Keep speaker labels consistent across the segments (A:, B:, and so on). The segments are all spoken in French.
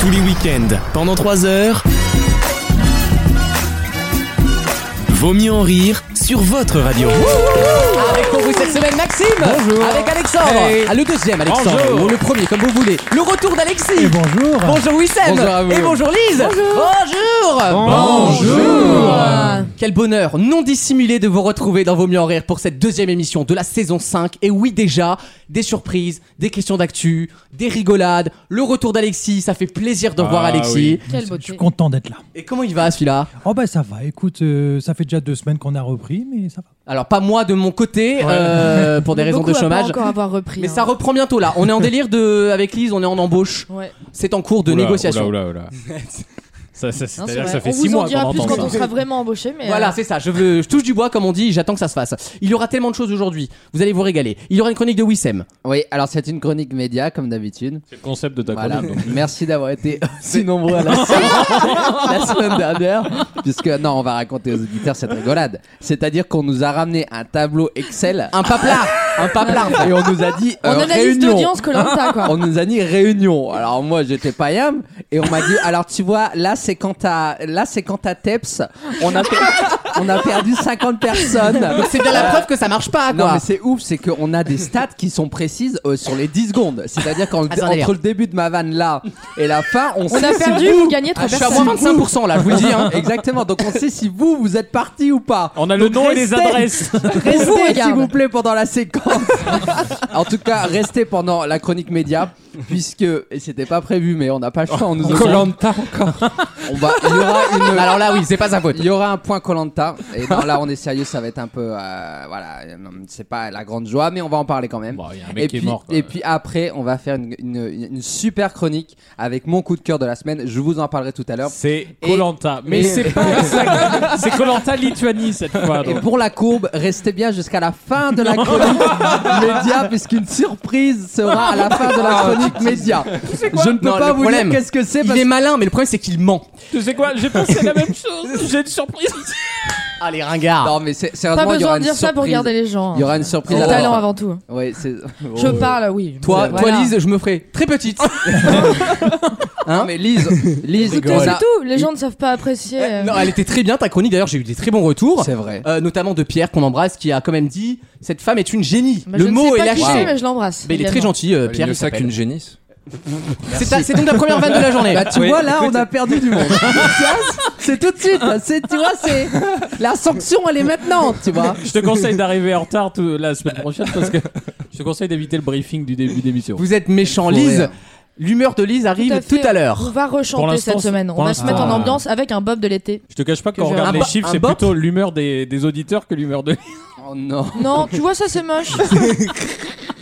A: Tous les week-ends, pendant 3 heures. Vaut mieux en rire sur votre radio.
B: Avec pour vous cette semaine Maxime
C: Bonjour.
B: Avec Alexandre
C: Hey.
B: Ah, Le deuxième Alexandre
C: Bonjour.
B: Ou le premier comme vous voulez Le retour d'Alexis
C: Et bonjour.
B: Bonjour Wissem
C: Bonjour à vous.
B: Et bonjour Lise Bonjour Euh,
C: Bonjour.
B: Quel bonheur non dissimulé de vous retrouver dans Vos Mieux en Rire pour cette deuxième émission de la saison 5. Et oui déjà, des surprises, des questions d'actu, des rigolades, le retour d'Alexis, ça fait plaisir de
C: Ah
B: voir Alexis.
D: Quelle
C: Je suis
D: beauté.
C: content d'être là.
B: Et comment il va celui-là
C: Oh bah ça va, écoute, euh, ça fait déjà deux semaines qu'on a repris, mais ça va.
B: Alors pas moi de mon côté, euh, pour des raisons
D: Beaucoup
B: de
D: à pas
B: chômage.
D: encore avoir repris.
B: Mais
D: hein.
B: ça reprend bientôt là. On est en délire de avec Lise, on est en embauche.
D: Ouais.
B: C'est en cours de
E: Oula,
B: négociation.
E: oula, oula, oula. ça, ça,
D: Non, c'est
E: c'est-à-dire que
D: vrai.
E: ça fait
D: on
E: 6
D: vous en
E: mois
D: dira
E: qu'on
D: plus
E: entend
D: quand on
E: ça.
D: sera vraiment embauché, mais
B: Voilà,
D: euh,
B: c'est ça. Je veux, je touche du bois comme on dit. J'attends que ça se fasse. Il y aura tellement de choses aujourd'hui. Vous allez vous régaler. Il y aura une chronique de Wissem.
F: Oui, alors c'est une chronique média comme d'habitude.
E: C'est le concept de ta
F: Voilà.
E: chronique. donc.
F: Merci d'avoir été si nombreux à la semaine, la semaine dernière, puisque non, on va raconter aux auditeurs cette rigolade. C'est-à-dire qu'on nous a ramené un tableau Excel
B: Un papelard, un papelard.
F: et on nous a dit
D: on
F: euh,
D: analyse
F: réunion.
D: d'audience que l'on a, quoi.
F: On nous a dit réunion. Alors moi j'étais pas yam et on m'a dit alors tu vois là c'est quand t'as là c'est quand t'as Teps on a per- on a perdu 50 personnes.
B: Donc c'est bien la preuve que ça marche pas.
F: Non
B: Quoi.
F: mais c'est ouf, c'est qu'on a des stats qui sont précises euh, sur les 10 secondes. C'est-à-dire
B: Ah, c'est un
F: qu'entre
B: délire.
F: le début de ma vanne là et la fin, on,
D: On
F: sait
D: a
F: si
D: perdu
F: vous-
D: ou gagné
B: Ah,
D: trois
B: je suis à
D: personnes.
B: moins 25% là, je vous le dis. hein.
F: Exactement, donc on sait si vous, vous êtes parti ou pas.
E: On a le
F: Donc
E: nom et les
F: restez-
E: adresses.
F: Restez,
D: vous
F: s'il
D: regarde.
F: vous plaît, pendant la séquence. en tout cas, restez pendant la chronique média, puisque, et c'était pas prévu, mais on n'a pas le choix, on
E: Oh,
F: nous Colanta encore. On va, il y aura une.
B: Alors là, oui, c'est pas sa faute.
F: Il y aura un point Colanta. Et non, là, on est sérieux, ça va être un peu. euh, voilà, euh, non, c'est pas la grande joie, mais on va en parler quand même.
E: Bon, Bah, il y a un
F: et,
E: mec qui est
F: puis,
E: mort. quoi.
F: et puis après, on va faire une, une- une super chronique avec mon coup de cœur de la semaine. Je vous en parlerai tout à l'heure.
E: C'est
F: Et-
E: Colanta. Mais
F: et-
E: c'est pas ça. C'est Colanta Lituanie cette fois.
F: Et
E: donc.
F: pour la courbe, restez bien jusqu'à la fin de la chronique média, puisqu'une surprise sera à la fin de
E: Ah,
F: la chronique média. Je ne peux
B: Non,
F: pas
B: le
F: vous
B: problème,
F: dire qu'est-ce que c'est
B: Il
F: parce
B: est malin, mais le problème c'est qu'il ment.
E: Tu sais quoi J'ai pensé la même chose. J'ai une surprise.
B: Ah les ringards.
F: Non, mais c'est
D: Pas
F: sérieusement, il y
D: besoin
F: aura
D: de
F: une
D: dire ça pour
F: surprise.
D: garder les gens. hein.
F: Il y aura une surprise
D: C'est
F: à
D: le
F: la
D: talent
F: fin.
D: avant tout.
F: Ouais, c'est. oh.
D: Je parle, oui.
B: Toi,
D: Voilà.
B: toi Lise, je me ferai très petite.
F: Hein mais Lise, Lise,
D: Écoutez,
F: on a-
D: c'est tout. Les gens ne savent pas apprécier. euh,
B: Eh, non, elle était très bien ta chronique. D'ailleurs, j'ai eu des très bons retours.
F: C'est vrai.
B: Euh, notamment de Pierre qu'on embrasse, qui a quand même dit cette femme est une génie.
D: bah, je
B: le
D: ne
B: mot
D: sais
B: est
D: pas qui
B: lâché.
D: c'est, mais je l'embrasse.
B: Mais il est très
D: évidemment.
B: gentil, euh, Pierre.
G: ne
B: il
G: ça
B: s'appelle.
G: qu'une génisse. Ah,
B: C'est ta- c'est donc la première vanne de la journée.
F: Bah, tu vois, là, on a perdu du monde. c'est tout de suite. C'est, tu vois, c'est. La sanction, elle est maintenant, tu
B: Bah.
F: vois.
E: Je te conseille d'arriver en retard tout- la semaine prochaine parce que je te conseille d'éviter le briefing du début d'émission.
B: Vous êtes méchant,
F: Il faut
B: Lise.
F: rire.
B: L'humeur de Lise
D: Tout
B: arrive
D: à
B: tout
D: fait.
B: à
D: On
B: l'heure.
D: va
E: Pour
D: rechanter
E: l'instant,
D: cette semaine. On
E: pour
D: va se
E: l'instant,
D: mettre en
E: euh,
D: ambiance avec un bob de l'été.
E: Je te cache pas
D: Que
E: qu'on
D: je-
E: regarde
B: un
E: les
B: bop-
E: chiffres,
B: un
E: c'est
B: bop
E: plutôt l'humeur des, des auditeurs que l'humeur de.
F: Oh non.
D: Non, tu vois, ça c'est moche.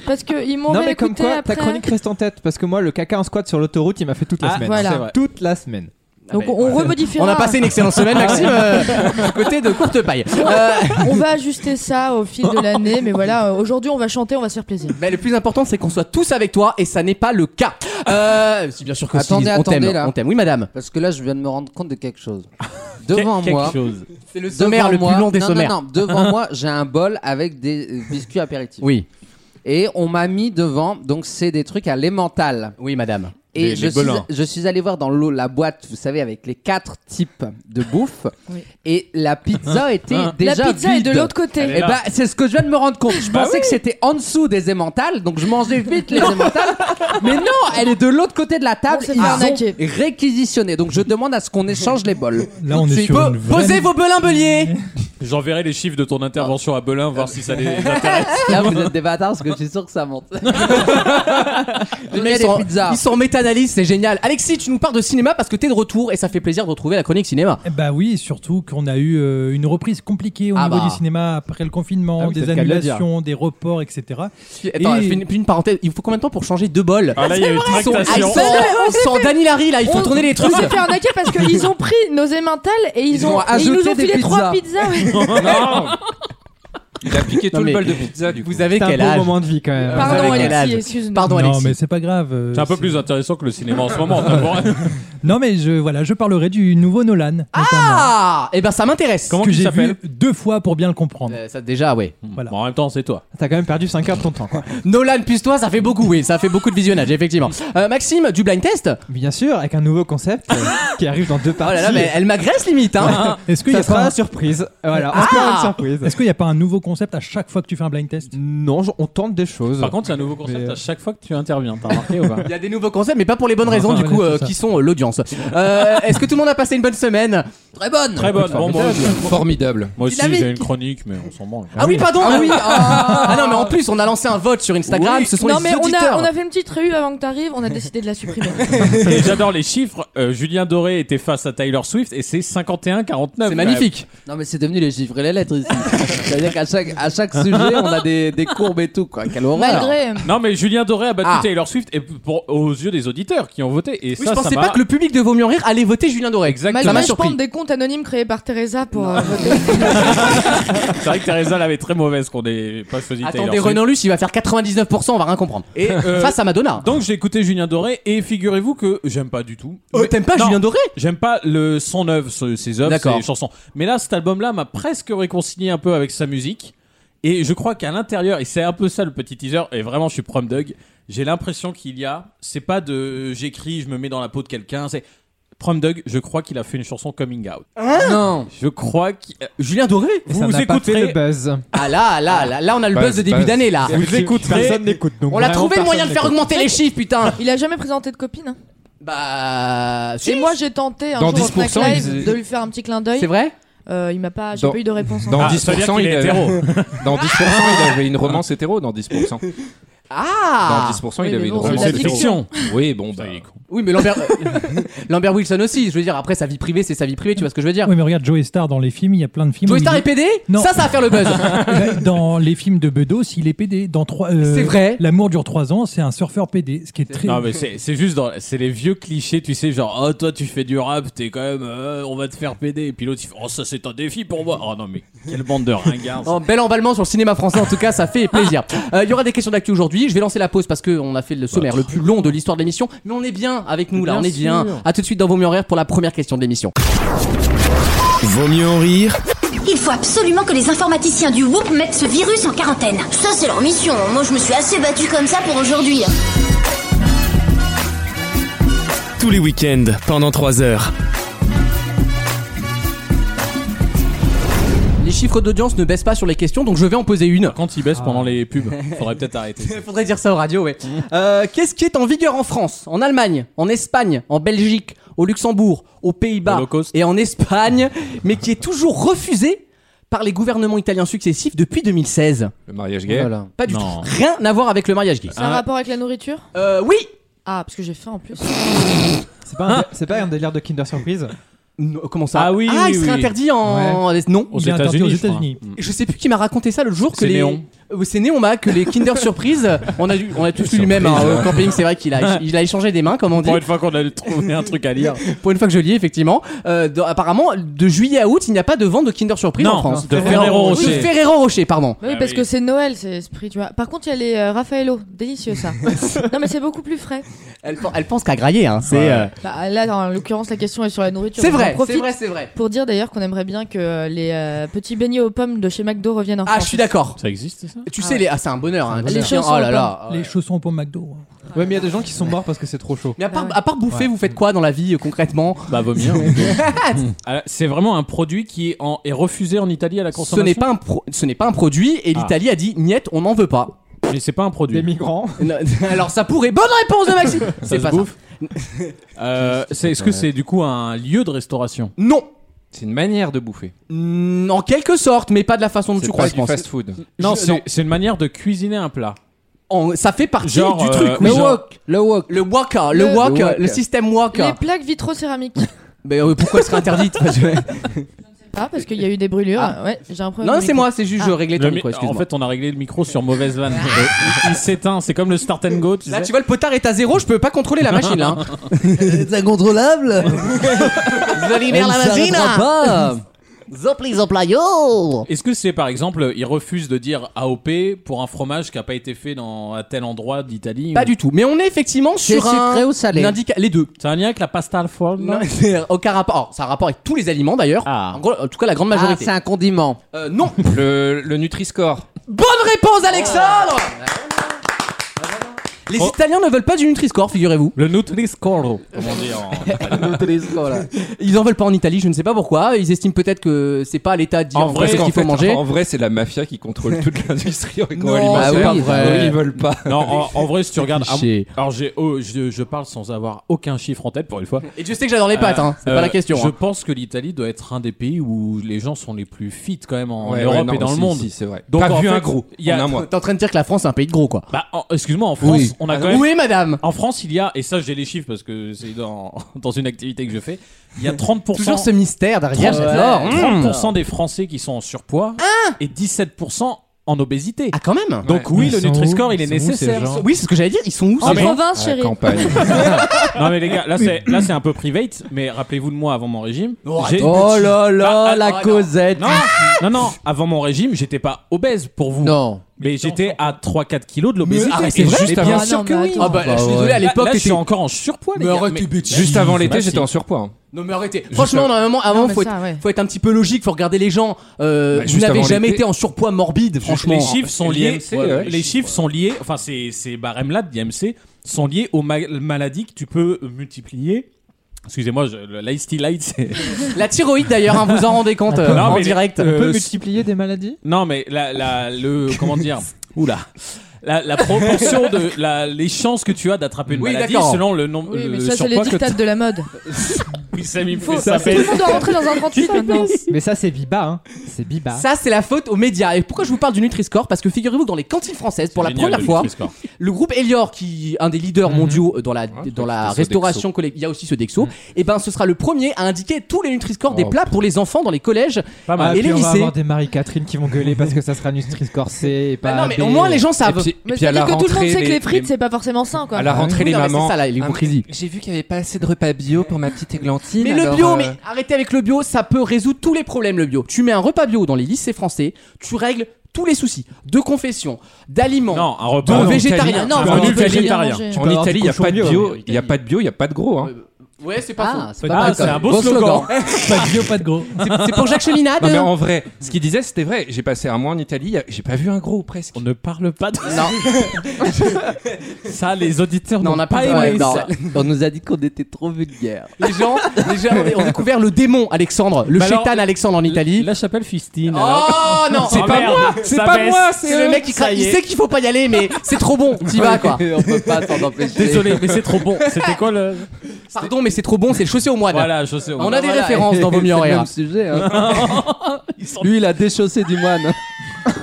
D: Parce que ils m'ont
H: Non mais comme
D: réécouté
H: quoi
D: après.
H: ta chronique reste en tête parce que moi le caca en squat sur l'autoroute il m'a fait toute la
E: Ah,
H: semaine.
D: voilà.
E: c'est vrai.
H: Toute la semaine. Ah,
D: Donc on remodifiera.
B: Ah, On a passé une excellente semaine, Maxime, euh, du côté de courte paille. Euh,
D: On va ajuster ça au fil de l'année, mais voilà, euh, aujourd'hui on va chanter, on va se faire plaisir.
B: mais le plus important, c'est qu'on soit tous avec toi, et ça n'est pas le cas. Euh, si, bien sûr que si,
F: Attendez,
B: on
F: attendez,
B: t'aime,
F: là.
B: on t'aime. Oui, madame.
F: Parce que là, je viens de me rendre compte de quelque chose. Devant
E: Quelque
F: moi.
E: chose.
B: C'est le
F: devant
B: sommaire le
F: moi-
B: plus long des
F: non,
B: sommaires.
F: Non, non, devant moi, j'ai un bol avec des euh, biscuits apéritifs.
B: Oui,
F: Et on m'a mis devant, donc c'est des trucs à l'emmental.
B: oui, madame.
F: Et
E: Des-
F: je,
E: des
F: suis,
E: bolins.
F: je suis allé voir dans l'eau la boîte, vous savez, avec les quatre types de bouffe.
D: Oui.
F: Et la pizza était déjà
D: La pizza
F: vide.
D: est de l'autre côté.
F: Eh ben, c'est ce que je viens de me rendre compte. Je
E: Bah
F: pensais que c'était en dessous des émentales, donc je mangeais vite les émentales. Mais non, elle est de l'autre côté de la table.
D: On s'est fait
F: Ils
D: arnaquer.
F: ont réquisitionné. Donc je demande à ce qu'on échange les bols.
C: Là, on est sur
B: Po-
C: une vraie.
B: posez vos belimbeliers
E: J'enverrai les chiffres de ton intervention à Belin, voir si ça les intéresse.
F: Là, vous êtes des bâtards parce que je suis sûr que ça monte.
B: Les mecs
F: je mets
B: sont-
F: des pizzas.
B: Ils sont en méta-analyse, c'est génial. Alexis, tu nous parles de cinéma parce que t'es de retour et ça fait plaisir de retrouver la chronique cinéma.
C: Eh Bah oui, et surtout qu'on a eu euh, une reprise compliquée au
B: Ah
C: niveau
B: bah.
C: du cinéma après le confinement,
H: Ah oui,
C: des
H: c'est le cas de le
C: annulations, des reports, etc.
B: Attends,
C: Et-
B: je fais une, une parenthèse. Il faut combien de temps pour changer deux bols
E: Ah là, il y a une
B: Ils sont, ah, ils
E: tractation.
B: sont- ils sont en Dani Larry là, ils font
D: On-
B: tourner les
D: On
B: trucs.
D: s'est fait arnaquer parce qu'ils ont pris nos émentales et ils,
F: Ils
D: ont,
F: ont
D: et ils nous ont
F: ajouté des
D: filé trois
F: pizzas.
D: pizzas. ouais.
E: Non,
G: Il a piqué
I: Non,
G: tout le
I: mais-
G: bol de pizza du coup.
B: Vous avez
H: C'est un
B: quel
H: beau
B: âge
H: moment de vie quand même.
B: Par-
D: Pardon,
B: avez quel
D: Alexis,
B: âge
D: excuse-moi.
B: Pardon,
C: Non,
B: Alexis.
C: mais c'est pas grave. euh,
E: C'est un peu plus intéressant que le cinéma en ce moment. t'as pas-
C: Non, mais je, voilà, je parlerai du nouveau Nolan. notamment,
B: Ah Eh ben ça m'intéresse.
E: Comment
C: que
E: tu
C: j'ai
E: s'appelles
C: vu deux fois pour bien le comprendre.
B: Euh, ça déjà ouais.
C: Voilà.
E: Bon, En même temps, c'est toi.
H: T'as quand même perdu 5 heures de ton temps. quoi.
B: Nolan plus toi ça fait beaucoup oui, ça fait beaucoup de visionnage effectivement. Euh, Maxime du blind test
H: Bien sûr, avec un nouveau concept euh, qui arrive dans deux
B: Oh
H: parties.
B: là là mais elle m'agresse limite hein.
C: Est-ce qu'il n'y
H: Ça
C: a,
H: sera
C: pas
H: la
C: un-
H: surprise. Voilà,
B: Ah
H: encore une surprise.
C: est-ce qu'il y a pas un nouveau concept à chaque fois que tu fais un blind test
H: Non, je- on tente des choses.
E: Par contre, c'est un nouveau concept
H: Mais, euh,
E: à chaque fois que tu interviens. T'as remarqué ou pas
B: Il y a des nouveaux concepts mais pas pour les bonnes raisons
C: Ah,
B: du
C: ouais,
B: coup
C: c'est
B: euh,
C: ça.
B: qui sont euh, l'audience. Euh, est-ce que tout le monde a passé une bonne semaine Très bonne.
E: Très bonne. Bon, moi, je-
I: Formidable.
E: moi aussi,
B: Dynamique.
E: j'ai une chronique, mais on s'en branle.
B: Ah oui, pardon. Ah, oui. ah non, mais en plus, on a lancé un vote sur Instagram. Ce sont
D: Non,
B: les
D: mais on
B: auditeurs.
D: a, on a fait une petite réu avant que t'arrives, on a décidé de la supprimer.
E: Et J'adore les chiffres. Euh, Julien Doré était face à Tyler Swift et c'est 51-49.
B: C'est magnifique.
I: Non, mais c'est devenu les chiffres et les lettres ici. C'est-à-dire qu'à chaque, à chaque sujet, on a des, des courbes et tout, quoi. Quelle horreur.
D: Malgré.
E: Non, mais Julien Doré a battu
B: Ah.
E: Taylor Swift et pour, aux yeux des auditeurs qui ont voté. Et
B: Oui,
E: ça,
B: je pensais
E: ça
B: pas
E: m'a-
B: que le public de Vaut mieux en rire allait voter Julien Doré. Ça m'a
D: Malgré, je
B: surpris.
D: prends des comptes anonymes créés par Teresa pour. euh, voter.
E: C'est vrai que Teresa l'avait très mauvaise qu'on n'ait pas choisi Taylor
B: Attendez,
E: Swift.
B: Renan Luce, il va faire 99%, on va rien comprendre.
E: Et, euh,
B: Face à Madonna.
E: Donc j'ai écouté Julien Doré et figurez-vous que j'aime pas du tout.
B: Euh,
E: Mais-
B: T'aimes pas
E: Non,
B: Julien Doré
E: J'aime pas le son œuvre, ce- ses œuvres,
B: D'accord.
E: ses chansons. Mais là, cet album-là m'a presque réconcilié un peu avec sa musique. Et je crois qu'à l'intérieur, et c'est un peu ça le petit teaser, et vraiment je suis prom Doug, j'ai l'impression qu'il y a, c'est pas de euh, j'écris, je me mets dans la peau de quelqu'un, c'est prom Doug, je crois qu'il a fait une chanson coming out.
B: Non.
E: Je crois qu'il... euh,
B: Julien Doré
H: Et ça
E: Vous
H: n'a pas fait
E: écouterez-
H: le buzz.
B: Ah là, là, là, là, on a le
G: Buzz,
B: buzz de début
G: buzz.
B: d'année là.
E: Vous écouterez...
H: Personne n'écoute donc.
B: On a
H: vraiment
B: trouvé le moyen de
H: personne
B: faire augmenter les chiffres, putain.
D: Il a jamais présenté de copine. hein.
B: Bah.
D: Et
B: si.
D: moi, j'ai tenté un
G: Dans
D: jour au Snack
G: 10%,
D: Live
G: ils faisaient-
D: de lui faire un petit clin d'œil.
B: c'est vrai
D: Euh, il m'a pas, j'ai
G: Dans-
D: pas eu de réponse. hein.
G: Dans
E: Ah,
G: 10%,
E: ça veut dire
G: il,
E: qu'il est
G: avait...
E: hétéro.
G: dans 10%, il avait une romance hétéro. Dans 10%,
B: Ah
G: dans 10%,
D: Oui,
G: il
D: mais
G: avait une
D: bon, c'est de
G: romance
D: la
G: hétéro.
D: fiction.
G: Oui, bon, bah,
E: Ça, il est con.
B: Oui, mais Lambert... euh, Lambert Wilson aussi. Je veux dire, après, sa vie privée, c'est sa vie privée, tu vois ce que je veux dire
C: Oui, mais regarde, Joe Star dans les films, il y a plein de films.
B: Joey
C: où
B: Star
C: il
B: est PD
C: Non.
B: Ça, ça va faire le buzz.
C: est- Dans les films de Bedos, il est PD. Dans trois. euh,
B: C'est vrai.
C: L'amour dure 3 ans, c'est un surfeur PD, ce qui est très.
E: Non mais c'est c'est juste dans c'est les vieux clichés tu sais genre oh toi tu fais du rap t'es quand même euh, on va te faire péder et puis l'autre il fait oh ça c'est un défi pour moi oh non mais quelle bande de ringards
B: Oh, bel emballement sur le cinéma français, en tout cas, ça fait plaisir. Euh, Il y aura des questions d'actu aujourd'hui. Je vais lancer la pause parce qu'on a fait le sommaire le plus long de l'histoire de l'émission. Mais on est bien avec nous là, on est bien. À tout de suite dans Vos Mieux en Rire pour la première question de l'émission.
A: Vaut mieux en rire
J: Il faut absolument que les informaticiens du WHOOP mettent ce virus en quarantaine. Ça, c'est leur mission. Moi, je me suis assez battue comme ça pour aujourd'hui. hein.
A: tous les week-ends pendant 3 heures.
B: Les chiffres d'audience ne baissent pas sur les questions, donc je vais en poser une. Ah.
E: quand ils baissent pendant les pubs faudrait peut-être arrêter ça.
B: Faudrait dire ça aux radios, ouais. Euh, Qu'est-ce qui est en vigueur en France, en Allemagne, en Espagne, en Belgique, au Luxembourg, aux Pays-Bas
E: Holocauste.
B: et en Espagne, mais qui est toujours refusé par les gouvernements italiens successifs depuis 2016
G: le mariage gay.
B: Pas du
E: Non.
B: tout. Rien à voir avec le mariage gay.
D: C'est un rapport avec la nourriture
B: Ah. Euh, oui Ah
D: Ah, parce que j'ai faim en plus.
H: C'est pas, un dé- c'est pas un délire de Kinder Surprise
B: Non, Hein Comment ça
E: Ah oui,
B: Ah,
E: oui,
B: il serait
E: oui.
B: interdit en. Non.
E: aux
C: Il est interdit
E: États-Unis
C: aux
E: je crois.
C: États-Unis.
H: Mm.
B: Je sais plus qui m'a raconté ça le jour que
E: C'est
B: les.
E: Néon.
B: Euh, C'est Néon, bah, que les Kinder Surprise. On a, eu- on a tous lu le même. hein, au camping, c'est vrai qu'il a, il a échangé des mains, comme on dit.
E: pour une fois qu'on a trouvé un truc à lire
B: Pour une fois que je lis, effectivement. Euh, dans- apparemment, de juillet à août, il n'y a pas de vente de Kinder Surprise
E: Non,
B: en France.
E: de Ferrero
B: Non,
E: Rocher.
B: Oui, Ferrero Rocher, pardon.
D: Bah oui,
E: Ah
D: parce
E: oui.
D: que c'est Noël, c'est esprit, tu vois. Par contre, il y a les euh, Raffaello, délicieux ça. non, mais c'est beaucoup plus frais.
B: Elle, pen- elle pense qu'à grailler, hein. C'est euh,
D: Bah, là, en l'occurrence, la question est sur la nourriture.
B: c'est
D: donc
B: vrai,
D: j'en
B: c'est
D: profite
B: vrai, c'est vrai.
D: Pour dire d'ailleurs qu'on aimerait bien que euh, les euh, petits beignets aux pommes de chez McDo reviennent en
B: Ah, je
D: France.
B: suis d'accord.
E: ça existe ça
B: Tu
D: Ah
B: sais,
D: ouais.
B: les... ah, c'est un bonheur. Hein,
D: bonheur.
B: les
D: Les
B: chiens,
D: chaussons
B: oh là
D: aux
B: là.
C: Les chaussons au pommes McDo. hein.
H: Ouais, mais il y a des gens qui sont morts parce que c'est trop chaud.
B: Mais à part,
D: Ah ouais.
B: à part bouffer, vous faites quoi dans la vie euh, concrètement
E: bah vaut mieux Ah, c'est vraiment un produit qui est, en- est refusé en Italie à la
B: Ce
E: consommation
B: n'est pas un pro- ce n'est pas un produit et
E: Ah.
B: l'Italie a dit niette, on n'en veut pas.
E: mais c'est pas un
H: Des
E: produit
H: migrants.
B: Non, Alors ça pourrait. Bonne réponse de Maxime. C'est
E: se
B: pas ça.
E: bouffe Euh, c'est- est-ce que c'est du coup un lieu de restauration
B: Non.
G: C'est une manière de bouffer.
B: Mm, En quelque sorte, mais pas de la façon dont
G: C'est
B: tu crois,
G: pas
B: je
G: du
B: pense.
G: fast food.
E: non
B: Je-
E: c'est c'est une manière de cuisiner un plat
B: En- Ça fait partie
E: Genre,
B: du
E: euh,
B: truc.
E: le
B: oui.
E: wok.
I: Le wok.
B: Le Waka, le,
D: Le-
B: wok,
I: le
B: euh,
I: wok.
B: le système Waka.
D: Les plaques vitro-céramiques.
B: Mais euh, pourquoi elle serait interdite Enfin, je-
D: Ah, parce qu'il y a eu des brûlures. Ouais, j'ai un problème.
B: Ah. Non,
D: avec
B: c'est
D: le-
B: moi, c'est juste je
D: Ah.
B: réglais
E: Le
B: ton
E: mi-
B: micro,
E: en
B: excuse-moi.
E: fait, on a réglé le micro sur mauvaise vanne. Euh, il il s'éteint, c'est comme le start and go. Tu
B: Là,
E: sais.
B: tu vois, le potard est à zéro, je peux pas contrôler la machine là. hein.
I: C'est incontrôlable.
B: Je
I: Elle ne s'arrêtera pas.
F: Zopli zoplayo
E: Est-ce que c'est par exemple, ils refusent de dire AOP pour un fromage qui n'a pas été fait dans à tel endroit d'Italie
B: Pas du tout. Mais on est effectivement
F: C'est
B: sur un.
F: sucré ou salé
B: une indica- Les deux.
E: C'est un lien avec la pasta al forno
B: Non, c'est aucun rapport. Alors, ça a rapport avec tous les aliments d'ailleurs.
E: Ah.
B: En, gros, en tout cas, la grande
F: Ah,
B: majorité.
F: c'est un condiment.
B: Euh, non.
G: Le, le Nutri-Score. Oh.
B: Bonne réponse, Alexandre Les
E: Oh.
B: Italiens ne veulent pas du Nutri-Score, figurez-vous.
E: Le Nutri-Score, comment dire en-
B: Ils en veulent pas en Italie, je ne sais pas pourquoi. Ils estiment peut-être que c'est pas à l'État de dire
E: En
B: en
E: vrai,
B: vrai ce
G: Parce
B: qu'il
G: qu'en
B: faut
G: fait,
B: manger.
G: En vrai, c'est la mafia qui contrôle toute l'industrie
B: Ah oui,
G: agroalimentaire.
B: pas vrai.
G: Eux, ils veulent pas.
E: Non, en, en vrai, si tu regardes.
B: cliché.
E: Alors, j'ai, oh, je, je parle sans avoir Ah, aucun chiffre en tête pour une fois.
B: Et Dieu sait que j'adore les pâtes, hein. c'est
E: Euh,
B: pas la question.
E: Je
B: hein.
E: pense que l'Italie doit être un des pays où les gens sont les plus fit quand même en
G: Ouais,
E: Europe
G: ouais, non,
E: et dans le
G: si,
E: monde.
G: si, c'est vrai.
E: Donc,
G: pas
E: en
G: vu
E: fait,
G: un gros.
E: il y a-
G: en un mois.
B: T'es en train de dire que la France est un pays de gros, quoi.
E: Bah, en- excuse-moi, en France,
B: Oui.
E: on a quand même.
B: Ah Oui, madame
E: En France, il y a, et ça, j'ai les chiffres parce que c'est dans, dans une activité que je fais, il y a 30%.
B: Toujours ce mystère derrière,
E: 30,
B: j'adore. Mmh.
E: 30% des Français qui sont en surpoids et 17% en obésité.
B: Ah, quand même
E: Donc
H: Mais
E: oui, le
H: ils sont
E: Nutri-Score,
H: où
E: il est
H: Ils sont où, ces
E: nécessaire.
H: gens
B: Oui, c'est ce que j'allais dire, ils sont où
E: Ah,
D: En
E: mais-
D: province,
G: À la
D: chérie.
G: campagne.
E: non mais les gars, là c'est là c'est un peu private, mais rappelez-vous de moi avant mon régime. j'ai-
I: Oh là là,
E: Ah,
I: la
E: ah,
I: Cosette.
E: Non, non, non, avant mon régime, j'étais pas obèse pour vous.
I: Non.
E: Mais j'étais à 3-4 kilos de l'obésité.
B: Mais- ah, c'est
E: Et
B: vrai,
E: juste
B: mais
E: avant-
B: bien
D: Ah
B: sûr
D: non,
B: que
D: mais
B: oui.
D: attends.
B: Ah bah, je suis
I: Bah
B: désolé,
E: Là-
B: à l'époque,
E: là, je
B: t'étais-
E: suis encore en surpoids, les
B: Mais
E: gars.
B: arrête
E: Mais-
B: tes bêtises.
G: Juste avant l'été,
E: Bah, si.
G: j'étais en surpoids. hein.
B: Non mais arrêtez. Franchement, non, à un moment,
D: Non,
B: avant,
D: mais
B: faut,
D: ça,
B: être,
D: ouais.
B: faut être un petit peu logique, faut regarder les gens. Euh,
G: Bah,
B: vous
G: juste
B: n'avez
G: avant
B: jamais
G: l'été.
B: été en surpoids morbide, franchement.
E: les chiffres sont liés.
G: l'IMC, ouais,
E: les chiffres sont liés. Enfin, ces, ces barèmes-là de l'IMC sont liés aux ma- maladies que tu peux multiplier. Excusez-moi, je- le l'Ice Tea Light, c'est.
B: La thyroïde d'ailleurs, hein, vous en rendez compte euh,
E: Non,
B: en
E: mais les-
B: direct.
E: euh,
H: On peut
E: s-
H: multiplier des maladies
E: Non, mais la, la- le. Comment dire Oula. La, la proportion de. La, les chances que tu as d'attraper une
B: Oui,
E: maladie
B: d'accord.
E: selon le nombre.
D: Oui, mais
E: le
D: ça, c'est les
E: surpoids que
D: dictates de la mode.
E: t'as- Oui, ça m'y
D: Faut-
E: fait- ça
D: Tout le
E: fait-
D: monde doit rentrer dans un 38 maintenant.
H: Mais ça, c'est Biba, hein. C'est Biba.
B: Ah. Ça, c'est la faute aux médias. Et pourquoi je vous parle du Nutri-Score Parce que figurez-vous que dans les cantines françaises, pour la
E: Génial,
B: première
E: le
B: fois,
E: Nutri-Score.
B: le groupe Elior, qui est un des leaders mondiaux euh, dans la,
G: Ouais,
B: dans
G: je
B: la
G: pense au
B: restauration collective, il y a aussi ce Dexo, et ben ce sera le premier à indiquer tous les Nutri-Score des
G: Oh,
B: plats pour les enfants dans les collèges
E: Pas mal.
H: Ah,
B: et
H: puis
B: les
H: on va
B: lycées.
H: avoir des Marie-Catherine qui vont gueuler parce que ça sera Nutri-Score C et
B: Bah
H: pas
B: non, mais
H: B.
B: au moins les gens
G: Et
B: savent.
G: puis- et
D: Mais
G: puis à
D: c'est-à-dire
G: la
D: que tout le monde
G: rentrée,
D: sait que les
G: les-
D: frites, c'est pas forcément sain, quoi.
G: À la rentrée,
B: Oui,
G: les
B: non, mais c'est
G: mamans. Ah,
B: ça, là, l'hypocrisie.
I: J'ai vu qu'il n'y avait pas assez de repas bio pour ma petite églantine. euh,
B: Mais le bio,
G: euh.
B: mais arrêtez avec le bio, ça peut résoudre tous les problèmes le bio. Tu mets un repas bio dans les lycées français, tu règles tous les soucis de confession, d'aliments.
E: Non, un
B: De
E: repas.
B: végétarien.
D: Non,
E: un
D: faut
E: menu
D: pas
E: végétarien.
D: manger.
G: En Italie, il n'y a
H: cochon
G: pas de
H: bio,
G: bio.
B: mais
G: Il n'y a pas de bio, il n'y a pas de gros. hein.
B: Ouais, c'est pas
F: Ah,
B: faux.
F: c'est pas
E: Ah,
F: mal.
E: c'est un beau
B: Beau slogan.
E: slogan.
H: Pas de bio, pas de gros.
B: C'est- C'est pour Jacques Cheminade.
G: Non mais en vrai, ce qu'il disait c'était vrai. J'ai passé un mois en Italie, j'ai pas vu un gros presque.
E: On ne parle pas de ça. ça, les auditeurs
B: Non, on
E: n'ont
B: n'a
E: pas,
B: pas de-
E: aimé
B: ouais, non.
E: ça.
I: On nous a dit qu'on était trop vulgaires.
B: Les gens, les gens ont découvert le démon Alexandre, le
E: Bah alors,
B: chétan Alexandre en Italie.
E: La chapelle Fistine.
B: Oh non,
E: C'est pas moi, c'est pas moi,
B: C'est le mec qui craque. Il sait qu'il faut pas y aller, mais c'est trop bon. T'y vas quoi.
I: on peut pas s'en empêcher.
E: Désolé, mais c'est trop bon. C'était quoi le
B: Pardon, mais c'est trop bon. C'est le chaussé au moine.
E: Voilà, je sais.
B: On a des références dans vos mieux en
I: C'est le
B: rire.
I: même sujet. hein. Lui, il a déchaussé du moine.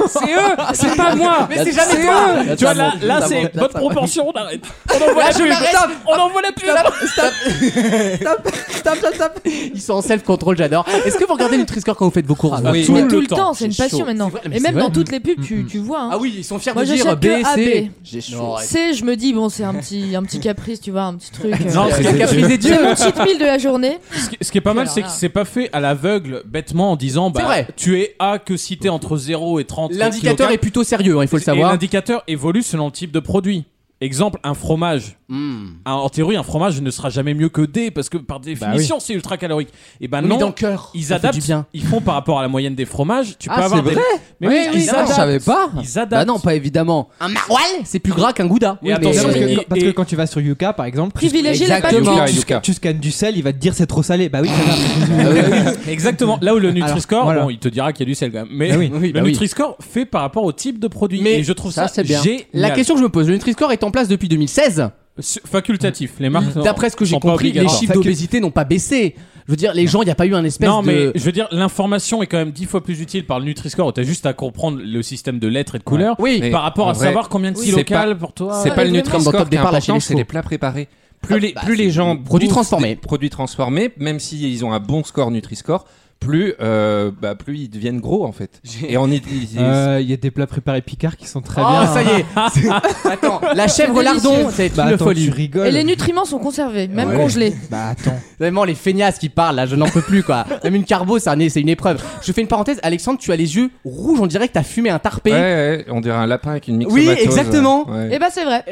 E: C'est eux, c'est pas moi.
B: Mais c'est jamais toi.
E: Tu vois là,
I: monte,
E: là
I: ça
E: c'est
I: monte, là,
E: bonne
I: ça
E: proportion. On arrête. On envoie
B: Là,
E: la
B: je
E: pub.
B: m'arrête.
E: On envoie la pub.
B: Stop, stop, stop. Ils sont en self-control, j'adore. Est-ce que vous regardez Nutri-Score quand vous faites vos courses
E: Ah,
B: vous
E: oui.
D: Mais
E: Tout
D: tout
E: le
D: le temps, c'est une
B: c'est
D: passion
B: chaud.
D: maintenant.
B: C'est vrai, mais
D: Et
B: c'est
D: même
B: vrai.
D: dans toutes les pubs,
G: Mm,
D: tu tu vois.
B: Ah
D: hein.
B: oui, ils sont fiers
D: Moi,
B: de dire
D: j'achète
B: B,
D: que
B: C.
D: AB.
I: J'ai chaud.
B: Non, arrête.
D: C'est, je me dis, bon, c'est un petit, un petit caprice, tu vois, un petit truc. euh,
E: Non,
D: c'est
E: c'est-
B: Quel caprice des dieux
D: le cheat meal de la journée.
E: Ce qui- ce qui est pas mal,
D: Alors
E: c'est que
D: là.
E: c'est pas fait à l'aveugle, bêtement, en disant bah,
B: C'est vrai.
E: tu es A que si t'es entre 0 et 30.
B: L'indicateur est
E: kilocalories.
B: plutôt sérieux, hein, il faut le
E: Et
B: savoir.
E: L'indicateur évolue selon le type de produit. Exemple, un fromage.
B: Mm.
E: Un- En théorie, un fromage ne sera jamais mieux que D parce que
B: Bah
E: par définition, c'est ultra calorique. Et ben
B: Oui,
E: non,
B: dans le cœur.
E: ils
B: ça fait
E: adaptent,
B: du bien.
E: ils font par rapport à la moyenne des fromages. Tu
I: Ah,
E: peux avoir
I: c'est
E: des.
I: vrai
E: Mais
I: Oui,
E: oui,
I: oui, non,
E: ils
I: je
E: adaptent.
I: savais pas.
E: Ils adaptent.
I: Bah non, pas évidemment.
B: Un maroilles C'est plus gras qu'un gouda.
E: Et
H: Non,
E: attention,
H: parce,
E: et-
H: que, parce que
E: et-
H: quand tu vas sur Yuka, par exemple, tu,
D: Privilégier la pâte.
I: Exactement.
G: Yuka,
H: tu-
G: Yuka.
H: tu scannes du sel, il va te dire c'est trop salé. Bah oui, ça va.
E: Ah Exactement. Là où le Nutri-Score,
H: Alors, voilà.
E: bon, il te dira qu'il y a du sel quand même.
B: Bah
E: Mais
H: Ah oui.
E: le Nutri-Score fait par rapport au type de produit.
B: Mais
E: et je trouve
I: ça,
E: ça,
I: c'est bien.
E: génial.
B: La question que je me pose, le Nutri-Score est en place depuis 2016.
E: Su- facultatif. Les marques.
B: D'après ce que j'ai
E: sont pas
B: compris, les
E: obligatoires.
B: chiffres d'obésité n'ont pas baissé. Je veux dire, les gens, il n'y a pas eu un espèce
E: Non, mais
B: de.
E: je veux dire, l'information est quand même dix fois plus utile par le Nutri-Score. où T'as juste à comprendre le système de lettres et de couleurs.
B: Oui,
G: Mais
E: Par rapport
G: en
E: à
G: vrai,
E: savoir combien de
G: oui,
E: kilos
G: c'est pas-
E: cales pour toi.
G: C'est
D: Ah,
G: pas le
D: vraiment.
B: Dans
G: Nutri-Score
B: le top
G: qui est
B: départ, là, chez les
G: important, c'est
B: chevaux.
G: les plats préparés. Plus les,
B: bah,
G: plus
B: c'est
G: les gens
B: produits
G: bouffent
B: transformés.
G: des produits transformés, même s'ils ont un bon score Nutri-Score, plus, euh, bah, plus ils deviennent gros en fait. Et on est. ils- ils-
H: Euh, Il y a des plats préparés Picard qui sont très
B: Oh,
H: bien.
B: ça y est C'est- Attends, la chèvre
D: C'est
B: lardon,
D: délicieux.
B: c'est une
H: Bah attends,
B: folie.
H: tu rigoles.
D: Et les nutriments sont conservés, même
G: Ouais.
D: congelés.
H: Bah attends.
B: Vraiment, les feignasses qui parlent, là, je n'en peux plus, quoi. Même une carbo, c'est un- c'est une épreuve. Je fais une parenthèse, Alexandre, tu as les yeux rouges, on dirait que t'as fumé un tarpé.
G: Ouais, ouais, on dirait un lapin avec une
B: Oui,
G: mixomatose.
B: exactement. Eh ben,
G: Ouais.
D: Et bah c'est vrai.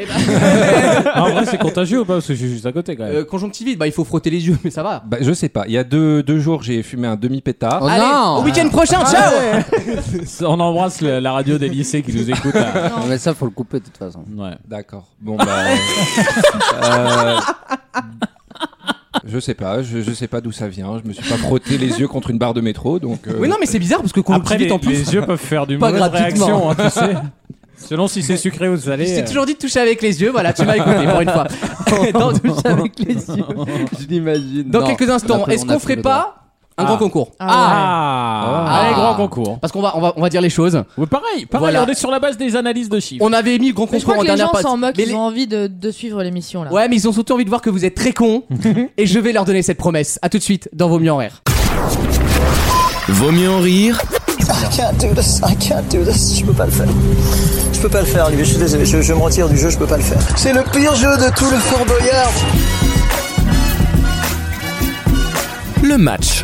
E: Ah, en vrai, c'est contagieux ou pas Parce que je suis juste à côté quand même.
B: Euh, conjonctivite, bah il faut frotter les yeux, mais ça va.
G: Bah, je sais pas. Il y a deux, deux jours, j'ai fumé un demi-pétard.
F: Oh
B: Allez,
F: non
B: au week-end prochain, ciao
E: On embrasse le- la radio des lycées qui nous écoute. à-
F: Non, mais ça, faut le couper de toute façon.
E: Ouais.
G: D'accord. Bon, bah. euh, je sais pas. Je, je sais pas d'où ça vient. Je me suis pas frotté les yeux contre une barre de métro. Donc, euh,
B: Oui, non, mais c'est bizarre parce que
E: Après,
B: conjonctivite
E: les,
B: en plus.
E: les yeux peuvent faire du
B: Pas
E: mauvaise
B: gratuitement.
E: réaction, hein, tu sais. Selon si c'est sucré ou salé.
B: Je t'ai
E: euh.
B: toujours dit de toucher avec les yeux, voilà, tu m'as écouté pour une fois. Dans,
I: avec les yeux. Je l'imagine.
B: dans
I: Non.
B: quelques instants,
I: on a
B: est-ce
I: tous
B: qu'on
I: le
B: ferait
I: droit.
B: pas un
E: Ah.
B: grand concours
D: Ah,
E: Ah,
B: Ah.
E: Allez, grand concours.
B: Parce qu'on va, on va, on va dire les choses.
E: Ouais, pareil, pareil
B: Voilà.
E: on est sur la base des analyses de chiffres.
B: On avait mis le grand
D: Mais je crois
B: concours
D: que
B: en
D: les
B: dernière
D: gens
B: passe.
D: s'en moquent,
B: Mais
D: ils
B: les-
D: ont envie de, de suivre l'émission là.
B: Ouais, mais ils ont surtout envie de voir que vous êtes très cons. et je vais leur donner cette promesse. À tout de suite dans vos mieux en rire.
A: Vaut mieux en rire
K: I can't do this, I can't do this, je peux pas le faire. Je peux pas le faire, lui, je suis désolé, je, je me retire du jeu, je peux pas le faire. C'est le pire jeu de tout le Fort Boyard.
A: le match.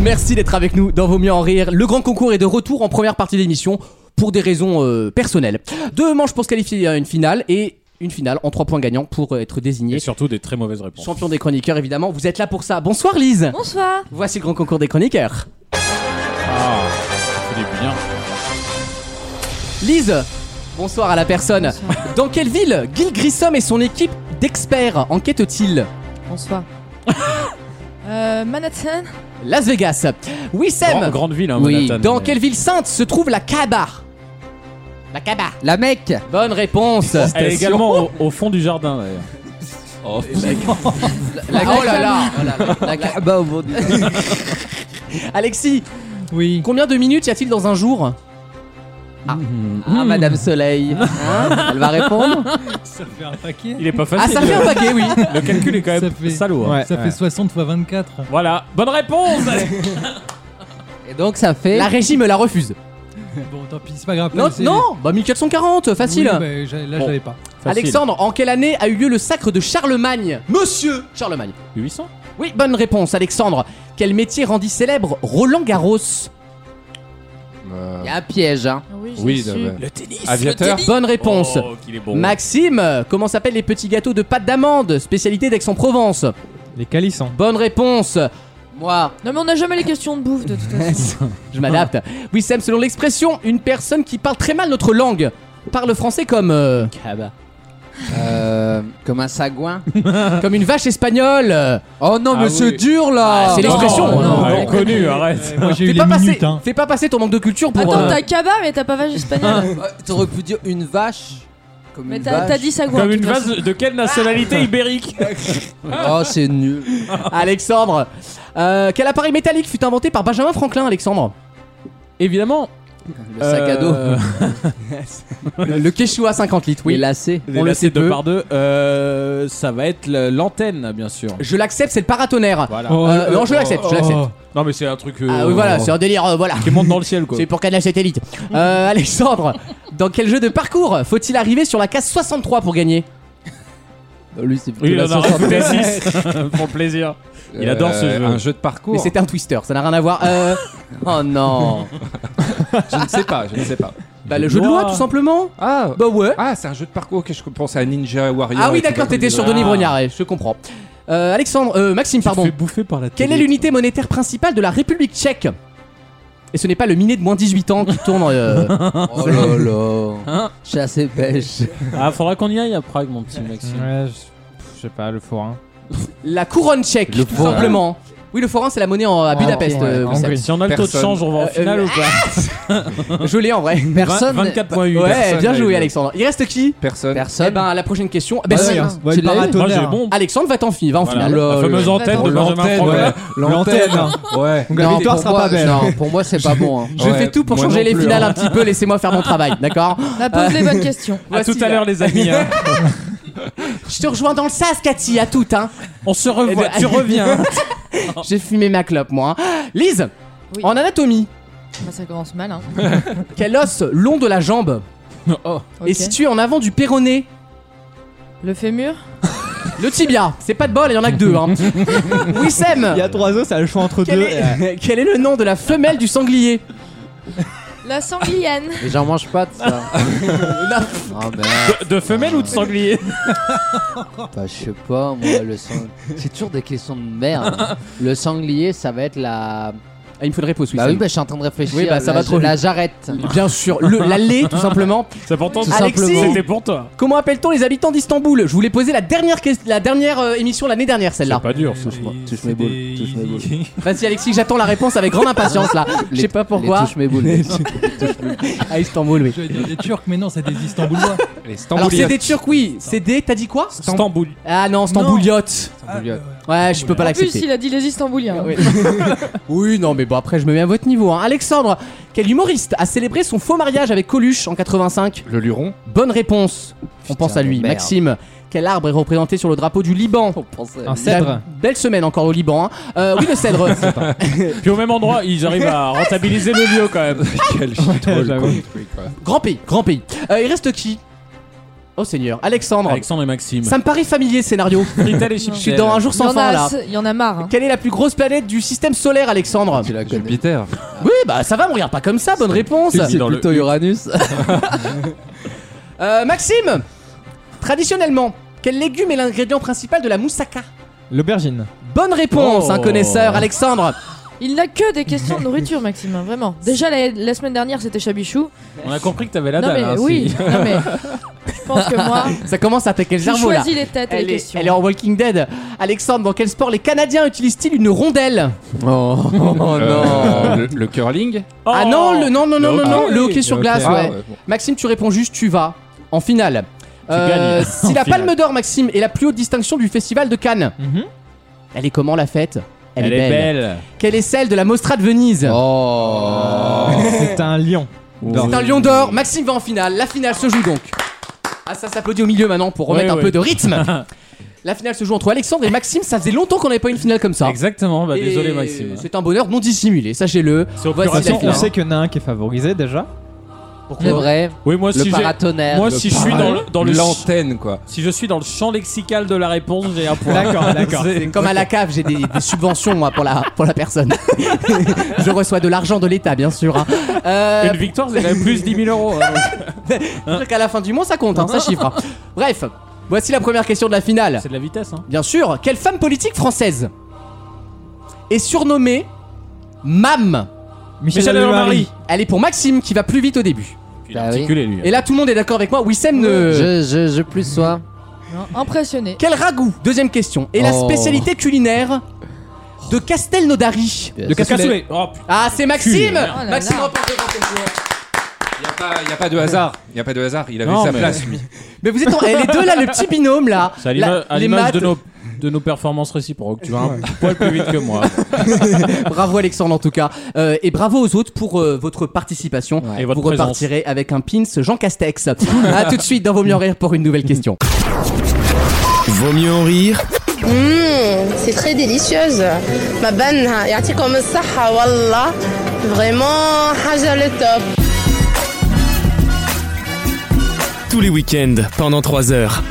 B: Merci d'être avec nous dans Vos mieux en rire. Le grand concours est de retour en première partie d'émission pour des raisons euh, personnelles. Deux manches pour se qualifier à une finale et une finale en trois points gagnants pour euh, être désigné
E: Et surtout des très mauvaises réponses.
B: champion des chroniqueurs évidemment. Vous êtes là pour ça. Bonsoir Lise.
D: Bonsoir.
B: Voici le grand concours des chroniqueurs.
E: Ah, il est bien.
B: Lise, bonsoir à la personne. Dans quelle ville Gil Grissom et son équipe d'experts enquêtent-ils
D: Bonsoir. euh, Manhattan.
B: Las Vegas. Wissem.
E: Grand- grande ville, hein,
B: Oui.
E: Manhattan.
B: Dans
E: Mais-
B: quelle ville sainte se trouve la Kaaba La Kaaba.
I: La Mecque.
B: Bonne réponse.
E: Elle est également au, au fond du jardin d'ailleurs.
B: Oh, La- oh là là.
I: La Kaaba au bout du-
B: Alexis,
H: Oui.
B: combien de minutes y a-t-il dans un jour Hmm.
I: Ah, Madame Soleil. Hein Elle va répondre.
C: Ça fait un paquet.
E: Il est pas
B: Ah,
E: facile.
B: ça fait un paquet, oui.
E: Le calcul est quand
C: Ça
E: même
C: fait-
E: salaud. hein.
H: Ouais.
C: Ça fait 60 x 24.
E: Voilà, bonne réponse.
I: Et donc, ça fait.
B: La régie me la refuse.
C: Bon, tant pis, c'est pas grave.
B: Non,
C: c'est-
B: non, bah 1440, facile.
C: Oui, bah, j'ai- là,
B: Bon.
C: je l'avais pas.
E: Facile.
B: Alexandre, en quelle année a eu lieu le sacre de Charlemagne Monsieur Charlemagne.
E: 800
B: Oui, bonne réponse, Alexandre. Quel métier rendit célèbre Roland Garros
G: euh,
I: Il y a un piège. Hein.
D: Oui, je l'ai
G: oui,
D: su.
G: euh,
E: tennis.
G: aviateur.
B: Bonne réponse.
E: Oh, qu'il est bon.
B: Maxime, comment s'appellent les petits gâteaux de pâte d'amande, spécialité d'Aix-en-Provence
H: Les calissons.
B: Bonne réponse. Moi,
D: Non mais on n'a jamais les questions de bouffe de toute façon.
B: je m'adapte. Oui, Sam, selon l'expression, une personne qui parle très mal notre langue parle français comme euh,
I: Euh, comme un sagouin.
B: comme une vache espagnole. euh,
I: Oh non,
E: Ah
I: mais c'est
E: oui.
I: dur là.
B: Ah, c'est l'expression.
E: Non,
B: Non,
E: elle est
B: non.
E: connue, arrête.
C: Moi, j'ai eu
B: Fais
C: les
B: pas, passer,
C: minutes. Hein.
B: fais pas passer ton manque de culture pour.
D: Attends,
B: euh,
D: t'as Kaba mais t'as pas vache espagnole.
I: Euh, T'aurais pu dire une vache. Comme
D: mais
I: une
D: t'as
I: vache.
D: t'as dit ça quoi
E: Comme
D: de
E: une
D: toute
E: vase
D: façon.
E: de quelle
B: Ah,
E: nationalité ibérique
I: Oh, c'est nul.
B: Alexandre, euh, quel appareil métallique fut inventé par Benjamin Franklin, Alexandre Euh,
E: Évidemment.
I: Le sac à dos.
B: Le Quechua 50 litres,
I: Oui.
B: oui.
I: Les lacets.
E: On le sait deux par deux. Euh, ça va être le- l'antenne, bien sûr.
B: Je l'accepte, c'est le paratonnerre.
E: Voilà.
C: Oh,
B: Euh,
C: le-
B: non, je l'accepte, je l'accepte.
C: oh.
E: Non, mais c'est un truc. euh,
B: Ah oui, voilà,
E: euh,
B: c'est un délire, euh, voilà.
E: Qui monte dans le ciel, quoi.
B: C'est pour Canal Satellite. Euh, Alexandre, dans quel jeu de parcours faut-il arriver sur la case 63 pour gagner
I: Lui, c'est
E: Oui, il
I: la
E: en a rajouté 6 pour plaisir. Il adore ce jeu.
G: Euh, Un jeu de parcours.
B: Mais c'était un twister, ça n'a rien à voir. Euh, oh non
G: Je ne sais pas. Je ne sais pas.
B: Bah le jeu de loi, tout simplement
G: Ah.
B: Bah ouais
G: Ah, c'est un jeu de parcours que je pense à Ninja Warrior.
B: Ah oui,
G: et tout
B: d'accord,
G: ça.
B: t'étais sur Denis
E: Ah.
B: Brognard, ouais, je comprends. Euh, Alexandre, euh, Maxime, pardon.
E: bouffer par la
B: Quelle est l'unité monétaire principale de la République tchèque Et ce n'est pas le minet de moins 18 ans qui tourne. euh,
I: Oh là là. Chasse et pêche.
E: Hein Ah, faudra qu'on y aille à Prague, mon petit Maxime.
H: Ouais, je pff, je sais pas, le forain.
B: la couronne tchèque, tout
I: forain.
B: simplement. Oui, le forain, c'est la monnaie en- à Budapest.
I: ok,
B: euh,
I: ouais,
B: oui, ça-
E: Si on a le taux de
G: Ah, Personne.
E: change, on va en finale ou pas
B: je l'ai en vrai.
I: Personne.
E: 24.8.
B: Ouais,
G: personne
B: bien
G: n'a
B: joué,
G: aidé.
F: euh,
B: Alexandre. Il reste qui
G: Personne.
B: Eh
I: Personne.
B: ben, la prochaine question. Bah, si,
I: rien.
H: Ouais,
I: Tu
H: le
I: l'as eu
E: Moi, j'ai
H: paratonnerre.
E: bon.
B: Alexandre va en finir, va en finale. Oh,
E: La fameuse antenne de
G: L'antenne,
E: Benjamin Franklin.
G: ouais. L'antenne.
H: L'antenne.
G: Ouais.
H: Donc la
I: Non,
H: victoire
I: pour
H: sera
I: moi,
H: pas belle.
I: Non, pour moi, c'est pas bon. hein.
B: Je
G: Ouais,
B: fais tout pour
G: moi
B: changer
G: non
B: les
G: plus,
B: finales
G: hein.
B: un petit peu, laissez-moi faire mon travail, d'accord
D: On a posé les bonnes questions.
E: À
B: Voici
E: tout à
B: la-
E: l'heure, les amis. hein.
B: Je te rejoins dans le sas, Cathy, à tout, hein. ben,
E: On se revoit, tu reviens.
B: J'ai fumé ma clope, moi. Lise,
D: Oui.
B: en anatomie,
D: Bah, ça commence mal, hein.
B: quel os long de la jambe
D: Ok.
B: est situé en avant du péroné
D: Le fémur
B: Le tibia. C'est pas de bol, il y en a que deux, hein. Wissem,
H: Il y a trois os, ça a le choix entre
B: quel
H: deux. euh.
B: est, quel est le nom de la femelle du sanglier
D: La sanglienne.
I: Et j'en mange pas de ça.
B: La-
I: Ah merde,
E: De, de femelle ou de sanglier
I: bah, je sais pas, moi, le sang... C'est toujours des questions de merde. Le sanglier, ça va être la.
B: Ah, il me faut une réponse,
I: Bah oui,
B: Wissem.
I: bah, je suis en train de réfléchir.
B: Oui, bah, ça
I: la,
B: va trop
I: La jarrette.
B: Bien sûr, le, la lait, tout simplement.
E: C'est pourtant
I: Tout
B: Alexis,
I: simplement.
E: C'était pour toi.
B: comment appelle-t-on les habitants d'Istanbul Je voulais poser la dernière, ques- la dernière euh, émission l'année dernière, celle-là.
E: Pas dur.
I: Touche-moi,
C: Il-
I: touche
C: c'est
I: mes boules,
C: des-
I: touche mes boules.
C: il-
B: Vas-y, Alexis, j'attends la réponse avec grande impatience, là. Je sais pas
I: Les
B: pourquoi.
I: touche mes boules. les-
B: À Istanbul, oui.
C: J'allais dire des Turcs, mais non, c'est des Istanboulois.
G: Les
B: Alors, c'est
G: Stambouliotes.
B: des Turcs, oui. C'est des. T'as dit quoi
E: Istanbul.
B: Ah non, Stambouliotes.
C: Ah, ouais, ouais.
B: Ouais, je peux pas
D: En plus,
B: l'accepter.
D: il a dit les Istanbuliens.
B: Oui. oui, non, mais bon, après, je me mets à votre niveau. hein. Alexandre, quel humoriste a célébré son faux mariage avec Coluche en 85
G: Le luron.
B: Bonne réponse. On pense à
I: de
B: lui.
I: merde.
B: Maxime, quel arbre est représenté sur le drapeau du Liban
I: On pensait-
H: Un cèdre.
B: Belle semaine encore au Liban. hein. Euh, oui, le cèdre.
E: Puis au même endroit, ils arrivent à rentabiliser le lieu quand même.
G: Quel chitole,
H: j'avoue.
G: quoi, le truc, quoi.
B: grand pays, grand pays. Euh, il reste qui Oh Seigneur, Alexandre.
E: Alexandre et Maxime.
B: Ça me paraît familier ce scénario.
E: Fritel et
B: Je suis dans un jour
D: euh, Il y,
B: sans
D: en
B: fin là.
D: a, il y en a marre. hein.
B: Quelle est la plus grosse planète du système solaire, Alexandre
I: Tu la connais.
G: Jupiter.
B: Oui, bah ça va, on regarde pas comme ça, bonne réponse.
E: C'est
I: C'est
E: dans le-
I: plutôt Uranus.
B: Euh, Maxime Traditionnellement, quel légume est l'ingrédient principal de la moussaka
H: L'aubergine.
B: Bonne réponse,
E: Oh.
B: un connaisseur, Alexandre.
D: Il n'a que des questions de nourriture, Maxime, hein, vraiment. Déjà, la, la semaine dernière, c'était Chabichou.
E: On a compris que t'avais la
D: non,
E: dalle.
D: mais
E: hein,
D: oui,
E: si.
D: non, mais je pense que moi,
B: Ça commence à attaquer le
D: j'ai
B: cerveau là.
D: choisi les têtes et les
B: Elle est,
D: questions.
B: elle est en Walking Dead. Alexandre, dans quel sport les Canadiens utilisent-ils une rondelle
I: Oh, non.
G: Euh, le, le curling.
B: Ah
E: Oh.
B: non, le, non, non, non,
E: Le
B: non, non,
E: hockey.
B: le hockey sur
H: Le
B: glace,
G: Ah,
B: ouais.
G: ouais, bon.
B: Maxime, tu réponds juste, tu vas en finale. Euh,
E: gagnes.
B: si
E: En
B: la
E: finale.
B: Palme d'Or, Maxime, est la plus haute distinction du Festival de Cannes,
H: Mhm.
B: elle est comment la fête
E: Elle
B: elle,
E: est belle.
B: Quelle est celle de la Mostra de Venise
H: C'est un lion.
B: C'est un lion d'or. Maxime va en finale. La finale se joue donc. Ah, ça s'applaudit au milieu maintenant pour remettre
E: Ouais,
B: un
E: ouais.
B: peu de rythme. La finale se joue entre Alexandre et Maxime. Ça faisait longtemps qu'on n'avait pas eu une finale comme ça.
E: Exactement, bah
B: Et
E: désolé Maxime.
B: C'est un bonheur non dissimulé, sachez-le.
E: C'est au
B: Voici
H: De toute
E: pur
H: façon,
B: la
E: hasard.
H: on
B: finale.
H: sait qu'il y en a un qui est favorisé déjà.
I: C'est vrai.
E: Oui, moi
I: Le
E: si j'ai-
I: paratonnerre.
E: moi
I: le
E: si je suis
I: para-
E: dans le dans le ch-
G: L'antenne, quoi.
E: si je suis dans le champ lexical de la réponse, j'ai un point.
H: D'accord, d'accord.
E: C'est-
B: Comme à la cave, j'ai des, des subventions moi pour la pour la personne. Je reçois de l'argent de l'État, bien sûr. hein. Euh,
E: Une victoire, c'est quand même plus 10 000 euros. hein, donc.
B: truc à la fin du mois, ça compte, hein, ça chiffre. Bref, voici la première question de la finale.
E: C'est de la vitesse, hein.
B: Bien sûr, quelle femme politique française est surnommée Mam
E: Michel Alomari.
B: Elle est pour Maxime qui va plus vite au début.
E: Il est
I: Bah oui.
E: articulé, lui.
B: Et là, tout le monde est d'accord avec moi. Wissem ne.
I: Je, je, je plus sois.
D: Non, hein, impressionné.
B: Quel ragoût Deuxième question. Et la
I: Oh.
B: spécialité culinaire de Castelnaudary
E: De Cassoulet. Oh putain.
B: Ah, c'est Maxime
E: Cul, merde.
D: Oh là
B: Maxime
D: là.
B: remporte le grand concours.
G: Il a pas, y a pas de hasard. Il y a pas de hasard. Il avait
E: Non,
G: sa
E: mais-
G: place, lui.
B: Mais vous êtes en... Eh, les deux là, le petit binôme là.
E: C'est à
B: La-
E: l'ima- à
B: les
E: l'image
B: maths.
E: de nos, de nos performances réciproques. Tu vas un poil plus vite que moi.
B: Bravo Alexandre en tout cas. Euh, et bravo aux autres pour euh, votre participation.
E: Et votre
B: vous repartirez avec un pins Jean Castex. à tout de suite dans Vos mieux en rire pour une nouvelle question.
A: Vaut mieux en rire
L: Mmh.
M: Hmm, c'est très délicieuse. Ma banne, hein, comme ça, wallah. Vraiment, haja le top.
A: tous les week-ends pendant 3 heures.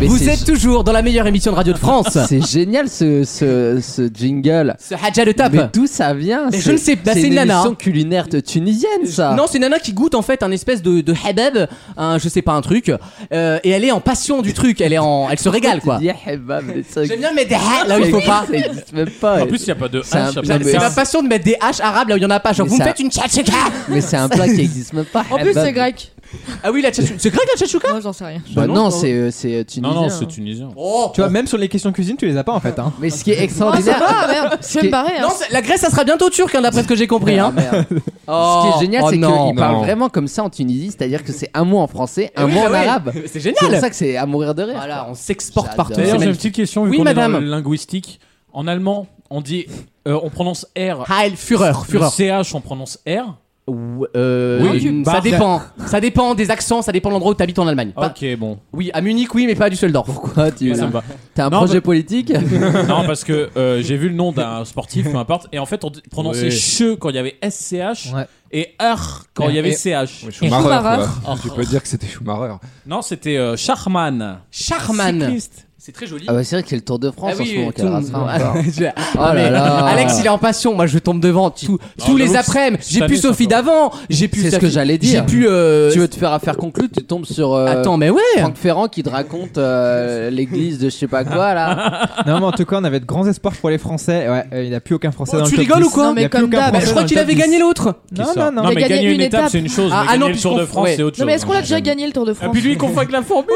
I: Mais
B: Vous
I: c'est-
B: êtes toujours dans la meilleure émission de radio de France.
I: C'est génial ce, ce, ce jingle.
B: Ce Hadja le tape.
I: Mais d'où ça vient
B: Mais
I: C'est-
B: je ne sais pas, c'est
I: C'est
B: une
I: une
B: nana.
I: émission culinaire de tunisienne, ça.
B: Non, c'est une nana qui goûte en fait un espèce de, de habab, un je sais pas un truc, euh, et elle est en passion du truc, elle est en, elle se régale quoi.
I: Tu dis, eh ben, mais ça-
B: J'aime bien mettre des ha là où il faut pas.
I: Ça existe même pas.
E: En plus, il n'y a pas de H.
I: C'est un-
E: il y a
I: non,
E: pas de
I: mais-
B: C'est ma
E: K.
B: passion de mettre des haches arabes là où il y en a pas. Genre,
I: Mais
B: vous me
I: ça-
B: faites une tchatchouka
I: Mais c'est un plat qui existe même pas.
D: En plus,
I: Habab.
D: c'est grec.
B: Ah oui, la tchatchouka. C'est grec la tchatchouka
D: Moi, j'en sais rien.
I: Bah
B: Bah non,
I: non,
B: c'est-
I: c'est euh, c'est euh, tunisien.
E: Non, non, c'est tunisien.
B: Oh
H: Tu vois, même sur les questions cuisine, tu les as pas en fait. Hein.
I: Mais ce qui est
D: Oh, ça
I: extraordinaire.
D: va, merde. Je
I: Ce
D: vais
I: qui
D: me
I: est-
D: barrer. hein.
B: Non, c'est- la Grèce, ça sera bientôt turc, hein, d'après ce que j'ai compris. Hein.
I: Ce qui
B: Oh,
I: est génial,
B: oh
I: c'est
B: non.
I: qu'il parle
G: Non.
I: vraiment comme ça en Tunisie, c'est-à-dire que c'est un mot en français, un
B: Eh oui,
I: mot
B: bah
I: en
B: oui.
I: arabe.
B: C'est
I: C'est pour
B: génial.
I: ça que c'est à mourir de rire.
B: Voilà, on s'exporte
I: J'adore.
B: partout.
E: D'ailleurs,
B: c'est
E: j'ai une
B: magnifique.
E: petite question vu
B: Oui,
E: qu'on est dans
B: madame.
E: le linguistique. En allemand, on dit, euh, on prononce R.
B: Heil, Führer,
E: Le
B: Führer.
E: CH, on prononce R.
B: ou- euh,
E: Oui.
B: une-
E: Bah,
B: ça dépend. ça dépend des accents, ça dépend de l'endroit où t'habites en Allemagne. Pas-
E: Ok, bon.
B: Oui, à Munich, oui, mais pas à Düsseldorf. Pourquoi
E: tu- Ça me va.
B: T'as un
E: Non,
B: projet
E: mais-
B: politique
E: non, parce que euh, j'ai vu le nom d'un sportif, peu importe, et en fait, on d- prononçait
B: Oui.
E: CHE quand il y avait SCH et R quand il y avait
G: Et-
E: CH.
G: Oui, Schumacher, quoi. Tu peux dire que c'était Schumacher.
E: Non, c'était euh, Charman.
B: Charman.
E: Cycliste.
B: C'est très joli.
F: Ah bah c'est vrai qu'il y a le Tour de France
B: Ah oui,
F: en ce moment
B: tout
F: qu'elle
B: le monde-
F: rattrape encore.
B: Je-
F: Oh
B: Ah, mais
F: là là.
B: Alex, il est en passion. Moi, je tombe devant tout- tous
F: j'avoue que
B: les
F: cette
B: après-midi. J'ai
F: année,
B: pu
F: ça
B: Sophie d'avant. J'ai pu.
F: C'est ce
B: Sophie-
F: que j'allais dire.
B: J'ai euh, pu.
F: Tu veux te faire affaire conclue, tu tombes sur euh,
B: Attends, mais ouais.
F: Franck Ferrand qui te raconte euh, l'église de je sais pas quoi là.
H: Non, mais en tout cas, on avait de grands espoirs pour les Français. Ouais, euh, il n'y a plus aucun Français
B: Oh,
H: dans
B: tu
H: le top
B: rigoles
H: 10.
B: ou quoi
H: Il y a plus aucun
B: Bah,
H: Français
B: je
H: dans
B: crois
H: le
B: qu'il
H: top
B: avait
H: 10.
B: gagné l'autre.
H: Non, non, non.
E: Non, mais gagner une étape, c'est une chose,
H: Ah,
E: mais gagner le Tour de France, c'est autre chose.
D: Non, mais est-ce qu'on l'a déjà gagné le Tour de France
E: Et puis lui, il confond avec la Formule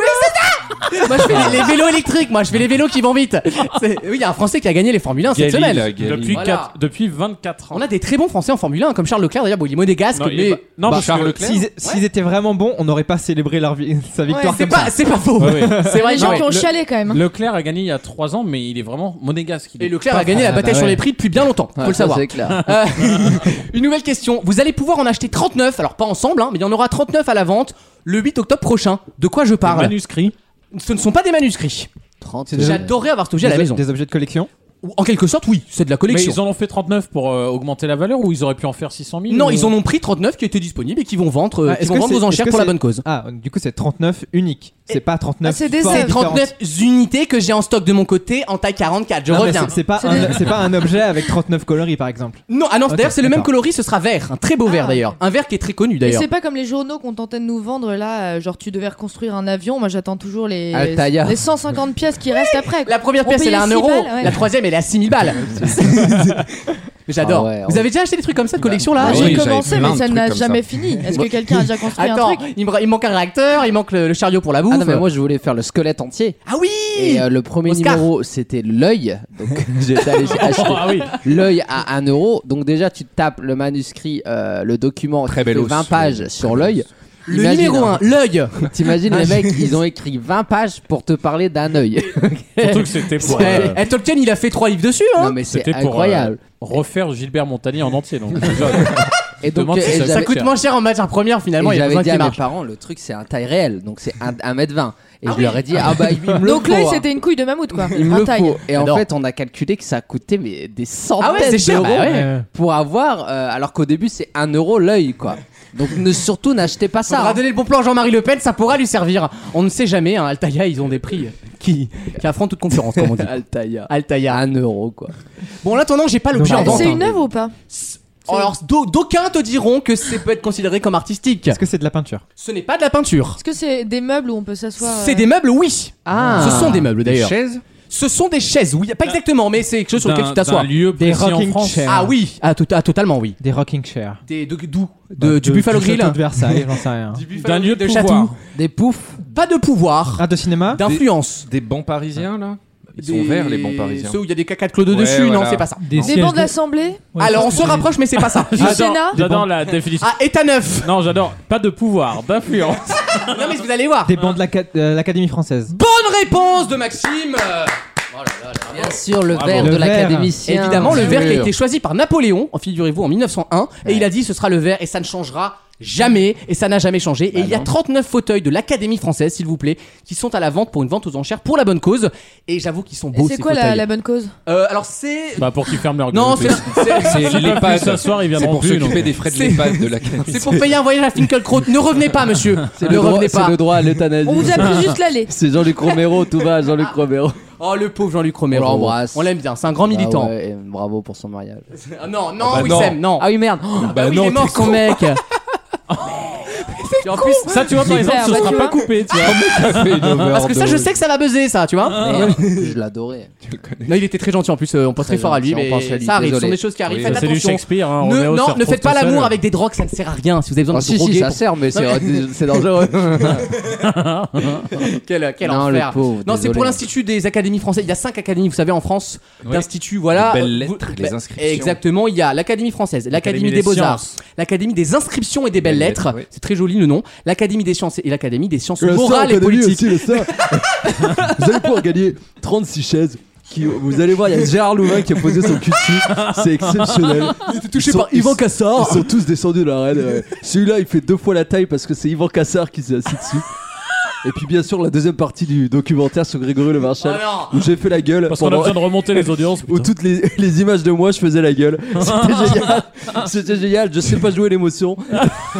B: Moi, je fais les, les vélos électriques. Moi, je fais les vélos qui vont vite. C'est- Oui, il y a un Français qui a gagné les Formule 1 cette
E: Galil,
B: semaine.
E: Galil. Depuis
B: Voilà.
E: quatre- depuis 24 ans.
B: On a des très bons Français en Formule 1, comme Charles Leclerc. D'ailleurs, bon, il est monégasque,
E: Non, il est
B: mais Bah,
E: pas- non, parce que
H: S'ils s'ils étaient vraiment bons, on n'aurait pas célébré leur vi- sa victoire
B: c'est
H: comme
B: pas-
H: ça.
B: c'est pas faux.
E: Ouais, ouais.
B: C'est vrai
D: Les
B: que-
D: gens qui ont
B: Le-
D: chialé quand même.
E: Leclerc a gagné il y a 3 ans, mais il est vraiment monégasque. il
B: hein. Et
E: est
B: Leclerc
E: pas Ah
B: a gagné la
H: Ah, bah
E: français.
B: bataille sur les prix depuis bien longtemps, faut
E: Ouais,
B: le
E: ça,
B: savoir.
E: c'est clair.
B: Euh, une nouvelle question. Vous allez pouvoir en acheter 39, alors pas ensemble, hein, mais il y en aura 39 à la vente le 8 octobre prochain. De quoi je parle
E: manuscrits
B: Ce ne sont pas des manuscrits.
H: des-
B: J'adorerais avoir cet objet à la
H: Des-
B: maison.
H: Des objets de collection
B: Ou- En quelque sorte, oui, c'est de la collection.
E: Mais ils en ont fait 39 pour euh, augmenter la valeur ou ils auraient pu en faire 600 000
B: Non,
E: ou-
B: ils en ont pris 39 qui étaient disponibles et qui vont vendre, euh,
H: Ah,
B: qui
H: est-ce
B: vont
H: que
B: vendre
H: c'est-
B: aux enchères
H: est-ce que
B: pour la
H: c'est-
B: bonne cause.
H: Ah, du coup, c'est 39 uniques. Ah, C'est pas 39.
G: Ah,
H: formes
B: C'est
H: différentes.
B: 39 unités que j'ai en stock de mon côté en taille 44. Je
H: Non, mais
B: reviens.
H: c'est- C'est pas, un- c'est pas un objet avec 39 coloris, par exemple.
B: Non, ah non,
H: Ok,
B: d'ailleurs, c'est le même
H: d'accord.
B: coloris, ce sera vert. Un très beau
H: Ah.
B: vert d'ailleurs. Un vert qui est très connu
D: Mais
B: d'ailleurs.
D: c'est pas comme les journaux qu'on tentait de nous vendre là, euh, genre tu devais reconstruire un avion, moi j'attends toujours les,
B: Altaïa.
D: les 150 pièces qui restent après.
B: La première pièce, elle est à 1 euro. La troisième, elle est à 6000 balles. J'adore.
D: Ah ouais,
B: Vous avez déjà acheté des trucs comme ça de collection
F: Bah
E: Ah
B: là
D: J'ai commencé mais ça n'a jamais fini. Est-ce que quelqu'un a déjà construit
B: Attends,
D: un truc
B: il, me- il manque un réacteur, il manque le, le chariot pour la bouffe.
F: Ah non mais moi je voulais faire le squelette entier.
B: Ah oui
F: Et euh, le premier
B: Oscar.
F: numéro c'était l'œil. Donc j'étais allé acheter
B: Ah oui.
F: l'œil à 1 euro. Donc déjà tu tapes le manuscrit, euh, le document qui fait
G: belle os,
F: 20 pages sur l'œil.
B: Le numéro un, l'œil.
F: T'imagines les
B: Ah,
F: mecs,
B: j'ai-
F: ils ont écrit 20 pages pour te parler d'un œil.
E: Surtout que c'était pour. euh,
B: Eh, Tolkien, il a fait trois livres dessus. Hein.
F: Non, mais c'est
E: C'était pour
F: incroyable.
E: euh, refaire Gilbert Montagnier en entier. Donc,
F: Et donc,
E: Demande si
F: euh,
E: ça-
F: et
B: ça
F: j'avais-
B: coûte moins cher en matière première finalement.
F: Et
B: il y a
F: j'avais
B: besoin
F: dit
B: qu'il
F: à mes
B: marche.
F: parents, le truc c'est un taille réelle, donc c'est 1m20. Et je leur ai dit, ah bah il me le
D: Donc
F: faut,
D: l'œil
F: hein.
D: c'était une couille de mammouth quoi.
F: Il me
D: Un
F: le
D: taille.
F: faut. Et en
B: J'adore.
F: fait, on a calculé que ça coûtait mais, des
B: Ah ouais,
F: centaines
B: c'est cher,
F: d'euros
B: bah ouais.
F: pour avoir, euh, alors qu'au début c'est 1 euro l'œil quoi. Donc ne, surtout n'achetez pas
B: Ça
F: ça.
B: aura
F: hein.
B: donné le bon plan à Jean-Marie Le Pen, ça pourra lui servir. On ne sait jamais, hein, Altaïa, ils ont des prix qui, qui affrontent toute concurrence, comme on dit.
F: Altaïa.
B: Altaïa.
F: 1 euro quoi.
B: Bon, en attendant, j'ai pas l'objet en
D: Ah,
B: vente.
D: C'est
B: hein.
D: une œuvre ou pas
B: Alors, d'au- d'aucuns te diront que c'est peut être considéré comme artistique.
H: Est-ce que c'est de la peinture
B: Ce n'est pas de la peinture.
D: Est-ce que c'est des meubles où on peut s'asseoir
B: C'est des meubles, oui.
F: Ah.
B: Ce sont des meubles d'ailleurs.
G: chaises
B: Ce sont des chaises, oui. Pas exactement, mais c'est quelque chose sur lequel
E: D'un-
B: tu t'assois.
E: d'un lieu
H: Des
E: précis en
H: rocking
E: France.
H: chairs.
B: Ah oui, ah, tout- ah, totalement oui.
H: Des rocking chairs.
B: Des, de, d'où De-
H: Bah,
B: Du
H: de-
B: Buffalo Grill
H: château de Versailles, j'en sais rien.
E: D'un lieu de,
B: de
E: pouvoir.
B: Château.
F: Des poufs.
B: Pas de pouvoir,
H: Ah, de cinéma
B: d'influence.
G: Des bancs parisiens, là Ils sont
B: Des-
G: verts, les bancs parisiens.
B: Ceux où il y a des caca de clodo
G: Ouais,
B: dessus, non,
G: voilà.
B: c'est pas ça.
H: Des
D: euh, Des
H: sièges
D: bancs de
H: de-
D: l'Assemblée
H: Ouais,
B: Alors, on
H: c'est-
B: se rapproche, mais c'est pas ça.
D: Du Sénat
E: J'adore la définition.
B: Ah, état neuf
E: Non, j'adore. Pas de pouvoir, d'influence.
B: Non, mais vous allez voir.
H: Des bancs de l'aca- euh, l'Académie française.
B: Bonne réponse de Maxime euh, oh là là, là.
F: Bien sûr, le verre
H: Le
F: de
H: verre.
F: l'académicien.
B: Évidemment, le verre qui a
F: Sûr.
B: été choisi par Napoléon, en figurez-vous, en 1901, et il a dit ce sera le verre et ça ne changera jamais, et ça n'a jamais changé.
F: Bah
B: et il y a 39 fauteuils de l'Académie française, s'il vous plaît, qui sont à la vente pour une vente aux enchères pour la bonne cause. Et j'avoue qu'ils sont
D: Et
B: beaux.
D: Ah, c'est
B: ces
D: quoi la,
B: fauteuils.
D: la bonne cause
B: Euh, Alors c'est.
E: bah, pour qu'ils ferment leur gueule.
B: non, c'est. c'est-
G: C'est
E: S'ils peuvent plus
G: l'EHPAD.
E: s'asseoir, ils
G: C'est
E: viendront
G: pour
E: plus.
G: s'occuper des frais de l'EHPAD de la cantine.
B: C'est pour payer un voyage à Finkelkraut. Ne revenez pas, monsieur.
F: C'est
B: ne
F: le, droit-
B: revenez
F: c'est
B: pas.
F: le droit à l'euthanasie.
D: On vous a pris juste l'aller.
F: C'est Jean-Luc Romero, tout va, Jean-Luc Romero.
B: Oh, le pauvre Jean-Luc Romero.
F: On l'embrasse.
B: On l'aime bien. C'est un grand militant.
F: Ah ouais, et bravo pour son mariage.
B: Ah non, non,
G: bah
B: Wissem, non.
F: Ah oui, merde.
B: Bah oui, il est mort son mec. Et en plus,
E: Ça, tu vois, par exemple,
D: Super,
E: ce
D: bah,
E: sera
D: tu vois.
E: pas coupé. Tu vois.
B: parce que ça, je sais que ça va buzzer, ça, tu vois. euh,
F: Merde, je l'adorais.
B: Non, il était très gentil en plus. euh, On pense très,
F: Très
B: fort à lui,
F: gentil,
B: mais
F: on pense à lui,
B: ça arrive. Ce
F: désolé.
B: sont des choses qui arrivent.
G: Oui,
B: Faites
E: Ça, c'est du
B: attention.
E: Shakespeare. Hein,
B: Ne,
E: Roméo se
B: non, ne
E: retrouve
B: faites pas
E: tout seul.
B: l'amour avec des drogues, ça ne sert à rien. Si vous avez besoin
F: Oh,
B: de vous
F: si, si,
B: droguer,
F: ça
B: pour-
F: sert, mais c'est c'est dangereux.
B: quel, euh, quel
F: Non,
B: enfer.
F: le pauvre,
B: non, c'est
F: désolé.
B: pour l'Institut des académies françaises. Il y a cinq académies, vous savez, en France,
G: Ouais.
B: d'instituts. Voilà.
G: Les belles
B: Vous-
G: lettres, les
B: bah,
G: inscriptions.
B: Exactement. Il y a l'Académie française, l'Académie des beaux-arts,
E: sciences.
B: l'Académie des inscriptions et des belles
G: Belles lettres,
B: lettres.
G: oui.
B: C'est très joli le nom. L'Académie des sciences et l'Académie des sciences morales et politiques.
N: Vous allez pouvoir gagner 36 chaises.
C: qui, vous allez voir, Ah, il y a Gérard Louvain qui a posé son cul dessus. C'est exceptionnel.
B: Il était touché par Yvan Cassard.
C: Ils sont tous descendus de l'arène. ouais. Celui-là, il fait deux fois la taille parce que c'est Yvan Cassard qui s'est assis dessus. Et puis bien sûr la deuxième partie du documentaire sur Grégory Le Marchal où j'ai fait la gueule
E: Parce qu'on a
C: pendant-
E: besoin de remonter les audiences,
C: où toutes les, les images de moi je faisais la gueule c'était génial c'était génial je sais pas jouer l'émotion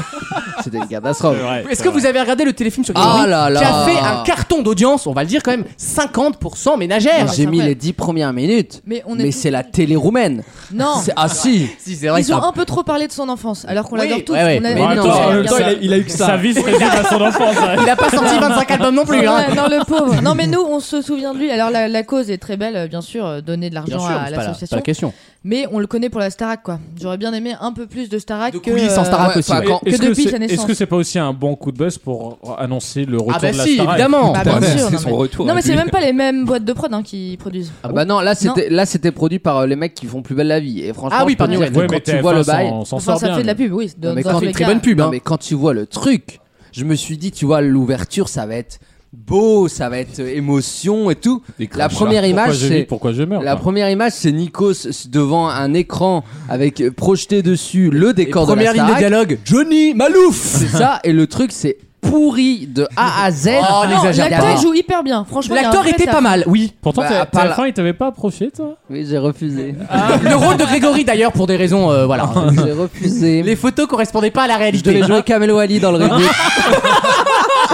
C: c'était une catastrophe
B: Est-ce que vous avez regardé le téléfilm sur
C: Ah
B: Grégory
C: là là.
B: qui a fait un carton d'audience, on va le dire quand même, 50% ménagère.
F: J'ai mis les 10 premières minutes.
D: Mais on est
F: Mais
D: tous-
F: c'est la télé roumaine.
D: Non.
F: C'est- Ah si.
B: c'est
D: Ils ont un peu trop parlé de son enfance, alors qu'on
F: Oui,
D: l'adore tous.
F: ouais, ouais.
D: On a-
F: Mais
D: on a
F: non,
D: tous
F: en
D: aimé
F: même
D: bien
F: temps,
D: ça.
F: il a- il a eu que ça.
E: Sa vie se résume à son enfance. ouais.
B: Il a pas sorti 25 albums non plus. hein.
D: Ouais, non, le pauvre. Non, mais nous, on se souvient de lui. Alors, la, la cause est très belle, euh, bien sûr, euh, donner de l'argent
B: Bien sûr,
D: à,
B: c'est pas la- c'est
D: l'association.
B: pas la question.
D: Mais on le connaît pour la Starac, quoi. J'aurais bien aimé un peu plus de Starac que,
B: coulisses en
D: euh,
B: Starac
D: que
B: aussi, ouais.
D: que
E: Est-ce que
D: depuis
E: c'est-
D: sa
E: est-ce
D: naissance.
E: que c'est pas aussi un bon coup de buzz pour annoncer le retour
F: Ah bah
E: de la
F: si,
E: Starac
F: évidemment.
D: Bah, bien
F: Ouais,
D: sûr,
F: c'est
D: non,
F: son
D: mais-
F: retour,
D: Non,
F: hein,
D: mais c'est
F: lui.
D: même pas les mêmes boîtes de prod hein, qui produisent.
F: Ah bah non, là c'était là c'était produit par euh, les mecs qui font plus belle la vie et franchement
D: Ah oui,
F: je peux
D: par
F: dire
D: Newell.
F: que
D: Ouais,
F: quand
D: mais
F: tu
D: TF1
F: vois le
D: s'en-
F: bail,
D: s'en Enfin, sort ça bien, fait de la mais- pub, oui, dans-
F: Non, mais
D: dans
F: quand
D: tous les
F: très
D: cas.
F: bonne pub. hein,
D: Non,
F: mais quand tu vois le truc, je me suis dit tu vois l'ouverture ça va être beau, ça va être euh, émotion et tout. La
E: crachats.
F: première
E: Pourquoi
F: image
E: je vis,
F: c'est
E: pourquoi je meurs,
F: La
E: quoi.
F: première image c'est Nikos devant un écran avec euh, projeté dessus le décor de la
B: première ligne de
F: Starac.
B: dialogue, Johnny Malouf.
F: C'est ça et le truc c'est pourri de A à Z.
D: Ah, non,
F: Il y a
D: L'acteur
F: des-
D: joue hyper bien, franchement. il y a un
B: L'acteur
D: vrai
B: était
D: taf.
B: pas mal, oui.
E: Pourtant,
F: Bah,
E: t'as-
F: à part
E: TF1,
F: la-
E: il t'avait pas approché, toi Ah,
F: Oui, j'ai refusé.
B: Ah. Le rôle de Grégory d'ailleurs pour des raisons euh, voilà.
F: Ah, J'ai refusé.
B: Les photos correspondaient pas à la
F: Je
B: réalité.
F: devais jouer Camelo Ali dans le reboot.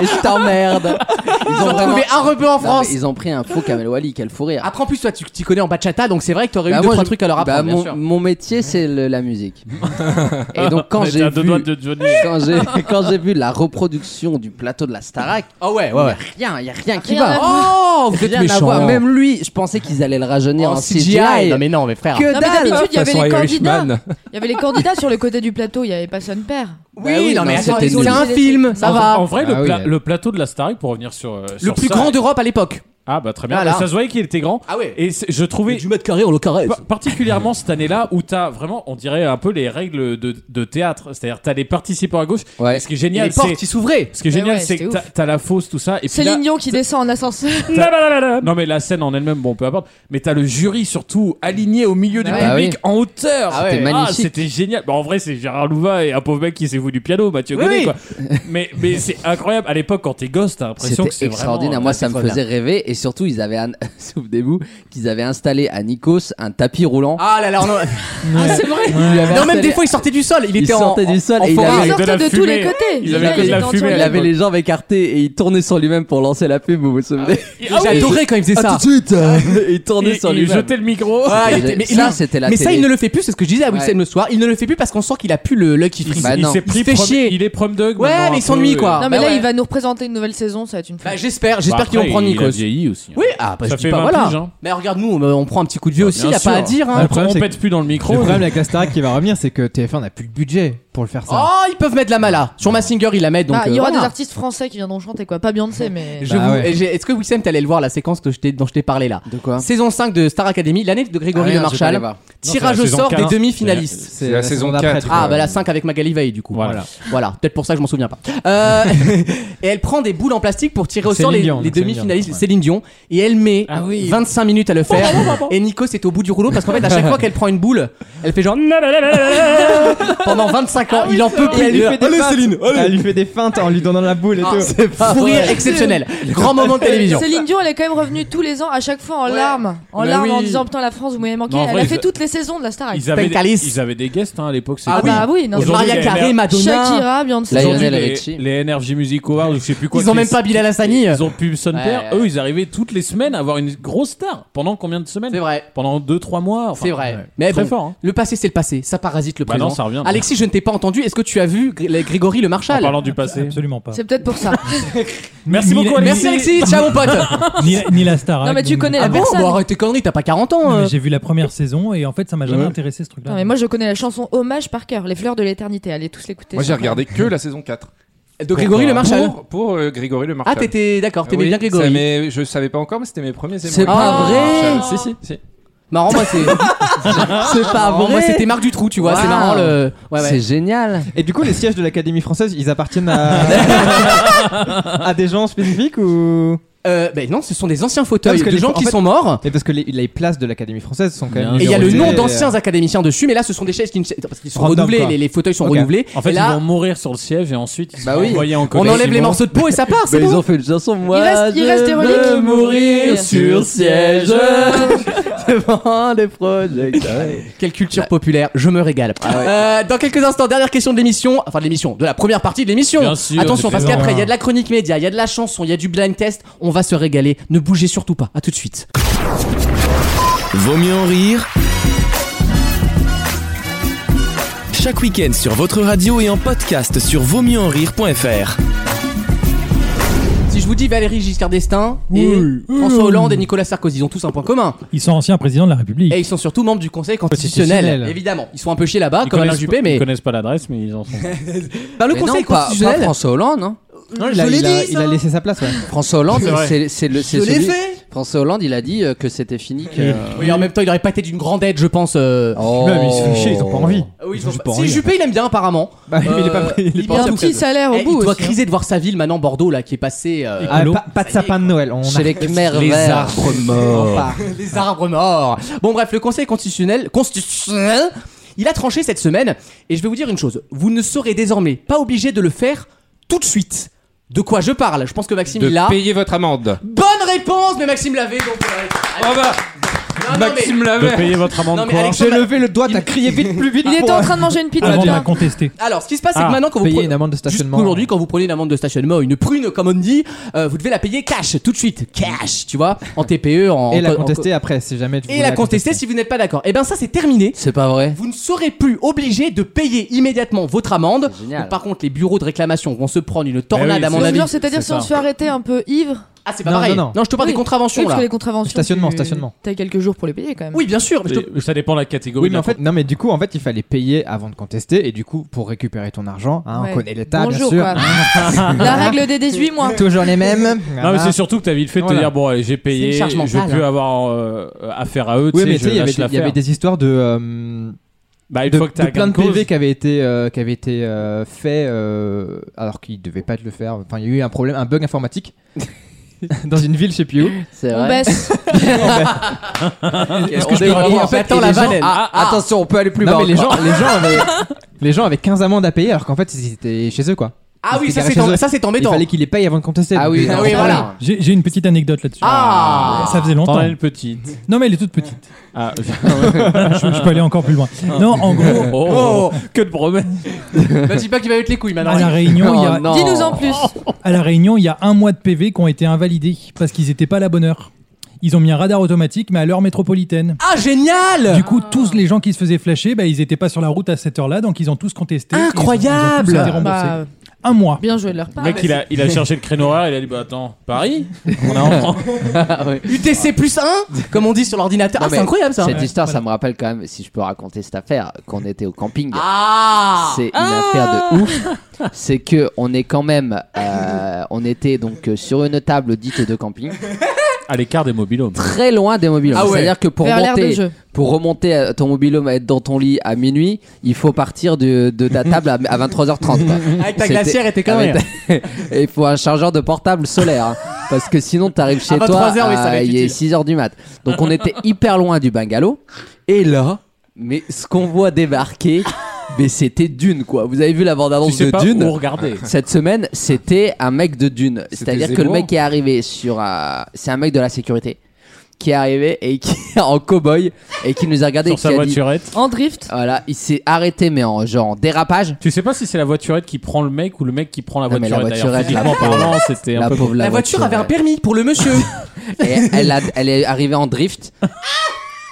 F: Et je t'emmerde. Ils
B: ont
F: vraiment-
B: trouvé un rebeu en
F: Non, mais
B: France.
F: ils ont pris un faux Camelo Ali, quel fou rire.
B: Après en plus toi tu t'y connais en bachata donc c'est vrai que t'aurais eu
F: Bah,
B: deux
F: moi,
B: trois
F: je-
B: trucs à leur apprendre
F: bah,
B: bien
F: mon,
B: sûr.
F: mon métier, c'est le- la musique. Et donc quand
E: Mais t'es
F: j'ai
E: à deux
F: vu,
E: doigts de Johnny.
F: quand j'ai quand j'ai vu la reproduction du plateau de la Starac,
B: Ah ouais,
F: il y
B: ouais,
F: a
B: ouais.
F: rien, il y a rien qui
D: Rien à
F: va.
B: Oh, vous êtes
F: Rien à
B: méchant.
F: voir. Même lui, je pensais qu'ils allaient le rajeunir en,
B: en CGI. Non mais non mais frère.
F: Que
D: Non, mais
F: dalle.
D: d'habitude, il y avait
G: Façon
D: les
G: Irishman.
D: candidats. Il y avait les candidats sur le côté du plateau, il y avait pas son père.
B: Oui,
F: Bah oui,
B: non mais
F: non,
B: attends,
F: c'était
B: c'est
F: nul.
B: un film, ça
E: en,
B: va.
E: en vrai,
F: Ah
E: le,
F: oui,
E: pla-
F: ouais.
E: le plateau de la Starac, pour revenir sur. euh,
B: Le
E: sur
B: plus
E: ça-
B: grand d'Europe à l'époque.
E: Ah bah très bien.
B: Voilà.
E: Ça se voyait qu'il était grand.
B: Ah ouais.
E: Et c'est- je trouvais
B: Du mètre carré en le carré.
F: Bah.
E: Pa- particulièrement cette année-là où t'as vraiment, on dirait un peu les règles de, de théâtre. C'est-à-dire t'as les participants à gauche.
F: Ouais.
E: Et ce qui est
B: Il y a
E: génial,
B: les portes
E: c'est
B: qui s'ouvraient. Eh
E: ce qui est
D: Mais
E: génial,
D: ouais,
E: c'est
D: c'était
E: que t'as- t'as la fausse tout ça. Et puis là,
D: Céline Dion qui descend en ascenseur.
E: t'as- non mais la scène en elle-même, bon peu importe. Mais t'as le jury surtout aligné au milieu du
F: Ouais. Bah
E: public
F: oui.
E: en hauteur.
F: Ah ouais. C'était magnifique.
E: c'était génial. Bah, en vrai, c'est Gérard Louva et un pauvre mec qui s'est foutu du piano, Mathieu
B: Oui,
E: Gonnet,
B: oui.
E: quoi. mais mais c'est incroyable. À l'époque, quand t'es gosse, t'as l'impression
F: C'était
E: que c'est
F: extraordinaire.
E: Vraiment,
F: Moi, ça me
B: extraordinaire.
F: faisait rêver. Et surtout, ils avaient, un... souvenez-vous, qu'ils avaient installé à Nikos un tapis roulant.
B: Ah là là, on a- Ah, c'est vrai.
F: Ils lui avaient
B: Non, même
F: installé-
B: des fois il sortait du sol, il
F: Il
B: était en-
F: sortait du
B: en-
F: sol
B: en
F: et il
B: forage.
F: avait-
D: Ils sortent
E: de la
D: de tous
E: fumée.
D: les côtés.
E: Ils avaient
D: avaient
E: que de
D: les
E: la
D: dents
E: fumée à
D: sur
F: Il
D: les
F: avait
D: lèvres.
F: les jambes écartées et il tournait sur lui-même pour lancer la pub, vous vous souvenez
B: J'adorais quand il faisait
F: Ah,
B: ça.
F: tout de suite euh, Il tournait
E: Il,
F: sur
E: il
F: lui-même.
E: jetait le micro.
B: Ah, il était-
F: J'ai-
B: mais
F: ça,
B: il-
F: c'était la
B: mais ça,
F: télé.
B: il ne le fait plus, c'est ce que je disais à
F: Ouais.
B: Wissem le soir. Il ne le fait plus parce qu'on sent qu'il a plus le Lucky Freeze.
F: Bah
E: il
F: non.
E: s'est
B: Il se
E: pris
B: fait
E: prom-
B: chier.
E: il est prom dog.
B: Ouais,
E: maintenant,
B: mais
E: un
B: il s'ennuie,
E: peu,
B: quoi.
E: et-
D: Non, mais
B: Bah
D: là,
B: ouais.
D: il va nous représenter une nouvelle saison, ça va être une
B: Bah,
D: fête.
B: J'espère, j'espère
E: Bah,
B: qu'ils vont
E: après,
B: prendre
E: Il a
B: Nikos.
E: vieilli aussi. hein.
B: Oui, ah, bah,
E: Ça
B: je dis
E: fait
B: pas
E: 20 piges,
B: voilà.
E: hein.
B: Mais regarde, nous, on, euh, on prend un petit coup de vieux aussi,
E: Bah, bien
B: il a pas
E: sûr.
B: à dire. hein.
H: Le problème,
E: on
H: c'est
E: pète plus dans le
H: Le
E: micro.
H: problème avec la Starac qui va revenir, c'est que TF1 n'a plus de budget pour le faire ça.
B: Oh, ils peuvent mettre la mala. Sur Massinger, ils la mettent donc.
D: Bah, Il y
B: euh,
D: aura des
B: voilà.
D: artistes français qui viendront chanter, quoi. Pas Beyoncé, mais.
B: Je
H: Bah
B: vous-
H: ouais.
B: et j'ai- Est-ce que Wissem, t'allais le voir la séquence que je t'ai- dont je t'ai parlé là
F: De quoi
B: Saison 5 de Star Academy, l'année de
F: Ah,
B: Grégory
F: merde,
B: Le
F: je vais pas aller
B: Marchal.
F: voir.
E: Non,
B: Tirage
E: c'est la
B: au
E: saison
B: sort des
E: 4.
B: demi-finalistes.
H: C'est
G: la saison
H: d'après,
G: quatre.
H: du coup.
B: Ah bah la 5 avec Magali Veil du coup.
E: Voilà.
B: Voilà, Voilà. peut-être pour ça que je m'en souviens pas. Euh, et elle prend des boules en plastique pour tirer au sort
H: Céline
B: les,
H: Dion,
B: les
H: donc Céline
B: demi-finalistes,
H: Dion, ouais.
B: Céline Dion, et elle met
E: Ah oui.
B: 25 minutes à le faire. et Nico c'est au bout du rouleau parce qu'en fait à chaque fois qu'elle prend une boule, elle fait genre pendant 25 ans, il en peut
H: Et
B: plus.
H: elle lui fait des
B: Allez,
H: feintes.
B: Céline, allez.
H: Elle lui fait des feintes en lui donnant la boule et
B: Ah,
H: tout.
B: c'est fou rire exceptionnel, grand moment de télévision.
D: Céline Dion, elle est quand même revenue tous les ans, à chaque fois en larmes, en
B: Bah
D: larmes, en
B: oui.
D: disant putain la France vous m'avez manqué.
E: Non, en
D: elle
E: vrai,
D: a
E: ils-
D: fait toutes les saisons de la Star
E: Ils avaient, des,
B: Pencalis.
E: ils avaient des guests hein, à l'époque. c'est
D: Ah
E: cool.
D: bah oui, non,
E: Aujourd'hui, les
B: Maria
E: NR
B: Carré, Madonna,
D: Shakira, Beyoncé.
F: Là, il y en a
E: Aujourd'hui,
F: Lionel
E: les,
F: Richie.
E: les NRJ Music Awards, ou je sais plus quoi.
B: ils ont
E: que
B: même
E: c'est-
B: pas Bilal Hassani.
E: Ils ont plus son
F: Ouais,
E: père.
F: ouais.
E: Eux, ils arrivaient toutes les semaines à avoir une grosse star. Pendant combien de semaines
B: C'est vrai.
E: Pendant 2-3 mois. enfin,
B: C'est vrai.
E: ouais.
B: Mais
E: Très
B: bon,
E: fort. hein.
B: le passé c'est le passé, ça parasite le
E: Bah
B: présent.
E: non, ça revient.
B: Alexis, je ne t'ai pas entendu. Est-ce que tu as vu Gré- Grégory le
E: En
B: Marshal
E: parlant du passé.
O: Absolument pas.
D: C'est peut-être pour ça.
E: Merci
O: Ni-
E: beaucoup,
O: ni-
B: Merci Alexis, ciao mon pote.
O: Ni, la- ni la Star.
D: Non, mais tu connais la
B: Ah bon
D: personne.
B: Bah arrête tes conneries, t'as pas 40 ans.
O: Non, mais
B: euh.
O: J'ai vu la première saison et en fait ça m'a jamais intéressé ce truc-là.
D: Non, Ah, mais moi je connais la chanson Hommage par cœur, Les fleurs de l'éternité. Allez tous l'écouter.
G: Moi, j'ai
D: c'est
G: regardé que la saison 4.
B: De Grégory le Marshal.
G: Pour, pour, euh, Grégory le
B: Ah
G: Marshal.
B: t'étais d'accord, t'aimais
G: Oui,
B: bien
G: c'est
B: Grégory.
G: mes- je savais pas encore, mais c'était mes premiers émois.
F: C'est pas
G: Ah,
F: vrai.
G: Marshall. Si, si, si.
B: Marrant moi c'est.
F: C'est pas
B: Marrant, moi
F: vrai.
B: c'était Marc Dutroux, tu vois. C'est
F: Waouh.
B: marrant le. Ouais ouais.
F: C'est génial.
H: Et du coup, les sièges de l'Académie française, ils appartiennent à. à des gens spécifiques ou.
B: Euh, ben non, ce sont des anciens fauteuils de gens qui sont morts.
H: Et parce que les, les places de l'Académie française sont quand même.
B: Et il y a le nom d'anciens académiciens dessus, mais là, ce sont des chaises qui ne- parce qu'ils sont
E: Random,
B: renouvelés,
E: quoi.
B: les, les fauteuils sont
E: Ok.
B: renouvelés.
E: En fait,
B: et
E: ils
B: là,
E: vont mourir sur le siège et ensuite ils
B: Bah
E: sont
B: oui.
E: envoyés en
B: On
E: colère.
B: enlève les morceaux de peau et ça part, c'est
P: Bah, ils
B: bon.
P: ont fait une chanson. Moi,
B: reste- il
P: je
B: reste des
P: veux
B: reliques.
P: mourir sur siège devant les projecteurs.
B: Quelle culture populaire, je me régale.
E: Ah
B: Euh, dans quelques instants, dernière question de l'émission, enfin de l'émission, de la première partie de l'émission.
E: Bien sûr,
B: Attention,
E: c'est
B: parce
E: présent.
B: qu'après, il y a de la chronique média, il y a de la chanson, il y a du blind test, on va se régaler. Ne bougez surtout pas, à tout de suite.
A: Vaut mieux en rire. Chaque week-end sur votre radio et en podcast sur vaumieuxenrire.fr.
B: Si je vous dis Valérie Giscard d'Estaing et François Hollande et Nicolas Sarkozy, ils ont tous un point commun.
C: Ils sont anciens présidents de la République.
B: Et ils sont surtout membres du Conseil constitutionnel.
C: Constitutionnel.
B: Évidemment, ils sont un peu chiés là-bas,
E: Ils
B: comme Alain
E: connaissent
B: Juppé,
E: pas-
B: mais.
E: Ils connaissent pas l'adresse, mais ils en sont.
B: Par le
F: Mais
B: Conseil
F: non, pas- pas
B: constitutionnel.
F: François Hollande, hein.
H: Non,
F: Je
H: il a,
F: l'ai
H: il a-
F: dit,
H: il a
F: ça.
H: laissé sa place, ouais.
F: François Hollande,
B: C'est vrai.
F: c'est c'est le c'est
B: Je l'ai
F: celui.
B: fait.
F: François Hollande, il a dit euh, que c'était fini. Que...
H: euh,
B: Oui, en même temps, il aurait pas été d'une grande aide, je pense. euh,
F: Oh.
H: Même, ils se font chier, ils ont pas envie.
B: Ah oui, ils ont
H: juste
B: pas-
H: pas
B: Si
H: envie.
B: Juppé, il aime bien apparemment. Euh,
H: Bah oui, mais il est pas prêt, il est pas prêt
B: bien tout.
H: à prendre.
B: Eh, Il doit criser de voir sa ville maintenant, Bordeaux, là, qui est passée. euh,
H: Ah, pas, pas de sapin de Noël. On
F: Chez
H: a-
F: les Khmers verts.
H: Non, pas.
B: Les arbres morts. Bon, bref, le Conseil constitutionnel, constitutionnel, il a tranché cette semaine. Et je vais vous dire une chose. Vous ne serez désormais pas obligé de le faire tout de suite. De quoi je parle Je pense que Maxime,
G: De
B: il a.
G: payer votre amende.
B: Bonne réponse, mais Maxime l'avait. Donc, euh,
H: Ah
G: Au
H: bah,
G: revoir. Maxime Lavert.
E: Payez votre amende.
B: Non, mais
E: quoi.
B: Alexandre- Ah,
H: J'ai levé le doigt, t'as crié vite, plus vite.
D: Il était
H: pour-
D: en train de manger une pizza.
C: Avant de
D: tiens.
C: la contester.
B: Alors, ce qui se passe, c'est
H: Ah,
B: que maintenant, quand vous
H: payer
B: prenez-
H: une amende de
B: Juste
H: stationnement.
B: Aujourd'hui, quand vous prenez une amende de stationnement, une prune, comme on dit, euh, vous devez la payer cash, tout de suite, cash, tu vois, en TPE, en.
H: Et la
B: en-
H: contester après, si jamais tu
B: Et
H: voulais
B: la contester si vous n'êtes pas d'accord. Eh bien, ça, c'est terminé.
F: C'est pas vrai.
B: Vous ne serez plus obligé de payer immédiatement votre amende.
F: C'est génial.
B: Donc, par contre, les bureaux de réclamation vont se prendre une tornade,
E: oui,
B: à mon
E: c'est
B: avis.
D: Genre, C'est-à-dire
E: C'est
D: si on
E: ça.
D: se fait arrêter un peu ivre.
B: Ah, c'est pas
H: Non,
B: pareil.
H: non, non.
B: je te parle
D: Oui.
B: des contraventions
D: Oui, parce
B: là.
D: que les contraventions.
H: Stationnement,
D: tu-
H: stationnement.
D: T'as quelques jours pour les payer quand même.
B: Oui, bien sûr. mais je te-
E: Et Ça dépend de la catégorie.
H: Oui, mais en fait, non, mais du coup, en fait, il fallait payer avant de contester, et du coup, pour récupérer ton argent, hein,
D: Ouais.
H: on connaît l'État, bien
D: Bonjour,
H: sûr.
D: quoi. La règle des 18 mois.
H: Toujours les mêmes.
E: Non, mais
H: Voilà.
E: c'est surtout que t'as vite fait de te
H: Voilà.
E: dire bon, allez, j'ai payé,
B: C'est une charge
E: je
B: mentale,
E: vais plus
B: hein.
E: avoir euh, affaire à eux.
H: Oui,
E: tu
H: mais
E: sais,
H: tu sais,
E: je
H: il y avait
E: lâche
H: des- il y
E: l'affaire.
H: avait des histoires de. euh,
E: Bah, une
H: de,
E: fois que
H: de
E: t'as
H: plein
E: gain
H: de
E: cause,
H: PV qui avaient été, euh, qui avaient été euh, faits euh, alors qu'ils devaient pas te le faire. Enfin, il y a eu un problème, un bug informatique dans une ville, je sais plus où.
F: C'est
D: On
F: vrai.
D: baisse.
F: Est-ce
B: que je peux avoir- en fait, attends, la vanne, elle- Ah.
F: Attention, on peut aller plus
H: non,
F: bas.
H: mais les gens,
F: encore.
H: les gens avaient, les gens avaient 15 amendes à payer alors qu'en fait ils étaient chez eux quoi.
B: Ah oui,
H: Ils étaient
B: ça c'est
H: chez
B: en-
H: eux.
B: ça, c'est
H: Il
B: embêtant.
H: fallait qu'ils les payent avant de contester.
F: Ah
H: donc,
F: oui,
H: euh,
B: Ah oui,
F: non,
B: voilà.
C: J'ai j'ai une petite anecdote là-dessus.
B: Ah.
C: Ça faisait
E: T'en as
C: longtemps.
E: une petite.
C: Non, mais elle est toute petite.
E: Ah,
C: je, je peux aller encore plus loin. Non, en gros,
E: oh, que de promesses.
B: Bah, dis pas qu'il va mettre les couilles Oh, maintenant.
C: à la Réunion, il y a,
F: non.
D: Dis-nous en plus.
C: à la Réunion, il y a un mois de PV qui ont été invalidés parce qu'ils n'étaient pas à la bonne heure. Ils ont mis un radar automatique, mais à l'heure métropolitaine.
B: Ah génial
C: Du coup, tous les gens qui se faisaient flasher, bah, ils n'étaient pas sur la route à cette heure-là, donc ils ont tous contesté. et ils ont-
B: Incroyable.
C: Ils ont tous été remboursés.
D: Bah,
C: Un mois.
D: bien joué de leur
E: Le
D: part.
E: mec, il a, il a cherché le créneau horaire, il a dit bah attends, Paris On a
B: UTC plus 1 Comme on dit sur l'ordinateur.
F: Non,
B: Ah, c'est
F: mais
B: incroyable ça.
F: Cette histoire,
C: voilà.
F: ça me rappelle quand même, si je peux raconter cette affaire, qu'on était au camping.
B: Ah
F: C'est une affaire de ouf. C'est que on est quand même, euh, on était donc euh, sur une table dite de camping,
E: À l'écart des mobilhomes.
F: très loin des mobilhomes.
B: Ah ouais.
F: C'est-à-dire que pour
D: Vers l'ère de
F: monter,
D: jeu.
F: pour remonter à ton mobilhome à être dans ton lit à minuit, il faut partir de, de ta table à, à 23h30. quoi.
B: Avec ta
F: C'était-
B: glacière et tes conneries.
F: Avec ta- Et il faut un chargeur de portable solaire. hein, parce que sinon, t'arrives chez
B: À 23h,
F: toi,
B: oui, ça va
F: à-
B: être
F: il est
B: utile.
F: 6h du mat. Donc on était hyper loin du bungalow. Et là, mais ce qu'on voit débarquer, mais c'était Dune quoi. Vous avez vu la bande-annonce
E: Tu sais
F: de
E: pas
F: Dune Ah,
E: où regarder.
F: cette semaine, c'était un mec de Dune.
G: C'était
F: C'est-à-dire que le
G: Zemmour
F: mec est arrivé sur un... C'est un mec de la sécurité qui est arrivé et qui en cow-boy et qui nous a regardé
E: Sur
F: et qui
E: sa
F: a dit...
E: voiturette.
D: En drift.
F: Voilà, il s'est arrêté mais en genre en dérapage.
E: Tu sais pas si c'est la voiturette qui prend le mec ou le mec qui prend la
F: Non, mais la
E: voiturette. D'ailleurs,
F: voiturette, la
E: physiquement
F: pauvre.
E: parlant, c'était un
F: La
E: peu.
F: pauvre
B: La voiture avait un permis pour le monsieur.
F: Et elle, a- elle est arrivée en drift.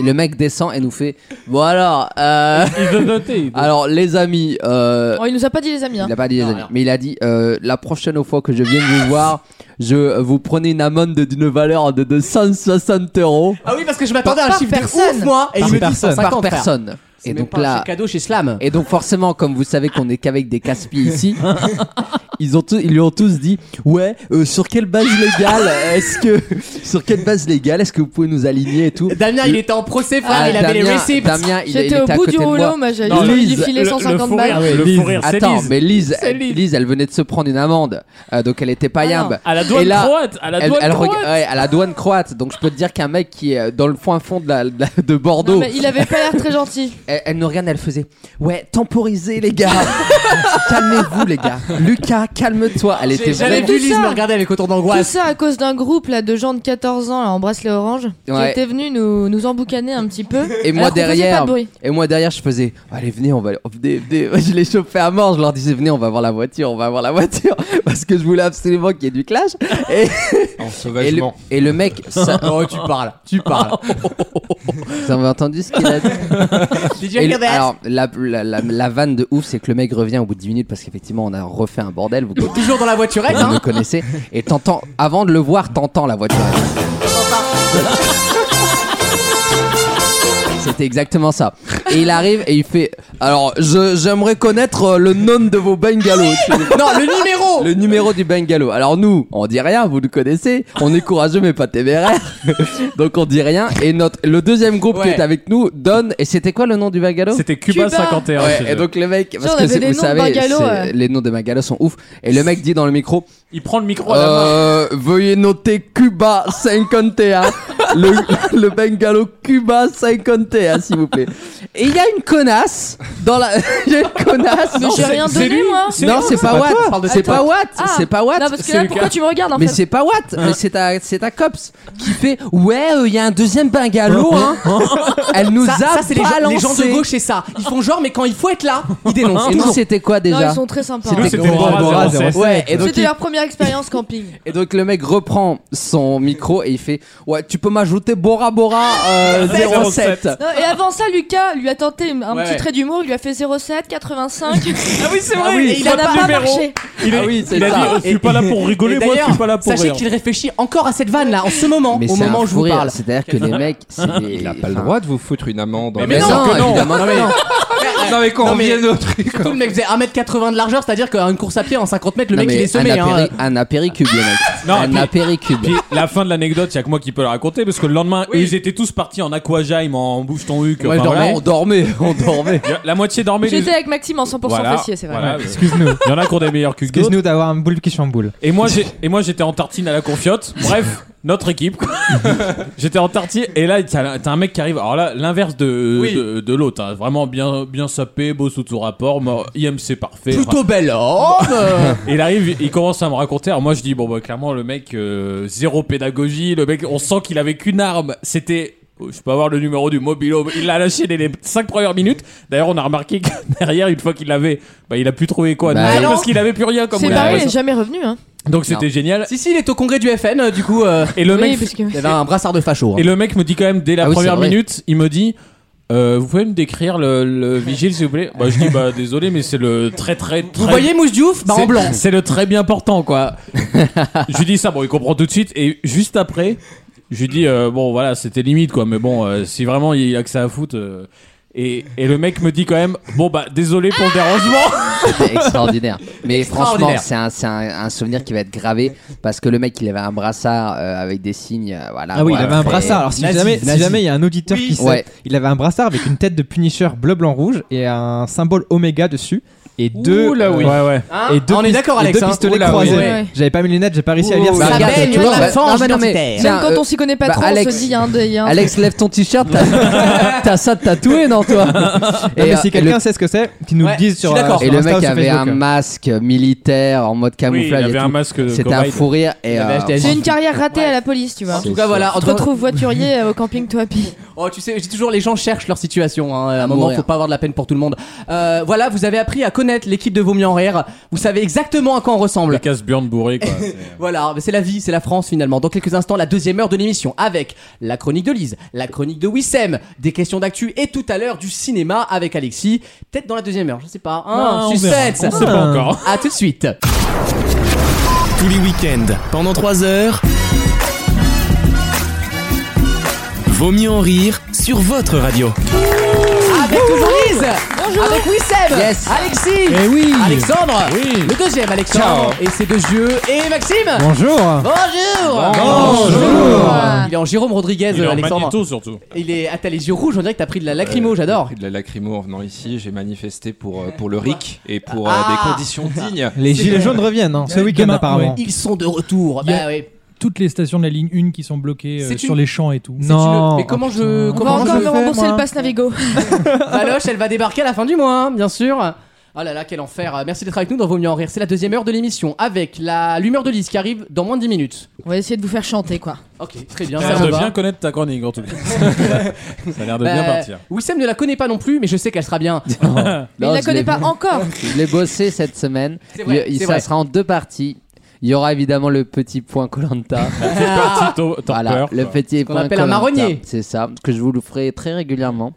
F: Et le mec descend et nous fait Bon alors, euh,
E: Il doit noter. il doit-
F: alors les amis, euh,
D: Oh, il nous a pas dit les amis. hein.
F: il a pas dit les
B: Non,
F: amis,
B: alors.
F: mais il a dit euh, La prochaine fois que je viens vous voir, je vous prenez une amende d'une valeur de 260 euros
B: Ah oui, parce que je m'attendais à un
D: Par
B: chiffre de
D: personne.
B: ouf, moi, et
H: Par
B: il me dit
H: personne.
F: par
B: 150 frère.
F: personne. Et
B: même
F: donc
B: pas un
F: là,
B: chèque cadeau chez Slam.
F: Et donc forcément, comme vous savez qu'on est qu'avec des casse-pieds ici, ils ont tous- ils lui ont tous dit ouais, euh, sur quelle base légale est-ce que sur quelle base légale est-ce que vous pouvez nous aligner et tout.
B: Damien, il était en procès, frère,
F: Ah,
B: il avait les
F: Damien-
B: receipts.
F: Damien, il,
D: J'étais
F: il
D: au
F: était à
D: bout
F: côté
D: du
F: de moi.
D: rouleau, moi, j'avais- Non, j'avais Lise, dû filer le- 150 le fou balles. rire,
F: Ah ouais,
D: le
F: Lise.
D: fou rire, c'est
F: Attends,
D: Lise.
F: mais Lise,
D: C'est
F: elle-
D: Lise. Ah
F: Lise, elle venait de se prendre une amende. Euh, donc elle était pas yambe.
E: À la douane
F: Et là,
E: croate, à la
F: elle-
E: douane
F: elle rega-
E: croate.
F: ouais, à la douane croate. Donc je peux te dire qu'un mec qui est dans le point fond de, la- de la- de Bordeaux.
D: Non, mais il avait pas l'air très gentil.
F: Elle, elle nous regarde, elle faisait Ouais, temporisez les gars Calmez-vous les gars Lucas, calme-toi Elle était
B: J'avais
F: vraiment...
B: vu Lise me regarder avec autant
D: Tout
B: d'angoisse.
D: ça à cause d'un groupe là de gens de 14 ans là, en bracelet orange
F: Ouais.
D: qui était venu nous, nous emboucaner un petit peu.
F: Et
D: alors
F: moi
D: qu'on faisait Pas
F: derrière,
D: de bruit.
F: et moi derrière, je faisais allez venez, on va, venez, venez. je les chauffais à mort. Je leur disais venez, on va voir la voiture, on va voir la voiture, parce que je voulais absolument qu'il y ait du clash. Et
G: En
F: et le,
G: sauvagement.
F: et le mec, ça...
B: Oh, tu parles, tu parles.
F: Vous avez entendu ce qu'il a dit
B: Did you
F: Et
B: hear
F: le-
B: that
F: Alors la, la, la- la vanne de ouf, c'est que le mec revient au bout de 10 minutes parce qu'effectivement on a refait un bordel. Vous
B: Toujours dans la voiturette,
F: vous me
B: hein.
F: connaissez. Et t'entends, avant de le voir, t'entends la voiture. C'était exactement ça. Et il arrive et il fait Alors, je- j'aimerais connaître euh, le nom de vos bungalows.
B: Non, le numéro
F: Le numéro du bungalow. Alors, nous, on dit rien, vous nous connaissez. On est courageux, mais pas téméraire. Donc, on dit rien. Et notre, le deuxième groupe qui
E: Ouais.
F: est avec nous donne. Et c'était quoi le nom du bungalow
E: C'était Cuba Cuba. 51
F: Ouais,
E: chez
F: et
E: eux.
F: donc, les mecs,
E: Genre,
F: parce
E: on
F: que
E: avait
F: c'est-
E: des
F: vous
E: noms de
F: savez,
E: bungalows,
F: c'est-
D: euh.
E: ouais.
F: les noms des bungalows sont ouf. Et le mec dit dans le micro
E: Il prend le micro à la main.
F: euh, veuillez noter Cuba 51. le, le bungalow Cuba 51, s'il vous plaît. Et il y a une connasse dans la. Il y a une connasse.
D: Mais j'ai rien donné, moi.
F: Non, c'est pas Watt. C'est pas Watt.
D: Ah.
F: C'est pas Watt.
D: Non, parce que là, pourquoi tu me regardes en
F: Mais
D: fait
F: c'est pas Watt.
E: Hein.
F: Mais c'est ta, c'est ta cops qui fait. Ouais, euh, il y a un deuxième
E: Oh,
F: bungalow. Hein. Elle nous
B: ça,
F: a
B: ça, c'est les, gens- les gens
F: balancé.
B: de gauche, c'est ça. Ils font genre, mais quand il faut être là, ils dénoncent.
F: Et
B: Ils
F: nous,
B: sont-
F: c'était quoi déjà
D: Non, ils sont très sympas.
F: C'était
D: hein.
F: C'était Bora Bora 07. Ouais, et donc
D: C'était
F: il-
D: leur première expérience camping.
F: Et donc le mec reprend son micro et il fait Ouais, tu peux m'ajouter Bora Bora euh, 07.
D: Non, et avant ça, Lucas lui a tenté une- un
F: Ouais,
D: petit
F: ouais.
D: trait d'humour, il lui a fait 07, 85. ah
B: oui, c'est
E: vrai,
D: il en a pas marché.
E: Il, est-
F: Ah oui, c'est
E: il a
F: ça.
E: dit, je suis
F: Et-
E: pas là pour rigoler,
B: Et
E: moi je
B: d'ailleurs,
E: suis pas là pour
B: Sachez
E: rire.
B: qu'il réfléchit encore à cette vanne là, en ce moment,
F: Mais
B: au
F: c'est
B: moment
F: un
B: où je
F: fou
B: vous
F: rire,
B: parle.
F: C'est-à-dire que les mecs, c'est des-
G: Ah, Il a pas le
F: enfin,
G: droit de vous foutre une amende.
F: Mais non,
G: que
F: évidemment que non.
G: Non, mais qu'on revienne au truc.
B: Surtout le mec faisait 1m80 de largeur, c'est-à-dire qu'une course à pied en 50 mètres, le
F: Non,
B: mec il
F: mais
B: est semé.
F: un,
B: hein.
F: apéri- un apéricube, les mecs.
E: Non,
F: un
E: puis-
F: apéricube.
E: Puis la fin de l'anecdote, il y a que moi qui peux la raconter parce que le lendemain, eux, ils étaient tous partis en aquagym, en bouche ton huc. enfin,
F: Ouais, je dormais,
E: voilà.
F: on dormait, on dormait.
E: La moitié dormait. les-
D: J'étais avec Maxime en 100%
E: Voilà,
D: fessier, c'est vrai.
E: voilà.
H: Excuse-nous.
E: Il y en a qui ont des meilleurs culs que d'autres.
H: Excuse-nous d'avoir un boule qui chamboule.
E: Et moi, j'ai- et moi, j'étais en tartine à la confiote. Bref, notre équipe. quoi. j'étais en tartine et là, t'as t'as un mec qui arrive. Alors là, l'inverse de,
B: Oui.
E: de, de l'autre. hein. Vraiment bien, bien sapé, beau sous tout rapport, mort- IMC parfait.
B: Plutôt
E: Enfin,
B: bel homme
E: Et il arrive, il commence à me raconter. Alors moi, je dis bon bah clairement le mec euh, zéro pédagogie. Le mec, on sent qu'il avait qu'une arme. C'était je peux avoir le numéro du mobilo. Il l'a lâché dès les 5 premières minutes. D'ailleurs, on a remarqué que derrière, une fois qu'il l'avait, bah, il a plus trouvé quoi.
F: Bah,
E: Déjà
B: non.
E: parce qu'il avait plus rien comme
D: C'est
E: vous
D: pareil,
E: l'avez
D: il est jamais revenu. Hein.
E: Donc c'était génial.
B: Si, si, il est au congrès du FN, euh, du coup. euh,
E: Et le
D: Oui,
E: mec,
D: parce que-
B: Il y avait un brassard de facho. hein.
E: et le mec me dit quand même dès la
B: Ah oui,
E: première
B: c'est vrai.
E: minute, il me dit. euh, vous pouvez me décrire le, le vigile s'il vous plaît Bah je dis bah désolé mais c'est le très très très
B: Vous voyez Mousse Diouf Bah en
E: C'est-
B: blanc.
E: C'est le très bien portant, quoi. je lui dis ça, bon, il comprend tout de suite. Et juste après, je lui dis, euh, bon, voilà, c'était limite, quoi. Mais bon, euh, si vraiment il a que ça à foutre. euh, et, et le mec me dit quand même, bon, bah, désolé pour le dérangement.
F: C'était extraordinaire. Mais
E: Extraordinaire.
F: franchement, c'est un, c'est un- un souvenir qui va être gravé parce que le mec, il avait un brassard euh, avec des signes. euh, voilà,
H: Ah oui, il
F: voilà,
H: avait un
F: très-
H: brassard. Alors, si
F: Nazi,
H: jamais si
F: nazi.
H: jamais il y a un auditeur qui sait,
F: Ouais.
H: il avait un brassard avec une tête de Punisher bleu, blanc, rouge et un symbole Oméga dessus. Et deux. euh,
E: Ouh là oui. Ouais, ouais.
H: Et deux
B: Ah, on est
H: pis-
B: d'accord,
H: et
B: Alex,
H: Deux
B: hein.
H: pistolets
B: Ouh là oui.
H: croisés.
B: Ouais.
H: J'avais pas mis les lunettes, j'ai pas réussi à lire
F: Ouh,
H: ça.
F: bah, regarde, tu vois,
B: la
F: bah,
B: fange
F: non, mais non, mais
B: identitaire.
F: tiens,
D: Même quand
F: euh,
D: on s'y connaît pas
F: bah,
D: trop, on
F: Alex-
D: se dit, hein, de- il y a un
F: Alex, lève ton t-shirt, t'as t'as ça de tatoué, non, toi
H: Non, mais
F: euh,
H: si
F: le-
H: quelqu'un sait ce que c'est, qu'il nous le
B: Ouais,
H: dise
B: je
H: sur
B: suis d'accord.
H: euh,
F: Et
H: sur
F: le
H: Insta ou
F: mec
H: sur
F: avait un
H: Facebook.
F: masque militaire en mode
E: Oui, il
F: camouflage. et
E: avait
F: tout.
E: un masque de
F: C'était un
E: cobaye.
F: fou rire. Et,
B: Il avait
F: euh,
B: acheté-
D: C'est une carrière ratée à la police, tu vois.
B: En tout cas, voilà.
D: On te retrouve voiturier euh, au camping Toapi.
B: Oh, tu sais, j'ai toujours les gens cherchent leur situation. hein. À un moment,
F: Mourir.
B: faut pas avoir de la peine pour tout le monde. Euh, voilà, vous avez appris à connaître l'équipe de Vaut mieux en rire. Vous savez exactement à quoi on ressemble.
E: Le casse-burn bourré, quoi. C'est-
B: Voilà, mais c'est la vie, c'est la France finalement. Dans quelques instants, la deuxième heure de l'émission avec la chronique de Lise, la chronique de Wissem, des questions d'actu et tout à l'heure du cinéma avec Alexis. Peut-être dans la deuxième heure, je sais pas.
E: Ah,
B: Hein,
E: on verra.
B: suspense.
E: On sait pas encore.
B: À tout de suite.
A: Tous les week-ends, pendant 3 heures. Vaut mieux en rire sur votre radio.
B: À Avec toujours Lise Avec Wissem
I: Yes.
B: Alexis
I: Eh oui.
B: Alexandre
I: Oui.
B: Le deuxième Alexandre Et ses deux yeux Et Maxime
I: Bonjour.
B: Bonjour
I: Bonjour.
B: Il est en Jérôme Rodriguez
G: Il est en
B: Alexandre
G: Magneto, surtout.
B: Il est ah, t'as les yeux rouges On dirait que t'as pris de la lacrymo
G: Euh,
B: J'adore
G: j'ai pris De la lacrymo en venant ici, j'ai manifesté pour, euh, pour le RIC et pour
B: Ah.
G: euh, des conditions dignes.
H: Les gilets jaunes reviennent hein, ce week-end
C: Demain,
H: apparemment.
C: ouais.
B: Ils sont de retour.
C: Il y a
B: Bah ouais.
C: Toutes les stations de la ligne 1 qui sont bloquées euh,
B: C'est
C: sur
B: une-
C: les champs et tout.
H: C'est Non. une-
B: mais comment je-
C: putain.
B: comment
D: On va encore
B: je
D: me
B: fais,
D: rembourser
B: moi
D: le pass Navigo.
B: Valoche, elle va débarquer à la fin du mois, hein, bien sûr. Oh là là, quel enfer. Euh, Merci d'être avec nous dans Vaut mieux en rire. C'est la deuxième heure de l'émission avec la l'humeur de Lise qui arrive dans moins de 10 minutes.
D: On va essayer de vous faire chanter quoi.
B: Ok, très bien.
E: Ça
B: ça
E: a
B: me
E: l'air de
B: va.
E: bien connaître ta chronique en tout cas. Ça a l'air de
B: Bah,
E: bien partir.
B: Wissem ne la connaît pas non plus, mais je sais qu'elle sera bien.
D: Mais il la connaît pas encore.
F: Je l'ai bossé cette semaine.
B: C'est vrai,
F: Il- il-
B: c'est
F: ça
B: vrai.
F: sera en deux parties. Il y aura évidemment le petit point Colanta. voilà, le petit
B: qu'on
F: point
B: appelle un
F: Koh-Lanta.
B: marronnier.
F: C'est ça, que je vous le ferai très régulièrement.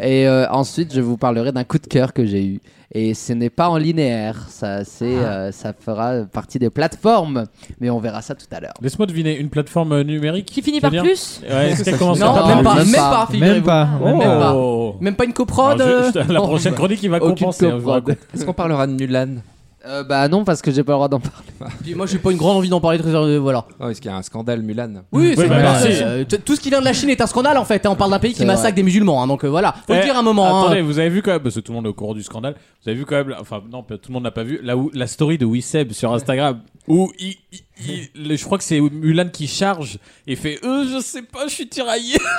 F: et euh, ensuite, je vous parlerai d'un coup de cœur que j'ai eu. Et ce n'est pas en linéaire, ça, c'est,
B: Ah.
F: euh, ça fera partie des plateformes. Mais on verra ça tout à l'heure.
E: Laisse-moi deviner, une plateforme euh, numérique Qui
D: finit par plus
E: Ouais, c'est comment ça
B: Non,
E: s'appelle
B: même pas, même pas, figurez-vous.
H: Même pas.
B: Même pas.
E: Oh.
B: Même pas une coprode.
E: Alors,
B: euh,
E: je- je- la prochaine chronique, il va
B: aucune
E: compenser, hein, je vous
B: coprode.
E: raconte.
G: Est-ce qu'on parlera de Nulan
F: Euh, bah non, parce que j'ai pas le droit d'en parler.
B: Puis moi, j'ai pas une grande envie d'en parler. Très heureux, voilà.
G: Oh, est-ce qu'il y a un scandale Mulan
B: Oui, c'est
G: bah,
B: vrai,
G: merci.
B: euh, t- Tout ce qui vient de la Chine est un scandale en fait. hein. On parle d'un pays qui
G: C'est
B: massacre
G: vrai.
B: des musulmans, hein, donc euh, voilà. Faut
E: Eh,
B: le dire un moment.
E: Attendez,
B: hein.
E: vous avez vu quand même, parce que tout le monde est au courant du scandale, vous avez vu quand même, enfin non, peut- tout le monde n'a pas vu, la, la story de Wisseb sur Instagram, où il, il- il- le- je crois que c'est Mulan qui charge et fait Euh, je sais pas, je suis tiraillé.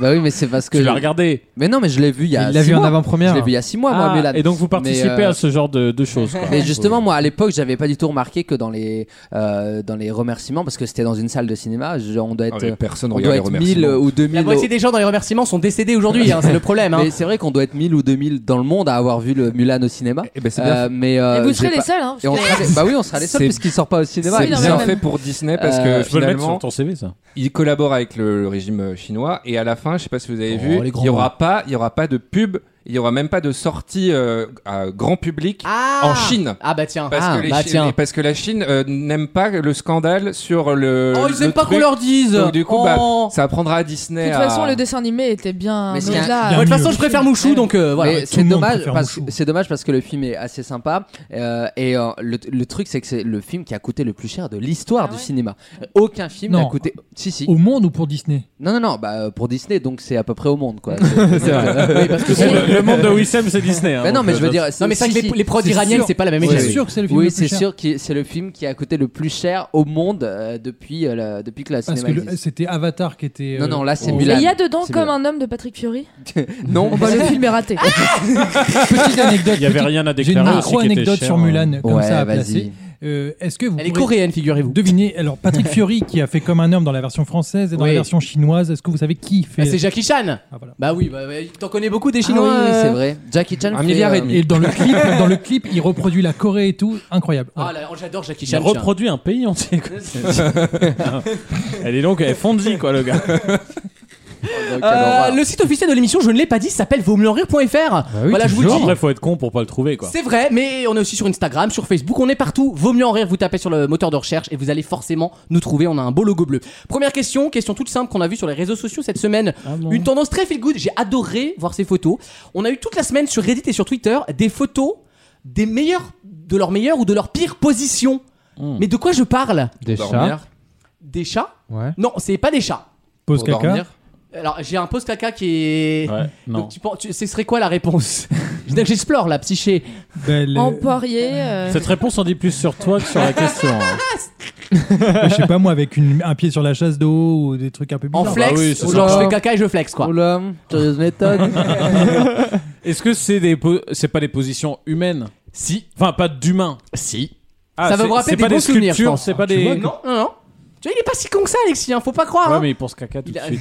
F: Bah oui, mais c'est parce que.
E: Tu l'as regardé
F: Mais non, mais je l'ai vu il y a.
E: Il l'a
F: six
E: vu en
F: mois.
E: avant-première.
F: Je l'ai vu il y a 6 mois, moi,
E: Ah,
F: Mulan.
E: et donc vous participez
F: Mais, euh,
E: à ce genre de, de choses. quoi.
F: Mais justement, moi, à l'époque, j'avais pas du tout remarqué que dans les, euh, dans les remerciements, parce que c'était dans une salle de cinéma, je- on doit être,
G: Ah, mais personne
F: on
G: regarde
F: doit
G: les
F: être
G: remerciements.
F: 1000 ou 2000.
B: La moitié des gens dans les remerciements sont décédés aujourd'hui, hein, c'est le problème. hein.
F: Mais c'est vrai qu'on doit être 1000 ou 2000 dans le monde à avoir vu le Mulan au cinéma.
G: Eh ben, c'est bien fait.
F: mais, euh,
D: Et vous
F: j'ai
D: serez les
F: pas-
D: seuls, hein, parce
F: Et on
D: que-
F: sera les- Bah oui, on sera les seuls
G: C'est-
F: puisqu'il sort pas au cinéma.
G: C'est
F: évidemment.
G: bien fait pour Disney parce que
F: Euh,
E: Tu peux le mettre sur
G: finalement,
E: ton CV, ça.
G: il collabore avec le, le régime euh, chinois et à la fin, je sais pas si vous avez
E: Oh,
G: vu,
E: les
G: il
E: grands
G: y aura pas, il y aura pas de pub, il y aura même pas de sortie euh, à grand public
B: Ah
G: en Chine.
B: Ah bah tiens.
G: Parce,
B: Ah,
G: que les
B: bah
G: Chi-
B: tiens.
G: parce que la Chine euh, n'aime pas le scandale sur le.
B: Oh, ils
G: le
B: aiment pas
G: truc.
B: qu'on leur dise.
G: Donc, du coup, bah,
B: Oh.
G: ça apprendra à
D: De
G: Disney.
D: toute
G: à-
D: façon, le dessin animé était bien
F: Mais c'est
D: au-delà.
F: un-
B: Moi, Ah, de toute façon, je préfère Mouchou, donc euh, voilà.
F: Mais c'est dommage, parce, c'est dommage parce que le film est assez sympa. euh, et euh, le, le truc, c'est que c'est le film qui a coûté le plus cher de
B: Ah
F: l'histoire du cinéma. Euh, Aucun film n'a
C: Non.
F: coûté. Si, si.
C: Au monde ou pour Disney
F: Non, non, non, bah, euh, pour Disney, donc c'est à peu près au monde, quoi.
E: Oui, parce que c'est- le, le monde de Wissem, c'est Disney. hein,
F: Mais non,
E: donc,
F: mais
E: euh,
F: je veux dire.
B: Non, mais c'est vrai que les- les prods
F: c'est
B: iraniennes,
F: sûr.
B: c'est pas la même
F: Oui,
B: échelle.
F: oui.
C: sûr que c'est le film
F: Oui,
C: le plus
F: c'est
C: cher.
F: sûr que c'est le film qui a coûté le plus cher au monde euh, depuis, euh, la- depuis que la
C: Parce
F: cinéma
C: que le-
F: existe.
C: c'était Avatar qui était. euh,
F: Non, non, là, c'est
C: au-
F: Mulan.
D: Et il y a dedans
F: C'est
D: comme
F: bien.
D: un homme de Patrick Fury.
F: Non,
D: Bon, bah, le film est raté.
C: Petite anecdote.
E: Il y avait
C: petite-
E: rien à
C: J'ai une
E: déclarer. aussi
C: micro
E: qui était
C: anecdote
E: cher,
C: sur
E: hein.
C: Mulan comme
F: Ouais,
C: ça à
F: vas-y.
C: placer. Euh, Est-ce que vous
B: Elle est
C: pourrez
B: coréenne, figurez-vous.
C: deviner alors Patrick Fiori qui a fait comme un homme dans la version française et dans
B: Oui.
C: la version chinoise Est-ce que vous savez qui fait
B: Bah, c'est Jackie Chan.
C: voilà.
B: Bah oui, bah, ouais, t'en connais beaucoup des
F: Ah oui,
B: Chinois.
F: oui, c'est
B: euh.
F: vrai. Jackie Chan.
G: Un
F: fait,
G: milliard et
F: euh,
G: demi.
C: Et dans le clip, dans le clip, il reproduit la Corée et tout, incroyable.
B: Ah là, j'adore Jackie
E: Il
B: Chan.
E: reproduit un pays entier. quoi. elle est donc, elle fondit quoi, le gars.
F: donc,
B: tiens.
F: alors,
B: Euh,
F: voilà.
B: le site officiel de l'émission, je ne l'ai pas dit, s'appelle vautmieuxenrire.fr. voilà, je vous le dis.
E: Après, faut être con pour pas le trouver quoi.
B: C'est vrai, mais on est aussi sur Instagram, sur Facebook, on est partout. Vaut mieux en rire, vous tapez sur le moteur de recherche et vous allez forcément nous trouver. On a un beau logo bleu. Première question, question toute simple qu'on a vue sur les réseaux sociaux cette semaine.
H: Ah
B: Une tendance très feel good, j'ai adoré voir ces photos. On a eu toute la semaine sur Reddit et sur Twitter des photos des meilleurs, de leurs meilleures ou de leurs pires positions. Mais de quoi je parle
H: Hmm. Des chats.
G: Dormir
B: Des chats
H: Ouais.
B: Non, c'est pas des chats.
C: Pose
G: pour
C: caca.
G: dormir.
B: Alors j'ai un post caca qui est.
E: Ouais, non.
B: Donc, tu penses- tu- ce serait quoi la réponse J'explore la psyché.
C: Ben, le-
D: En poirier. euh,
E: Cette réponse en dit plus sur toi que sur la question. hein.
C: je sais pas moi avec une- un pied sur la chasse d'eau ou des trucs un peu
B: En
C: bizarres.
B: flex,
E: bah oui, c'est
B: ou
E: ça.
B: genre je fais caca et je flex quoi.
F: Oula, curieuse méthode.
E: Est-ce que c'est des po- c'est pas des positions humaines Si. Enfin, pas d'humains. Si.
B: ça va vous rappeler des bons souvenirs, je pense.
E: Ah,
B: Ah,
E: C'est pas des.
B: Non, non, non. Tu vois, il est pas si con que ça, Alexis, hein, faut pas croire.
E: Ouais,
B: hein.
E: mais ils pensent caca tout de
B: Il a-
E: suite.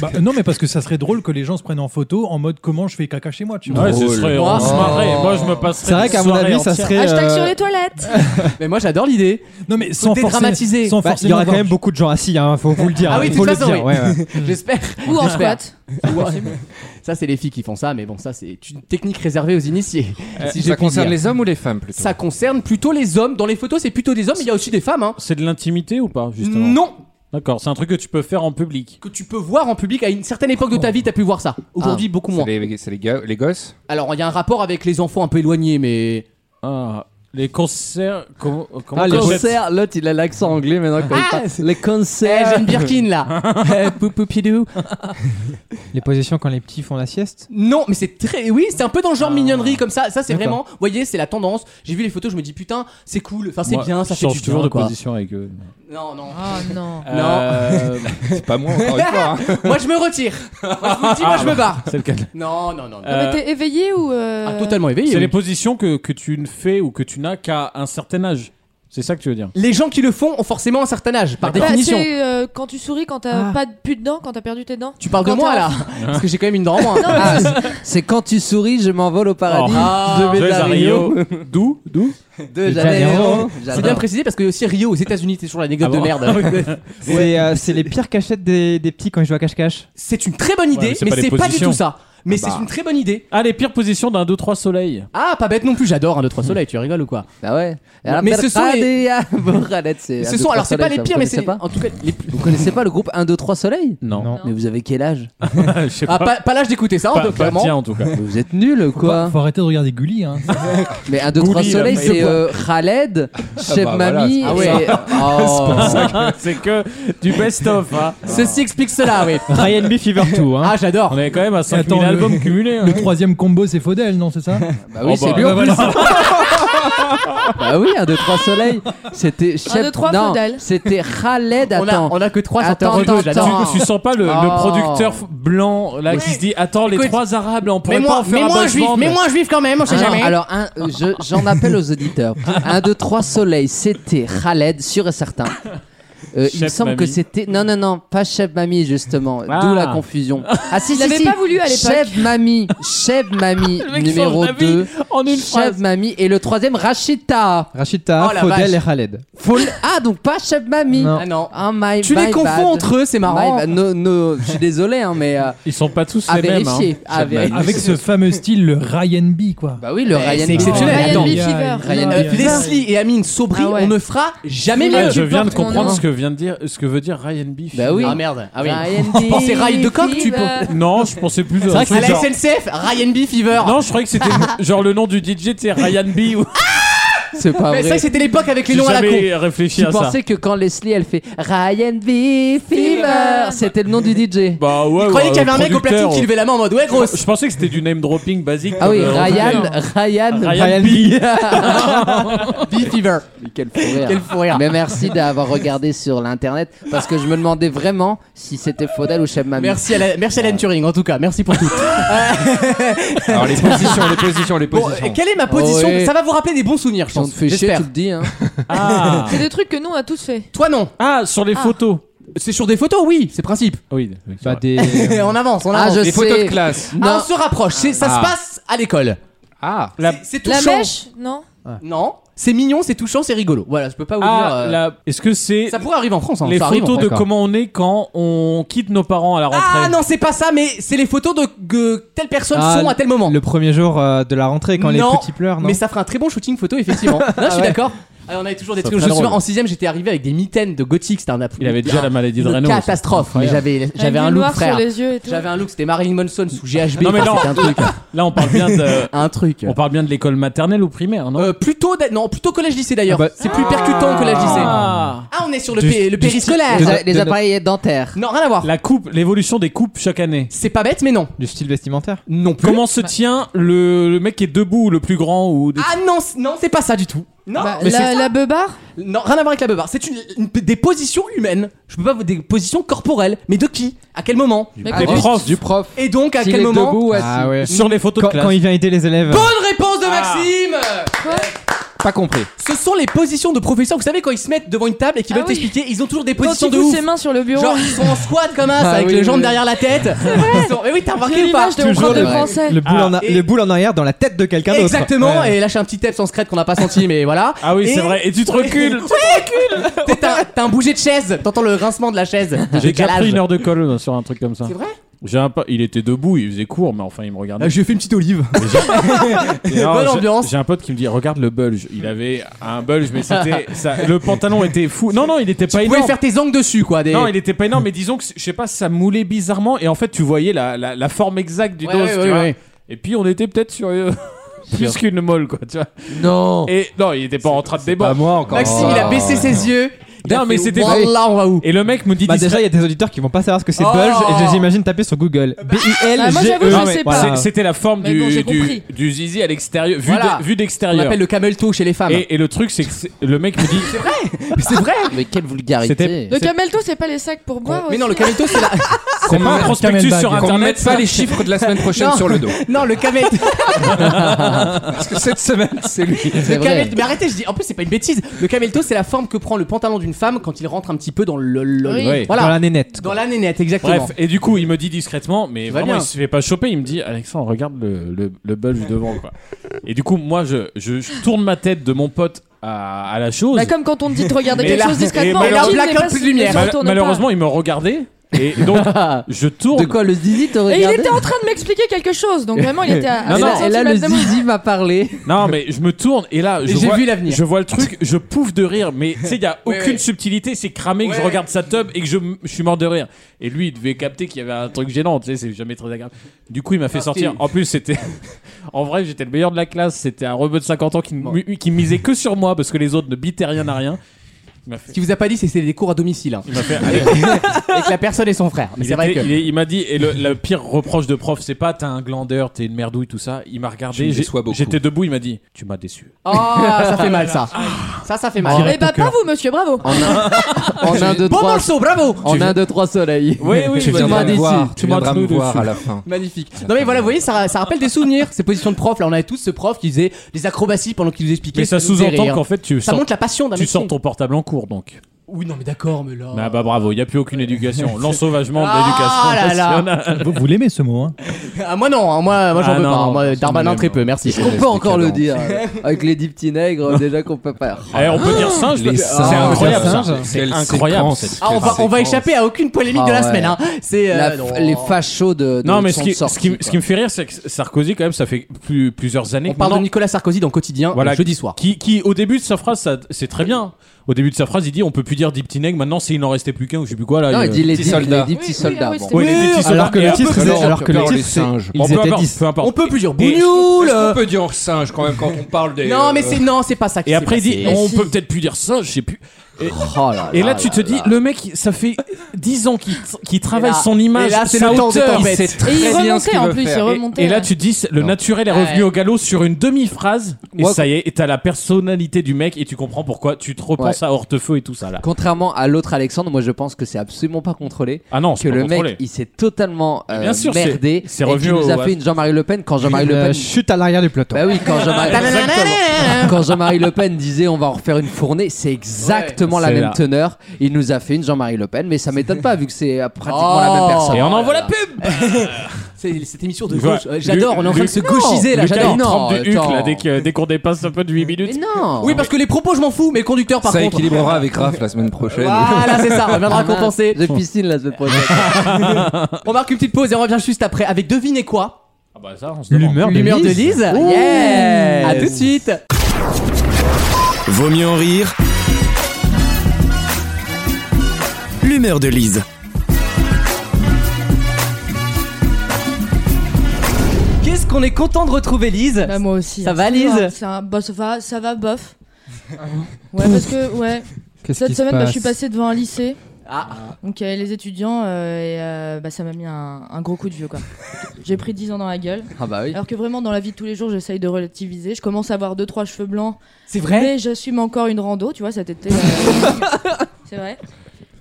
C: Bah, non mais parce que ça serait drôle que les gens se prennent en photo en mode comment je fais caca chez moi, tu vois.
E: Ouais, ce serait. On se marrait. Moi, je me passerais.
H: C'est vrai
E: des
H: qu'à mon
E: soirées
H: avis, ça
E: entières.
H: serait.
D: Hashtag
H: euh,
D: sur les toilettes.
B: mais moi j'adore l'idée.
C: Non mais sans
B: dédramatiser.
C: forcer, sans
H: bah,
C: forcer.
H: Il y aura quand même beaucoup de gens assis, hein, faut vous le dire.
B: Ah oui, de
H: faut
B: toute
H: le
B: façon,
H: dire.
B: oui.
H: ouais, ouais.
B: J'espère.
D: Mm. Ou en
B: J'espère.
D: squat.
B: Ça, c'est les filles qui font ça, mais bon, ça, c'est une technique réservée aux initiés.
G: Euh,
B: si je
G: ça
B: puis
G: concerne
B: dire.
G: les hommes ou les femmes plutôt
B: Ça concerne plutôt les hommes. Dans les photos, c'est plutôt des hommes, mais il y a aussi des femmes. Hein.
E: C'est de l'intimité ou pas justement
B: Non
E: D'accord, c'est un truc que tu peux faire en public.
B: Que tu peux voir en public à une certaine époque de ta vie, t'as pu voir ça. Aujourd'hui,
E: Ah.
B: beaucoup moins.
G: C'est les, c'est les gars- les gosses
B: Alors, il y a un rapport avec les enfants un peu éloignés, mais.
E: Ah, les concerts. Comment,
B: Ah, les
I: concerts, l'autre il a l'accent anglais maintenant quand
C: Ah,
I: il parle. Les concerts.
B: J'aime Birkin là Eh, Poupoupidou
H: Les positions quand les petits font la sieste
B: Non, mais c'est très. Oui, c'est un peu dans le genre mignonnerie comme ça. Ça, c'est vraiment. Vous voyez, c'est la tendance. J'ai vu les photos, je me dis putain, c'est cool. Enfin, c'est
E: Moi,
B: bien, ça
E: je
B: fait
E: change
B: du
E: toujours
B: bien,
E: de
B: quoi.
E: position avec eux.
B: Non, non.
D: Oh non.
E: Euh, c'est pas moi encore une fois, hein.
B: moi, je me retire. Moi, je vous le dis, moi,
E: Ah,
B: je
E: bah,
B: me barre.
E: c'est le cas de-
B: Non, non, non. non.
E: Euh,
D: T'es éveillé ou. euh,
B: Ah, éveillé,
E: C'est
B: oui.
E: les positions que, que tu ne fais ou que tu n'as qu'à un certain âge. C'est ça que tu veux dire
B: Les gens qui le font ont forcément un certain âge, par
D: Bah,
B: définition.
D: c'est, euh, quand tu souris, quand t'as pas de- plus de dents, quand t'as perdu tes dents.
B: Tu parles de
D: Quand
B: moi
D: t'es
B: là
D: enfant.
B: Parce que j'ai quand même une dent en moins.
D: Ah,
F: C'est quand tu souris, je m'envole au paradis.
D: Oh.
B: Ah,
F: je vais
B: de
F: à
B: Rio.
E: D'où D'où
F: De Janeiro.
B: C'est bien précisé parce que aussi Rio aux États-Unis, c'est toujours l'anecdote
H: Ah bon
B: de merde.
H: C'est euh, c'est les pires cachettes des, des petits quand ils jouent à cache-cache.
B: C'est une très bonne idée, mais c'est pas, du tout ça. Mais
H: Bah.
B: c'est une très bonne idée.
E: Ah, les pires positions d'un 2-3 soleil.
B: Ah, pas bête non plus, j'adore un 2-3 soleil, tu rigoles ou quoi
F: Bah ouais.
B: Mais ce sont les...
F: c'est
B: Ce sont, alors c'est pas les pires, mais c'est. En tout cas, les plus.
F: Vous connaissez pas le groupe 1, 2, 3 Soleil
E: non.
F: Mais vous avez quel âge
E: Je sais
B: Ah, pas, pas l'âge d'écouter ça,
E: Bah,
F: Pas-
B: en tout
F: pas
B: clairement.
F: tien, en tout cas. Bah, Vous êtes nul quoi
C: faut, arrêter de regarder Gulli. Hein.
F: Mais 1, 2, 3
C: Gouli,
F: Soleil,
C: la
F: c'est
C: meilleure.
F: euh, Khaled, Chef
C: bah voilà,
F: Mami
C: c'est
B: Ah
C: pour
F: et.
C: ça.
F: Oh.
E: C'est pas ça que- C'est que du best-of. hein.
B: Ceci explique cela, oui.
H: Ryan B. Fever 2. Hein.
B: Ah, j'adore.
E: On est quand même à 5000
C: Attends, le-
E: albums cumulés. hein.
C: Le troisième combo, c'est Faudel, non, c'est ça
F: Bah oui,
E: Oh,
F: c'est
E: bah,
F: lui en
E: bah,
F: plus.
E: voilà.
F: Bah oui, 1, 2, 3 Soleil. C'était Chef.
D: deux, trois
F: non,
D: Faudel.
F: c'était Khaled.
B: On a-
F: Attends.
B: on a que 3
F: Attends,
B: chanteurs
F: attends,
B: reggae, j'adore.
F: attends.
E: Tu sens pas le, le
F: Oh.
E: producteur f- blanc là qui se dit Attends, les
B: Écoute,
E: trois arabes, là, on pourrait
B: Mais
E: pas
B: moi,
E: en faire
B: mais
E: un
B: moi,
E: boys
B: juif,
E: band
B: mais moi, juif quand même, on sait
F: Ah non,
B: jamais.
F: alors, un, euh, je- j'en appelle aux auditeurs. 1, 2, 3 soleil, c'était Khaled, sûr et certain. Euh, il me
B: Chef
F: semble
B: Mamie.
F: que c'était. Non, non, non, pas Chef Mamie, justement.
B: Ah.
F: D'où la confusion. Ah, si,
D: Il
F: si,
D: l'avait
F: si.
D: pas voulu à l'époque.
F: Chef Mamie, Chef Mamie,
D: mec
F: numéro
D: change d'avis
F: 2.
E: En
F: Chef Mamie. Et le troisième, Rachita.
H: Rachita,
F: Oh, la
H: Faudel
F: vache.
H: et Khaled.
F: Folle- Ah, donc pas Chef Mamie.
H: Non. Ah,
B: non.
F: my,
B: Tu les
F: my
B: confonds
F: bad.
B: entre eux, c'est marrant.
F: My bad. No, no, je suis désolé, hein, mais. euh,
E: Ils sont pas tous
F: à
E: les mêmes. hein.
F: vérifier, à vérifier.
C: Avec ce fameux style, le Ryan B, quoi.
F: Bah oui, le Ryan
B: Eh, C'est exceptionnel.
F: Ryan
B: Attends.
F: B.
B: Euh,
F: Ryan B.
B: Leslie et Amine Sobri, on ne fera jamais
E: Ah,
B: mieux.
E: je viens de comprendre ce que vient de dire, ce que veut dire Ryan Beef.
F: Bah oui.
B: Ah merde. Ah oui.
F: Ryan B.
B: Tu pensais rail de coq, tu peux.
F: Fever.
E: Non, je pensais plus
B: C'est
E: à
B: vrai que c'est la
E: genre-
B: SNCF, Ryan B. Fever.
E: Non, je croyais que c'était genre le nom du DJ, tu sais, Ryan B. Ou...
F: C'est pas
B: Mais c'est vrai que c'était l'époque avec les
E: J'ai
B: noms à la con.
E: jamais réfléchi
F: Tu
E: à ça.
F: pensais que quand Leslie elle fait Ryan B. Fever, c'était le nom du DJ.
E: Bah ouais.
B: Je croyais
E: ouais,
B: qu'il y avait un mec au
E: producteur,
B: platine qui
E: ouais.
B: levait la main en mode ouais gros.
E: Je pensais que c'était du name dropping basique.
F: Ah oui,
E: comme, euh,
F: Ryan,
E: on
F: Ryan,
E: fait. Ryan B.
B: B fever.
F: Mais quel fou rire.
B: Quel fou rire.
F: Mais merci d'avoir regardé sur l'internet parce que je me demandais vraiment si c'était Faudel ou Chef Mami.
B: Merci à la, merci à Alan Turing en tout cas, merci pour tout.
G: Alors les positions, les positions, les
B: Bon,
G: positions.
B: et quelle est ma position
F: Oh, ouais.
B: Ça va vous rappeler des bons souvenirs, je
F: Si on
B: pense.
F: te fait chier,
B: J'espère.
F: tu le dis. Hein.
E: Ah.
D: C'est des trucs que nous on a tous fait.
B: Toi non.
E: Ah, sur les photos. Ah
B: C'est sur des photos, oui, c'est principe.
E: Oui. oui, c'est vrai.
B: on avance, on
F: Bah, Ah,
B: avance.
F: je
G: Les
F: sais.
G: photos de classe.
B: Ah, on se rapproche. c'est- Ça se
G: Ah.
B: passe à l'école.
G: Ah.
E: La-
B: C'est- C'est
D: La
B: touchant.
D: mèche Non
B: Non. C'est mignon, c'est touchant, c'est rigolo. Voilà, je peux pas vous dire.
E: Ah,
B: euh,
E: la- Est-ce que c'est
B: Ça pourrait arriver en France. hein,
E: les
B: ça arrive en
E: photos de
B: France.
E: comment on est quand on quitte nos parents à la rentrée
B: Ah non, c'est pas ça, mais c'est les photos de que telle personne
H: Ah,
B: sont à tel moment.
H: Le premier jour euh, de la rentrée quand
B: Non,
H: les petits pleurent, non Ah
B: Mais ça ferait un très bon shooting photo, effectivement. non, je suis d'accord. Alors, on avait toujours des
E: Ça
B: trucs. Je
E: serait
B: me souviens,
E: drôle.
B: en 6 j'étais arrivé avec des mitaines de gothique. C'était un Ah,
E: Il avait déjà la maladie de
B: une
E: Raynaud.
B: catastrophe. Mais j'avais,
D: Avec
B: j'avais
D: du
B: un look,
D: noir
B: frère.
D: sur les yeux et tout.
B: J'avais un look, c'était Marilyn Manson sous GHB.
E: Ah Non, mais
B: enfin,
E: non.
B: Ah, c'était un truc.
E: Là, on parle bien de,
B: Un truc.
E: on parle bien de l'école maternelle ou primaire, non
B: Euh, plutôt, d'a- non, plutôt collège-lycée d'ailleurs.
H: Ah bah-
B: C'est plus percutant que collège-lycée. Ah, on est sur le,
H: Du-
B: pé-
H: du
B: le périscolaire.
F: Les,
H: De-
F: a- les
H: de-
F: appareils dentaires.
B: Non, rien à voir.
E: La coupe, l'évolution des coupes chaque année.
B: C'est pas bête, mais non.
H: Du style vestimentaire
B: Non plus.
E: Comment se tient le, le mec qui est debout, le plus grand ou des-
B: Ah non, c- non, c'est pas ça du tout. Non,
D: Bah,
E: mais
D: la,
E: c'est-
D: la beubar
B: non, rien à voir avec la beubar. C'est une, une- des positions humaines. Je peux pas vous des positions corporelles. Mais de qui À quel moment
D: Mec,
E: des
D: on est-
E: profs
G: Du prof.
B: Et donc à
F: S'il
B: quel
F: est
B: moment
F: debout, ouais,
H: Ah ouais.
E: sur les photos
H: Quand,
E: de classe
H: quand il vient aider les élèves.
B: Bonne réponse de
E: Ah.
B: Maxime
G: Pas compris.
B: Ce sont les positions de professeurs. Vous savez quand ils se mettent devant une table et qu'ils
D: Ah
B: veulent
D: oui.
B: t'expliquer, ils ont toujours des
D: Quand
B: positions
D: tu
B: de
D: pousses
B: ouf.
D: ses mains sur le bureau.
B: Genre ils sont en squat comme ça
F: Ah
B: avec
F: oui,
B: les jambes
F: oui.
B: derrière la tête. Ils sont- Mais oui, t'as remarqué ou pas
D: l'image de mon prof de
F: le-
D: français.
H: Le boule,
E: Ah,
H: en a-
B: et-
H: le boule en arrière dans la tête de quelqu'un d'autre.
B: Exactement,
H: Ouais.
B: et lâche un petit tep sans secret qu'on n'a pas senti, mais voilà.
E: Ah oui, c'est
B: Et-
E: vrai. Et tu te recules.
B: T'es un, t'as un bougé de chaise, t'entends le rincement de la chaise.
E: J'ai déjà
B: Décalage.
E: pris une heure de colle euh, sur un truc comme ça.
B: C'est vrai
E: J'ai un pa- Il était debout, il faisait court, mais enfin il me regardait.
B: Là, je lui ai Ah, fait une petite olive.
E: Et alors,
B: Bonne
E: je-
B: ambiance.
E: J'ai un pote qui me dit regarde le bulge. Il avait un bulge, mais c'était ça- le pantalon était fou. Non non, il était pas
B: Tu
E: énorme.
B: pouvais faire tes angles dessus, quoi. Des...
E: Non, il était pas énorme, mais disons que je sais pas, ça moulait bizarrement. Et en fait, tu voyais la, la, la forme exacte du
B: Ouais,
E: dos.
B: ouais,
E: tu
B: ouais,
E: vois.
B: ouais.
E: Et puis on était peut-être sur euh, plus
B: Sur-
E: qu'une molle, quoi. Tu vois.
B: Non.
E: Et non, il était pas en train de débattre.
B: moi encore. Oh. Maxime, il
H: Oh.
B: a baissé ses yeux. Il a
E: Non, mais
B: fait,
E: c'était.
B: Wallah, on va où
E: Et le mec me dit.
H: Bah déjà,
E: discret-
H: il y a des auditeurs qui vont pas savoir ce que c'est
E: Oh
H: bulge et je les imagine taper sur Google.
B: Bah,
H: B-I-L-G-E.
E: Ah, moi, j'avoue,
D: euh,
E: je sais pas.
H: Voilà.
E: C'est- C'était la forme
H: Mais
E: du,
H: bon, j'ai
E: du,
H: compris.
E: du zizi à l'extérieur, vu
B: Voilà.
E: de- vu
B: On
E: d'extérieur.
B: appelle le camelto chez les femmes.
E: et, et le truc, c'est que c'est- le mec me dit. c'est vrai
B: C'est vrai
E: Mais quelle vulgarité
D: Le camelto, c'est pas les sacs pour boire
B: Mais non,
D: aussi
B: le camelto, c'est la.
E: Qu'on met un prospectus sur
G: Qu'on
E: internet.
G: mette pas les chiffres de la semaine prochaine
B: Non.
G: sur le dos.
B: Non, le camelto.
G: Parce que cette semaine, c'est lui.
B: Le camelto- mais arrêtez, je dis, en plus c'est pas une bêtise. Le camelto, c'est la forme que prend le pantalon d'une femme quand il rentre un petit peu dans le, le-
E: Oui. Oui.
B: voilà.
E: Dans la nénette,
B: Dans la nénette, exactement.
E: Bref, et du coup, il me dit discrètement, mais
B: va
E: vraiment,
B: bien.
E: il se fait pas choper. Il me dit, Alexandre, regarde le, le, le bulge devant, quoi. Et du coup, moi, je, je, je tourne ma tête de mon pote à, à la chose.
D: Bah, comme quand on te dit de regarder
E: Mais
D: quelque
E: là-
D: chose discrètement.
E: et
D: on
E: là,
D: dit,
E: là,
D: mais
E: comme
D: pas-
E: plus de
D: mais
E: lumière.
D: on
E: Mal-
D: tourne pas.
E: malheureusement, il me regardait. Et donc, je tourne. De quoi
F: le zizi te
D: Et il était en train de m'expliquer quelque chose, donc vraiment il était à.
E: Non,
D: à
E: non.
D: 20
E: Et là, le
D: centimètres de moi.
F: Zizi m'a parlé.
E: Non, mais je me tourne et là, je
B: j'ai
E: vois,
B: vu l'avenir.
E: je vois le truc, je pouffe de rire, mais tu sais, il n'y a
B: Ouais,
E: aucune
B: ouais.
E: subtilité, c'est cramé que je
B: Ouais.
E: regarde sa tub et que je, m- je suis mort de rire. Et lui, il devait capter qu'il y avait un truc gênant, tu sais, c'est jamais très agréable. Du coup, il m'a fait sortir. En plus, c'était. En vrai, j'étais le meilleur de la classe, c'était un rebeu de 50 ans qui, m- qui misait que sur moi parce que les autres ne bitaient rien à rien.
B: Ah,
E: Il m'a fait.
B: Ce qu'il vous a pas dit, c'est que c'était des cours à domicile. hein.
E: Il m'a fait.
B: Avec avec la personne et son frère. Mais
E: Il,
B: c'est vrai que.
E: était- il est- il m'a dit, et le, le pire reproche de prof, c'est pas t'es un glandeur, t'es une merdouille, tout ça. Il m'a
B: Tu
E: regardé,
B: me
E: j'ai-
B: déçois beaucoup.
E: j'étais debout, il m'a dit, tu m'as déçu.
B: Oh,
E: Ah,
B: ça fait mal ça. Ça, ça fait mal.
D: Ah. Eh bah, pas vous, monsieur, bravo.
F: En un, deux,
B: Bon
F: trois.
B: morceau, bravo
F: En un, deux, trois soleils.
E: Oui, oui,
F: tu
G: viendras
F: m'as
G: me
F: déçu.
G: voir, tu viendras me
F: trouvé
G: voir
F: dessus.
G: à la fin.
B: Magnifique. Non mais voilà, vous voyez, ça, ça rappelle des souvenirs, ces positions de prof. Là, on avait tous ce prof qui faisait des acrobaties pendant qu'il nous expliquait.
E: Mais ça
B: ce qu'il nous faisait
E: sous-entend
B: rire.
E: qu'en fait, tu
B: hein Ça
E: sors-
B: montre la passion d'un
E: Tu
B: métier.
E: sors ton portable en cours, donc.
B: Oui, non mais d'accord, mais là.
E: Ah bah bravo, il n'y a plus aucune éducation. L'ensauvagement de
B: Ah
E: l'éducation
B: là là.
E: nationale.
C: Vous, vous l'aimez ce mot, hein
B: Ah, moi non, hein, moi, moi j'en
E: Ah
B: veux
E: non,
B: pas. hein. Moi,
E: on s'en
B: Darmanin
E: aime.
B: très peu, merci.
F: Est-ce qu'on peut encore le dire euh, Avec les dix petits nègres, déjà qu'on peut pas.
E: Eh, on peut dire singe, parce que c'est incroyable.
F: les singes.
E: ça. C'est
F: Quelle
E: incroyable.
F: séquence.
E: cette-
B: Ah, on va, on va échapper à aucune polémique de la
F: Ah ouais.
B: semaine. Hein. C'est euh,
F: La- les fachos de. de
E: Non mais ce
F: sont
E: qui, ce qui-
F: sortis,
E: ce qui,
F: quoi.
E: me fait rire, c'est que Sarkozy quand même, ça fait plus- plusieurs années.
B: On parle de Nicolas Sarkozy dans Quotidien,
E: Voilà,
B: jeudi soir.
E: Qui, qui, au début de sa phrase, ça- c'est très bien. Au début de sa phrase, il dit on peut plus dire dix petits nègres. Maintenant, s'il n'en restait plus qu'un ou je sais plus quoi là.
F: Non, il dit les
E: Petits
F: dix-
E: soldats.
F: les dix petits Oui, oui, soldats, oui, bon. c'était
E: Oui, les
F: bien.
E: dix petits
F: Alors
E: soldats.
F: que le
E: Et
F: titre,
E: après,
F: c'est-
E: on peut
F: alors que
E: dire
F: le
E: les
F: titre, c'est-
E: singes.
F: ils
E: On peut
F: étaient
E: avoir-
F: dix.
E: peu importe.
B: On peut plus dire
E: Et-
B: bougnoule
G: On peut dire singe quand même quand on parle des.
B: Non mais
G: euh,
B: c'est non, c'est pas ça. qui
E: Et
B: s'est
E: après, il dit
B: passé. Oh
E: on peut peut-être plus dire ça, je sais plus. Et, et
F: là
E: là,
B: Ah
F: là
E: tu
F: là
E: te dis, le mec, ça fait 10 ans qu'il qu'il travaille
B: Et là-
E: son image,
B: et là, c'est
E: sa
B: le temps des
E: hauteur.
B: tempêtes.
E: sait
B: Et
E: très
D: il
E: bien
D: remontait,
E: ce qu'il
D: en
E: veut
D: plus, il
E: faire. Et-
D: remontait,
E: Et, là,
B: hein.
D: ouais.
E: tu te dis, le naturel est revenu au galop sur une demi-phrase. Et
F: Moi,
E: ça y est, et t'as la personnalité du mec et tu comprends pourquoi tu te repenses à Hortefeux et tout ça là.
F: Contrairement à l'autre Alexandre, moi je pense que c'est absolument pas contrôlé.
E: Ah non,
F: que
E: c'est pas
F: le
E: contrôlé.
F: mec il s'est totalement euh,
E: bien sûr,
F: merdé.
E: c'est- c'est
F: et
E: revenu
F: qu'il nous
E: au-
F: a fait une Jean-Marie Le Pen quand Jean-Marie
H: Une,
F: Le Pen.
H: euh, chute à l'arrière du peloton.
F: Bah oui, quand Jean-Marie Exactement. Quand Jean-Marie Le Pen disait on va en refaire une fournée, c'est exactement
E: Ouais.
F: la
E: C'est
F: même
E: là.
F: teneur. Il nous a fait une Jean-Marie Le Pen, mais ça m'étonne pas vu que c'est euh, pratiquement
B: Oh.
F: la même personne.
E: Et on envoie la
B: pub
E: Euh.
B: C'est cette émission de
E: Voilà.
B: gauche. Euh, J'adore, on est en train de
E: Luc-
B: se gauchiser là,
E: Lucas,
B: j'adore.
E: il trempe du huc,
B: attends.
E: là, dès que- dès qu'on dépasse un peu de 8 minutes. bah,
F: Mais non.
B: Oui, parce que les propos, je m'en fous, mais le conducteur, par
G: Ça
B: contre.
G: équilibrera avec Raph la semaine prochaine.
B: Voilà, c'est ça, on viendra compenser.
F: De piscine la semaine prochaine.
B: On marque une petite pause et on revient juste après avec devinez quoi
E: Ah bah ça, on se demande.
C: L'humeur de
B: L'humeur de
C: Lise.
B: Lise. Yeah À tout de suite
A: Vaut mieux en rire. L'humeur de Lise.
B: Qu'est-ce qu'on est content de retrouver Lise
D: Bah, moi aussi.
B: Ça
D: hein,
B: va,
D: c'est
B: Lise
D: un- c'est un- bah, ça va, ça va, bof. Ouais, parce que, ouais.
H: Qu'est-ce qui
D: Cette
H: se
D: semaine, bah,
H: passe
D: je suis passé devant un lycée. Donc, il y avait les étudiants, euh, et euh, bah, ça m'a mis un, un gros coup de vieux, quoi. J'ai pris 10 ans dans la gueule.
F: Ah bah oui.
D: Alors que vraiment, dans la vie de tous les jours, j'essaye de relativiser. Je commence à avoir 2-3 cheveux blancs.
B: C'est vrai
D: Mais j'assume encore une rando, tu vois, cet été. euh, C'est vrai.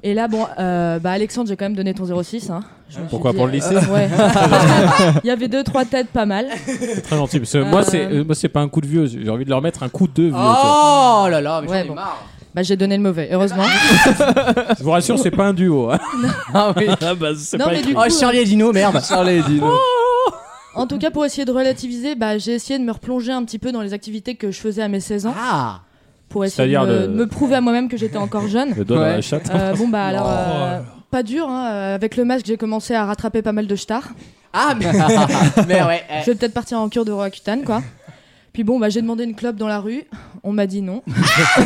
D: Et là, bon, euh, bah, Alexandre, j'ai quand même donné ton 06. Hein. Je me suis
E: Pourquoi,
D: dit,
E: pour le lycée
D: euh, Ouais. Il y avait deux, trois têtes pas mal.
E: C'est très gentil. Parce que moi,
D: Euh,
E: c'est euh, moi, c'est pas un coup de vieux. J'ai envie de leur mettre un coup de vieux. tu vois.
B: Oh là là, mais
D: Ouais,
B: j'en ai
D: bon.
B: marre Eh
D: Bah, j'ai donné le mauvais, heureusement.
E: Je vous rassure, c'est pas un duo. hein.
B: Ah oui
E: Ah bah, c'est
D: Non,
E: pas
D: mais
E: écrit.
D: du coup,
B: Oh, Charlie et Dino, merde
F: Charlie et Dino.
B: ben,
D: En tout cas, pour essayer de relativiser, bah, j'ai essayé de me replonger un petit peu dans les activités que je faisais à mes 16 ans.
B: Ah
D: Pour essayer de
E: C'est-à-dire
D: me,
E: le-
D: de me prouver à moi-même que j'étais encore jeune.
E: Le doigt dans
F: Ouais.
B: Oh.
E: la chatte.
D: Euh, bon, bah alors. euh,
L: Pas dur, hein, euh, avec le masque, j'ai commencé à rattraper pas mal de stars.
B: Ah, mais, mais ouais. euh.
L: Je vais peut-être partir en cure de Roaccutane, quoi. Puis bon, bah, j'ai demandé une clope dans la rue, on m'a dit non. en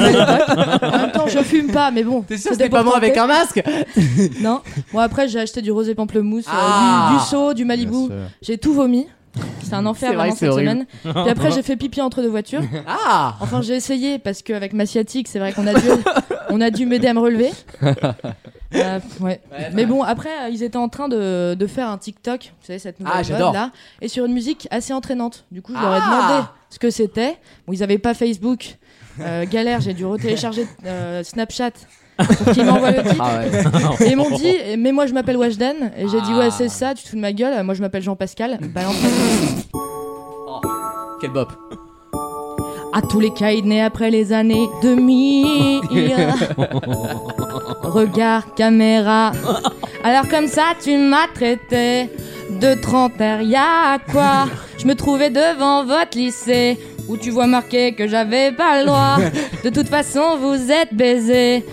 L: même temps, je fume pas, mais bon. T'es
B: sûr que c'était pas moi avec un masque
L: Non. Bon, après, j'ai acheté du rosé pamplemousse, euh,
B: Ah.
L: du, du seau, du Malibu.
B: Bien sûr.
L: J'ai tout vomi. C'était un enfer
B: C'est vrai
L: vraiment
B: que c'est
L: cette
B: horrible.
L: semaine. Puis après, j'ai fait pipi entre deux voitures.
B: Ah
L: Enfin, j'ai essayé parce qu'avec ma sciatique, c'est vrai qu'on a dû, on a dû m'aider à me relever. Euh, ouais. Mais bon, après, euh, ils étaient en train de, de faire un TikTok, vous savez, cette
B: Ah,
L: nouvelle
B: j'adore.
L: mode là, et sur une musique assez entraînante. Du coup, je leur ai
B: Ah.
L: demandé ce que c'était. Bon, ils n'avaient pas Facebook. Euh, galère, j'ai dû retélécharger euh, Snapchat pour qu'ils m'envoient le titre.
B: Ah ouais. Ah.
L: Et ils m'ont dit, mais moi je m'appelle Washden. Et j'ai dit, ouais, c'est ça, tu te fous de ma gueule, moi je m'appelle Jean-Pascal. Balance.
B: Quel bop.
L: À tous les cas, il naît après les années 2000. Regard caméra. Alors comme ça, tu m'as traité de trentenaire, y'a quoi Je me trouvais devant votre lycée où tu vois marqué que j'avais pas le droit. De toute façon, vous êtes baisés.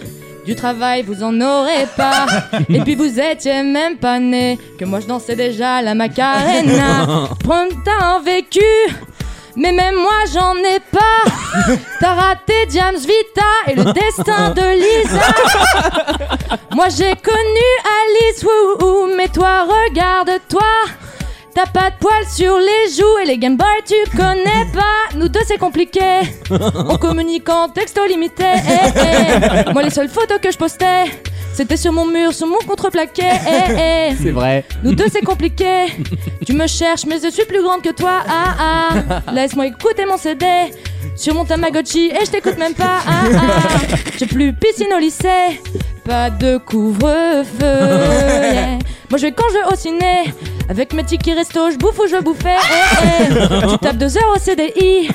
L: Du travail, vous en aurez pas. Et puis vous étiez même pas né. Que moi je dansais déjà la macarena. Prontin vécu. Mais même moi j'en ai pas. T'as raté James Vita et le destin de Lisa. Moi j'ai connu Alice, wouh, wouh, mais toi regarde-toi. T'as pas de poils sur les joues et les Game Boy tu connais pas. Nous deux c'est compliqué. On communique en texto limité. eh, eh. Moi les seules photos que je postais, c'était sur mon mur, sur mon contreplaqué. eh, eh.
B: C'est vrai.
L: Nous deux c'est compliqué. Tu me cherches mais je suis plus grande que toi. Ah ah. Laisse-moi écouter mon CD sur mon Tamagotchi et je t'écoute même pas. Ah ah. J'ai plus piscine au lycée, pas de couvre-feu. yeah. Moi je vais quand je vais au ciné. Avec mes tickets resto, je bouffe ou je bouffais. eh, eh. Tu tapes deux heures au CDI.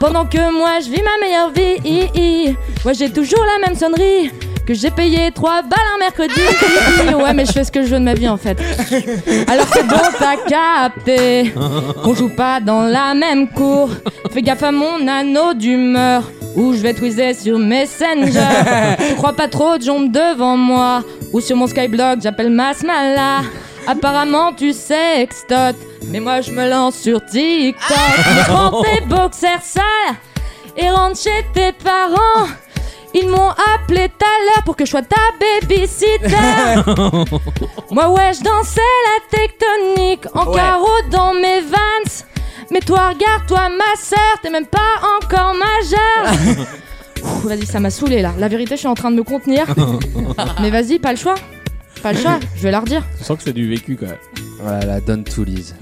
L: Pendant que moi je vis ma meilleure vie. i, i. Ouais, j'ai toujours la même sonnerie. Que j'ai payé 3 balles un mercredi. i, i. Ouais, mais je fais ce que je veux de ma vie en fait. Alors c'est bon, t'as capté. Qu'on joue pas dans la même cour. Fais gaffe à mon anneau d'humeur. Ou je vais tweezer sur Messenger. Je crois pas trop, jump devant moi. Ou sur mon skyblog, j'appelle Masmala. Apparemment, tu sextotes. Mais moi, je me lance sur TikTok. Prends tes boxers sales et rentre chez tes parents. Ils m'ont appelé tout à l'heure pour que je sois ta babysitter. Moi ouais, je dansais la tectonique en
B: Ouais.
L: carreau dans mes vans. Mais toi, regarde, toi, ma sœur, t'es même pas encore majeure. Ouh, vas-y, ça m'a saoulé là. La vérité, je suis en train de me contenir. Mais vas-y, pas le choix. Pas le choix, je vais leur dire.
E: Je sens que c'est du vécu quand même. Ah
Q: Voilà, donne tout, Lise.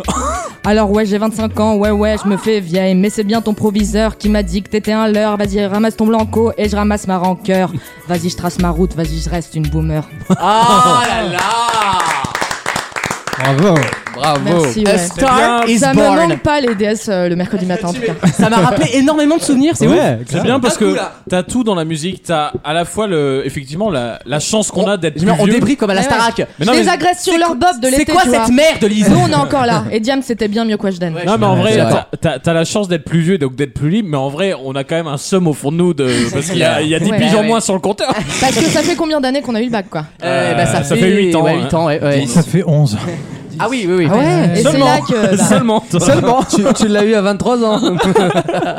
L: Alors ouais, j'ai 25 ans, ouais ouais, je me fais vieille, mais c'est bien ton proviseur qui m'a dit que t'étais un leurre. Vas-y, ramasse ton blanco et je ramasse ma rancœur. Vas-y, je trace ma route, vas-y, je reste une boomer.
B: Ah là là
H: Bravo.
B: Bravo.
L: Merci,
B: A
L: ouais.
B: star is
L: ça me
B: born. Ah,
L: manque pas les DS euh, le mercredi matin en tout cas.
B: Ça m'a rappelé énormément de souvenirs, c'est
E: Ouais,
B: ouf.
E: c'est bien parce
B: D'un coup,
E: que
B: là.
E: t'as tout dans la musique, t'as à la fois le, effectivement la, la chance qu'on a d'être.
B: Oh, Je veux dire,
E: plus
B: on
E: vieux.
B: débrie comme à la
E: Mais
B: Starac.
E: ouais. Mais
L: Je
E: non,
L: les
E: mais-
L: agresse sur leur bob de
B: c'est
L: l'été.
B: quoi
L: tu
B: cette
L: vois.
B: merde, Lise
L: Nous, on est encore là. Et Diam, c'était bien mieux qu'Washden.
E: Non mais en vrai,
B: C'est vrai.
E: t'as- t'as t'as la chance d'être plus vieux donc d'être plus libre, mais en vrai on a quand même un somme au fond de nous de, parce qu'il y a, il y a 10
L: Ouais.
E: pigeons
L: Ouais.
E: moins sur le compteur.
L: Parce que ça fait combien d'années qu'on a eu le bac, quoi
C: Eh,
E: Euh,
B: bah, ça
E: ça
B: fait-
E: fait 8 ans.
B: ouais,
E: hein.
B: huit ans, ouais, ouais.
C: Ça fait 11.
B: Ah oui, oui, oui.
L: Ah ouais, et c'est
E: Seulement.
L: là que. bah,
E: Seulement. toi.
F: Seulement, tu, tu l'as eu à 23 ans.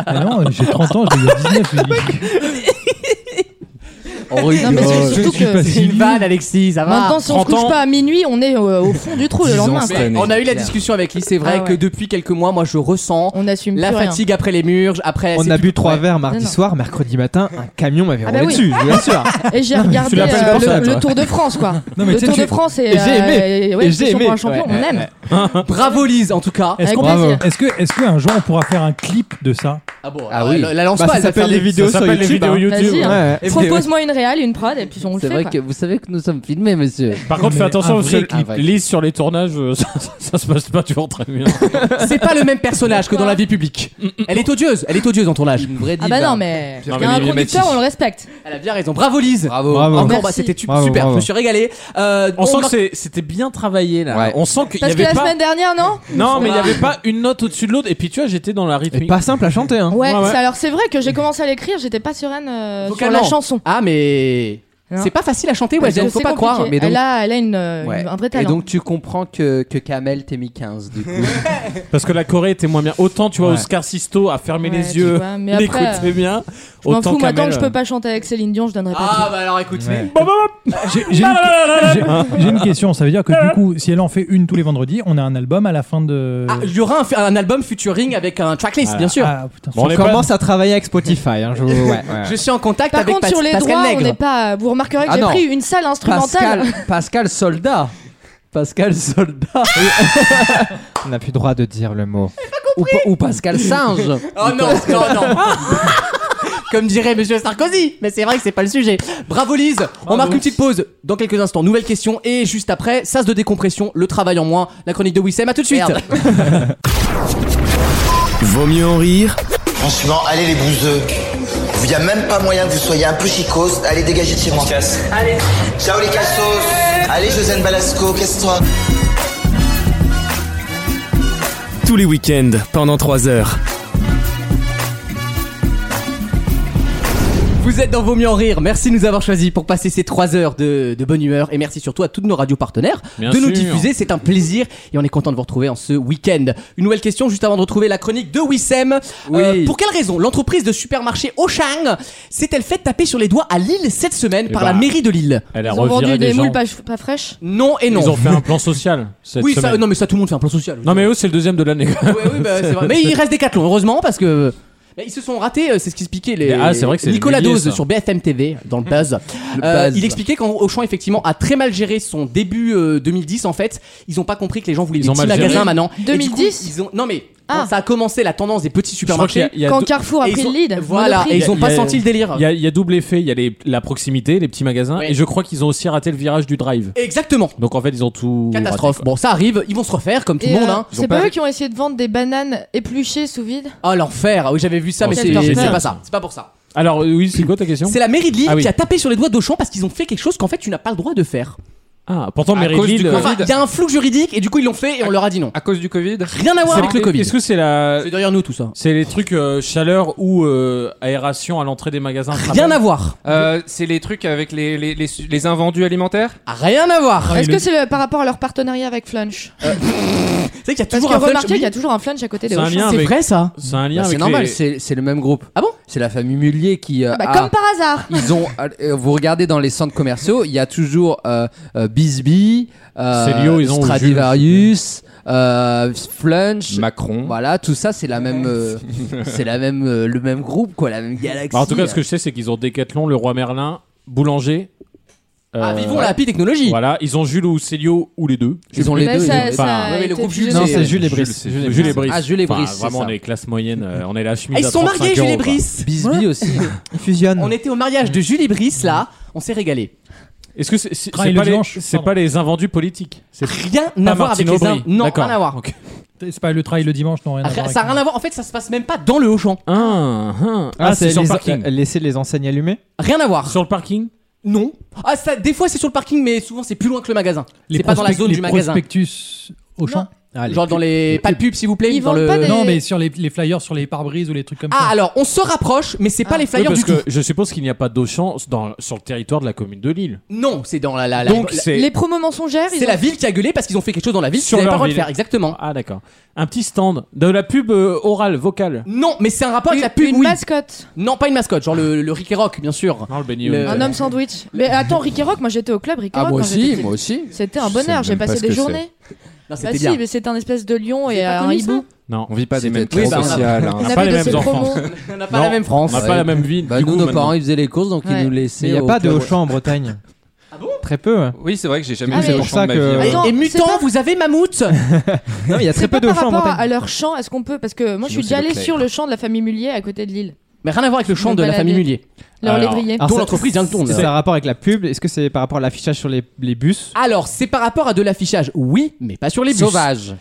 C: Ah non, j'ai 30 ans, j'ai eu 19.
L: Non,
H: euh,
L: mais c'est surtout
C: je suis
L: que-
C: pas si
B: Une vanne, Alexis, ça va.
L: Maintenant, si on se
B: 30
L: couche
B: ans.
L: pas à minuit, on est euh, au fond du trou le lendemain. quoi.
B: Mais On a eu la discussion avec Lise, c'est vrai
L: Ah ouais.
B: que depuis quelques mois, moi je ressens
L: On assume
B: la
L: plus rien.
B: fatigue après les murs, après.
H: On
B: c'est
H: a
B: plus-
H: bu trois
B: ouais.
H: verres
L: Non,
H: mardi
L: non.
H: soir, mercredi matin, un camion m'avait
L: Ah bah
H: roulé
L: oui.
H: dessus, bien sûr.
L: Et j'ai
H: Non, mais tu
L: regardé
H: l'as pas
L: euh,
H: fait pour
L: le,
H: ça,
L: le
H: toi.
L: Tour de France, quoi.
H: Non, mais
L: le
H: tu sais,
L: Tour
H: tu-
L: de France et.
H: et j'ai aimé.
L: euh, ouais,
H: Et
L: question
H: j'ai aimé.
L: Pour un champion,
H: Ouais,
L: on aime.
B: Bravo Lise, en tout cas.
C: Est-ce
L: Avec
C: qu'on-
L: plaisir.
C: est-ce que, est-ce que un jour on pourra faire un clip de ça
B: Ah bon,
H: Ah
B: euh,
H: oui.
B: La, la lance
H: Bah,
B: pas,
H: ça
B: elle va
H: s'appelle
B: faire
H: les
B: des-
H: vidéos
B: ça
H: sur
B: s'appelle les
H: YouTube,
B: vidéos
H: hein.
E: YouTube,
L: Vas-y,
E: ouais.
L: hein.
B: Ouais.
L: Propose-moi une réal, une prod, et puis on le
D: C'est
L: fait.
D: vrai
L: quoi.
D: que vous savez que nous sommes filmés, monsieur.
E: Par contre,
C: mais
E: fais attention
C: un
E: parce
C: vrai
E: que
D: clip.
E: Lise sur les tournages, euh, ça, ça- ça se passe pas toujours très bien.
B: C'est pas le même personnage que dans la vie publique.
H: Mm,
B: Elle est odieuse, elle est odieuse en tournage.
D: Une vraie
L: Ah bah non, mais. Il y
E: Non,
L: a
E: mais
L: un
E: Olivier
L: conducteur,
E: Matisse.
L: on le respecte.
B: Elle a bien raison. Bravo Lise.
Q: Bravo.
H: Bravo.
B: Encore,
L: Merci.
B: bah, c'était tu-
H: Bravo,
B: super.
H: bravo.
B: Je me suis régalé. Euh,
E: On sent que
B: marque-
E: c'est- c'était bien travaillé là.
Q: Ouais.
E: On sent qu'il y
L: Parce que
E: avait
L: la
E: pas.
L: semaine dernière, non
E: Non, mais il n'y avait pas une note au-dessus de l'autre. Et puis tu vois, j'étais dans la rythmique.
H: Et pas simple à chanter, hein.
L: Ouais,
E: Ouais, ouais.
L: c'est- alors c'est vrai que j'ai commencé à l'écrire, j'étais pas sereine euh, sur
B: Vocalement.
L: la chanson.
B: Ah mais. C'est pas facile à chanter, ouais,
F: Parce que
B: donc faut
F: c'est
B: pas croire.
F: compliqué.
B: Mais donc-
D: Elle a, elle a une, euh,
F: Ouais.
D: une- un vrai
F: Et
D: talent.
F: donc tu comprends que, que Kamel t'est mis 15 du coup.
E: Parce que la Corée était moins bien. Autant, tu vois,
F: Ouais.
E: Oscar Sisto a fermé
D: Ouais,
E: les
D: tu
E: yeux,
D: vois, mais après, euh,
E: l'écoutait bien.
D: je m'en fous, moi, tant
E: Kamel, euh,
D: que je peux pas chanter avec Céline Dion, je donnerai pas.
B: Ah, bah alors écoute.
C: Ouais.
E: Bon, bon, bon.
C: J'ai une, j'ai- j'ai une question, ça veut dire que du coup, si elle en fait une tous les vendredis, on a un album à la fin de.
B: Ah, Il y aura un, un album featuring avec un tracklist,
C: Voilà.
B: bien sûr.
C: Ah, putain.
H: on commence à travailler avec Spotify. hein, je... ouais, ouais.
B: Je suis en contact
D: Par
B: avec
D: contre,
B: Ah, Pas-
D: sur les
B: Pascal
D: droits, on
B: Nègre.
D: n'est pas. Vous remarquerez que
B: Ah
D: j'ai
B: non.
D: pris une salle instrumentale.
I: Pascal, Pascal Soldat. Pascal Soldat.
H: On n'a plus le droit de dire le mot.
I: ou, pa- ou Pascal Singe.
B: Oh non, non, non. Comme dirait Monsieur Sarkozy, mais c'est vrai que c'est pas le sujet. Bravo Lise, on marque une petite pause dans quelques instants. Nouvelle question et juste après, sas de décompression, le travail en moins, la chronique de Wissem. À tout de suite.
A: Vaut mieux en rire
R: Franchement, allez les bouseux. Il n'y a même pas moyen que vous soyez un peu chicos. Allez, dégagez de chez moi. Allez. Ciao les cassos. Allez, Josiane Balasco, casse-toi.
A: tous les week-ends pendant 3 heures.
B: Vous êtes dans Vaut mieux en rire. Merci de nous avoir choisis pour passer ces 3 heures de, de bonne humeur et merci surtout à toutes nos radios partenaires
E: Bien
B: de nous
E: sûr.
B: diffuser. C'est un plaisir et on est content de vous retrouver en ce week-end. Une nouvelle question juste avant de retrouver la chronique de Wissem. Euh, pour quelle raison l'entreprise de supermarché Auchan s'est-elle fait taper sur les doigts à Lille cette semaine par
E: bah,
B: la mairie de Lille
E: Elle a
D: Ils ont
E: reviré
D: vendu
E: des,
D: des
E: gens.
D: moules pas, pas fraîches.
B: Non et non.
E: Ils ont fait un plan social cette
B: oui, ça, euh,
E: semaine.
B: non, mais ça, tout le monde fait un plan social.
E: non mais eux c'est le deuxième de l'année.
B: Oui, bah, c'est vrai. Mais il reste des cathlons, heureusement, parce que. mais ils se sont ratés, euh, c'est ce qu'expliquait les...
E: Ah, c'est vrai que c'est
B: Nicolas
E: humilié,
B: Dose
E: ça.
B: sur BFM TV dans le buzz. Euh,
E: buzz.
B: il expliquait qu'Auchan effectivement a très mal géré son début euh, 2010 en fait. Ils ont pas compris que les gens voulaient
E: Ils
B: des
E: ont
B: petits
E: mal géré.
B: magasins maintenant. Et du coup,
D: 2010?
B: ils ont... Non mais
D: Ah.
B: quand ça a commencé la tendance des petits
E: crois
B: supermarchés.
E: qu'il y a- il y a
D: Quand
E: deux-
D: Carrefour a
B: Et
D: pris
B: ils
D: le
B: ont-
D: lead.
B: Voilà,
D: Monoprix.
B: et ils ont
E: Il Ah, y a-
B: pas senti le délire.
E: Il y, a- il y a double effet, il y a les- la proximité, les petits magasins,
B: Ouais.
E: et je crois qu'ils ont aussi raté le virage du drive.
B: Exactement.
E: Donc en fait ils ont tout.
B: Catastrophe.
E: raté,
B: Bon, ça arrive, ils vont se refaire comme tout le
D: Et,
B: monde.
D: euh,
B: hein.
D: C'est pas eux qui ont essayé de vendre des bananes épluchées sous vide
B: Ah l'enfer. Ah Oui, j'avais vu ça,
E: Oh,
B: mais
E: c'est
B: c'est
E: génial.
B: c'est pas ça. C'est pas pour ça.
E: quoi. Alors euh, oui c'est quoi ta question
B: C'est la mairie de Lille
E: Ah oui.
B: qui a tapé sur les doigts d'Auchan parce qu'ils ont fait quelque chose qu'en fait tu n'as pas le droit de faire.
E: Ah pourtant
G: À
E: mairie
G: cause du
E: de Lille.
G: Covid.
B: Enfin, il y a un flou juridique et du coup ils l'ont fait et on leur a dit non.
G: À cause du Covid
B: Rien à voir avec le Covid.
E: Est-ce que c'est la
B: C'est derrière nous tout ça.
E: C'est les trucs euh, chaleur ou euh, aération à l'entrée des magasins.
B: Rien à voir.
G: Euh, C'est les trucs avec les, les, les, les invendus alimentaires
B: Ah, Rien à voir.
D: Est-ce que c'est euh, par rapport à leur partenariat avec Flunch
B: C'est vrai qu'il y a
D: Parce que
B: toujours un
D: remarquez
B: French-
D: qu'il y a toujours un Flunch à côté des
E: C'est un
D: Auchan.
E: lien
B: C'est
E: avec-
B: vrai ça
E: C'est un lien
F: Bah, c'est
E: avec
F: normal,
E: les-
F: c'est c'est le même groupe.
B: Ah bon
F: C'est la famille Mullier qui. euh,
D: Bah,
F: a-
B: Ah.
D: Comme par hasard
F: ils ont, euh, vous regardez dans les centres commerciaux, il y a toujours euh, euh, Bisbee, euh,
E: Célio, ils ont
F: Stradivarius, euh, Flunch.
G: Macron.
F: Voilà, tout ça c'est la même, euh, c'est la même, euh, le même groupe quoi, la même galaxie.
E: Bah, en tout cas ce que je sais c'est qu'ils ont Decathlon, le roi Merlin, Boulanger.
B: Ah,
E: euh,
B: vivons la happy technologie.
E: Voilà, ils ont Jules ou Célio ou les deux.
F: ils ont les
D: Mais
F: deux.
D: ça-
F: ils ont-
D: ça a
B: Ouais, mais le
D: été
B: groupe Jules,
D: jugé.
H: Non, c'est Jules et
G: Jules,
H: Brice.
G: c'est
H: Jules et
E: Jules et
H: Brice.
E: Brice.
F: Ah, Jules et
E: Enfin,
F: Brice, c'est
E: vraiment,
F: ça.
E: on est classe moyenne, euh, on est la chemise.
B: Ah, ils
E: à
B: sont
E: 35
B: mariés
E: euros,
B: Jules et
E: quoi.
B: Brice.
F: Bisbee aussi.
H: Fusionne.
B: hein. On était au mariage de Jules et Brice là, on s'est régalé.
E: Est-ce que c'est c'est-
C: Travaille
E: c'est
C: le
E: pas, les,
C: dimanche,
E: c'est
C: pardon.
E: pas les invendus politiques C'est
B: Rien
E: pas
B: à voir avec
E: Martine
B: les uns.
E: Aubry.
B: Non,
E: D'accord.
B: rien à voir.
E: Ok.
C: C'est pas le travail le dimanche, non, rien à voir.
B: Ah,
C: avec
B: Ça a rien à voir. En fait, ça se passe même pas dans le Auchan.
E: Ah, ah. Ah, c'est
H: c'est
E: sur le
H: les-
E: parking.
H: euh, laisser les enseignes allumées
B: Rien à voir.
E: Sur le parking
B: Non. Ah ça, des fois c'est sur le parking, mais souvent c'est plus loin que le magasin.
C: Les
B: C'est pas dans la
C: prospect-
B: zone
C: les
B: du magasin.
C: prospectus au champ Allez.
B: Genre dans les pas de pub s'il vous plaît.
D: Ils
B: dans
D: vendent
B: le-
D: pas des-
C: Non, mais sur les, les flyers, sur les pare-brises ou les trucs comme ça.
B: Ah alors on se rapproche, mais c'est pas
D: Ah.
B: les
E: Oui,
B: flyers
E: parce
B: du tout.
E: que je suppose qu'il n'y a pas d'Auchan dans- sur le territoire de la commune de Lille.
B: Non, c'est dans la la. la-
E: Ah, Donc
B: la-
E: c'est
D: Les promos mensongères, ils
B: c'est
D: ont-
B: la ville qui a gueulé parce qu'ils ont fait quelque chose dans la ville.
E: Sur
B: qu'ils n'avaient pas
E: leur
B: le droit de
E: ville.
B: faire exactement.
E: ah d'accord. Un petit stand de la pub euh, orale, vocale.
B: Non, mais c'est un rapport
D: une,
B: avec la pub.
D: une
B: oui.
D: mascotte,
B: Non, pas une mascotte, genre le, le Rick et Rock, bien sûr.
E: Non, le beignet.
B: Le-
E: oui.
D: un homme sandwich. Mais attends, Rick et Rock, moi j'étais au club Rick et
F: Ah
D: Rock
F: moi
D: quand j'étais
F: aussi,
D: petite.
F: moi aussi.
D: C'était un
G: Je
D: bonheur,
G: sais
D: j'ai
G: même pas
D: passé
G: ce
D: des
G: que c'est.
D: journées.
B: Non, c'était
D: Bah si,
B: bien.
D: mais c'était un espèce de lion et
B: pas
D: un
B: connu, ça
D: hibou.
E: Non,
G: On vit pas des
F: C'était
G: mêmes
F: trop
G: classes
B: bah, on a-
G: sociales. hein.
D: On
E: n'a
D: avait
E: pas les
D: de
E: mêmes
D: ces
E: enfants.
D: promos.
B: On n'a pas
E: Non,
B: la même
E: On
B: France.
E: n'a pas la même ville.
F: Bah,
E: du
F: nous,
E: coup,
F: nos
E: maintenant.
F: parents, ils faisaient les courses, donc
D: Ouais.
F: ils nous
H: Mais
F: laissaient.
H: il n'y a
F: au
H: pas de
F: club.
H: Auchan en Bretagne.
B: Ah bon
H: Très peu. hein.
G: Oui, c'est vrai que j'ai jamais
D: Ah,
G: vu
D: mais-
G: Auchan de ma vie.
E: Euh,
H: Pour ça que-
G: hein.
D: Attends,
B: Et
D: c'est pas-
B: mutant, vous avez mammouth
H: Non, il y a très
D: C'est
H: peu
D: pas
H: de
D: par
H: Auchan en
D: rapport à
H: Bretagne.
D: leur champ, est-ce qu'on peut Parce que moi je suis
G: Sinon, c'est
D: déjà allé
G: Leclerc.
D: sur le champ de la famille Mullier à côté de Lille,
B: Mais rien à voir avec le champ de la
D: Balader.
B: famille Mullier.
D: leur
E: Alors,
D: lévrier.
H: alors,
B: Dont
H: ça-
B: l'entreprise vient de tourner.
H: C'est un rapport avec la pub. Est-ce que c'est par rapport à l'affichage sur les, les bus
B: Alors, c'est par rapport à de l'affichage, oui, mais pas sur les bus.
F: Sauvage.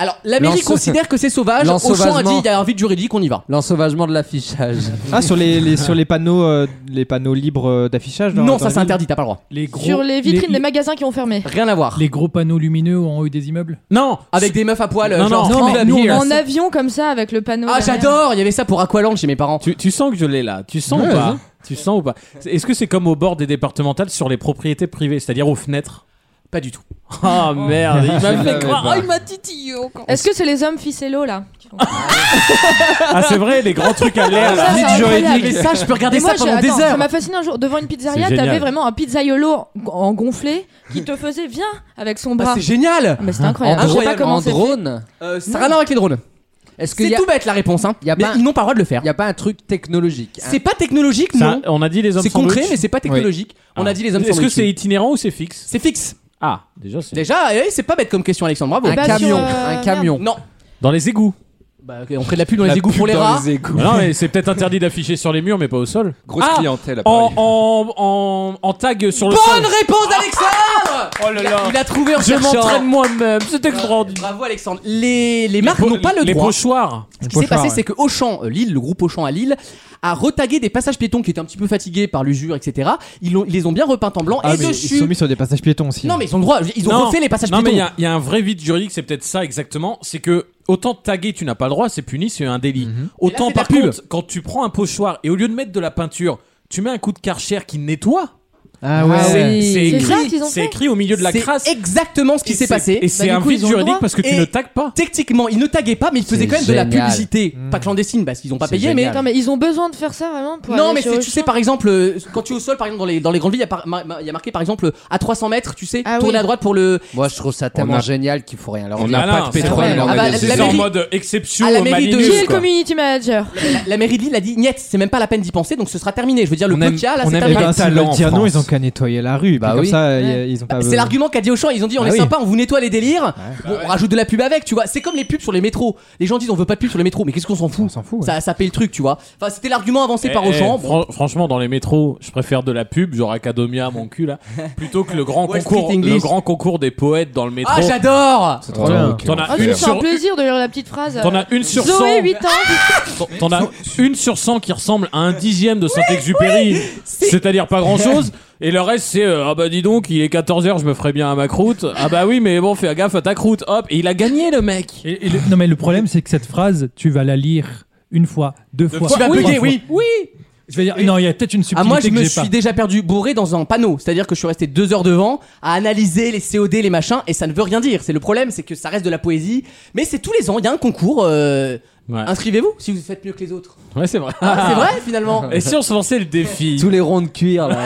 B: Alors, la mairie
F: L'ense-
B: considère que c'est sauvage. Auchan a dit
F: L'ensauvagement.
B: il y a un vide juridique, on y va.
F: L'ensauvagement de l'affichage.
H: Ah, sur les, les- sur les panneaux, euh, les panneaux libres euh, d'affichage
B: Non, ça, c'est interdit, t'as pas le droit.
C: Les gros,
D: Sur les vitrines des magasins qui ont fermé.
B: Rien à voir.
C: Les gros panneaux lumineux en haut des immeubles
E: Non
B: Avec des meufs à poil.
C: Non,
B: genre,
C: non,
B: Trump
C: mais nous,
B: Beer.
D: En avion comme ça avec le panneau.
B: Ah,
D: derrière.
B: j'adore Il y avait ça pour Aqualand chez mes parents.
E: Tu, tu sens que je l'ai là Tu sens
B: Ouais,
E: ou pas
B: vas-y.
E: Tu sens ou pas Est-ce que c'est comme au bord des départementales sur les propriétés privées, c'est-à-dire aux fenêtres
B: Pas du tout.
E: Ah merde, il m'a fait croire.
B: bah.
D: Oh, il m'a titillé encore. Est-ce que c'est les hommes ficello là
E: Ah c'est vrai, les grands trucs à l'air,
D: Ça,
E: là.
D: c'est
E: vide
D: incroyable.
E: juridique.
B: Mais ça, je peux regarder
D: Et moi,
B: ça
D: j'ai-
B: pendant des
D: attends,
B: heures.
D: Ça m'a fasciné un jour. Devant une pizzeria,
B: C'est génial.
D: t'avais vraiment un pizzaiolo en- en gonflé qui te faisait viens avec son
B: Bah,
D: bras.
B: c'est génial Ah,
D: Mais c'est incroyable.
B: En
D: Je sais pas
B: drone,
D: comment
B: en
D: c'est fait.
B: drone Euh, Ça n'a
F: Non.
B: rien à voir avec les drones.
F: Est-ce qu'il
B: C'est
F: y a-
B: tout bête la réponse, hein.
F: y a
B: mais
F: pas-
B: ils n'ont pas le droit de le faire.
F: Il n'y a pas un truc technologique. hein.
B: C'est pas technologique,
E: Ça,
B: non.
E: on a dit les hommes
B: C'est
E: sandwich.
B: concret, mais c'est pas technologique. On a dit les hommes
E: Ah. Est-ce que
B: sandwich.
E: c'est itinérant ou c'est fixe
B: C'est fixe.
E: Ah, déjà c'est.
B: Déjà, eh, c'est pas bête comme question, Alexandre. Bravo.
F: Un Bah, camion, sur, euh, un camion.
B: Non.
E: Dans les égouts.
B: Bah, ok, on fait de la pub dans les égouts pour les rats.
E: Non, mais c'est peut-être interdit d'afficher sur les murs, mais pas au sol.
G: Grosse
E: Ah,
G: clientèle à
E: En,
G: Paris.
B: Oh,
E: en, en, en tag sur le sol. Ah.
B: Bonne réponse, Alexandre
E: Oh là là.
B: Il a trouvé en
E: Je
B: cherchant.
E: m'entraîne moi-même, c'est extraordinaire.
B: Ah. Bravo, Alexandre. Les, les marques n'ont pas le
E: les
B: droit.
E: pochoirs.
B: Ce qui s'est passé, c'est que Auchan, euh, Lille, le groupe Auchan à Lille, a retagué des passages piétons qui étaient un petit peu fatigués par l'usure, etc. Ils, l'ont- ils les ont bien repeints en blanc
H: Ah,
B: et
H: mais
B: dessus.
H: Ils sont mis sur des passages piétons aussi.
B: Non, mais ils ont le droit. Ils ont
E: Non,
B: refait les passages
E: Non, mais
B: piétons.
E: il y a- il y, a un vrai vide juridique, c'est peut-être ça exactement. C'est que autant taguer, tu n'as pas le droit, c'est puni, c'est un délit. Autant
B: Mhm. c'est
E: par
B: de la pub.
E: contre, quand tu prends un pochoir et au lieu de mettre de la peinture, tu mets un coup de karcher qui nettoie.
H: Ah
E: C'est-
H: ouais.
E: C'est
D: C'est ça
E: écrit,
D: qu'ils ont
E: c'est
D: fait.
E: écrit au milieu de la
B: C'est
E: crasse.
B: exactement ce qui
E: Et
B: s'est
E: c'est-
B: passé. Bah,
E: et c'est un vide
B: ils ont le
E: juridique
B: droit.
E: parce que tu
B: Et
E: ne tagues pas.
B: Techniquement, ils ne taguaient pas, mais ils faisaient
F: C'est
B: quand même de la
F: génial. Mmh.
B: publicité. Pas clandestine, parce qu'ils n'ont pas
F: C'est
B: payé, mais
F: génial.
D: Non, mais ils ont besoin de faire ça vraiment pour
B: Non,
D: aller
B: mais
D: chez
B: c'est- tu
D: Auchan.
B: sais, par exemple, euh, quand tu es au sol, par exemple, dans les, dans les grandes villes, il y, a par- ma- ma- il y a marqué, par exemple, à 300 mètres, tu sais,
D: Ah
B: tourne
D: oui.
B: à droite pour le.
F: Moi, je trouve ça tellement
G: a-
F: génial qu'il faut rien leur
G: On
F: dire.
G: n'a
E: Alain,
G: pas de
E: c'est
G: pétrole
E: vrai.
G: dans
B: Ah bah,
G: l'organisation.
B: la
E: C'est en
B: mairie-
E: mode exception,
B: à la mairie de
E: Malinus,
B: Lille,
D: Qui est le
E: quoi.
D: community manager
B: La, la mairie de Lille a dit, niet, c'est même pas la peine d'y penser, donc ce sera terminé. Je veux dire, le
H: On aime-
B: podcast, là,
H: on
B: c'est
H: aime
B: terminé.
H: eh ben, s'ils
G: talent
H: veulent
G: en
H: dire non,
G: France.
H: ils ont qu'à nettoyer la rue.
F: Bah
H: Puis comme
F: oui.
H: ça, y a- ils ont pas.
B: Ah, C'est l'argument qu'a dit Auchan. Ils ont dit on
H: Ah
B: est
H: oui.
B: sympa, on vous nettoie les délires. Bon, on rajoute de la pub avec, tu vois. C'est comme les pubs sur les métros. Les gens disent on veut pas de pub sur les métros, mais qu'est-ce qu'on s'en fout
H: On s'en fout. ouais.
B: ça, ça paye le truc, tu vois. Enfin, c'était l'argument avancé
E: Eh,
B: par
E: eh,
B: Auchan. Bon,
E: fran- franchement, dans les métros, je préfère de la pub, genre Academia, mon cul là, plutôt que le grand
B: Wall
E: concours,
B: Street
E: le
B: English.
E: grand concours des poètes dans le métro.
B: ah, j'adore
G: C'est
H: trop bien.
G: ok,
E: T'en as
D: Oh,
E: une
D: tu me fais un
E: sur-
D: plaisir de lire la petite phrase.
E: T'en
D: euh,
E: as une sur 100
D: Zoé, 8 ans.
E: T'en- T'en as une sur 100 qui ressemble à un dixième de Saint-Exupéry, c'est-à-dire pas grand-chose, et le reste c'est euh, ah bah dis donc, il est 14h, je me ferais bien à ma croûte. Ah bah oui, mais bon, fais gaffe à ta croûte. Hop, et il a gagné le mec.
C: Et- et le- non, mais le problème, c'est que cette phrase, tu vas la lire une fois, deux fois.
B: Tu vas
C: trois
B: bugger,
C: fois.
B: oui. Oui.
C: Je vais dire, non, il y a peut-être une subtilité
B: Ah, moi, je
C: que
B: me
C: j'ai
B: suis
C: pas.
B: déjà perdu bourré dans un panneau. C'est-à-dire que je suis resté deux heures devant à analyser les COD, les machins, et ça ne veut rien dire. C'est le problème, c'est que ça reste de la poésie. Mais c'est tous les ans, il y a un concours. euh,
E: Ouais,
B: Inscrivez-vous si vous faites mieux que les autres.
E: ouais c'est vrai.
B: Ah, c'est vrai, finalement.
E: Et si on se lançait le défi
I: Tous les ronds de cuir là.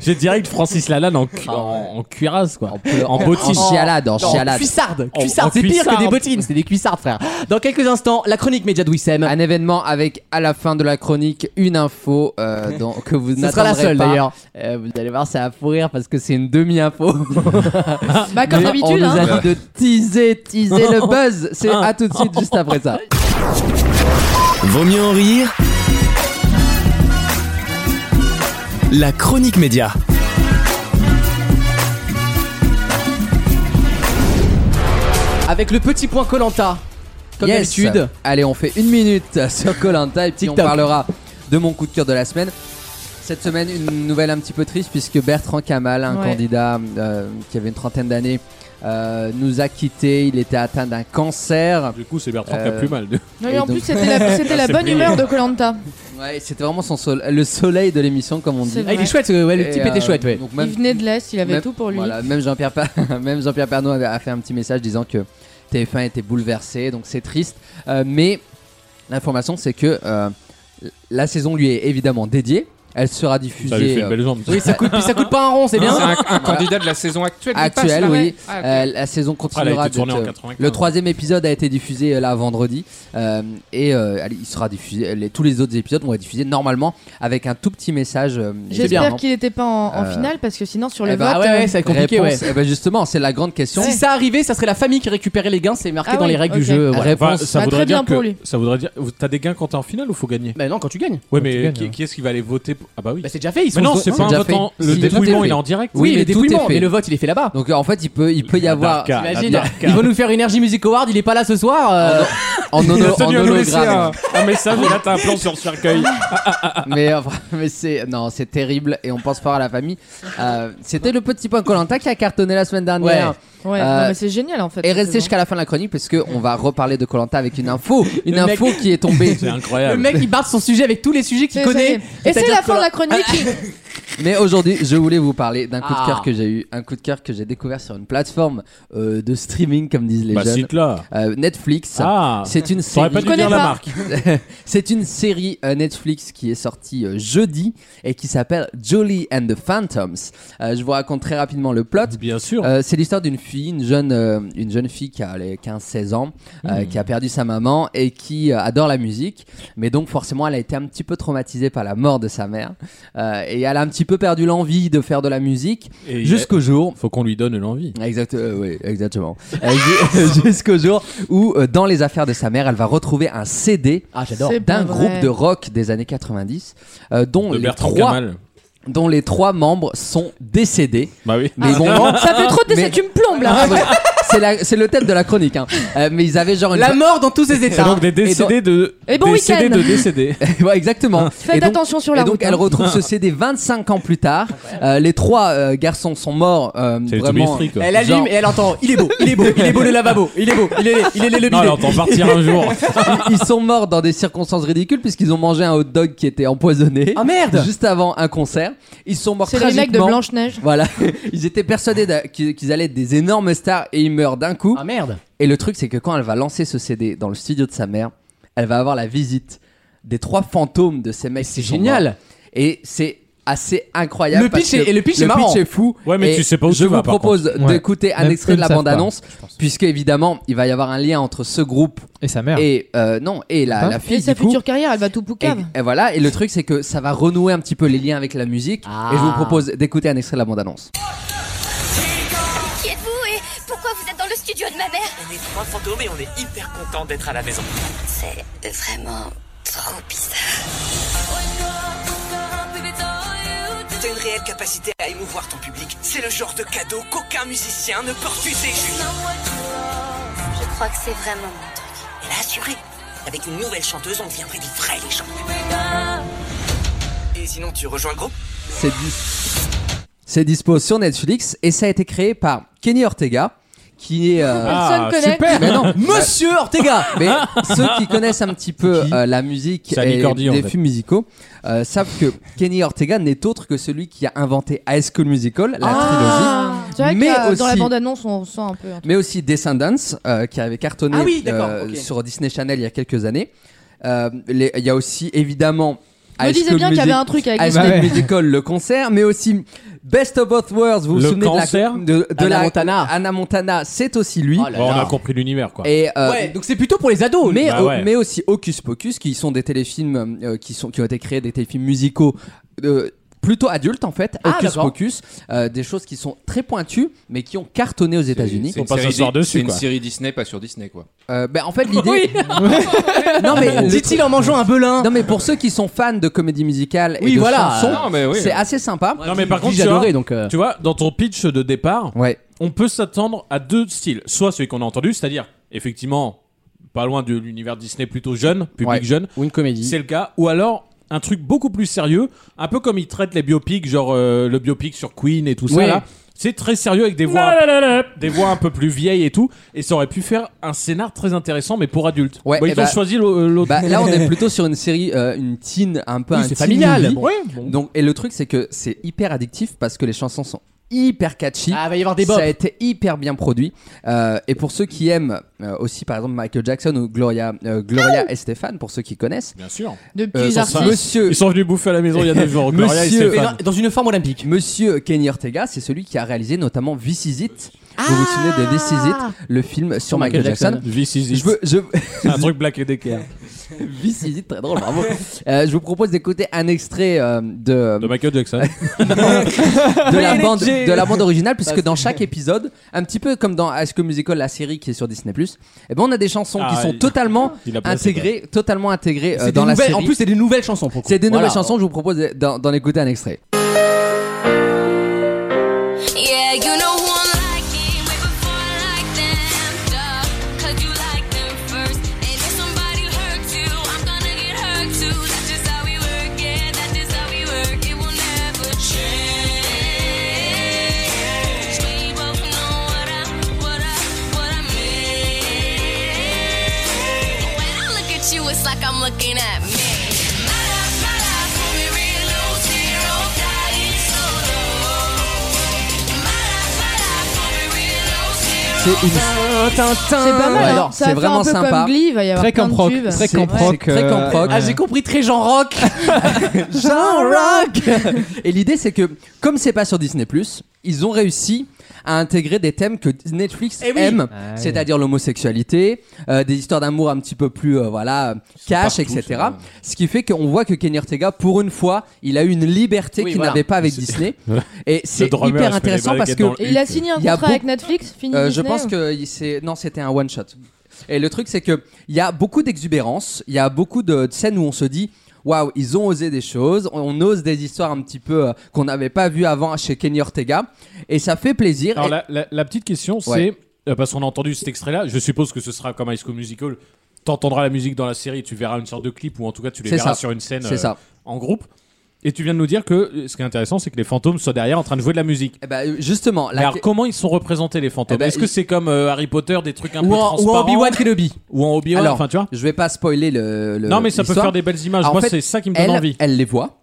E: J'ai direct Francis Lalanne en, cu- en, en cuirasse quoi, en bottine.
D: Oh.
F: En chialade, en
B: Non,
F: chialade.
B: Cuissarde,
E: En-
B: cuissarde,
E: en
B: c'est pire que
E: cuissarde.
B: des bottines, c'est des cuissardes, frère. Dans quelques instants, la chronique média de Wissem.
F: Un événement avec à la fin de la chronique une info euh, dont- que vous
B: Ce sera la
F: n'attendrez
B: seule
F: pas.
B: d'ailleurs.
F: Euh, vous allez voir, ça va pourrir parce que c'est une demi-info.
D: Bah, comme
F: Mais On
D: d'habitude,
F: nous
D: hein.
F: a dit de teaser, teaser le buzz. C'est à tout de suite juste après ça.
A: Vaut mieux en rire. La chronique média.
B: Avec le petit point Colanta, comme
F: Yes.
B: d'habitude.
F: Allez, on fait une minute sur Colanta et puis on
B: TikTok.
F: parlera de mon coup de cœur de la semaine. Cette semaine, une nouvelle un petit peu triste puisque Bertrand Kamal, un
D: Ouais.
F: candidat euh, qui avait une trentaine d'années, euh, nous a quittés. Il était atteint d'un cancer.
E: Du coup, c'est Bertrand qui a
F: Euh,
E: plus mal. De...
D: Non, mais en
F: Et donc-
D: plus, c'était la, c'était la
E: C'est
D: bonne
E: brillé.
D: humeur de Colanta.
F: Ouais, c'était vraiment son sole- le soleil de l'émission, comme on
D: C'est
F: dit.
D: vrai.
B: Ah, il est chouette, ouais, le
F: Et,
B: petit était
F: euh,
B: chouette, ouais.
F: donc
D: Il
F: même-
D: venait de l'Est, il avait
F: même-
D: tout pour lui.
F: Voilà, même Jean-Pierre Pa- même Jean-Pierre Pernaut avait- a fait un petit message disant que TF1 était bouleversé, donc c'est triste. Euh, mais l'information, c'est que euh, la saison lui est évidemment dédiée. Elle sera
E: Ça lui
F: diffusée
E: fait une
F: euh,
E: belle jambe.
B: Oui, ça coûte, puis ça coûte pas un rond, c'est
G: C'est
B: bien.
G: un, un candidat de la saison actuelle. il passe
F: actuelle,
G: là,
F: oui.
G: ouais. Ah, ok.
F: Euh, la saison
E: Ah, elle a
F: continuera.
E: été tournée en
F: d'être-
E: 95.
F: le troisième épisode a été diffusé euh, là vendredi Euh, et euh, allez, il sera diffusé. les- tous les autres épisodes vont être diffusés normalement avec un tout petit message. euh,
D: J'espère
F: évidemment.
D: qu'il n'était pas en, en
F: Euh,
D: finale parce que sinon, sur
F: eh
D: le
F: ben,
D: vote.
B: Ah ouais, ouais,
D: euh,
B: ça va être compliqué, ouais.
F: Réponse, eh ben justement, c'est la grande question.
B: Si ça arrivait, ça serait la famille qui récupérait les gains, c'est marqué
D: Ah
B: dans
D: oui,
B: les règles
D: ok.
B: du jeu.
F: La
B: voilà.
F: réponse,
E: Enfin, ça
D: Bah,
E: voudrait
D: très
E: dire
D: bien pour
E: que
D: lui.
E: ça voudrait dire t'as des gains quand t'es en finale ou faut gagner.
B: Bah non, quand tu gagnes.
E: Ouais, mais
C: gagnes,
E: qui,
F: hein.
C: ouais.
E: qui est-ce qui va aller voter Ah bah oui.
B: c'est déjà fait. Ils sont
E: Mais non, c'est pas un vote en- le dépouillement, il est en direct.
B: Oui,
E: Oui,
B: le
E: mais tout est
B: dépouillement,
E: fait.
B: mais le vote, il est fait là-bas.
F: Donc en fait, il peut, il peut y avoir.
B: T'imagines Ils vont nous faire une Energy Music Award. Il est pas là ce soir. euh,
F: En,
B: Il a
F: holo- en
B: tenu à nous laisser
F: hologramme.
E: euh, un- un message et là, t'as un plan sur le cercueil.
F: mais enfin, mais c'est non, c'est terrible et on pense fort à la famille. Euh, C'était le petit point Colanta qui a cartonné la semaine dernière.
D: Ouais,
F: Euh,
D: non, mais c'est génial en fait.
F: Et
D: c'est
F: restez
D: bon.
F: jusqu'à la fin de la chronique parce que on va reparler de Colanta avec une info, une
B: Le mec-
F: info qui est tombée.
E: C'est incroyable.
B: Le mec, il barre son sujet avec tous les sujets qu'il
D: C'est-
B: connaît.
D: ça y est. Et c'est
B: C'est-à-dire
D: la
B: que-
D: fin de la chronique.
F: Ah, Mais aujourd'hui, je voulais vous parler d'un coup de
B: Ah.
F: cœur que j'ai eu, un coup de cœur que j'ai découvert sur une plateforme euh, de streaming, comme disent les
E: Bah,
F: jeunes.
E: cite-la.
F: Euh, Netflix.
E: Ah.
F: c'est une
E: T'aurais
F: série.
E: pas dû Je dire connais la pas. marque.
F: c'est une série euh, Netflix qui est sortie euh, jeudi et qui s'appelle Jolie and the Phantoms. Euh, je vous raconte très rapidement le plot. Euh,
E: Bien sûr.
F: c'est l'histoire d'une fille, une jeune, euh, une jeune fille qui a les 15-16 ans, euh,
E: Hmm.
F: qui a perdu sa maman et qui euh, adore la musique. Mais donc forcément, elle a été un petit peu traumatisée par la mort de sa mère. Euh, et elle a un petit peu perdu l'envie de faire de la musique.
E: Et
F: Jusqu'au jour.
E: Faut qu'on lui donne l'envie.
F: Exact, euh, oui, exactement. Euh, ju- Jusqu'au jour où, euh, dans les affaires de sa mère, elle va retrouver un CD
D: Ah,
B: j'adore. C'est
F: d'un
B: pas
F: groupe
B: vrai.
F: de rock des années 90, euh, dont,
E: De
F: les
E: Bertrand
F: trois,
E: Camal.
F: dont les trois membres sont décédés.
E: Bah oui.
F: Mais ils ont-
D: Ça fait trop de
F: Mais-
D: décès, tu me plombes là.
F: Ah, bah, c'est la- C'est le thème de la chronique. hein. Euh, mais ils avaient genre une.
B: La mort dans tous ses états.
F: Et
E: donc des décédés de-
D: Et bon
E: décédés
D: week-end.
E: de décédés.
F: Ouais, exactement.
D: Faites
F: Et donc-
D: attention sur la
F: Et donc,
D: route,
F: elle
D: hein.
F: retrouve ce CD 25 ans plus tard. Euh, les trois euh, garçons sont morts. euh,
E: C'est les
F: vraiment,
E: Toubistries, quoi.
B: Elle allume
F: genre-
B: et elle entend. Il est beau, il est beau, il est beau le lavabo, il est beau, il est, il est, il est le
E: Non,
B: bidet.
E: alors, t'en partir un jour.
F: ils sont morts dans des circonstances ridicules puisqu'ils ont mangé un hot dog qui était empoisonné.
B: Ah, merde
F: Juste avant un concert, ils sont morts
D: C'est les mecs de
F: tragiquement.
D: Blanche-Neige.
F: Voilà, ils étaient persuadés d'a- qu'ils qu'ils allaient être des énormes stars et ils meurent d'un coup.
B: Ah merde
F: Et le truc c'est que quand elle va lancer ce CD dans le studio de sa mère, elle va avoir la visite des trois fantômes de ces mecs. C'est
B: génial.
F: Et c'est assez incroyable.
B: Le
F: parce
B: pitch est-
F: que
B: et le pitch est marrant.
F: fou.
E: Ouais, mais
F: Et
E: tu sais pas où
F: Je
E: tu
F: vous
E: vas, par
F: propose
E: contre. Ouais.
F: d'écouter un
E: Même-
F: extrait
E: même
F: de la
E: savent pas,
F: bande annonce puisque évidemment il va y avoir un lien entre ce groupe
H: et sa mère
F: et euh, non et la,
H: Hein
F: la
D: Et
F: fille
D: sa
F: du coup.
D: future carrière, elle va tout poucave.
F: Et voilà, et le truc c'est que ça va renouer un petit peu les liens avec la musique.
B: Ah.
F: Et je vous propose d'écouter un extrait de la bande-annonce.
J: Qui êtes-vous et pourquoi vous êtes dans le studio de ma mère
S: On est trois fantômes et on est hyper content d'être à la maison.
J: C'est vraiment trop
S: T'as une réelle capacité à émouvoir ton public. C'est le genre de cadeau qu'aucun musicien ne peut refuser.
J: Je crois que c'est vraiment mon truc.
S: Elle a assuré. Avec une nouvelle chanteuse, on deviendrait des vrais légendes. Et sinon, tu rejoins le groupe
F: C'est dis- c'est dispo sur Netflix et ça a été créé par Kenny Ortega qui est euh,
B: Personne Ah, connaît. super.
F: Mais non,
B: Monsieur Ortega
F: Mais ceux qui connaissent un petit peu euh, la musique
E: Samy
F: et
E: Cordy, en
F: des
E: fait.
F: films musicaux euh, savent que Kenny Ortega n'est autre que celui qui a inventé High School Musical, la
D: Ah,
F: trilogie,
D: C'est vrai
F: mais
D: que euh, dans la
F: aussi-
D: bande-annonce, on sent un peu. hein. un truc.
F: mais aussi Descendants euh, qui avait cartonné
D: Ah oui, d'accord, ok.
F: sur Disney Channel il y a quelques années. Euh, les- Il y a aussi évidemment.
D: Me
F: High
D: disais
F: School
D: bien qu'il y avait
F: Music-
D: un truc avec
F: High
D: les
F: School
D: films.
F: Musical, le concert, mais aussi Best of Both Worlds. Vous vous
E: Le
F: souvenez de la-
E: cancer
F: de, de
E: Anna
F: la
E: Montana.
F: Anna Montana, c'est aussi lui.
E: Bon, Oh, on a compris l'univers, quoi.
F: Et euh,
B: Oh Ouais, donc c'est plutôt pour les ados.
F: mais,
E: Bah
F: au-
E: ouais.
F: mais aussi Hocus Pocus, qui sont des téléfilms euh, qui, sont, qui ont été créés, des téléfilms musicaux euh, plutôt adultes en fait.
B: Ah,
F: Hocus
B: d'accord.
F: Pocus, euh, des choses qui sont très pointues, mais qui ont cartonné aux États-Unis.
G: C'est une, série, Di- c'est une série Disney, pas sur Disney, quoi.
F: Euh, ben, en fait, l'idée.
B: Oui.
F: non, mais.
B: Dit-il
F: le-
B: en mangeant un belin.
F: Non, mais pour ceux qui sont fans de comédie musicale et
B: Oui,
F: de
B: voilà.
F: chansons,
B: Non,
E: mais oui.
F: c'est assez sympa.
E: Non mais par contre, tu, vois,
B: j'adorais, donc, euh.
E: tu vois, dans ton pitch de départ,
F: Ouais.
E: on peut s'attendre à deux styles. Soit celui qu'on a entendu, c'est-à-dire effectivement pas loin de l'univers Disney plutôt jeune, public
B: Ouais.
E: jeune,
B: ou une comédie,
E: c'est le cas, ou alors un truc beaucoup plus sérieux, un peu comme ils traitent les biopics, genre euh, le biopic sur Queen et tout ça
B: Ouais.
E: là. C'est très sérieux avec des voix, des voix un peu plus vieilles et tout, et ça aurait pu faire un scénar très intéressant, mais pour adultes.
F: Ouais,
E: Bon, ils
F: eh
E: ont
B: ben,
F: bah-
E: choisi l'au- l'autre.
F: Bah, là, on est plutôt sur une série, euh, une teen, un peu
B: Oui,
F: un
B: c'est
F: teen
B: familial,
F: movie.
B: bon. Ouais,
F: Donc, et le truc, c'est que c'est hyper addictif parce que les chansons sont hyper catchy.
B: Ah, va y avoir des bops.
F: Ça a été hyper bien produit. Euh, et pour ceux qui aiment euh, aussi, par exemple, Michael Jackson ou Gloria, euh, Gloria et Stéphane, pour ceux qui connaissent.
E: Bien sûr.
D: De
F: Euh,
D: petits artistes.
F: monsieur,
E: Ils sont venus bouffer à la maison il y a 9 jours. Gloria et
F: Monsieur-
E: Stéphane.
B: dans une forme olympique.
F: Monsieur Kenny Ortega, c'est celui qui a réalisé notamment This Is It. Vous
E: Ah
F: vous souvenez de This Is It, le film sur Michael Jackson.
E: This is it.
F: Je veux- je-
E: C'est un truc black et d'équerre.
F: Visite, très drôle, bravo. Euh, je vous propose d'écouter un extrait euh, de.
E: De Michael Jackson.
F: de, la bande,
I: Jail.
F: de la bande originale, puisque
I: Parce-
F: dans chaque épisode, un petit peu comme dans High School Musical, la série qui est sur Disney, eh ben on a des chansons
I: Ah,
F: qui sont
I: il-
F: totalement
I: il a pas-
F: intégrées, totalement intégrées euh,
I: C'est des
F: dans la
I: nouvelles-
F: série.
I: en plus,
B: c'est des nouvelles chansons. pour le coup.
F: C'est des
B: Voilà.
F: nouvelles chansons, je vous propose d'en d'en écouter un extrait.
T: Yeah, you know who I'm liking way before I like them, duh. 'Cause you like them first. And if somebody hurts you, I'm gonna get hurt too. That's just how we work it. That's just how we work. It will never change. We both know what I, what I, what I mean. When I look at you, it's like I'm looking at me. My life, my life, when we real low, zero, dying solo.
F: C'est une-
D: C'est pas mal,
F: Ah, Ouais,
D: hein. Ça
F: non, c'est
D: va faire
F: vraiment
D: un peu
F: sympa.
D: comme Glee, il va y avoir Très plein de camp rock, tubes. très
F: C'est-
D: camp
F: c'est
D: rock,
F: Très
D: euh,
F: camp rock.
B: Ah, j'ai compris, très Jean Rock.
F: Jean Rock. Et l'idée, c'est que comme c'est pas sur Disney ils ont réussi à intégrer des thèmes que Netflix
B: Eh oui.
F: aime,
B: Ah oui.
F: c'est-à-dire l'homosexualité, euh, des histoires d'amour un petit peu plus euh, voilà euh, cash,
I: partout,
F: etc.
I: ça.
F: Ce qui fait qu'on voit que Kenny Ortega, pour une fois, il a eu une liberté
I: Oui,
F: qu'il
I: voilà.
F: n'avait pas avec Disney. Et c'est
I: drummer, il se met
F: hyper
I: les
F: intéressant parce
I: baguettes
F: que
I: dans le
D: Et il a signé un
F: y a
D: contrat avec
F: beaucoup-
D: Netflix, fini
F: euh, je
D: Disney, hein.
F: pense
D: ou-
F: que il- c'est non, c'était un one shot. Et le truc c'est que il y a beaucoup d'exubérance, il y a beaucoup de, de scènes où on se dit waouh, ils ont osé des choses, on, on ose des histoires un petit peu euh, qu'on n'avait pas vu avant chez Kenny Ortega et ça fait plaisir.
E: Alors,
F: Et-
E: la, la- la petite question, c'est
F: Ouais.
E: euh, parce qu'on a entendu cet extrait-là, je suppose que ce sera comme High School Musical. T'entendras la musique dans la série, tu verras une sorte de clip ou en tout cas tu les
F: C'est
E: verras
F: ça.
E: sur une scène euh,
F: C'est ça.
E: en groupe. Et tu viens de nous dire que euh, ce qui est intéressant, c'est que les fantômes sont derrière en train de jouer de la musique.
F: Eh ben, justement.
E: Mais alors, comment ils sont représentés les fantômes
F: Eh ben,
E: Est-ce que c'est comme euh, Harry Potter, des trucs un
F: Ou
E: peu
F: en- ou en
E: transparents
F: Obi-Wan Kenobi.
E: Ou en Obi-Wan,
F: Alors,
E: enfin tu vois.
F: Je vais pas spoiler le. le-
E: Non, mais ça peut
F: l'histoire.
E: faire des belles images.
F: En
E: Moi,
F: fait,
E: c'est ça qui me donne
F: elle-
E: envie.
F: Elle les voit.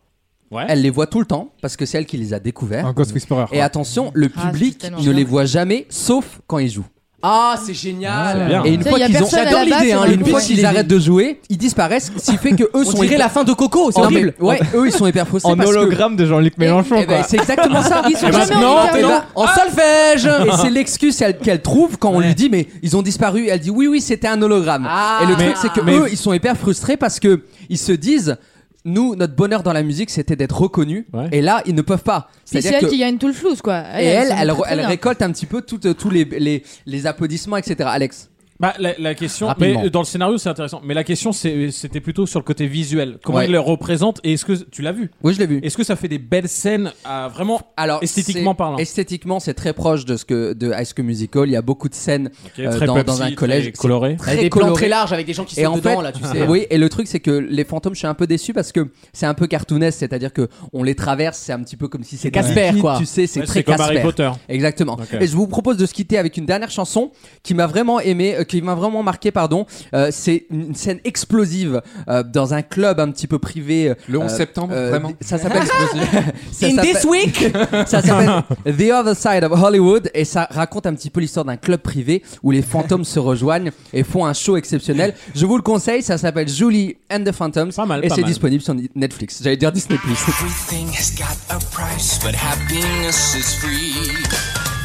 E: Ouais.
F: Elle les voit tout le temps parce que c'est elle qui les a découverts.
E: Un Ghost Whisperer,
F: Et attention, le
B: Ah,
F: public
B: c'est tellement
F: ne
B: bien.
F: les voit jamais sauf quand ils jouent.
B: Ah, c'est génial.
F: Et une fois qu'ils ont,
B: j'adore l'idée, hein,
F: une fois qu'ils arrêtent de jouer, ils disparaissent, ce qui fait que eux
B: On
F: sont.
B: dirait la fin de Coco, c'est
F: Non,
B: horrible.
F: mais- Ouais, eux ils sont hyper frustrés.
H: En hologramme de Jean-Luc Mélenchon.
F: Eh ben,
H: quoi.
F: c'est exactement ça.
H: Ils sont Et jamais maintenant, en hologramme.
F: Eh ben,
H: non.
F: en solfège. Et c'est l'excuse elle- qu'elle trouve quand on lui dit mais ils ont disparu. Elle dit oui oui c'était un hologramme. Et le
I: Mais-
F: truc c'est que
I: mais-
F: eux ils sont hyper frustrés parce que ils se disent nous notre bonheur dans la musique c'était d'être reconnus et là ils ne peuvent pas.
D: Puis c'est
F: C'est-à-dire
D: elle
F: que-
D: qui gagne tout le flouze, quoi.
F: et elle,
D: ça
F: elle,
D: va très, très
F: elle
D: bien.
F: récolte un petit peu toutes- tous les, les, les applaudissements, etc. Alex.
E: Bah, la, la question,
F: Rapidement.
E: mais, euh, dans le scénario c'est intéressant, mais la question c'est- euh, c'était plutôt sur le côté visuel. Comment
F: Ouais.
E: il le représente et est-ce que tu l'as vu
F: Oui, je l'ai vu.
E: Est-ce que ça fait des belles scènes à vraiment
F: Alors,
E: esthétiquement
F: c'est-
E: parlant
F: Esthétiquement, c'est très proche de ce que de High School Musical. Il y a beaucoup de scènes
E: Ok,
F: euh,
E: très
F: dans,
E: Pepsi,
F: dans un
E: très
F: collège C'est
E: coloré.
F: très
B: Avec des plans
F: coloré.
B: très larges avec des gens qui
F: Et
B: sautent
F: en
B: dedans,
F: fait-
B: là, tu sais.
F: Oui, et le truc c'est que les fantômes, je suis un peu déçu parce que c'est un peu cartoonesque, c'est-à-dire que on les traverse, c'est un petit peu comme si c'était
B: Casper,
F: liquide,
B: quoi.
F: Tu sais, c'est
B: Ouais,
F: très
B: c'est comme Harry
F: Casper.
B: Potter.
F: Exactement.
B: Ok.
F: Et je vous propose de se quitter avec une dernière chanson qui m'a vraiment aimé, euh, qui m'a vraiment marqué, pardon. Euh, c'est une scène explosive euh, dans un club un petit peu privé. euh,
G: Le 11 septembre, vraiment
F: Ça s'appelle Explosive. Ça
B: In
F: s'appelle-
B: this week
F: ça s'appelle The Other Side of Hollywood et ça raconte un petit peu l'histoire d'un club privé où les fantômes se rejoignent et font un show exceptionnel. Je vous le conseille, ça s'appelle Julie and the Phantoms et
S: pas
F: c'est
S: mal.
F: disponible sur Netflix. J'allais dire Disney+.
S: Everything has got a price, but happiness is free.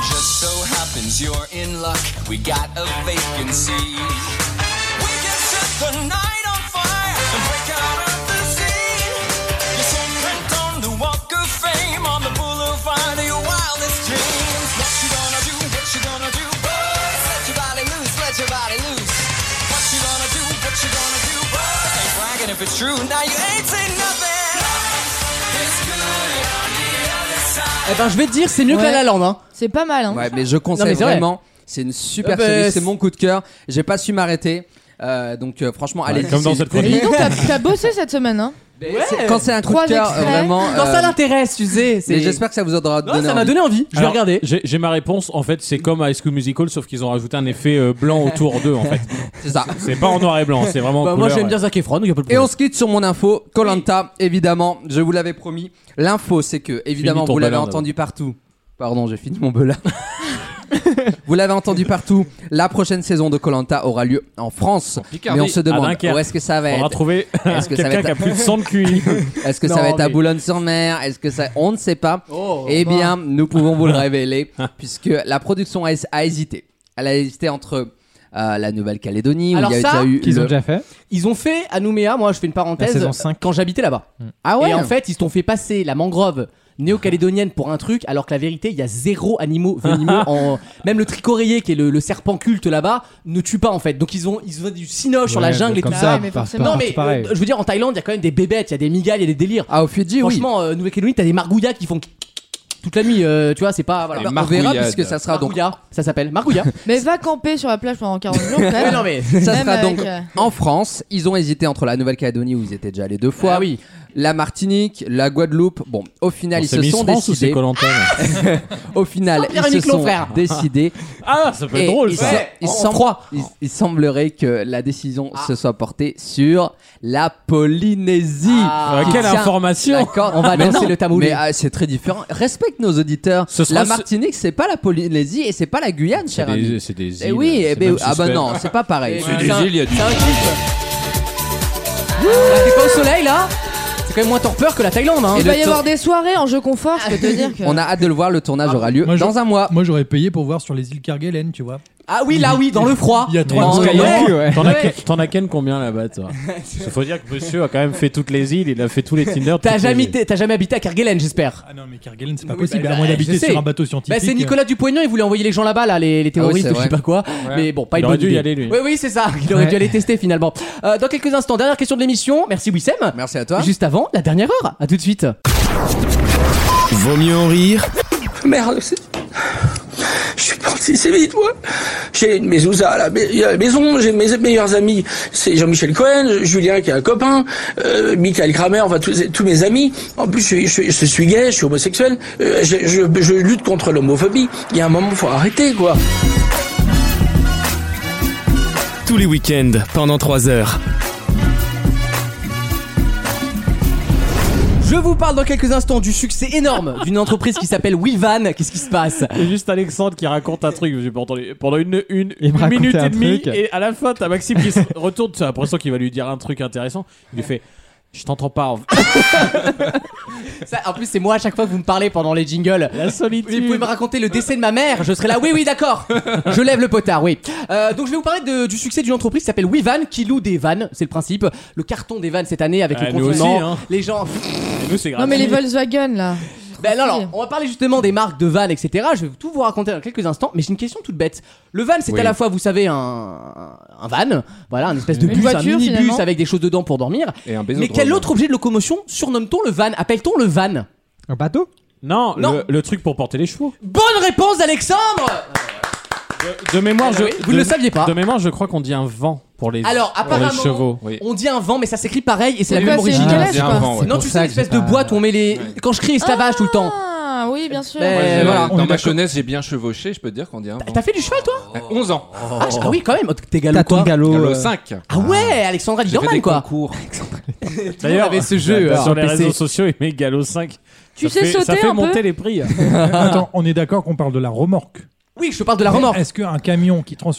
S: Just so happens you're in luck, we got a vacancy. We can set the night on fire and break out of the scene. You're sacred on the walk of fame, on the boulevard of your wildest dreams. What you gonna do? What you gonna do? Boys, let your body loose, let your body loose. What you gonna do? What you gonna do? Boys, ain't bragging if it's true. Now you ain't say nothing. It's good on the other side.
B: Eh ben, je vais te dire, c'est mieux que
F: Ouais.
B: La La Land, hein.
D: C'est pas mal, hein.
F: Ouais, mais je conseille
B: Non, mais c'est vrai.
F: vraiment. C'est une super
B: Ah bah,
F: série,
B: c'est-
F: c'est mon coup de cœur. J'ai pas su m'arrêter. Euh, donc euh, franchement, allez
E: comme dans cette chronique.
D: Et donc, t'as t'as bossé cette semaine, hein
F: C'est- Quand c'est un coup
D: Trois
F: de cœur,
D: extraits.
F: euh, vraiment.
D: Quand ça
B: l'intéresse, tu sais.
F: Mais j'espère que ça vous aura donné.
E: Alors, J'ai j'ai ma réponse. En fait, c'est comme High School Musical, sauf qu'ils ont rajouté un effet euh, blanc autour d'eux. En fait,
F: c'est ça.
E: C'est pas en noir et blanc. C'est vraiment. en
F: Bah,
B: moi,
E: couleur,
B: j'aime
E: ouais.
B: bien Zac Efron, donc y a pas de
F: Et
B: problème.
F: on se quitte sur mon info, Colanta, évidemment, je vous l'avais promis. L'info, c'est que, évidemment,
I: Finis ton
F: vous l'avez
I: belin,
F: entendu partout. Pardon, j'ai fini mon belin. vous l'avez entendu partout. La prochaine saison de Colanta aura lieu en France.
I: Picardie,
F: mais on se
I: à
F: demande
I: Dunkerque.
F: où est-ce que ça va
I: Faudra
F: être.
I: trouver
F: Est-ce que ça va
I: quelqu'un
F: être
I: qui a plus de sang de
E: QI.
F: Est-ce que ça
I: Non,
F: va être à
I: mais-
F: Boulogne-sur-Mer Est-ce que ça. On ne sait pas.
I: Oh,
F: eh
I: bah.
F: bien, nous pouvons vous le révéler, puisque la production a, a hésité. Elle a hésité entre à la Nouvelle-Calédonie. où
B: Alors
F: il y a
B: ça,
F: déjà eu
B: qu'ils ont
F: le-
B: déjà Ils ont fait à Nouméa, moi je fais une parenthèse,
F: La saison 5.
B: quand j'habitais là-bas.
F: Ah ouais
B: Et en fait, ils se t'ont fait passer la mangrove néo-calédonienne pour un truc, alors que la vérité, il y a zéro animaux venimeux. en... Même le tricoréier, qui est le, le serpent culte là-bas, ne tue pas en fait. Donc ils ont, ils ont du cinoche sur
H: Ouais,
B: la jungle
H: mais
B: et tout
H: comme
B: ça.
H: ça, mais forcément.
B: non
H: partout
B: mais
H: pareil.
B: euh, je veux dire, en Thaïlande, il y a quand même des bébêtes, il y a des migales, il y a des délires.
F: Ah, au Fidji,
B: Franchement, euh, Nouvelle-Calédonie, t'as des margouillas qui font toute la nuit, euh, tu vois, c'est pas. Voilà.
F: Les On verra, margouillades. puisque
B: ça sera donc. ça s'appelle Margouilla.
L: Mais va camper sur la plage pendant 40 jours quand même.
F: Mais non, mais ça
L: Même
F: sera
L: avec,
F: donc
L: euh,
F: en France. Ils ont hésité entre la Nouvelle-Calédonie où ils étaient déjà allés deux
E: Ah
F: fois, la Martinique, la Guadeloupe. Bon, au final,
E: On
F: ils
E: s'est
F: se
E: mis
F: sont
E: France ou c'est
F: décidés.
E: Koh-Lanta, là
F: au final,
E: Sans
F: ils
E: Pierre
F: se
E: Niklon,
F: sont
E: frère.
F: décidés.
E: Ah, ça peut être
F: Et
E: drôle,
F: il
E: ça.
F: se-
E: Ouais,
F: il
E: en Ah.
F: semble-
E: froid.
F: il- il semblerait que la décision se soit portée sur la Polynésie.
E: Ah.
F: qui
E: Quelle
F: tient-
E: information.
F: D'accord,
E: On va
F: mais
E: lancer
F: non,
E: le taboulé.
F: Mais ah, c'est très différent. Respecte nos auditeurs.
E: sera
F: la
E: ce-
F: Martinique, c'est pas la Polynésie et c'est pas la Guyane, cher
E: des-
F: ami.
E: c'est des
F: Eh
E: îles,
F: oui, eh
E: c'est
F: ben-
E: même
F: ah bah
E: suspect.
F: non, c'est pas pareil.
B: C'est des îles, il y a du- Ah, T'es pas au soleil là C'est quand même moins torpeur que la Thaïlande. Hein.
L: Il va y avoir des soirées en jeu confort, je peux te dire que.
F: On a hâte de le voir, le tournage aura lieu
C: Moi,
F: dans
C: j'aurais-
F: un mois.
C: Moi j'aurais payé pour voir sur les îles Kerguelen, tu vois.
B: Ah oui, là oui, dans le froid.
C: Il y a trois
E: T'en
C: ans, il y a-
E: as- t'en as
C: Ouais.
E: que- t'en as ken combien là-bas, toi Il faut dire que monsieur a quand même fait toutes les îles, il a fait tous les Tinder.
B: T'as
E: toutes les
B: jamais,
E: îles.
B: été- t'as jamais habité à Kerguelen, j'espère.
C: Ah non, mais Kerguelen, c'est pas
B: Oui,
C: possible.
B: bah,
C: à moins
B: bah, je
C: d'habiter
B: sais.
C: sur un bateau scientifique.
B: Bah, c'est Nicolas Dupont-Aignan, il voulait envoyer les gens là-bas, là, les, les terroristes,
C: Ah oui,
B: je
C: c'est
B: sais
C: vrai.
B: pas quoi.
C: Ouais.
B: Mais bon, pas
C: Il
B: une
C: aurait dû
B: bonne
C: y
B: idée.
C: aller, lui.
B: Oui, oui, c'est ça. Il aurait
C: Ouais.
B: dû aller tester finalement. Euh, dans quelques instants, dernière question de l'émission. Merci Wissem.
F: Merci à toi.
B: Juste avant, la dernière heure. À tout de suite.
A: Vaut mieux en rire
K: Merde, c'est- Je suis parti, c'est vite, moi. J'ai une mezouza à la, mai- à la maison, j'ai mes meilleurs amis. C'est Jean-Michel Cohen, Julien qui est un copain, euh, Michael Kramer, enfin tous, tous mes amis. En plus, je, suis- je, je suis gay, je suis homosexuel, euh, je, je- je lutte contre l'homophobie. Il y a un moment, faut arrêter, quoi.
A: tous les week-ends pendant 3 heures.
B: Je vous parle dans quelques instants du succès énorme d'une entreprise qui s'appelle Wilvan. Qu'est-ce qui se passe
E: C'est juste Alexandre qui raconte un truc, j'ai pas entendu. Pendant une, une, une
B: racontait
E: minute
B: un
E: et demie,
B: truc.
E: et à la fin, t'as Maxime qui se retourne, t'as l'impression qu'il va lui dire un truc intéressant. Il lui fait Je t'entends pas. en-
B: Ça, en plus, c'est moi à chaque fois que vous me parlez pendant les jingles.
E: La solitude.
B: Vous pouvez me raconter le décès de ma mère. Je serai là. Oui, oui, d'accord. Je lève le potard. Oui. Euh, donc, je vais vous parler de- du succès d'une entreprise qui s'appelle WeVan, qui loue des vannes. C'est le principe. Le carton des vannes cette année avec
E: Ah,
B: le
E: nous aussi,
B: confinement.
E: hein.
B: Les gens.
E: Et nous, c'est grave.
L: Non mais les Volkswagen là.
B: Ben non, non, on va parler justement des marques de van, etc. Je vais tout vous raconter dans quelques instants, mais j'ai une question toute bête. Le van, c'est
F: Oui.
B: à la fois, vous savez, un, un van, voilà, une espèce de
F: Une
B: bus,
F: voiture,
B: un minibus
F: finalement.
B: avec des choses dedans pour dormir.
G: Et un
B: mais quel autre objet de locomotion surnomme-t-on le van Appelle-t-on le van
C: Un bateau
E: Non,
B: Non.
E: Le, le truc pour porter les chevaux.
B: Bonne réponse, Alexandre
E: De mémoire,
B: Ah
E: je.
B: oui, vous
E: de-
B: ne le saviez pas.
E: De mémoire, je crois qu'on dit un vent pour les,
B: Alors,
E: pour les
B: apparemment,
E: chevaux.
B: On dit un vent, mais ça s'écrit pareil et c'est la
E: Oui,
B: même
E: bah, c'est
B: origine.
E: une calèche, Ah, c'est un quoi. vent, ouais.
B: Non,
E: Pour
B: tu
E: ça
B: sais,
E: que
B: l'espèce
E: j'ai
B: de
E: pas-
B: boîte où on met les. Quand je crie esclavage tout le temps.
L: Ah oui, bien sûr.
B: Ben,
G: Moi, j'ai-
B: voilà. On est
G: Dans ma
B: d'accord.
G: jeunesse, j'ai bien chevauché, je peux te dire qu'on dit un
B: T'as fait du cheval, toi
G: 11 ans.
B: Ah, je- ah oui, quand même. T'es galop
G: T'as ton
B: quoi
G: galop, Oh. Galop euh, cinq.
B: Ah ouais, Alexandra
G: J'ai fait
B: Lieberman,
G: des
B: quoi.
E: D'ailleurs,
B: avait ce jeu, euh,
E: sur les
B: PC.
E: réseaux sociaux, il met Gallo 5.
B: Tu
E: Ça
B: sais
E: fait- Ça
B: sauter
E: fait
B: un peu
E: monter les prix.
B: bah,
C: Attends, on est d'accord qu'on parle de la remorque.
B: Oui, je parle de la remorque.
C: Est-ce qu'un camion qui, trans-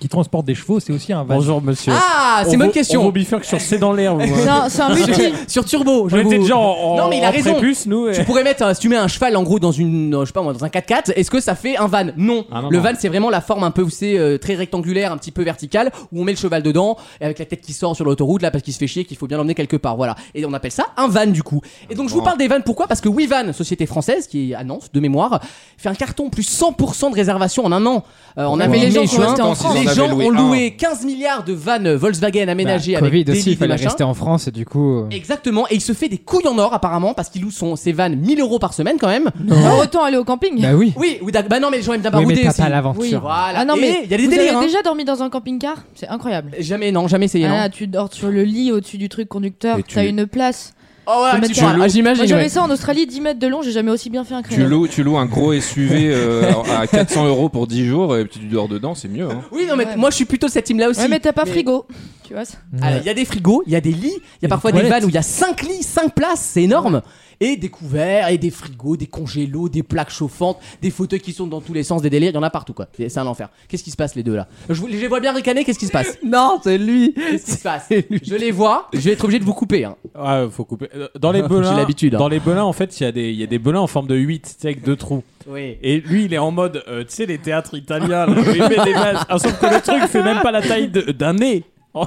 C: qui transporte des chevaux, c'est aussi un van
E: Bonjour monsieur.
B: Ah, c'est
E: On
B: une bonne
E: vous-
B: question.
E: On vous bifurque sur C'est dans l'air. vous.
B: C'est un- c'est un multi. Sur Turbo. je
E: On était
B: vous-
E: déjà en- en-
B: non, mais il a
E: en
B: raison.
E: prépuce, nous, et-
B: Tu pourrais mettre, euh, si tu mets un cheval en gros dans une, euh, je sais pas moi, dans un 4x4, est-ce que ça fait un van non.
E: Ah, non,
B: Le
E: non.
B: van, c'est vraiment la forme un peu, vous savez, euh, très rectangulaire, un petit peu verticale, où on met le cheval dedans, et avec la tête qui sort sur l'autoroute, là, parce qu'il se fait chier, qu'il faut bien l'emmener quelque part. Voilà. Et on appelle ça un van, du coup. Et donc, je vous parle des vannes, pourquoi Parce que WeVan, société française, qui est à Nantes, de mémoire, fait un carton plus 100% de réservation en un an. Euh, en
H: Ouais,
B: avril,
H: mais les
B: mai,
H: gens sont
B: juin.
H: restés en France.
B: Les
H: Ils en
B: gens
H: avaient
B: ont
H: loué un.
B: loué 15 milliards de vannes Volkswagen aménagées
H: Bah,
B: avec
H: Covid
B: délit
H: aussi,
B: du
H: il fallait
B: machin.
H: rester en France et du coup. euh,
B: Exactement, et il se fait des couilles en or apparemment parce qu'il loue son, ses vannes 1000 euros par semaine quand même.
L: Alors, autant aller au camping.
H: Bah oui.
B: Oui, ou d'ac- bah non, mais les gens aiment bien
H: Oui, mais
B: barouder
H: t'as
B: aussi.
H: pas l'aventure.
B: Oui, voilà.
L: Ah non mais
B: il y a des
L: vous
B: délires.
L: avez
B: hein.
L: déjà dormi dans un camping-car C'est incroyable.
B: Jamais, non, jamais essayé.
L: Ah,
B: non.
L: tu dors sur le lit au-dessus du truc conducteur,
B: Et
L: t'as
B: tu-
L: une place.
B: Oh ouais,
L: Faut
B: un
L: mettre
B: petit
L: ça.
B: peu. Ah, j'imagine,
L: Moi, J'avais
B: ouais.
L: ça en Australie, 10 mètres de long, j'ai jamais aussi bien fait un
G: Tu
L: crayon.
G: loues, tu loues un gros SUV euh, à 400 euros pour 10 jours et puis tu dors dedans, c'est mieux. hein.
B: Oui, non, mais moi je suis plutôt de cette team là aussi.
L: Ouais, mais t'as pas frigo. Tu vois ça
B: Ah, Alors, Il y a des frigos, il y a des lits, il y a parfois des
L: toilettes.
B: vannes où il y a 5 lits, 5 places, c'est énorme. et des couverts, et des frigos, des congélos, des plaques chauffantes, des fauteuils qui sont dans tous les sens, des délires, il y en a partout quoi. C'est c'est un enfer. Qu'est-ce qui se passe les deux là je, vous- je les vois bien ricaner, qu'est-ce qui se passe
I: Non, c'est lui
B: Qu'est-ce qui se passe Je les vois, je vais être obligé de vous couper. Hein.
E: Ah, faut couper. Euh, Dans les
B: J'ai
E: belins,
B: l'habitude, hein.
E: dans les belins, en fait, il y a des, il y a des belins en forme de 8, tu sais, avec deux trous.
B: Oui.
E: Et lui, il est en mode, euh, tu sais, les théâtres italiens, là, où il met des masques. Ah, sauf que le truc fait même pas la taille de- d'un nez. Oh.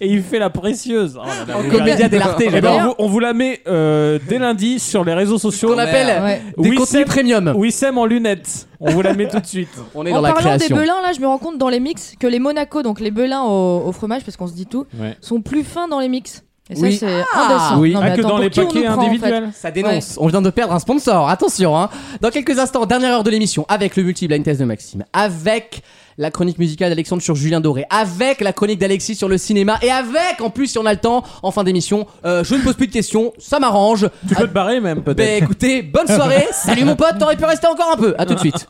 E: Et il fait la précieuse. Oh là là,
B: En
E: vous
B: comédia
E: verrez.
B: dell'arte,
E: Eh ben,
B: j'adore.
E: on, vous, on vous la met euh, dès lundi sur les réseaux sociaux.
B: qu'on appelle Ouais. des contenus
E: premium. Wissem en lunettes. On vous la met tout de suite.
B: On
L: en parlant des belins, là, je me rends compte dans les mix que les Monaco, donc les belins au, au fromage, parce qu'on se dit tout,
E: Ouais.
L: sont plus fins dans les mix. Et ça,
B: Oui.
L: c'est
B: Ah,
L: indécent.
B: oui.
L: Non, mais
B: Ah, que
L: attends,
B: dans
L: pour
B: les
L: qui on nous
B: paquets
L: prend, en fait
B: individuels. Ça dénonce.
L: Ouais.
B: On vient de perdre un sponsor, attention hein. Dans quelques instants, dernière heure de l'émission, avec le multi-blind test de Maxime, avec la chronique musicale d'Alexandre sur Julien Doré, avec la chronique d'Alexis sur le cinéma, et avec, en plus, si on a le temps, en fin d'émission, euh, je ne pose plus de questions, ça m'arrange.
E: Tu peux te barrer même, peut-être.
B: Ben écoutez, bonne soirée, salut mon pote, t'aurais pu rester encore un peu, à tout de suite.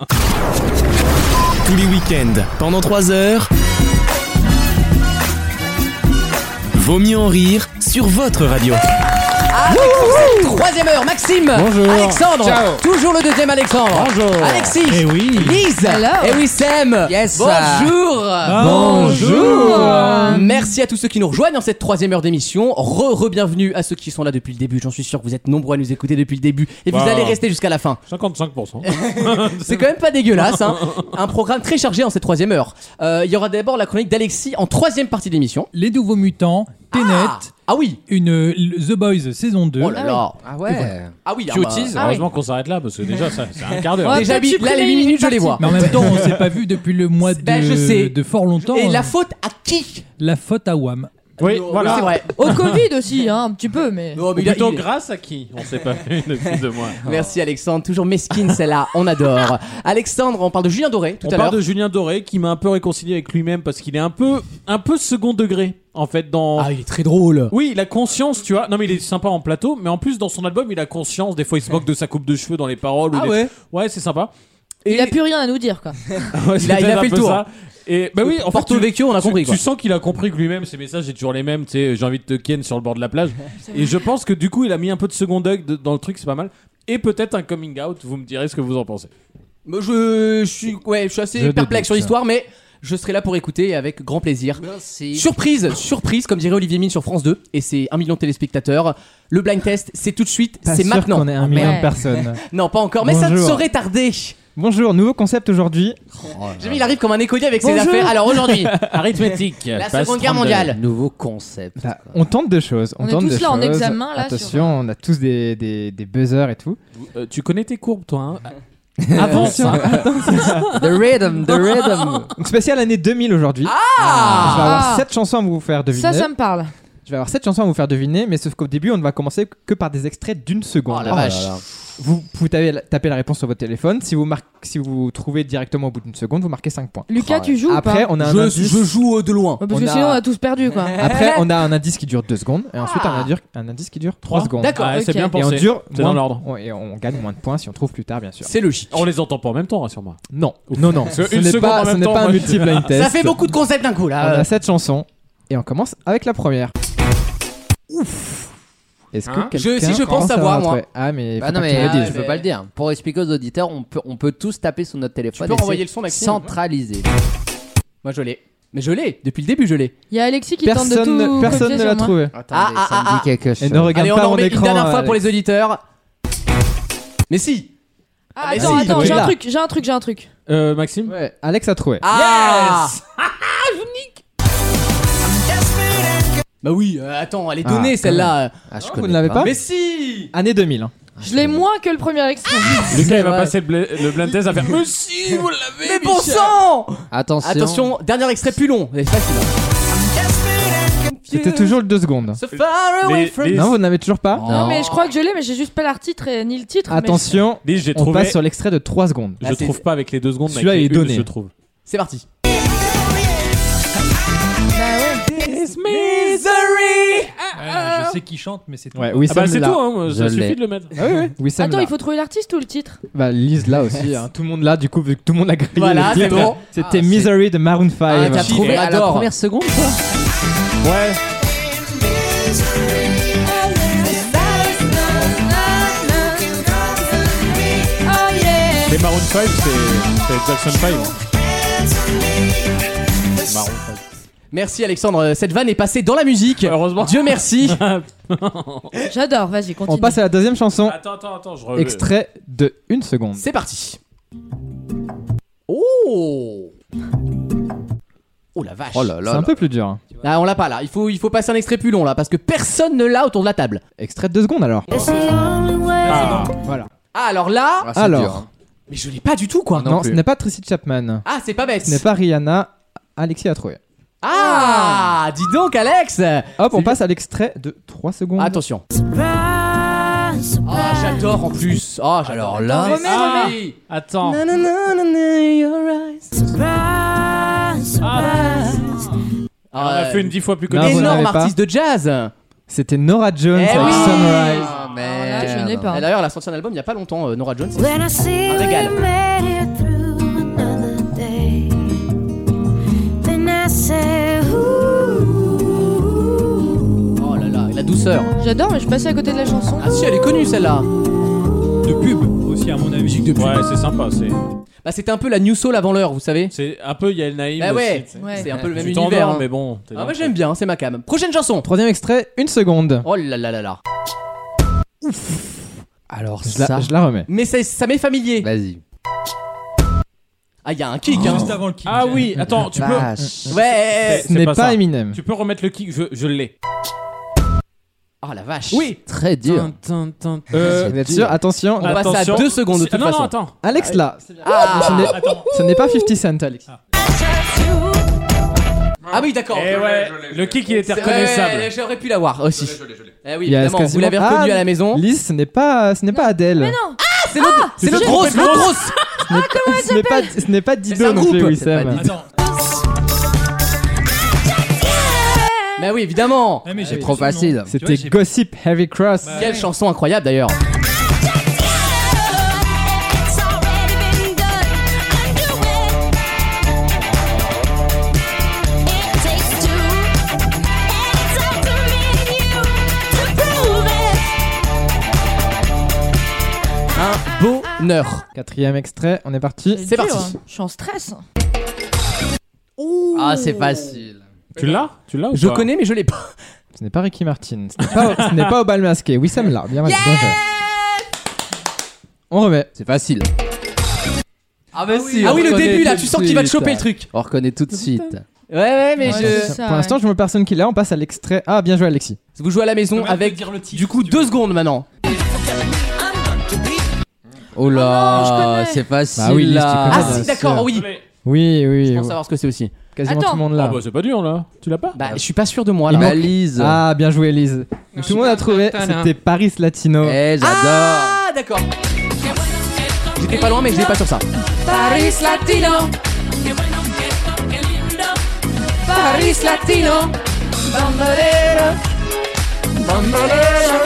A: Tous les week-ends, pendant 3 heures. Vaut mieux en rire sur votre radio.
B: Avec pour cette troisième heure, Maxime,
A: Bonjour.
B: Alexandre,
A: Ciao.
B: toujours le deuxième Alexandre,
A: Bonjour.
B: Alexis,
A: Eh oui.
B: Lise,
A: Hello.
B: et oui Sam,
A: Yes.
B: bonjour,
A: Bonjour.
B: Merci à tous ceux qui nous rejoignent dans cette troisième heure d'émission. Re, re bienvenue à ceux qui sont là depuis le début. J'en suis sûr que vous êtes nombreux à nous écouter depuis le début et vous
E: Bah.
B: allez rester jusqu'à la fin.
E: 55%.
B: C'est quand même pas dégueulasse. hein. Un programme très chargé en cette troisième heure. Euh, Il y aura d'abord la chronique d'Alexis en troisième partie de l'émission.
C: Les nouveaux mutants, Tenet. Ah,
B: oui
C: Une euh, l- The Boys saison 2.
B: Oh là là. Ah ouais.
C: Et voilà.
B: Ah oui,
C: ah bah- ah oui.
E: Heureusement qu'on s'arrête là parce que déjà, ça- c'est un quart d'heure.
B: Déjà, huit- là, les 8 minutes, je les vois.
C: Mais en même temps, on s'est pas vu depuis le mois de,
B: Ben, je sais.
C: de fort longtemps.
B: Et
C: hein.
B: la faute à qui
C: La faute à Wam.
E: Oui,
B: voilà. c'est vrai. Oh,
L: Au Covid aussi, hein, un petit peu, mais.
E: Ou plutôt grâce à qui On s'est pas vu depuis deux mois.
H: Oh.
B: Merci Alexandre, toujours mesquine celle-là, on adore. Alexandre, on parle de Julien Doré
E: On
B: tout à l'heure.
E: parle de Julien Doré qui m'a un peu réconcilié avec lui-même parce qu'il est un peu, un peu second degré en fait dans. Ah,
B: il est très drôle.
E: Oui, il a conscience, tu vois. Non, mais il est sympa en plateau, mais en plus dans son album, il a conscience. Des fois, il se moque de sa coupe de cheveux dans les paroles. ou
L: Ah
E: des-
L: ouais
E: Ouais, c'est sympa.
L: Il a plus rien à nous dire, quoi.
E: Ouais,
B: Il a-
E: c'est
B: il a
E: un
B: fait le
E: peu
B: tour.
E: ça. Et bah oui, en
B: Porto
E: fait, tu-
B: Vecchio, on a
E: tu-
B: compris,
E: Tu,
B: quoi.
E: sens qu'il a compris que lui-même, ses messages est toujours les mêmes. Tu sais, j'ai envie de te ken sur le bord de la plage. et je pense que du coup, il a mis un peu de second dog de- dans le truc, c'est pas mal. Et peut-être un coming out. Vous me direz ce que vous en pensez.
B: Mais Bah, Je, je suis, ouais, je suis assez
E: Je
B: perplexe
E: déteste
B: sur
E: ça.
B: l'histoire, mais je serai là pour écouter avec grand plaisir. Surprise, surprise, comme dirait Olivier Mine sur France 2, et c'est un million de téléspectateurs. Le blind test, c'est tout de suite,
H: Pas
B: c'est
H: sûr
B: maintenant. Ah,
H: qu'on ait un million de Ouais. personnes.
B: non, pas encore, mais ça ne
H: Bonjour.
B: saurait tarder.
H: Bonjour, nouveau concept aujourd'hui.
B: J'ai vu, il arrive comme un écolier avec ses
H: Bonjour.
B: affaires. Alors aujourd'hui,
E: Arithmétique.
B: la
H: passe
B: Seconde Guerre
H: 32.
B: mondiale.
F: Nouveau concept.
H: Bah, on tente deux choses. On,
B: On est
H: tente
B: tous
H: deux
B: là en
H: choses.
B: examen, là,
H: Attention,
B: sur-
H: on a tous des, des, des buzzers et tout.
E: Euh, tu connais tes courbes, toi. Hein Avance.
H: Attention,
E: hein.
H: attention.
F: The rhythm, the rhythm.
H: Donc, spécial année 2000 aujourd'hui. Je vais
L: Ah.
H: avoir 7 chansons à vous faire deviner.
L: Ça, ça me parle.
H: Je vais avoir 7 chansons à vous faire deviner, mais sauf qu'au début, on ne va commencer que par des extraits d'une seconde.
F: Oh la vache.
H: Vous pouvez taper la, taper la réponse sur votre téléphone. Si vous, marque- si vous trouvez directement au bout d'une seconde, vous marquez 5 points.
F: Oh,
L: Lucas, tu joues ou
H: Après,
L: pas
H: on a un
L: Je-
H: indice.
L: je
B: joue euh, de loin.
L: Ouais, Parce que sinon, on a tous perdu, quoi.
H: Après, on a un indice qui dure 2 secondes, et ensuite un, indice, un indice qui dure 3
E: Trois
H: secondes.
E: D'accord, Ouais, c'est ok. bien
H: Et on
E: pensé.
H: dure
E: C'est
H: moins-
E: dans l'ordre.
H: on- Et on gagne moins de points si on trouve plus tard, bien sûr.
B: C'est logique.
E: On les entend pas en même temps, hein, rassure-moi.
H: Non, non, non.
E: Parce que
H: Ce
E: une
H: n'est
E: seconde en
H: pas, ce
E: même
H: n'est
E: temps,
H: pas un
E: moi, je-
H: multi-blind test.
B: Ça fait beaucoup de concepts d'un coup
H: On
B: là.
H: a 7 chansons, et on commence avec la première. Est-ce que
F: Hein
H: quelqu'un commence à avoir un trait Ah, mais. faut
F: Bah non,
H: pas que
F: mais
H: tu le dises.
F: je peux pas le dire. Pour expliquer aux auditeurs, on peut, on peut tous taper sur notre téléphone.
B: peux
F: et
B: renvoyer
F: c'est
B: le son, Maxime Ah,
F: Centralisé. Ah,
B: Moi je l'ai. Mais je l'ai, depuis le début je l'ai.
L: Il y a Alexis qui
F: Personne-
L: tente de tout.
F: personne
L: copier
F: ne
L: sur
F: l'a
L: moi.
F: trouvé.
B: Ah, ah, ah, ah.
F: chose.
H: Et ne regarde
B: Allez, on
H: pas
B: en
H: mon
B: met
H: écran.
B: une dernière fois
H: Alex.
B: pour les auditeurs. Mais si
L: Ah,
B: Ah, mais
L: attends,
H: si,
L: attends,
H: oui.
L: j'ai un
H: Là.
L: truc, j'ai un truc, j'ai un truc.
E: Euh, Maxime
H: Ouais, Alex a trouvé.
B: Ah
L: Yes
B: Bah oui, euh, attends, elle est
H: Ah,
B: donnée
H: quand
B: celle-là.
H: même. Ah, je Ah, vous connais ne l'avez pas. pas
B: Mais si
H: Année 2000. hein.
L: Je l'ai moins que le premier extrait.
B: Ah.
E: Lucas, il va passer le, bla- le blind test à faire. Monsieur, vous l'avez
B: Mais bon
E: Michel.
B: sang
F: Attention.
B: Attention, dernier extrait plus long. C'est facile.
H: C'était toujours le 2 secondes.
B: So far away from-
H: Non, vous n'avez toujours pas
L: Non, mais je crois que je l'ai, mais j'ai juste pas le titre et ni le titre. mais-
H: Attention,
E: Dis, j'ai
H: on
E: trouvé-
H: passe sur l'extrait de 3 secondes.
E: Je trouve pas avec les deux secondes. mais
H: Celui-là,
E: avec
H: il est
E: les une,
H: donné.
E: Je trouve.
B: C'est parti.
H: Ah,
C: je sais qui chante, mais c'est tout.
H: Ouais, oui,
E: Ah bah, c'est tout, hein, ça
H: Je
E: suffit
H: l'ai.
E: de le mettre.
H: Ah oui, oui. Wissem
L: Attends,
H: l'a.
L: il faut trouver l'artiste ou le titre
H: Bah, lise là aussi, hein. tout le monde là, du coup, vu que tout le monde l'a grillé.
B: Voilà,
H: le
B: c'est
H: titre.
B: bon.
H: C'était Misery de Maroon 5.
B: Ah, t'as trouvé à la première
F: seconde,
E: Ouais.
T: Misery.
E: Les Maroon 5, c'est c'est Jackson
B: Bah
E: 5. Marron.
B: Merci Alexandre, Euh, cette vanne est passée dans la musique. Heureusement. Dieu merci.
L: J'adore, vas-y, continue.
H: On passe à la deuxième chanson.
E: Attends, attends, attends, je
H: Extrait de une seconde.
B: C'est parti. Oh Oh la vache.
H: Oh là là C'est un là. peu plus dur.
B: Ah, on l'a pas là, il faut, il faut passer un extrait plus long là parce que personne ne l'a autour de la table.
H: Extrait de deux secondes alors.
B: Ah,
H: Voilà.
B: alors là.
H: Ah, c'est Alors. dur, hein.
B: Mais je l'ai pas du tout quoi.
H: Non, ce n'est pas Tracy Chapman.
B: Ah, c'est pas bête.
H: Ce n'est pas Rihanna. Alexis a trouvé.
B: Ah, dis donc Alex
H: Hop, on passe à l'extrait de 3 secondes.
B: Attention. Ah, j'adore en plus. Ah, alors là.
H: Remets,
B: Ah,
H: remets.
E: Attends.
B: Ah,
E: on a fait une dix fois plus
H: Non,
E: connue.
H: vous
B: Énorme
H: n'avez pas.
B: artiste de jazz.
H: C'était Nora Jones
B: Eh
H: avec
B: oui.
H: Sunrise.
B: Ah,
L: merde. je n'ai pas.
B: Et D'ailleurs, elle a sorti un album il y a pas longtemps, euh, Nora Jones.
T: When I see we
B: Un régal.
T: made it through another day, then I say, ooh.
B: Oh là là, et la douceur.
L: J'adore, mais je suis passé à côté de la chanson.
B: Ah si, elle est connue celle-là.
E: De pub aussi, à mon avis. Musique de pub. Ouais, c'est sympa. C'est
B: Bah, c'était un peu la New Soul avant l'heure, vous savez.
E: C'est un peu Yael Naïm.
B: Bah ouais,
E: aussi, tu sais.
B: c'est un peu le même
E: Tu t'endors,
B: univers. hein.
E: mais bon. t'es
B: Ah,
E: dans-
B: moi j'aime bien, c'est ma cam. Prochaine chanson.
H: Troisième extrait, une seconde.
B: Oh là là là là.
H: Alors je
B: ça-
H: la, je la remets.
B: Mais ça, ça m'est familier.
H: Vas-y.
B: Ah, il y a un kick. hein.
E: Juste avant le kick. Ah oui, attends, tu
B: Vache.
E: peux.
B: Ouais.
E: C'est-
H: Ce n'est
E: c'est
H: pas,
E: ça.
H: Eminem.
E: Tu peux remettre le kick, je, je l'ai.
B: Oh la vache.
E: Oui.
F: Très dur.
E: Euh,
H: Vous êtes sûr Attention.
E: On passe à Attention. deux secondes, de
H: C'est-
E: toute
H: non, non,
E: façon.
H: attends. Alex là.
B: Ah.
H: Ce n'est-
E: Attends.
H: Ce n'est pas 50 Cent, Alex.
B: Ah oui, d'accord.
E: Eh ouais, le kick il était
B: C'est-
E: reconnaissable.
B: ouais, J'aurais pu l'avoir aussi. Eh oui,
H: Il y a
B: évidemment, vous
H: quasiment-
B: l'avez reconnu
H: Ah,
B: à la maison.
H: Lise, ce n'est pas, ce n'est pas Adèle. Mais
L: non.
B: Ah, c'est l'autre, c'est l'autre
H: c'est
B: grosse,
H: complètement-
B: l'autre grosse.
H: Ce n'est pas, ce n'est pas, ce n'est pas Dido
B: un
H: non plus,
B: groupe.
H: oui,
B: C'est
H: Sam.
B: pas Dido. Mais oui, évidemment.
E: Eh,
F: C'est trop facile.
H: C'était Gossip Heavy Cross.
B: Quelle chanson incroyable d'ailleurs. Un bonheur.
H: Quatrième extrait, on est parti.
L: dur, hein. Je suis en stress.
H: Oh.
F: Ah, c'est facile.
E: Tu l'as Tu l'as ou
H: hein. Je
E: pas
H: connais,
B: mais je l'ai pas.
H: Ce n'est pas Ricky Martin. Ce n'est pas, ce n'est pas au bal masqué. Oui, Sam l'a. Bien, mal- bien joué. On remet.
F: C'est facile.
B: Ah bah
F: si,
B: Ah
F: on
B: oui, le
F: reconnaît
B: début là,
F: tout
B: tu
F: de
B: sens qu'il va te
F: suite.
B: choper le truc.
F: On reconnaît tout de suite.
B: Ouais, ouais, mais je.
H: Pour l'instant, je me personne qui l'a. On passe à l'extrait. Ah, bien joué, Alexis.
B: Vous jouez à la maison avec du coup deux secondes maintenant.
F: Oh là,
B: je connais.
F: c'est facile.
H: Bah oui, Lise, tu
F: là.
B: Ah,
H: connais, bien sûr. Oui, oui. Je
B: pense savoir ce que c'est aussi.
H: Quasiment
B: Attends.
H: tout le monde là.
E: Ah bah c'est pas dur là. Tu l'as pas
B: Bah, je suis pas sûr de moi
H: Il
B: là.
H: manque- Ah, bien joué, Lise. Tout le monde a trouvé.
B: Tadam.
H: C'était Paris Latino.
F: Eh, j'adore.
B: Ah, d'accord. J'étais pas loin, mais je l'ai pas sur ça.
T: Paris Latino. Paris Latino. Bandolero. Bandolero.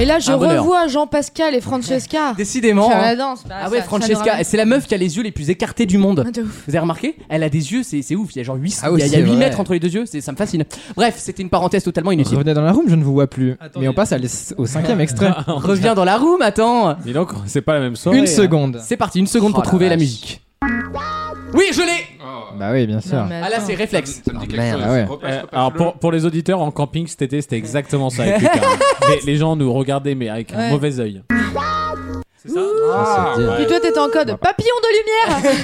L: Et là, je
B: Un bonheur.
L: revois Jean-Pascal et Francesca.
B: Décidément.
L: Faire
B: hein.
L: la danse. Bah,
B: ah
L: ça-
B: ouais,
L: ça nous
B: Francesca,
L: ramène.
B: et c'est la meuf qui a les yeux les plus écartés du monde.
L: Ah, de ouf.
B: Vous avez remarqué Elle a des yeux, c'est c'est ouf. Il y a genre 8,
H: Ah oui,
B: il y a
H: c'est
B: 8
H: vrai.
B: mètres entre les deux yeux, c'est- ça me fascine. Bref, c'était une parenthèse totalement inutile.
H: Revenez dans la room, je ne vous vois plus. Mais on passe à l'es- au cinquième extrait.
B: Reviens dans la room, attends.
E: Dis donc, c'est pas la même soirée.
H: Une
E: hein.
H: seconde.
B: C'est parti, une seconde pour
H: Oh la
B: trouver la
H: vache.
B: musique. Oui, je l'ai
H: Bah oui, bien sûr.
B: Ah là, c'est réflexe.
H: chose. Ah ouais.
E: Euh, alors pour, pour les auditeurs en camping cet été c'était exactement ça avec Lucas. les, les gens nous regardaient mais avec
L: Ouais.
E: un mauvais œil.
L: Ah,
H: Ah,
E: c'est dur.
L: Puis toi, t'étais en code papillon de lumière.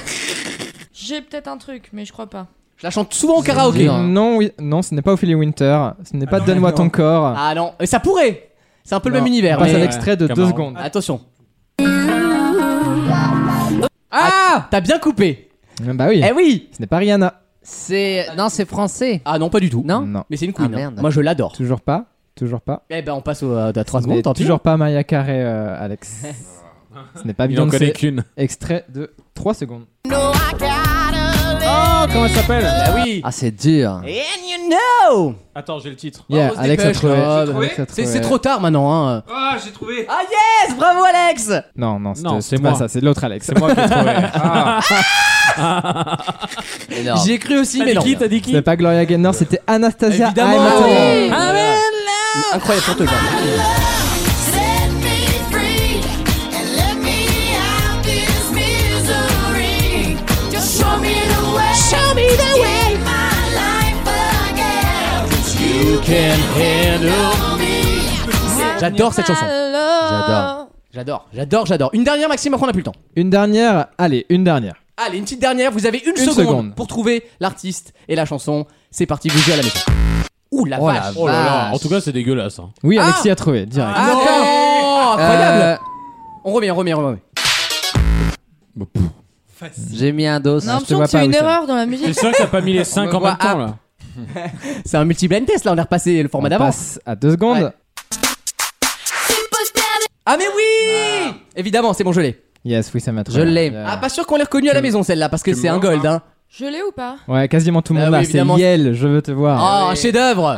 L: J'ai peut-être un truc, mais je crois pas.
B: Je la chante souvent au karaoké.
H: Non, oui, non, ce n'est pas Ophélie Winter. Ce n'est pas Donne-moi ton corps.
B: Ah non, Et ça pourrait C'est un peu le
H: Non,
B: même univers.
H: On passe
B: mais-
H: à l'extrait de deux
B: Camargue.
H: secondes.
B: Attention. Ah T'as bien coupé
H: Ah Bah oui.
B: Eh oui
H: Ce n'est pas Rihanna.
F: C'est non, c'est français.
B: Ah non, pas du tout.
F: Non.
H: Non.
B: Mais c'est une queen.
F: Ah,
B: hein.
F: merde.
B: Moi je l'adore.
H: Toujours pas. Toujours pas.
B: Eh ben on passe au- à 3
H: Ce n'est
B: secondes, tant pis.
H: Toujours pas Maya Carré, euh, Alex. Ce n'est pas
E: Il en
H: Beyoncé.
E: connaît qu'une.
H: Extrait de 3 secondes.
E: Oh comment elle s'appelle
B: Ah oui
F: Ah, c'est dur.
B: And you know
E: Attends j'ai le titre.
H: Yeah,
B: Oh, on se
H: Alex a
B: dépêche,
H: trouvé.
B: là.
H: Alex a trouvé.
B: C'est c'est trop tard maintenant. Hein.
E: Ah j'ai trouvé.
B: Ah yes Bravo Alex
H: Non, non,
E: Non,
H: c'était- c'est
E: c'est
H: pas
E: moi.
H: ça, c'est l'autre Alex.
E: C'est moi qui ai trouvé. Ah.
F: Énorme.
B: J'ai cru aussi,
E: T'as
B: mais
E: dit
B: non.
E: qui T'as dit qui
H: C'était pas Gloria
E: Euh,
H: Gaynor, c'était Anastasia.
B: Évidemment.
H: I'm a-
B: Incroyable chanteuse. hein. J'adore cette chanson.
U: J'adore.
B: J'adore, j'adore, j'adore. Une dernière, Maxime, après on n'a plus le temps.
H: Une dernière, allez, une dernière.
B: Allez, une petite dernière, vous avez une,
H: Une
B: seconde,
H: seconde.
B: pour trouver l'artiste et la chanson. C'est parti, vous jouez à la maison. Ouh la
H: Oh la
B: vache
E: Oh là là, en tout cas, c'est dégueulasse. hein.
H: Oui, Alexis a trouvé, direct.
B: Ah, non, incroyable
F: Euh,
B: On revient, on revient, on revient.
F: J'ai mis un dos.
B: hein,
D: On a l'impression que c'est une erreur dans la musique.
B: Je vois app. C'est un multi-blind test là, on a repassé le format d'avant.
H: passe à deux secondes.
B: Ah mais oui Évidemment, c'est bon, je l'ai.
H: Yes, oui, ça m'a trouvé.
B: Je l'ai. Ah, pas sûr qu'on l'ait reconnu à la maison celle-là, parce que c'est un gold. Hein.
D: Je l'ai ou pas
H: Ouais, quasiment tout le
B: Bah
H: monde
B: oui,
H: l'a.
B: évidemment.
H: C'est Yel, je veux te voir.
B: Oh, un chef-d'œuvre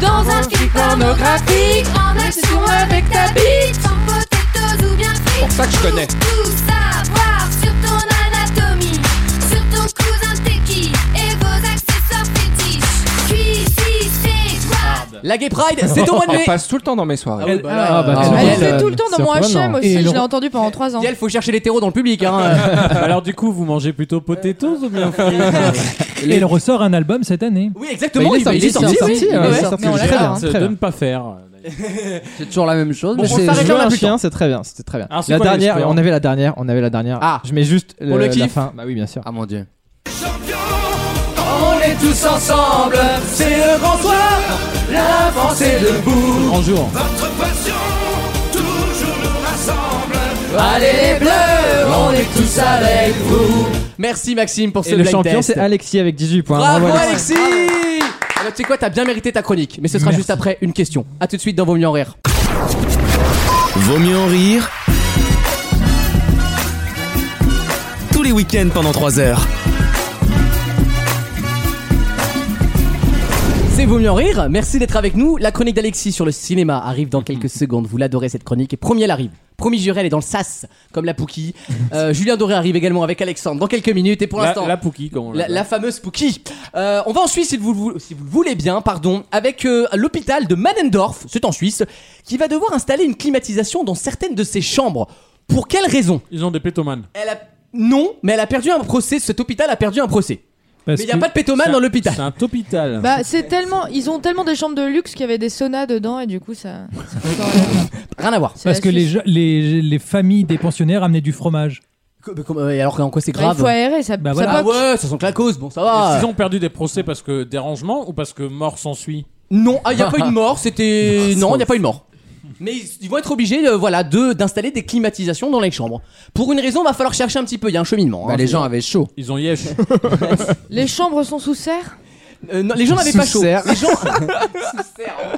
S: Dans un film pornographique, en action avec ta bite. Sans potatoes ou bien frites.
G: Pour ça que je connais.
S: Tout savoir sur ton anatomie, sur ton cousin Teki et vos accessoires fétiches. Cuisine, c'est quoi
B: La Gay Pride, c'est au mois de mai.
G: Elle passe tout le temps dans mes soirées.
B: Elle- Ah, bah,
G: Ah,
B: tu
G: ouais.
B: vois,
D: C'est tout le temps dans mon HM aussi,
B: Et
D: je
B: le-
D: l'ai entendu pendant 3 ans.
B: Yel, faut chercher l'hétéro dans le public. Hein.
E: Alors, du coup, vous mangez plutôt potatoes ou bien frites
C: Et il ressort un album cette année.
B: Oui, exactement, Bah, il est il est sorti, sorti, oui, oui, il est ouais. sorti. Mais on
E: Je
B: l'adore,
E: rate
B: hein.
E: de ne pas faire.
F: C'est toujours la même chose.
B: Bon,
F: mais
B: on
F: c'est-
B: s'arrête
F: je
B: là,
F: veux
B: on a
F: un
B: plus le
F: chien.
B: temps.
H: Non, Ah, c'est très bien, c'était très bien.
F: Alors, c'est
H: la
F: quoi les
H: dernière,
F: scores
H: on avait la dernière, on avait la dernière.
F: Ah.
H: je mets juste
F: On le
H: le, la
F: kiffe
H: fin. Bah oui, bien sûr. Ah mon dieu.
B: On est tous ensemble, c'est le grand soir, la France est debout.
C: Grand jour.
V: Votre passion toujours nous rassemble.
B: Allez les bleus, on est tous avec vous. Merci Maxime pour ce
H: Et le
B: blind
H: champion,
B: test.
H: c'est Alexis avec 18 points.
B: Bravo
H: Bravo,
B: Alexis Ah bah, Tu sais quoi, t'as bien mérité ta chronique, mais ce sera juste après une question. A tout de suite dans Vos mieux en rire.
A: Vaut mieux en rire. Tous les week-ends pendant 3 heures.
B: C'est Vaut mieux en rire, merci d'être avec nous. La chronique d'Alexis sur le cinéma arrive dans quelques
E: Mm-hmm.
B: secondes, vous l'adorez cette chronique, et premier elle arrive. Promis Jurel est dans le sas, comme la Pouki. Euh, Julien Doré arrive également avec Alexandre dans quelques minutes, et pour
E: La-
B: l'instant...
E: La Pouki, comment on
B: La,
E: l'appelle.
B: la fameuse Pookie. Euh, on va en Suisse, si vous, le vou- si vous le voulez bien, pardon, avec euh, l'hôpital de Manendorf, c'est en Suisse, qui va devoir installer une climatisation dans certaines de ses chambres. Pour quelle raison
E: Ils ont des pétomanes.
B: Elle a- Non, mais elle a perdu un procès, cet hôpital a perdu un procès.
E: Parce
B: mais il n'y a
E: que
B: pas de pétomane
E: c'est
B: dans
E: un-
B: l'hôpital.
E: C'est un hôpital.
D: Bah, c'est tellement. Ils ont tellement des chambres de luxe qu'il y avait des saunas dedans et du coup, ça.
B: Rien à voir.
C: Parce que les, je- les, les familles des pensionnaires amenaient du fromage. euh,
B: Et alors en quoi c'est
D: grave Bah, il faut aérer, ça- ça
B: Ah ouais, ça sent que la cause, bon ça va.
E: Ils ont perdu des procès parce que dérangement ou parce que mort s'ensuit
B: Non, ah, il n'y a pas eu de mort, c'était. Non, il n'y a pas eu de mort. Mais ils, ils vont être obligés euh, voilà, de- d'installer des climatisations dans les chambres. Pour une raison, va falloir chercher un petit peu, il y a un cheminement. hein.
F: Bah, les gens avaient chaud.
E: Ils ont yesh.
D: Les chambres sont sous serre
B: Euh, non, les gens n'avaient pas
F: Sous
B: chaud.
F: serre.
B: Les gens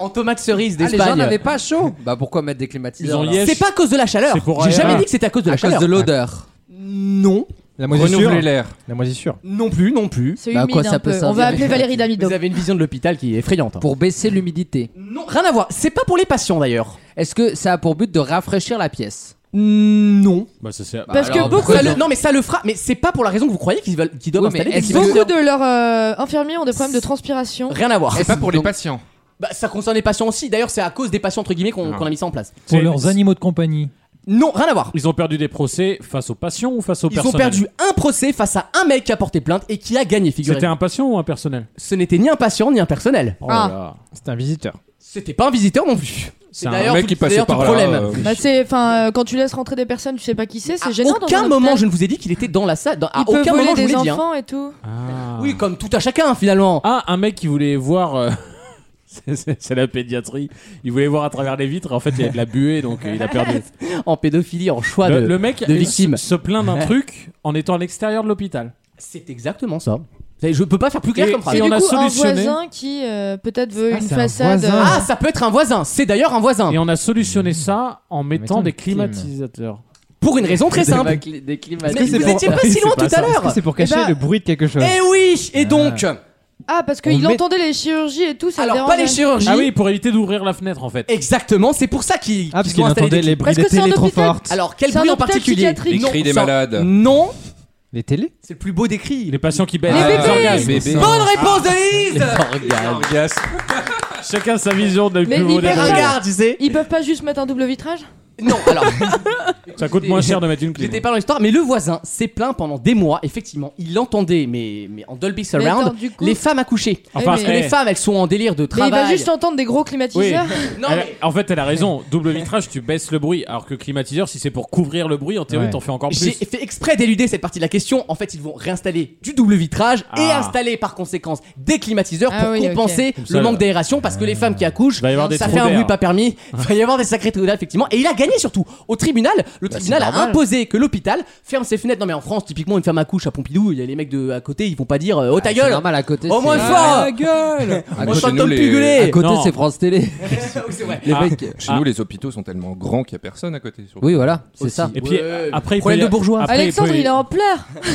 B: en, en tomates cerises
F: Ah, les
B: d'Espagne.
F: gens n'avaient pas chaud. Bah pourquoi mettre des climatiseurs là
B: C'est pas à cause de la chaleur.
F: C'est pour
B: J'ai
F: aérer.
B: jamais dit que c'était à cause de la
F: À cause
B: chaleur.
F: de l'odeur.
B: Non.
H: La
F: moisissure. Renouveler
H: l'air. La moisissure.
B: Non plus, non plus.
D: C'est Bah, humide quoi, ça un peut peu. servir On va appeler Valérie Damido.
B: Vous avez une vision de l'hôpital qui est effrayante. hein.
F: Pour baisser l'humidité.
B: Non, rien à voir. C'est pas pour les patients d'ailleurs.
F: Est-ce que ça a pour but de rafraîchir la pièce
B: Non.
E: Bah, ça, c'est-
D: Parce que beaucoup-
B: Ça le- non mais ça le fera. Mais c'est pas pour la raison que vous croyez qu'ils veulent, qu'ils doivent
F: Oui, mais
B: installer des
F: est-ce
B: climatiseurs.
D: Beaucoup de leurs euh, infirmiers ont des problèmes de transpiration.
B: Rien à voir.
G: C'est pas pour les
B: Donc-
G: patients.
B: Bah, ça concerne les patients aussi. D'ailleurs, c'est à cause des patients entre guillemets
E: Ah.
B: qu'on qu'on a mis ça en place.
C: Pour leurs animaux de compagnie.
B: Non, rien à voir.
E: Ils ont perdu des procès face aux patients ou face aux
B: Ils
E: personnels
B: ont perdu un procès face à un mec qui a porté plainte et qui a gagné. Figurez-vous.
E: C'était un patient ou un personnel Oh
B: Ce n'était ni un patient ni un personnel.
D: Ah.
H: C'était un visiteur.
B: C'était pas un visiteur non plus. C'est
E: un
B: d'ailleurs
E: mec
B: tout-
E: qui
B: c'est
E: passait
B: d'ailleurs tout
E: par
B: le
E: là,
B: problème.
E: euh,
D: Bah, c'est. Enfin, euh, quand tu laisses rentrer des personnes, tu sais pas qui c'est, c'est gênant.
B: À aucun
D: dans un
B: moment
D: hôpital.
B: je ne vous ai dit qu'il était dans la salle. Dans-
D: Il
B: à
D: peut
B: aucun
D: voler
B: moment je vous
D: des
B: l'ai dit. hein.
D: enfants et tout.
B: Oui, comme tout à chacun finalement.
E: Ah, un mec qui voulait voir. euh, c'est- C'est c'est la pédiatrie. Il voulait voir à travers les vitres. En fait, il y a de la buée, donc euh, il a perdu.
B: en pédophilie, en choix
E: Le,
B: de,
E: le mec
B: de
E: il
B: victime.
E: se se plaint d'un truc en étant à l'extérieur de l'hôpital.
B: C'est exactement ça. Je peux pas faire plus clair
E: Et-
B: comme phrase.
E: et
D: Et
E: on
D: du
E: a
D: coup, un
E: solutionné.
D: voisin qui euh, peut-être veut une
E: c'est un
D: façade. euh,
E: voisin.
B: Ah, ça peut être un voisin. C'est d'ailleurs un voisin.
E: Et on a solutionné ça en mettant
B: mettant
E: des
B: des clim.
E: climatisateurs.
B: Pour une raison très simple. Mais vous n'étiez pas si loin tout à l'heure.
H: C'est pour cacher
B: Eh ben,
H: le bruit de quelque chose.
B: Eh oui Et donc
D: Ah, parce
B: On
D: qu'il
B: met-
D: entendait les chirurgies et tout, ça le
B: Alors, pas
D: dérangeait.
B: les chirurgies.
E: Ah oui, pour éviter d'ouvrir la fenêtre en fait.
B: Exactement, c'est pour ça qu'ils
E: Ah, parce
B: qu'ils
E: qu'il
B: ont installé
E: entendait
B: des
E: les
B: clips.
E: bruits Parce que des c'est un télés trop hôpital- fortes.
B: Alors, quel
D: c'est un
B: bruit en
D: hôpital
B: particulier
D: psychiatrique.
G: Les cris des
B: ça-
G: malades.
B: Non,
H: Les télés
B: c'est le plus beau des cris.
E: Les patients qui baissent.
B: Les bébés.
E: orgasmes.
B: Les bébés. Bonne réponse,
E: Ah,
G: Ah.
B: Denise
E: Chacun sa vision de
D: Mais
E: plus beau
D: hyper
E: des
D: regarde,
E: orgasmes.
B: tu sais.
D: Ils peuvent pas juste mettre un double vitrage
B: Non, alors.
E: Ça coûte moins cher de mettre une clim.
B: J'étais pas dans l'histoire, mais le voisin s'est plaint pendant des mois. Effectivement, il entendait, mais, mais en Dolby
L: Mais attends,
B: Surround,
L: du coup-
B: les femmes accouchées.
E: Enfin,
B: parce que
E: eh.
B: les femmes, elles sont en délire de
L: Mais
B: travail.
L: il va juste entendre des gros
E: Oui.
L: climatiseurs.
E: Elle- En fait, elle a raison. Double vitrage, tu baisses le bruit. Alors que climatiseur, si c'est pour couvrir le bruit, en théorie,
B: Ouais.
E: t'en fais encore
B: J'ai
E: plus.
B: fait exprès d'éluder cette partie de la question. En fait, ils vont réinstaller du double vitrage et
E: Ah.
B: installer par conséquence des climatiseurs
L: Ah
B: pour
L: oui, ok.
B: compenser
E: Comme ça,
B: le
E: là.
B: manque d'aération parce que les femmes qui accouchent,
E: va y avoir des
B: ça
E: trous
B: fait un
E: d'air.
B: bruit pas permis. Il va y avoir des sacrés tribunaux, effectivement. Et il a gagné surtout. Au tribunal, le tribunal a
F: normal.
B: imposé que l'hôpital ferme ses fenêtres. Non, mais en France, typiquement, une femme accouche à Pompidou, il y a les mecs de à côté, ils vont pas dire euh, Oh ta gueule
F: normal, à côté,
B: Au
F: c'est-
B: moins une
F: Ah,
B: fois
F: ta
B: gueule
G: À
B: On
G: côté,
B: s'entend
G: nous, les-
B: plus gueuler
G: À côté, c'est
B: France Télé
G: Les
E: Ah.
G: mecs, chez
E: Ah.
G: nous, les hôpitaux sont tellement grands qu'il n'y a personne à côté. surtout.
F: Oui, voilà,
G: Aussi.
F: c'est ça.
G: Et puis,
B: Ouais.
E: après, il peut
B: Problème
E: y-
B: de bourgeois.
E: après,
L: Alexandre,
E: peut y-
L: il est en pleurs.
G: euh,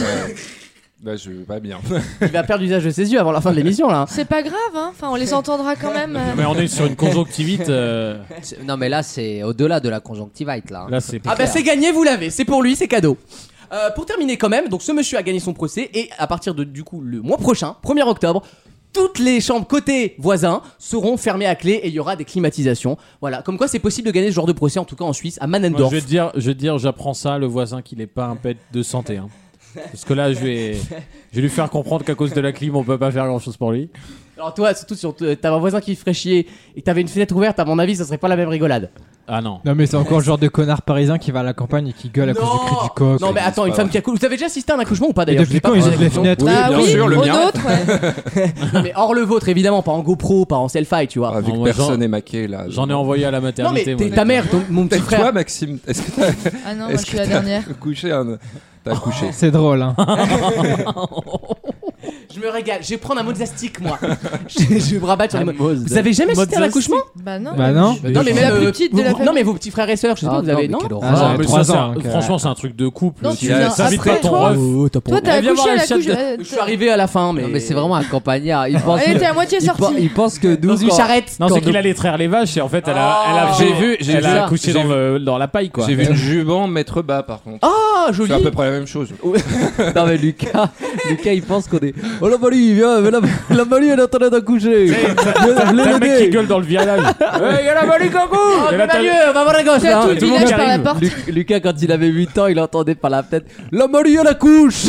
G: bah, je vais pas bien.
B: Il va perdre l'usage de ses yeux avant la fin de l'émission là.
L: C'est pas grave, hein. Enfin, on les entendra quand même. euh.
E: Mais on est sur une conjonctivite. euh,
F: C'est- Non, mais là, c'est au-delà de la conjonctivite, là.
E: Là, c'est
B: Ah bah c'est gagné, vous l'avez, c'est pour lui, c'est cadeau. Euh, pour terminer quand même, donc ce monsieur a gagné son procès et à partir de du coup le mois prochain, 1er octobre, toutes les chambres côté voisins seront fermées à clé et il y aura des climatisations. Voilà, comme quoi c'est possible de gagner ce genre de procès en tout cas en Suisse à
E: Moi,
B: Manendorf.
E: je vais te dire, je vais te dire, j'apprends ça, le voisin qu'il est pas un pet de santé. hein. Parce que là, je vais, je vais lui faire comprendre qu'à cause de la clim, on peut pas faire grand chose pour lui.
B: Alors toi, surtout si on te- t'avais un voisin qui ferait chier et que t'avais une fenêtre ouverte, à mon avis, ça serait pas la même rigolade.
E: Ah non.
H: Non, mais c'est encore le genre de connard parisien qui va à la campagne et qui gueule à cause du cri du coq.
B: non mais attends, une femme qui accoule. Vous avez déjà assisté à un accouchement ou pas
H: Et
B: d'ailleurs Je l'ai
H: depuis
B: pas
H: quand ils
B: posé
H: ouvrent
B: la
H: les fenêtres
B: question. Ah oui,
G: le
B: aux
G: mien.
B: autres, Non, mais hors le vôtre évidemment, pas en GoPro, pas en selfie, tu vois.
G: Ah, Vu que personne n'est maqué là.
E: J'en ai envoyé à la
B: Non mais
E: maternité.
B: t'es
E: moi.
B: ta mère, ton- mon petit
G: T'es
B: frère.
G: toi, Maxime Est-ce que t'as.
L: Ah non, moi,
G: est-ce
L: je suis
G: que
L: la
G: t'as
L: dernière.
G: Couché un...
E: Oh,
G: T'as couché.
H: C'est drôle, hein.
B: Je me régale, je vais prendre un mot de zastique moi. je, je vais me rabattre sur les mots. Vous avez jamais assisté
E: Mozastic.
B: à l'accouchement
L: Bah non.
H: Bah non.
B: Non mais
H: Je-
B: même
L: la plus
B: euh,
L: petite de
B: vous-
L: la famille.
B: Non mais vos petits frères et sœurs, je sais pas,
F: Ah,
B: vous avez non
F: non, mais quelle horreur.
H: Ah,
E: Ah,
H: j'avais
E: mais
H: trois
E: ça, c'est un-
H: ans, donc, euh,
E: Franchement, c'est un truc de couple.
L: Non,
E: Si
L: tu
E: t'as-
L: viens
E: t'invites pas
L: après,
E: ton
L: toi.
E: ref.
F: oh,
L: Toi, t'as
E: Eh, viens voir
L: accouché à
E: la
L: la
E: chatte
L: couche.
E: de-
L: euh,
B: Je suis arrivé à la fin mais,
F: Non, mais c'est vraiment un campagnard. Il pense
L: Elle
F: que-
L: était à moitié
F: il pe-
L: sortie.
F: il pense que
B: dans
F: nous,
B: une
F: quand-
B: charrette.
E: Non, c'est
F: Quand
E: qu'il allait traire les vaches et en fait, elle a, elle a,
B: Oh.
E: j'ai
G: J'ai
E: vu,
G: vu- j'ai
E: elle
G: vu
E: a
G: ça.
E: accouché
G: J'ai
E: dans, le- dans la paille quoi.
G: J'ai vu une jument mettre bas par contre.
B: Ah
G: C'est
B: joli.
G: à peu près la même chose.
F: Non, mais Lucas, Lucas, il pense qu'on est.
N: Oh la Mali, viens, la, la Mali, elle est en train d'accoucher.
E: T'as le mec qui gueule dans le village. Ouais, y a la Mali Coco Et là, t'as-
B: Mario, va voir la gauche
L: T'as
B: là.
L: tout le
E: tout le monde
L: village par la
E: arrive.
L: porte.
N: Lu- Lucas, quand il avait 8 ans, il entendait par la tête La Marie à la couche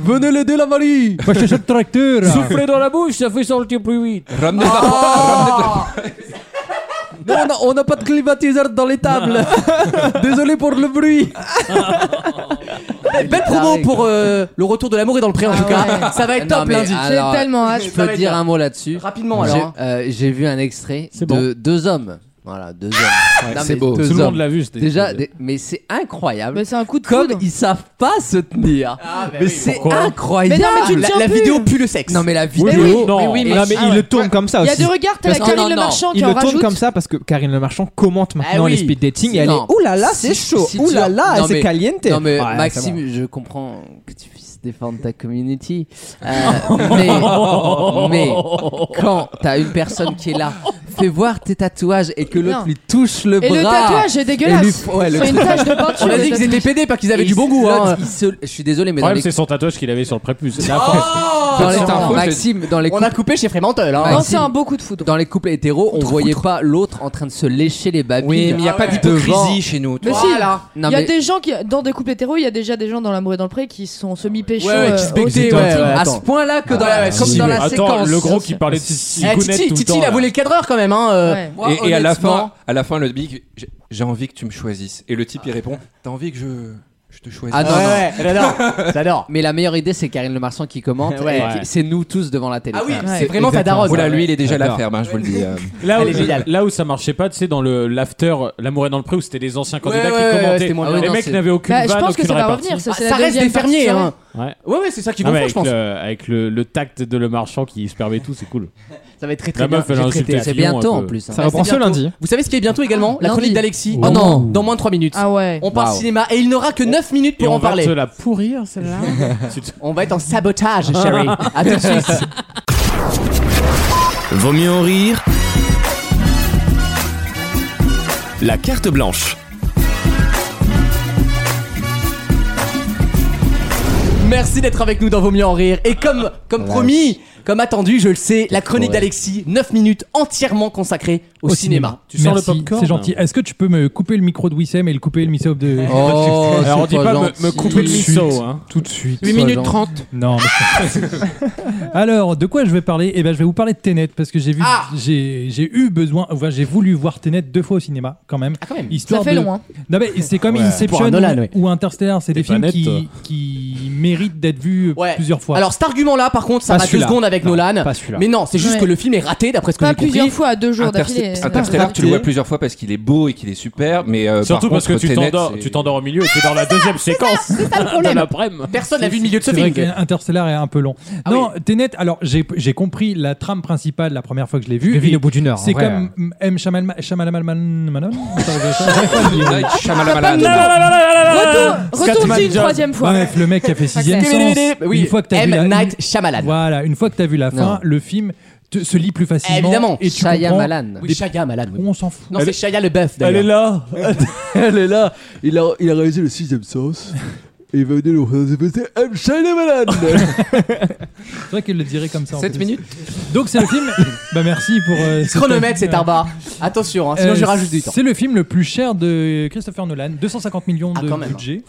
N: Venez l'aider, la Marie
H: Moi, je cherche le tracteur.
E: Souffler dans la bouche, ça fait sortir plus vite.
G: Ramenez la ramenez
C: Ah.
G: la-
N: Non, on a- on n'a pas de climatiseur dans les tables Désolé pour le bruit
B: Belle promo pour euh, le retour de l'amour et dans le pré en
F: Ah
B: tout cas.
F: ouais.
B: Ça va être
F: Non,
B: top
F: mais
B: lundi.
L: J'ai
F: alors,
L: tellement hâte.
F: Je peux dire un mot là-dessus.
B: Rapidement alors.
F: J'ai-
B: hein.
F: euh, J'ai vu un extrait de
E: C'est bon.
F: deux hommes. Voilà, deux hommes. Non,
G: c'est
F: mais
G: beau.
F: deux
E: Tout le
F: hommes.
E: monde l'a vu, c'était.
F: Déjà, des- mais c'est incroyable.
L: Bah, c'est un coup de
F: Comme
L: coude.
F: ils savent pas se tenir.
B: Ah, bah
F: mais
B: oui,
F: c'est
E: pourquoi
F: incroyable.
L: Mais non, mais tu
F: la,
L: tiens
B: La
L: plus.
B: vidéo pue le sexe.
F: non, mais la vidéo.
H: Oui, mais oui,
E: non.
F: mais oui, mais-
H: Non, mais
F: Ah
H: il
F: ouais.
H: le tourne comme ça
L: Il y
H: aussi.
L: a deux regards, t'as la
F: Parce que-
L: Karine
F: non,
L: Le
F: non,
L: Marchand qui
H: Il
L: en
H: le tourne
L: rajoute.
H: comme ça parce que Karine Le Marchand commente maintenant
B: oui.
H: les speed dating.
F: Si,
H: Elle
F: non.
H: est Ouh là là,
F: Si-
H: c'est chaud.
F: si
H: Ouh
F: tu-
H: là là,
F: non, mais-
H: c'est caliente.
F: Non mais
H: Ouais,
F: Maxime,
H: c'est
F: je comprends que tu puisses défendre ta community, Euh, mais, mais quand t'as une personne qui est là, fais voir tes tatouages et que l'autre
L: Non.
F: lui touche le
L: Et
F: bras.
L: le tatouage est dégueulasse.
F: lui- ouais, le-
L: C'est une tache de peinture.
B: On a
L: le
B: dit qu'ils étaient
L: tatouage.
B: pédés parce qu'ils avaient
F: Et
B: du bon goût.
F: l'autre,
B: hein.
F: il se- Je suis désolé, mais
E: Le
F: dans
E: problème,
F: les,
E: c'est son tatouage qu'il avait sur le prépuce. Oh, C'est la preuve.
F: dans les-
G: c'est un faux,
F: Maxime, dans les
B: On a coupé chez Frémantel. hein.
F: Ouais.
L: Non, c'est un beau coup de foudre.
F: dans les couples hétéros, on voyait pas l'autre en train de se lécher les babines.
G: Oui, mais il n'y a
B: Ah
G: pas d'hypocrisie chez nous.
L: Mais
G: toi.
L: si,
F: Non,
L: il y a
F: mais-
L: des gens qui, dans des couples hétéros, il y a déjà des gens dans l'amour et dans le pré qui sont semi-péchés.
B: Ouais, ouais, qui se bectaient,
L: euh,
B: ouais, ouais,
F: à ce
B: attends.
F: point-là que dans
B: Ah,
F: la,
B: ouais,
F: comme
B: si,
F: dans
B: mais
F: la
E: Attends,
F: séquence.
E: le gros qui parlait de
B: Eh,
E: cigounette
B: Titi,
E: tout le
B: Titi,
E: temps.
B: il a
E: là.
B: volé le cadreur quand même. hein, euh.
L: ouais.
G: Et, et à la
B: honnêtement-
G: fin, à la fin, le big, j'ai- j'ai envie que tu me choisisses. Et le type il répond, t'as envie que je, je te choisisse.
F: Ah non,
B: ouais,
F: non.
B: ouais, j'adore. J'adore.
F: Mais la meilleure idée, c'est Karine Le Marchand qui commente.
B: Ouais.
F: et qui- C'est nous tous devant la télé.
B: Ah oui,
F: quand même.
B: c'est vraiment ta daronne.
G: Voilà, lui il est déjà à la
E: D'accord.
G: ferme, hein, je vous le dis. euh.
E: Là
B: Elle est
E: où,
B: géniale.
E: là où ça marchait pas, tu sais, dans le l'after, l'amour est dans le pré, où c'était les anciens candidats
B: Ouais, ouais,
E: qui
B: ouais,
E: commentaient.
B: c'était moins
F: bien. Ah ouais,
E: les
F: non,
E: mecs
F: c'est-
E: n'avaient aucune
L: Bah, je
E: vanne,
L: pense que
E: aucune
L: ça va
E: répartie.
L: revenir. Ça,
B: Ah,
L: c'est la
B: ça reste
L: deuxième
B: des
L: partie
B: fermiers.
L: sur
B: Hein.
E: Ouais.
B: Ouais, ouais, c'est ça qu'ils
E: Ah,
B: vont
E: mais
B: faire,
E: avec
B: je pense.
E: le, avec le, le tact de le marchand qui hyper tout, c'est cool.
B: Ça va être très très
E: La
B: bien.
E: meuf, elle a
B: J'ai traité.
E: insulté
F: C'est
E: Fillon,
F: bientôt
E: un
F: en
E: peu.
F: plus. hein.
H: Ça reprend
B: c'est
H: ce
B: bientôt.
H: lundi.
B: Vous savez ce qui est bientôt également La
L: Lundi.
B: chronique d'Alexis.
F: Oh non.
B: Dans moins de 3 minutes.
L: Ah ouais.
B: On parle
F: Waouh.
B: cinéma et il n'aura que 9 minutes pour
E: Et
B: en
E: on va
B: parler.
E: te la pourrir, celle-là. Tu te-
B: On va être en sabotage, Sherry. à tout de suite.
A: Vaut mieux en rire. La carte blanche.
B: Merci d'être avec nous dans Vos Mieux en Rire. Et comme, comme promis, Comme attendu, je le sais, la chronique
C: Ouais.
B: d'Alexis, 9 minutes entièrement consacrées au, cinéma.
C: Merci, C'est gentil. Est-ce que tu peux me couper le micro de Wissem et le couper le miso de.
B: Oh,
C: de-
B: Alors, on dit pas me- me couper
C: Tout
B: le
C: de
B: miso,
C: suite.
B: hein.
C: Tout de suite.
B: Huit
C: Sois
B: minutes
C: gentil.
B: 30.
C: Non. mais- Alors, de quoi je vais parler Eh ben, je vais vous parler de Tenet parce que j'ai vu, j'ai j'ai eu besoin, enfin, j'ai voulu voir Tenet deux fois au cinéma Ah, quand même.
L: même.
C: Histoire
L: Ça fait
C: de-
L: long, hein.
C: Non mais c'est comme
B: Ouais. Pour
C: Inception
B: un Nolan, ouais.
C: ou, ou Interstellar, c'est des
B: pas
C: films
B: net, toi.
C: qui, qui méritent d'être vus plusieurs fois.
B: Alors cet argument-là, par contre, ça
C: Pas
B: va deux
C: celui-là.
B: secondes avec
C: Non,
B: Nolan.
C: pas celui-là.
B: Mais non, c'est juste
L: Ouais.
B: que le film est raté d'après ce que j'ai
L: Pas
B: compris.
L: plusieurs fois, deux jours d'affilée.
B: c'est pas
G: Interstellar,
B: grave.
G: tu le vois plusieurs fois parce qu'il est beau et qu'il est superbe, mais euh,
E: Surtout
G: par
E: parce que
G: contre,
E: tu
G: Tenet,
E: t'endors,
G: c'est-
E: tu t'endors au milieu et t'es dans la deuxième séquence de l'après-midi.
B: Personne n'a vu le milieu de ce
C: C'est vrai
B: film. Ah
C: que Interstellar est un peu long. non, Tenet, alors j'ai j'ai compris la trame principale la première fois que je l'ai vu.
H: Devine
C: Et
H: au bout d'une heure, en
C: C'est
H: vrai. hein.
C: comme M. Shamalama- Shamalamalman- Manon
H: Night
C: Shamalamalman.
L: Retour- retour dessus une troisième fois.
C: Bref, le mec qui a fait sixième
B: Scatman
C: sens.
B: John. Oui,
C: une fois que t'as vu
B: M.
C: la-
B: Night
C: une-
B: Shyamalan.
C: Voilà, une fois que t'as vu la fin,
B: Non.
C: le film te- se lit plus facilement.
B: Évidemment,
C: et tu
B: Shia
C: comprends
B: Malan.
C: des-
B: Oui, Shia Malan. oui.
C: On s'en fout.
B: Non, c'est Shia le bœuf
N: Elle est
B: d'ailleurs.
N: là Elle est là il a, il a réalisé le sixième sens. Et il va venir nous présenter M. Shyamalan
C: C'est vrai qu'il le dirait comme ça. en
B: Sept
C: plus.
B: minutes.
C: Donc c'est le film. bah merci pour. euh, cette-
B: Chronomètre, c'est un bar. Attention, hein, sinon
C: Euh,
B: je rajoute du temps.
C: C'est le film le plus cher de Christopher Nolan, 250 millions de
B: Ah, quand même.
C: budget,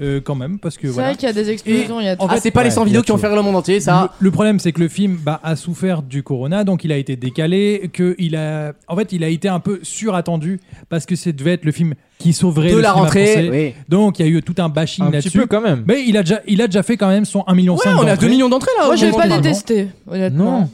C: Euh, quand même, parce que
L: C'est
C: voilà.
L: vrai qu'il y a des explosions. il y a tout.
B: Ah, c'est pas les 100 vidéos qui ont fait le monde entier, ça.
C: Le problème, c'est que le film bah, a souffert du corona, donc il a été décalé, que il a, en fait, il a été un peu surattendu parce que ça devait être le film qui sauverait
B: De
C: le
B: la
C: cinéma
B: rentrée,
C: français. Donc il y a eu tout un bashing
H: Un petit
C: là-dessus.
H: peu, quand même.
C: Mais il a déjà, il a déjà fait quand même son 1,5 million.
B: Ouais, on est à 2 millions hein, d'entrées là.
L: Moi, j'ai
C: bon,
L: pas
C: bon, bon.
L: détesté, honnêtement.
C: Non.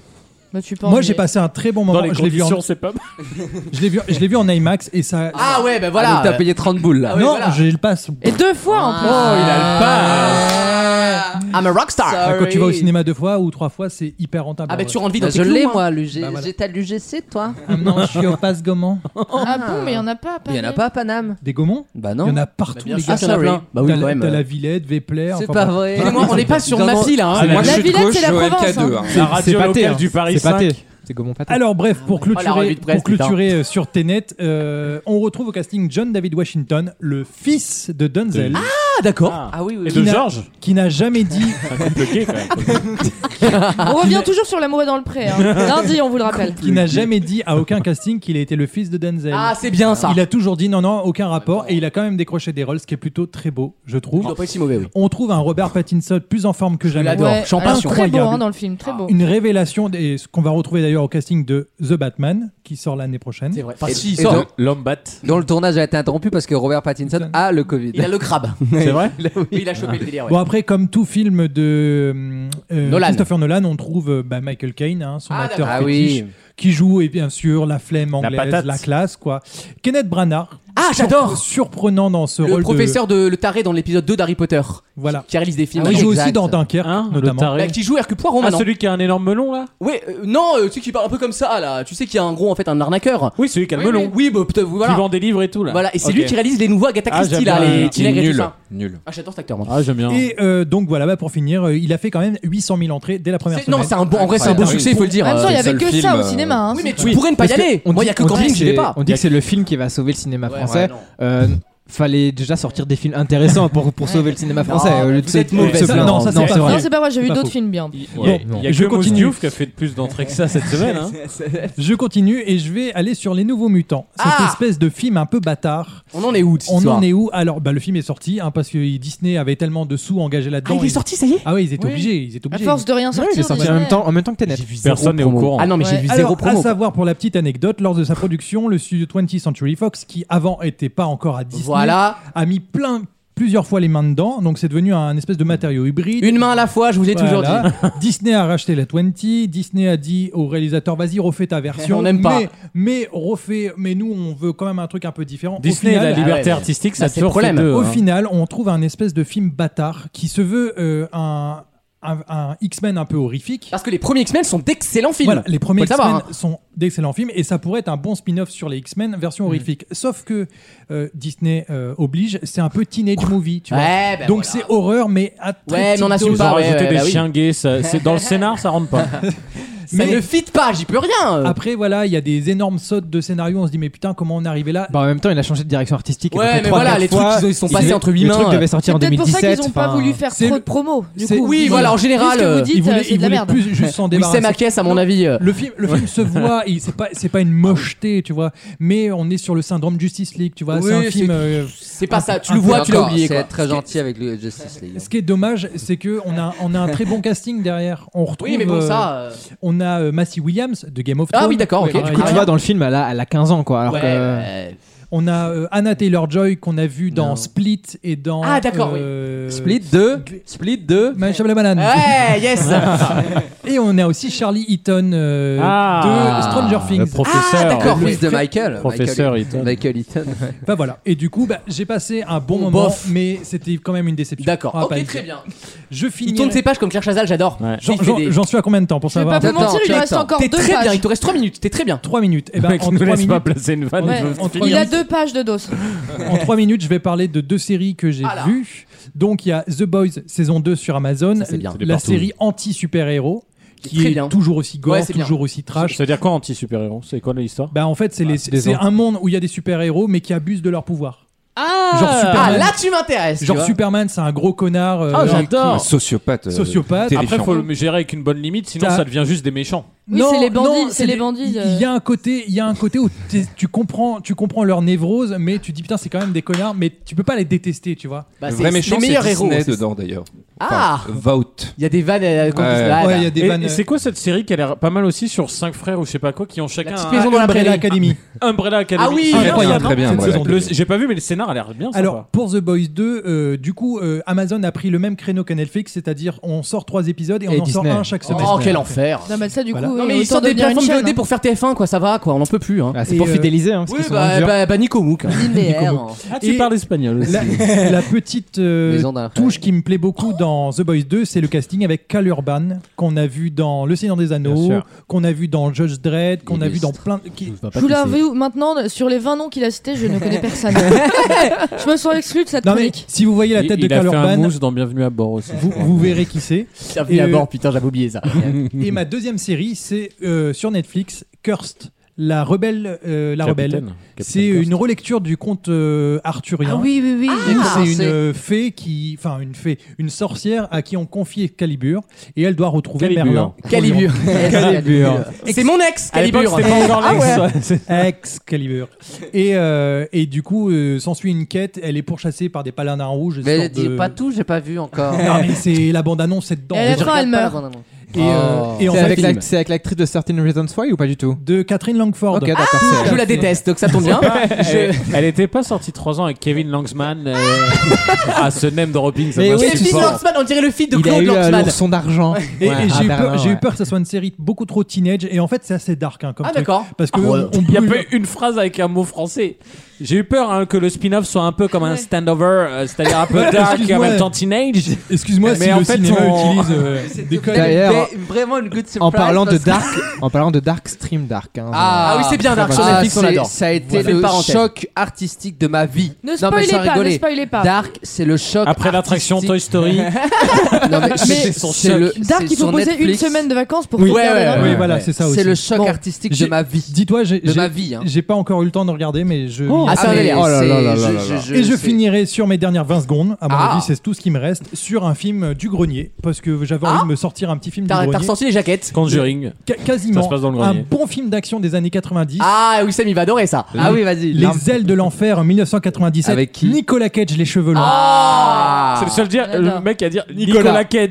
L: Bah, tu penses,
C: Moi, j'ai
L: mais-
C: passé un très bon
E: Dans
C: moment.
E: les
C: je l'ai vu en,
E: conditions, c'est pas
C: je l'ai vu, je l'ai vu en IMAX et ça.
B: Ah ouais, bah voilà.
C: Ah, donc t'as payé
B: 30 boules
C: non, j'ai le passe.
L: Et deux fois
C: Ah,
L: en plus. Oh, il a le
B: Ah. I'm a rockstar.
C: Ah, Quand tu vas au cinéma deux fois ou trois fois, c'est hyper rentable.
B: Ah, bah,
C: en
B: tu
C: vrai.
B: rentres vite dans tes
F: Je
B: clous,
F: l'ai
B: hein.
F: moi, l'UG.
B: Bah, voilà.
F: J'ai ta l'UGC, toi
C: Ah, non, je suis au passe gommant.
L: Ah bon, mais il y en a pas.
F: Il y en a pas à Paname.
C: Des Gaumont
F: Bah non.
C: Il y en a partout,
F: Bah, bien
C: les
F: sûr
C: gars. Ah,
F: qu'il y en a plein.
B: Bah oui,
C: T'as
B: quand
C: la-
B: même.
C: T'as la Villette, Vepler.
F: C'est
C: enfin,
F: pas
C: bref.
F: vrai.
B: Excusez-moi, on n'est pas sur ma file, hein.
C: Ah, moi,
F: La
C: je suis de
F: Villette,
C: gauche,
F: c'est la
C: Joël
F: province,
C: K2,
F: hein.
C: hein.
F: C'est-
C: Radio
F: c'est pâté,
C: locale
F: hein.
E: du Paris
C: C'est pâté.
E: 5.
H: C'est Gaumont pâté.
C: Alors bref, pour
H: Oh, la revue
C: clôturer,
H: de presse,
C: pour clôturer euh, sur Tenet, euh, on retrouve au casting John David Washington, le fils de Denzel.
B: Ah, d'accord. Ah oui,
E: Et
C: Qui
E: de
C: n'a-
E: Georges
C: Qui n'a jamais dit.
L: On revient toujours sur l'amour est dans le pré. hein. Lundi, on vous le rappelle.
C: Ah, Qui n'a jamais dit à aucun casting qu'il était le fils de Denzel.
B: Ah, c'est bien, ça.
C: Il a toujours dit non, non, aucun rapport. Et il a quand même décroché des rôles, ce qui est plutôt très beau, je trouve.
B: Il doit pas être si mauvais, oui.
C: On trouve un Robert Pattinson plus en forme que jamais.
L: Ouais, alors, Très beau
C: Incroyable.
L: hein, dans le film, très beau.
C: Une révélation, des- ce qu'on va retrouver d'ailleurs au casting de The Batman, qui sort l'année prochaine. C'est
B: vrai.
F: Et- et donc- Dont le tournage a été interrompu parce que Robert Pattinson a le Covid.
B: Il a le crabe.
C: C'est vrai
B: Il a- oui, il a chopé le délire. ouais.
C: Bon après, comme tout film de euh,
B: Nolan.
C: Christopher Nolan, on trouve euh, bah, Michael Caine, hein, son
B: Ah,
C: acteur
B: d'accord. Ah
C: fétiche,
B: oui.
C: qui joue et bien sûr la flemme anglaise, la,
B: patate.
C: classe quoi. Kenneth Branagh.
B: Ah, j'adore
C: Surprenant dans ce
B: Le
C: rôle.
B: professeur de le taré dans l'épisode 2 d'Harry Potter.
C: Voilà. Ah,
B: Qui réalise des films.
C: Il joue aussi dans Dunkerque, notamment.
B: Bah, qui joue Hercule Poirot
E: Ah,
B: maintenant.
E: celui qui a un énorme melon là
B: Oui, euh, non, euh, tu sais qui parle un peu comme ça là. Tu sais qu'il y a un gros en fait un arnaqueur.
E: Oui, celui qui a le
B: Oui,
E: melon.
B: Oui, bah putain, voilà.
E: Qui vend des livres et tout là.
B: Voilà, et c'est
E: Ok.
B: lui qui réalise les nouveaux Agatha
E: Ah,
B: Christie
E: j'aime
B: là,
E: bien.
B: les Tineg et tout
E: Nul.
B: ça.
G: Nul.
B: Ah, j'adore cet acteur moi.
E: Ah, j'aime bien.
C: Et euh, donc voilà, bah, pour finir, euh, il a fait quand même 800 000 entrées dès la première
B: C'est- non,
C: semaine.
B: c'est un beau- en vrai, c'est un beau
C: Incroyable.
B: succès, il faut le dire. euh,
L: En même temps, il y
B: C'est
L: avait
B: le
L: que
B: seul
L: ça au
B: film,
L: cinéma. hein,
B: Oui,
L: c'est
B: mais
L: vrai.
B: tu pourrais ne pas y
H: Parce que
B: aller.
H: on
B: Moi, il
H: dit-
B: y a que
H: on dit
B: Camping,
H: que
B: j'y vais
H: c'est-
B: pas.
H: On dit que c'est le film qui va sauver le cinéma
B: Ouais,
H: français.
B: ouais, non.
H: Euh, Fallait déjà sortir des films intéressants pour, pour sauver le cinéma français. Euh, au lieu de
B: vous
H: se-
B: êtes
H: se
B: mauvais.
H: plaindre.
C: Non, ça, c'est pas
H: vrai.
L: Non, c'est pas vrai, j'ai
C: C'est
L: vu
C: pas
L: d'autres
C: faux.
L: films bien.
E: Il y a-
C: Bon,
E: il y a
C: je
E: que Mos
C: continue.
E: Diouf qui a fait plus d'entrées que ça cette semaine. hein.
C: Je continue et je vais aller sur Les Nouveaux Mutants. Cette espèce de film un peu bâtard.
B: Ah On en est où de cette
C: On
B: histoire
C: en est où Alors, bah, le film est sorti hein, parce que Disney avait tellement de sous engagés là-dedans.
B: Ah, il est
C: Ils-
B: sorti, ça y est
C: Ah oui, ils étaient
B: Oui.
C: obligés. Ils étaient
L: À
C: obligés.
L: force de rien sortir.
H: il est sorti en
L: Disney.
H: même temps, en même temps que Tenet.
E: Personne n'est au courant.
B: Ah non, mais j'ai vu zéro
C: Alors,
B: promo.
C: À savoir pour la petite anecdote, lors de sa production, le studio 20th Century Fox, qui avant était pas encore à Disney,
B: Voilà.
C: a mis plein plusieurs fois les mains dedans, donc c'est devenu un espèce de matériau hybride.
B: Une main à la fois, je vous ai toujours
C: Voilà.
B: dit.
C: Disney a racheté la 20, Disney a dit au réalisateur vas-y refais ta version.
B: On n'aime pas.
C: Mais, mais refais, mais nous on veut quand même un truc un peu différent. Au
E: Disney,
C: final- ah
E: la liberté artistique, ça a toujours fait deux.
C: Au
E: hein.
C: final, on trouve un espèce de film bâtard qui se veut euh, un, un- un X-Men un peu horrifique.
B: Parce que les premiers X-Men sont d'excellents films.
C: Voilà, les premiers
B: Faut le
C: X-Men
B: savoir, hein.
C: sont d'excellents films et ça pourrait être un bon spin-off sur les X-Men
B: Mm.
C: version horrifique. Sauf que euh, Disney euh, oblige, c'est un peu teenage movie, tu vois.
B: Ouais, ben
C: Donc
B: voilà.
C: c'est horreur mais à très
B: Ouais, mais on
C: petite
B: assume
C: dose.
E: Ils ont
B: pas, ouais,
E: rajouté
B: ouais,
E: des
B: bah oui.
E: chiens gays, ça- c'est- dans le scénar ça rentre pas.
B: Ça ne fit pas, j'y peux rien.
C: Après, voilà, il y a des énormes sautes de scénario. On se dit, mais putain, comment on est arrivé là
H: Bah, en même temps, il a changé de direction artistique. à
C: Ouais,
H: peu près
C: mais
H: trois,
C: voilà,
H: quatre
C: les trucs,
H: fois.
C: ils ont- ils sont
H: Il
C: passés
H: devait-
C: entre huit
H: Le truc
C: mains.
H: devait sortir en
L: C'est peut-être pour
H: 2017.
L: ça qu'ils n'ont pas
H: enfin,
L: voulu faire trop de promos. Du coup,
B: oui,
L: Ils-
B: voilà, en général,
L: Vu ce que
B: euh,
L: vous dites,
B: ils voulaient-
L: euh, c'est
B: ils
L: de la
B: voulaient
L: merde.
C: plus juste s'en
B: Oui,
C: débarrasser.
B: c'est ma caisse, à mon avis, euh.
C: Le film, le film se voit, il- c'est pas, c'est pas une mocheté, tu vois. Mais on est sur le syndrome Justice League, tu vois. c'est un
B: Oui,
C: film.
B: c'est-
C: euh,
B: c'est pas
C: un-
B: ça, tu
C: un
B: le
C: peu-
B: vois, tu l'as oublié,
F: C'est
B: quoi.
F: être très gentil avec le Justice League.
C: Ce qui est dommage, c'est que on a, on a un très bon casting derrière. On retrouve.
B: Oui, mais bon, ça, euh,
C: On a euh, Massey Williams de Game of
B: Ah
C: Thrones.
B: oui, d'accord, ok.
C: Ouais,
B: Du
H: Du coup, tu vois, dans le film, elle a, elle a 15 ans, quoi. Alors
C: Ouais,
H: que.
C: ouais. On a euh, Anna Taylor Joy qu'on a vu dans Split et dans. euh,
B: Ah, d'accord, oui.
H: Euh,
B: Euh,
C: Split 2. Split 2. Madame la banane.
B: Ouais, yes.
C: et on a aussi Charlie Eaton euh,
G: Ah,
C: de Stranger
G: le
C: Things.
G: professeur. Ah, d'accord,
C: Le
G: fils de
C: frère-
G: Michael. Professeur Michael- Eaton. Michael Eaton, ouais.
C: Bah voilà. Et du coup, bah, j'ai passé un bon moment,
B: bof.
C: mais c'était quand même une déception.
B: D'accord,
C: On va
B: ok,
C: pas le
B: très
C: dire.
B: bien.
C: Je finis.
B: Il tourne ses pages comme Claire Chazal, j'adore.
C: J'en-
B: Il fait
C: J'en
B: des-
C: j'en suis à combien de temps pour
B: vais
C: savoir
B: pas vous mentir, il
C: Attends,
B: reste
C: attends.
B: encore
C: T'es
B: deux
C: très
B: pages.
C: bien, il te reste 3 minutes, t'es très bien. 3 minutes. Et ben,
B: Mec,
C: en
B: nous
C: trois
B: laisse pas
C: minutes-
B: placer une vanne,
L: Ouais.
B: je veux
C: En trois
L: Il a
C: minutes-
L: deux pages de dos.
C: en 3 minutes, je vais parler de deux séries que j'ai vues. Donc, il y a The Boys saison 2 sur Amazon,
E: c'est bien.
C: la
E: Partout.
C: série anti-super-héros, qui
E: Très
C: est
E: bien.
C: toujours aussi gore,
E: Ouais, c'est bien.
C: toujours aussi trash.
E: C'est-à-dire quoi anti-super-héros C'est quoi l'histoire
C: Bah en fait, c'est les- c'est un monde où il y a des super-héros, mais qui abusent de leur pouvoir.
B: Ah,
C: Genre Superman.
B: là tu m'intéresses. tu
C: Genre
B: vois.
C: Superman, c'est un gros connard. euh,
L: Oh,
E: Ah,
C: genre-
E: j'adore.
C: Un
G: sociopathe, euh,
C: sociopathe.
E: Après, faut le gérer avec une bonne limite, sinon
C: T'as-
E: ça devient juste des méchants.
L: Oui, c'est les bandits, c'est les
C: des-
L: bandits,
C: Il
L: euh.
C: il y a un côté, il y a un côté où t'es- tu comprends, tu comprends leur névrose, mais tu dis putain, c'est quand même des connards, mais tu peux pas les détester, tu vois.
B: Bah,
G: Le vrai méchant, c'est Disney dedans d'ailleurs.
C: Ah
G: Enfin, Vaut.
B: Il y a des vannes euh, quand
G: Ouais.
B: ils se baladent.
G: Ouais, il y a des
E: Et-
G: vannes,
E: et
C: euh,
E: c'est quoi cette série qui a l'air pas mal aussi sur 5 frères ou je sais pas quoi qui ont chacun
B: La petite
E: un-
B: maison dans la
E: Umbrella
B: prairie.
E: Ah, Umbrella Academy.
B: Ah oui,
E: C'est
C: incroyable.
E: bien, non
C: Très bien,
E: Cette
C: Umbrella
E: saison.
C: Academy.
E: Le- J'ai pas vu, mais le scénar a l'air bien.
C: Alors pour The Boys 2, euh, du coup, euh, Amazon a pris le même créneau qu'à Netflix, c'est-à-dire on sort trois épisodes
E: Eh,
C: et on
B: Et
C: en
B: Disney.
C: sort un chaque
B: Oh,
C: semaine.
B: quel enfer.
L: Non, mais ça, du
C: Voilà.
L: coup.
C: Non,
L: oui,
B: mais ils
L: autant
B: sortent des
L: devenir une
B: plateformes
L: chaîne,
B: VOD
L: hein.
B: pour faire TF1 quoi, ça va quoi, on en peut plus hein.
H: c'est pour fidéliser, hein, parce
B: oui,
H: qu'ils sont
B: bah,
H: dans le dur.
B: bah, bah Nico Mouk. hein.
E: Ah, tu
C: Et
E: parles espagnol aussi.
C: La, la petite euh,
E: Maison d'un
C: touche qui me plaît beaucoup dans The Boys 2, c'est le casting avec Cal Urban, qu'on a vu dans Le Seigneur des Anneaux,
E: sûr.
C: qu'on a vu dans Judge Dredd, qu'on a vu
E: Illustre.
C: dans plein de. qui-
L: Je vous l'avoue, maintenant, sur les 20 noms qu'il a cités, je ne connais personne. je me sens exclu de cette
C: Non, mais
L: chronique.
C: si vous voyez la
E: Il-
C: tête
E: il
C: de
E: a
C: Cal
E: fait un
C: Urban,
E: mousse dans Bienvenue à bord aussi.
C: vous, vous verrez qui c'est.
B: Bienvenue
C: Et,
B: à
C: euh,
B: bord, putain, j'avais oublié ça.
C: Et ma deuxième série, c'est euh, sur Netflix, Cursed. La rebelle, euh, la
E: Capitaine.
C: rebelle.
E: Capitaine
C: C'est
E: Cursed.
C: une relecture du conte euh, arthurien.
L: Ah oui, oui, oui,
C: Où
L: j'ai
C: c'est une
L: commencé.
C: euh, fée qui, enfin une fée, une sorcière à qui on confie Excalibur et elle doit retrouver
E: Calibur.
C: Merlin.
B: Calibur. Calibur. C'est mon ex,
C: À l'époque,
B: Calibur.
C: c'était pas encore
B: Ah
C: l'ex,
B: ouais.
C: ouais, c'est- Excalibur. Et euh, et du coup, euh, s'ensuit une quête. Elle est pourchassée par des paladins rouges.
F: Mais
C: sorte
F: dis
C: de-
F: pas tout, j'ai pas vu encore.
C: Non mais c'est la bande annonce c'est dedans.
F: Et à la
C: Je
F: fin,
C: regarde
F: elle
C: pas la
F: meurt.
C: bande-annonce. Et, euh,
F: Oh.
C: et en
H: C'est
C: fait,
H: avec
C: film.
H: la- c'est avec l'actrice de Certain Reasons Why ou pas du tout
C: De Catherine Langford. Ah,
H: Ok, d'accord. c'est
B: Ah, Je la déteste, donc ça tombe bien.
E: Elle,
B: Je-
E: elle était pas sortie 3 ans avec Kevin Langsman. euh, Ah, ce name dropping, ça
B: Mais
E: passe
B: oui,
E: super.
B: Kevin Langsman, on dirait le fils de
E: Il a
B: Claude
E: eu, euh,
B: Langsman.
E: l'ourson
H: d'argent.
C: Et, et
E: Ouais,
C: j'ai
E: à
C: eu
E: Berlin,
C: peur, j'ai eu
E: ouais.
C: peur que ça soit une série beaucoup trop teenage. Et en fait, c'est assez dark. hein, comme
E: Ah,
C: truc.
E: d'accord.
C: Parce que
E: Ah, ouais.
C: on- on
E: Il y a
C: brûle-
E: pas eu une phrase avec un mot français. J'ai eu peur hein, que le spin-off soit un peu comme un standover, euh, c'est-à-dire un peu
C: Ouais,
E: dark et en
C: excuse-moi.
E: même temps teenage.
C: Excuse-moi
E: Mais
C: si
E: en
C: le
E: fait,
C: cinéma
E: on-
C: utilise euh, des codes.
H: D'ailleurs,
F: vraiment une good
H: en
F: surprise
H: parlant de
F: parce que-
H: Dark, en parlant de Dark Stream Dark. hein.
F: Ah,
B: oui, c'est bien, Dark sur
F: Ah,
B: Netflix, on
F: c'est-
B: adore.
F: Ça a été
B: Voilà. Faites
F: le
B: parenthèse.
F: choc artistique de ma vie.
L: Ne
F: Non, mais
L: spoilez
F: sans
L: pas,
F: rigoler.
L: ne spoilez pas.
F: Dark, c'est le choc.
E: Après l'attraction Toy
F: artistique.
E: Story.
F: non, mais,
L: Mais
F: c'est
L: c'est
F: son choc.
L: Dark,
F: C'est
L: il faut
F: sur
L: poser
F: Netflix.
L: une semaine de vacances pour
C: Oui,
L: tout regarder dans le- hein.
C: oui, voilà, c'est ça aussi.
F: C'est le choc artistique de
C: j'ai-
F: ma vie.
C: Dis-toi, j'ai
F: De
C: j'ai-
F: ma vie, hein.
C: j'ai pas encore eu le temps de regarder, mais je.
F: Oh, Ah, c'est un mais délire.
C: Oh là là là là
F: c'est- je-
C: là
F: je-
C: là.
F: je-
C: Et je
F: c'est-
C: finirai sur mes dernières 20 secondes, à mon
B: Ah.
C: avis, c'est tout ce qui me reste, sur un film euh, du grenier, parce que j'avais
F: Ah.
C: envie de me sortir un petit film du
B: T'as
C: grenier. Euh,
B: t'as ressorti les jaquettes.
E: Conjuring.
C: Ca- quasiment
E: Ça se passe dans le
C: un
E: grenier.
C: bon film d'action des années 90.
B: Ah oui, Sam, il va adorer ça.
C: Les- Les ailes de l'enfer en 1997. Avec qui Nicolas Cage, les cheveux longs.
B: Ah
E: Ah. C'est le seul dire, euh, le mec à dire Nicolas, Cage.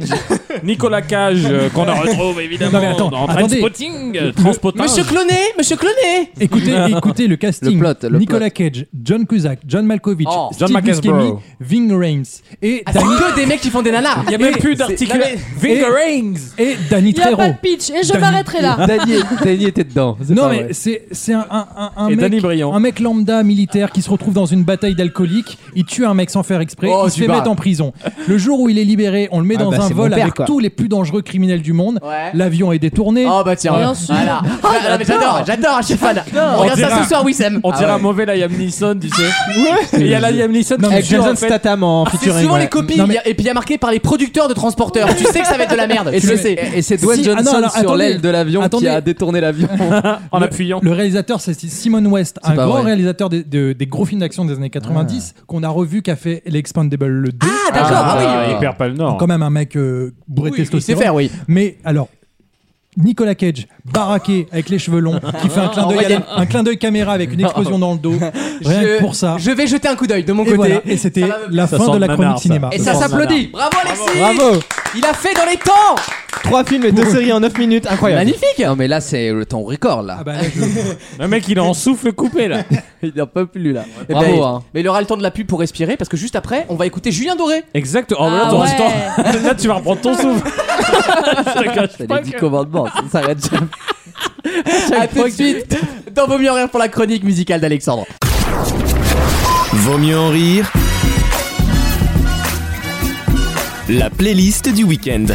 E: Nicolas Cage, euh, qu'on en retrouve évidemment
C: Non, mais attends,
E: dans
C: attendez.
E: Trainspotting. euh,
C: Le-
E: Transpotage.
B: Monsieur Cloné, Monsieur Cloné.
C: Écoutez, écoutez le casting.
F: Le plot, le
C: Nicolas Cage, John Cusack, John Malkovich,
B: Oh.
C: Steve
E: John
C: Buscemi,
E: McEsbrough.
C: Ving Rhames et
B: Ah, c'est
C: Danny-
B: que des mecs qui font des nanas.
E: Il y a même plus d'article. Ving Rhames.
C: et Danny
L: Il n'y a
C: Trejo.
L: pas de pitch et je
C: Danny-
L: m'arrêterai là.
C: était dedans.
F: c'est
C: Non
F: pas
C: mais
F: vrai.
C: c'est c'est un, un, un- un
E: Et Danny
C: mec
E: Briand.
C: un mec lambda militaire qui se retrouve dans une bataille d'alcooliques. Il tue un mec sans faire exprès.
B: Oh,
C: il se
B: tu
C: fait
B: parles.
C: mettre en prison. Le jour où il est libéré, on le met
B: Ah
C: dans
B: bah,
C: un
B: c'est mon
C: vol
B: père,
C: avec
B: quoi.
C: tous les plus dangereux criminels du monde.
B: Ouais.
C: L'avion est détourné.
B: Oh bah tiens, Ah,
L: Ah,
C: Voilà.
E: Ah,
B: voilà. Ah, non, mais J'adore, j'adore, je suis fan. On regarde ça ce soir, Wissem.
E: On dirait un mauvais Liam Neeson, tu sais. Et Il y a la Liam Neeson
B: Non, mais
E: qui joue,
B: Jason
E: en fait-
B: Statham en
E: Ah,
B: C'est
E: c'est
B: souvent les copies, il y a- et puis il y a marqué par les producteurs de transporteurs. tu sais que ça va être de la merde,
N: Et
B: tu le
N: c'est-
B: sais.
N: et c'est Dwayne
B: Si- ah non,
N: Johnson
B: alors,
N: sur
B: attendez.
N: l'aile de l'avion qui
B: Attendez.
N: a détourné l'avion.
E: en appuyant.
C: Le réalisateur, c'est Simon West,
N: C'est
C: un
N: pas
C: grand
N: vrai.
C: réalisateur des, de- des gros films d'action des années 90 qu'on a revu, qui a fait l'Expandable le 2.
B: Ah, d'accord, ah oui. Ah, il perd
E: pas le nord.
C: Quand même un mec euh, bourré de
B: Oui, il sait
C: testostérone.
B: faire, oui.
C: Mais alors. Nicolas Cage, baraqué avec les cheveux longs, qui fait un clin
B: En
C: d'œil à
B: moyenne.
C: la- un clin d'œil caméra avec une explosion dans le dos. Rien que
B: Je-
C: pour ça.
B: Je vais jeter un coup d'œil de mon
C: Et
B: côté.
C: voilà, et c'était
B: Ça va me-
C: la
B: Ça
C: fin
B: sent
C: de
B: le
C: la
B: nanar,
C: chronique
B: ça.
C: cinéma.
B: Et ça s'applaudit. Bravo Alexis.
I: Bravo.
B: Il a fait dans les temps.
I: Trois films et deux séries en 9 minutes, incroyable.
B: Magnifique.
I: Non mais là c'est le temps record
E: Ah
I: là.
E: bah, Le mec, il est en souffle coupé là.
I: il n'en peut plus là.
B: Eh
I: Bravo.
B: ben,
I: hein.
B: Mais il aura le temps de la pub pour respirer parce que juste après, on va écouter Julien Doré.
E: Exact. Oh,
B: Ah
E: là, t'auras
B: ouais.
E: le temps. là, tu vas reprendre ton souffle.
I: C'est les 10 commandements, ça ne s'arrête jamais.
B: À tout de suite dans Vaut mieux en rire pour la chronique musicale d'Alexandre.
A: Vaut mieux en rire. La playlist du week-end.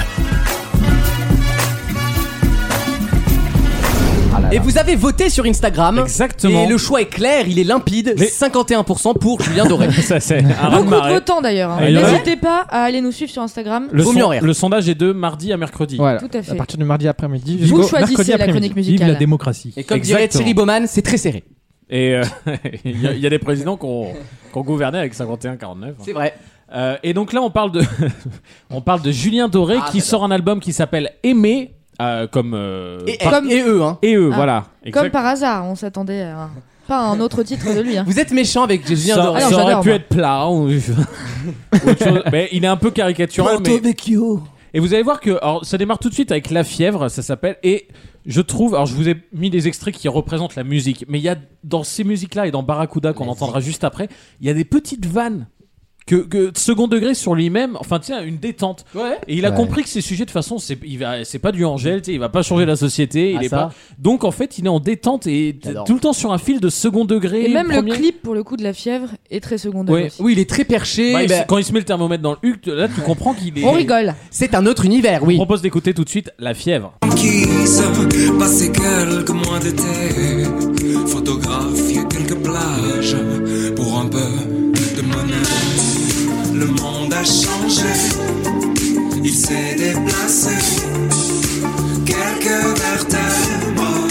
B: Et vous avez voté sur Instagram.
E: Exactement.
B: Et le choix est clair, il est limpide. 51% pour Julien Doré.
E: Ça, c'est un raz de
L: Beaucoup de
E: marée.
L: votants d'ailleurs. hein.
E: Ah, il y en a-
L: N'hésitez pas à aller nous suivre sur Instagram.
E: Le, son- le sondage est de mardi à mercredi.
L: Tout à fait.
H: de mardi après-midi
L: Vous jusqu'au choisissez mercredi la après-midi. chronique musicale. Vive la
C: démocratie.
B: Et comme dirait
E: Exactement.
B: Thierry Baumann, c'est très serré.
E: Et euh, il y, a- il y a des présidents qui ont, qui ont gouverné avec 51-49.
B: C'est vrai.
E: Euh, et donc là, on parle de, on parle de Julien Doré
B: Ah,
E: qui sort un album qui s'appelle Aimer, euh, comme, euh,
B: Et,
E: par-
B: et eux, hein.
E: et eux,
L: Ah.
E: voilà.
L: Comme
E: Exact.
L: par hasard, on s'attendait à un- pas à un autre titre de lui. hein.
B: Vous êtes méchant avec Julien
E: ça,
B: Doré.
E: ça aurait pu être plat ou, ou autre chose. Mais il est un peu caricatural. mais- Et vous allez voir que alors, ça démarre tout de suite avec La Fièvre, ça s'appelle. Et je trouve, alors je vous ai mis des extraits qui représentent la musique, mais il y a dans ces musiques-là et dans Barracuda qu'on entendra juste après, il y a des petites vannes. Que, que second degré sur lui-même, enfin tiens, une détente. Et il a
B: Ouais.
E: compris que ces sujets de façon, c'est il va- c'est pas du Angèle, tu sais, il va pas changer la société,
B: Ah,
E: il est
B: ça.
E: pas. Donc en fait, il est en détente et t-
B: J'adore.
E: tout le temps sur un fil de second degré.
L: Et même le
E: premier.
L: clip pour le coup de la fièvre est très secondaire.
E: Ouais.
L: aussi.
B: Oui, il est très perché.
E: Bah, il-
B: bah,
E: Quand il se met le thermomètre dans le huc, là tu comprends qu'il est.
L: On rigole.
B: C'est un autre univers, oui.
E: Je propose d'écouter tout de suite La Fièvre.
S: qui se passer quelques mois d'été, photographier quelques plages pour un peu de monnaie. Le monde a changé, il s'est déplacé, quelques vertèbres.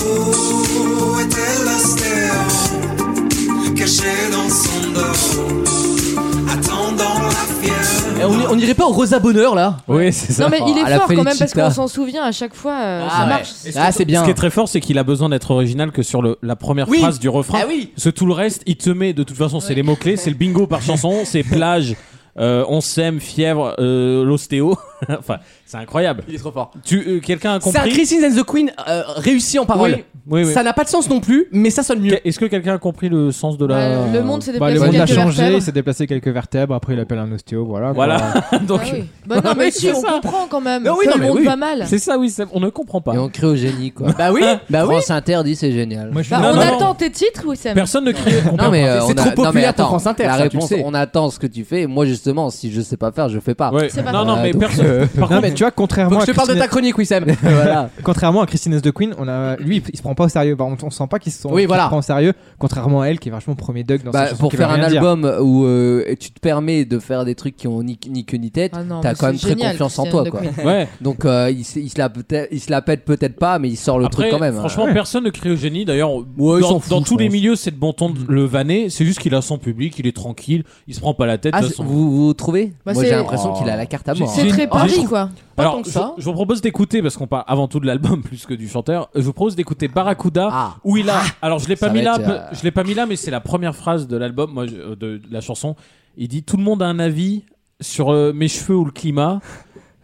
S: Où était l'ostéo, caché dans son dos, attendant la fièvre?
B: Eh, On, on irait pas au Rosa Bonheur là
E: Oui, c'est
L: Non mais il est fort quand même parce qu'on s'en souvient à chaque fois. euh, ça
B: ouais.
L: marche.
B: Et Ah, c'est bien.
E: Ce qui est très fort, c'est qu'il a besoin d'être original que sur le- la première
B: Oui.
E: phrase du refrain.
B: Ah oui.
E: Parce que tout le reste, il te met, de toute façon, c'est les mots-clés, c'est le bingo par chanson, c'est plage, euh, on s'aime, fièvre, euh, l'ostéo. enfin, c'est incroyable.
B: Il est trop fort.
E: Tu, euh, quelqu'un a
B: C'est un
E: compris
B: Christine and the Queen euh, réussi en parole.
E: Oui, oui, oui.
B: Ça n'a pas de sens non plus, mais ça sonne mieux.
E: Que- Est-ce que quelqu'un a compris le sens de la.
L: Ouais, le monde s'est
H: Bah,
L: déplacé
H: le monde a
L: quelques
H: changé,
L: vertèbres.
H: il s'est déplacé quelques vertèbres, après il appelle un ostéo, voilà.
E: Voilà.
H: quoi.
E: Donc.
L: Ah oui. Bah non mais si
E: c'est
L: on
E: ça.
L: comprend quand même.
B: Non, oui,
L: Ça,
B: non,
L: le
B: mais
L: monde
B: oui.
L: va mal.
E: C'est ça, oui, c'est- on ne comprend pas.
F: Et on crie au génie, quoi.
B: Bah oui, bah oui.
F: France Inter dit c'est génial.
C: Moi, je suis
L: Bah,
E: Non,
L: on
E: non,
L: attend tes titres Wissem
E: Personne ne crie.
F: Non mais euh,
B: C'est
F: on
B: trop
F: a- non,
B: populaire
F: mais
B: pour
F: attends,
B: France Inter,
F: La
B: ça, tu
F: réponse,
B: le sais.
F: on attend ce que tu fais. Moi justement, si je sais pas faire, je fais pas.
E: Ouais.
L: C'est pas
E: Non,
L: vrai.
E: non, mais
F: donc,
E: personne.
F: euh,
E: Par
H: Non,
E: contre,
H: mais tu vois, contrairement
B: Faut que je
H: à
B: te parle de
H: Christine-
B: ta chronique, Wissem.
F: voilà.
H: Contrairement à Christine S. de Queen, on a, lui, il se prend pas au sérieux. Bah, on, on sent pas qu'il se,
B: Oui,
H: qu'il se
B: voilà.
H: prend au sérieux. Contrairement à elle, qui est vachement premier Doug dans
F: Bah,
H: ses chansons
F: pour
H: qui veut
F: faire un
H: rien dire.
F: album où euh, tu te permets de faire des trucs qui ont ni, ni queue ni tête,
L: Ah non,
F: t'as
L: mais
F: quand même
L: c'est
F: très
L: génial,
F: confiance en
L: Christiane
F: toi.
L: de
F: Quoi.
L: Queen.
E: Ouais.
F: Donc euh, il, se- il se la peut-être- il se la pète peut-être pas, mais il sort le
E: Après,
F: truc quand même. hein.
E: Franchement, personne ne crie au génie. D'ailleurs,
F: ils
E: dans,
F: s'en foutent,
E: dans
F: je
E: tous les
F: pense. Mm.
E: milieux, c'est de bon ton de le vanner. C'est juste qu'il a son public, il est tranquille, il se prend pas la tête.
F: Ah,
E: de
F: c'est-
E: son-
F: vous, vous trouvez
L: Bah,
F: Moi j'ai
L: c'est-
F: l'impression qu'il a la carte à
E: J'ai-
F: mort. hein.
E: j'ai
L: C'est
E: une-
L: très
E: j'ai-
L: Paris quoi.
B: Pas
E: Alors,
B: tant que
E: je,
B: ça.
E: je vous propose d'écouter, parce qu'on parle avant tout de l'album plus que du chanteur, je vous propose d'écouter Barracuda,
B: Ah.
E: où il a. Alors, je l'ai pas
F: Ça
E: mis
F: va
E: là,
F: être,
E: peu-
F: euh,
E: je l'ai pas mis là, mais c'est la première phrase de l'album, moi, je- euh, de, de la chanson. Il dit Tout le monde a un avis sur euh, mes cheveux ou le climat.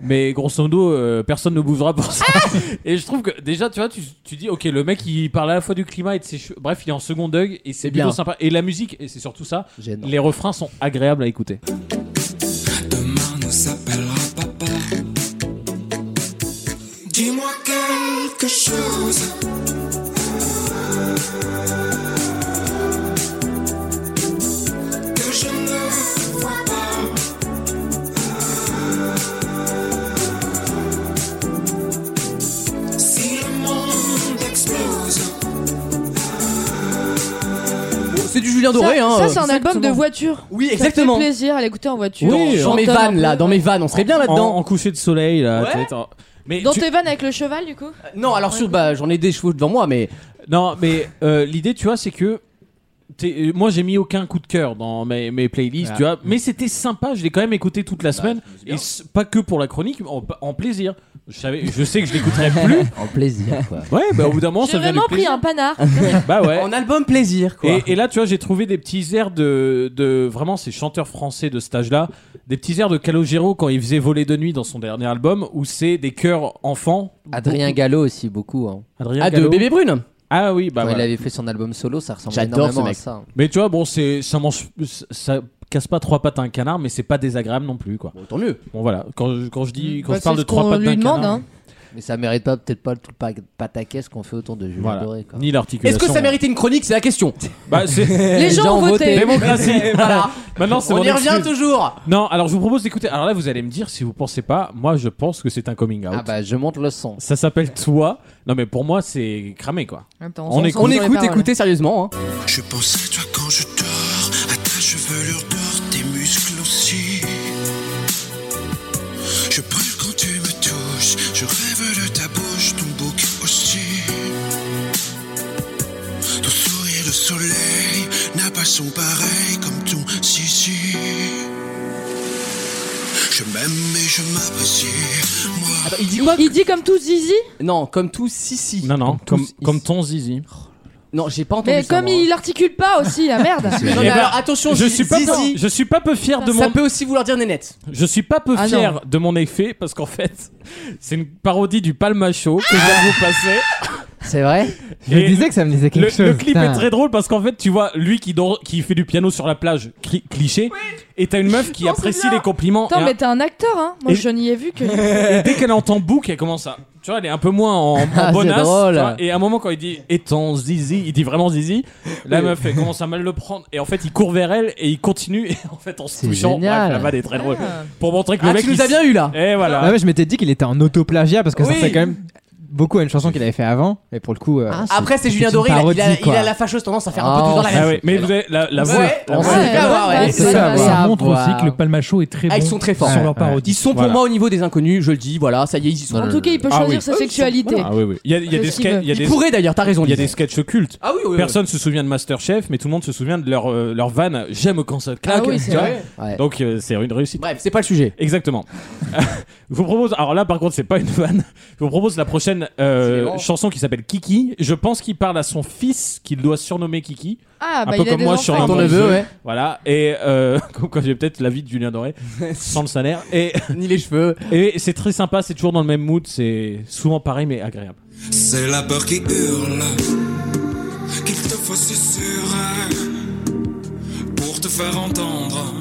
E: Mais grosso modo, euh, personne ne bougera pour ça. et je trouve que déjà, tu vois, tu, tu dis, ok, le mec, il parle à la fois du climat et de ses cheveux. Bref, il est en second dog et c'est
B: bien.
E: plutôt sympa. Et la musique, et c'est surtout ça,
F: Gênant.
E: les refrains sont agréables à écouter.
S: Demain nous s'appellera papa. Dis-moi quelque chose. Que je ne vois pas. Si le monde explose.
B: c'est du Julien Doré.
L: Ça,
B: hein.
L: ça, c'est un album de voiture.
B: Oui,
L: Ça
B: exactement.
L: fait plaisir à l'écouter en voiture.
B: Oui,
L: On
B: dans mes
L: chantonne un
B: vannes
L: peu.
B: là, dans mes vannes, on serait bien là-dedans.
E: En, en coucher de soleil, là.
B: Ouais.
E: t'es- t'en- Mais
L: Dans
E: tu-
L: tes vannes avec le cheval, du coup
B: Non, alors sur, bah, j'en ai des chevaux devant moi, mais.
E: Non, mais euh, l'idée, tu vois, c'est que. t'es- euh, Moi, j'ai mis aucun coup de cœur dans mes, mes playlists,
B: Ah. Bah,
E: tu vois. Mais c'était sympa, je l'ai quand même écouté toute la semaine.
B: c'est bien.
E: Et c- pas que pour la chronique, mais en, en plaisir. Je, savais, je sais que je l'écouterai plus.
F: En plaisir, quoi.
E: Ouais, bah au bout d'un moment,
L: J'ai
E: ça devient du
L: vraiment pris
E: plaisir.
L: un panard.
E: Bah ouais.
B: En album plaisir, quoi.
E: Et, et là, tu vois, j'ai trouvé des petits airs de, de vraiment ces chanteurs français de cet âge-là, des petits airs de Calogero quand il faisait voler de nuit dans son dernier album, où c'est des chœurs enfants.
F: Adrien
E: Beaucoup-
F: Gallo aussi, beaucoup. Hein.
E: Adrien Ah, de Gallo. Bébé
B: Brune
E: Ah oui, bah
F: Quand il
E: voilà.
F: avait fait son album solo, ça ressemble
E: J'adore
F: énormément
E: ce mec.
F: à ça. hein.
E: Mais tu vois, bon, c'est ça mange, ça casse pas trois pattes à un canard, mais c'est pas désagréable non plus, quoi.
B: tant mieux.
E: Bon voilà, quand je, quand je dis quand
F: Bah,
E: je parle
F: c'est
E: de
F: ce
E: trois
F: qu'on
E: pattes
F: lui
E: d'un
F: demande,
E: canard,
F: hein. Mais ça mérite pas peut-être pas tout le pa- pataquès qu'on fait autour de Julien
E: Voilà.
F: Doré. Quoi.
E: Ni l'articulation.
B: Est-ce que ça méritait une chronique C'est la question.
E: Bah, c'est-
B: Les gens ont voté.
E: Démocratie.
B: Voilà.
E: Maintenant, c'est
B: On
E: mon
B: y revient
E: excuse.
B: toujours.
E: Non, alors je vous propose d'écouter. Alors là, vous allez me dire si vous pensez pas. Moi, je pense que c'est un coming out. Ah
F: bah, je monte le son.
E: Ça s'appelle Toi. Non, mais pour moi, c'est cramé quoi.
L: Attends,
B: on
E: écoute.
B: on écoute, écoutez sérieusement. hein.
S: Je pense à toi quand je dors, à ta chevelure d'or, tes muscles aussi. Je brûle quand tu me touches, je rêve de ta bouche, ton bouc aussi. Ton sourire de soleil n'a pas son pareil comme ton si-si. Je m'aime et je m'apprécie, moi.
B: il dit quoi
L: Il dit comme tout zizi
B: Non, comme tout si si.
E: Non, non, comme, comme ton zizi.
B: Non, j'ai pas entendu
L: Mais
B: ça.
L: comme
B: moi.
L: il articule pas aussi, la merde
B: Non, mais alors, attention,
E: Eh ben, je
B: Zizi-
E: suis pas peu-
B: Zizi-
E: je suis pas peu fier de
B: Ça
E: mon-
B: peut aussi vouloir dire nénette.
E: Je suis pas peu
B: Ah,
E: fier
B: non.
E: de mon effet parce qu'en fait, c'est une parodie du Palma Show que je viens de vous passer.
F: C'est vrai
H: Je
E: Et
H: me disais que ça me disait quelque
E: le,
H: chose.
E: le clip
H: putain.
E: est très drôle parce qu'en fait, tu vois lui qui, dor- qui fait du piano sur la plage, cri- cliché, et t'as une meuf qui apprécie les compliments.
L: Attends,
E: et,
L: mais t'es un acteur, hein Moi,
E: Et-
L: je n'y ai vu que.
E: et dès qu'elle entend Book, elle commence à. Tu vois, elle est un peu moins en, en
F: Ah, c'est
E: bonasse,
F: drôle.
E: tu vois, et à un moment, quand il dit étant zizi, il dit vraiment zizi, la
F: Oui.
E: meuf, elle commence à mal le prendre. Et en fait, il court vers elle et il continue. Et en fait, en se
H: C'est
E: touchant,
H: génial.
E: bref, la vanne est très drôle. Pour montrer que
H: Ah,
E: le mec.
H: tu nous
E: il
H: as
E: s-
H: bien eu, là.
E: Et voilà.
H: Ah ouais, je m'étais dit qu'il était en autoplagiat parce que ça
B: Oui.
H: c'est quand même beaucoup à une chanson qu'il avait fait avant. Et pour le coup, euh,
B: Ah,
L: Ah,
B: Après, c'est Julien
H: une
B: Doré, il a- il a,
H: parodie,
B: il a
H: quoi.
B: la fâcheuse tendance à faire un
H: Ah,
B: peu tout
H: on
B: dans la même.
H: sait.
E: Ah ouais, mais vous avez la, la
B: Ouais,
E: voix.
B: on sait
E: la
B: faire
E: voix.
B: voir, ouais.
H: Et ça,
B: Ça
H: ça
B: va.
H: montre aussi
B: Voilà.
H: que le palmacho est très
B: Ah, ils
H: bon
B: sont très forts.
H: sur
B: Ouais,
H: leur
B: ouais.
H: parodie.
B: Ils sont pour moi au niveau des inconnus, je le dis, voilà, ça y est, ils y sont.
L: En tout cas, il peut
E: Ah
L: choisir
E: oui.
L: sa sexualité.
E: Ah oui, oui. Il y a, il y a
L: De
E: des
L: ce qu'il veut.
E: sketchs. Il y a
L: Il
E: des-
B: pourrait d'ailleurs, t'as raison,
E: Il y a
B: Lise.
E: des sketchs occultes.
B: Ah oui, oui, oui.
E: Personne se souvient de Masterchef, mais tout le monde se souvient de leur, euh, leur van. J'aime quand ça claque.
B: Ah oui, c'est
E: tu vois.
B: vrai. Ouais.
E: Donc euh, c'est une réussite.
B: Bref, c'est pas le sujet.
E: Exactement. je vous propose. Alors là, par contre, c'est pas une vanne. Je vous propose la prochaine euh, chanson qui s'appelle Kiki. Je pense qu'il parle à son fils qu'il doit surnommer Kiki.
L: Ah, bah,
E: un peu
L: il a
E: comme
L: des
E: moi
L: enfants.
E: sur
L: Ton
E: un
L: neveu,
E: bon jeu.
L: ouais.
E: Voilà. Et euh, comme quoi j'ai peut-être la vie de Julien Doré sans le salaire et
B: ni les cheveux.
E: Et c'est très sympa. C'est toujours dans le même mood. C'est souvent pareil mais agréable.
S: C'est la peur qui hurle qu'il te faut c'est sûr pour te faire entendre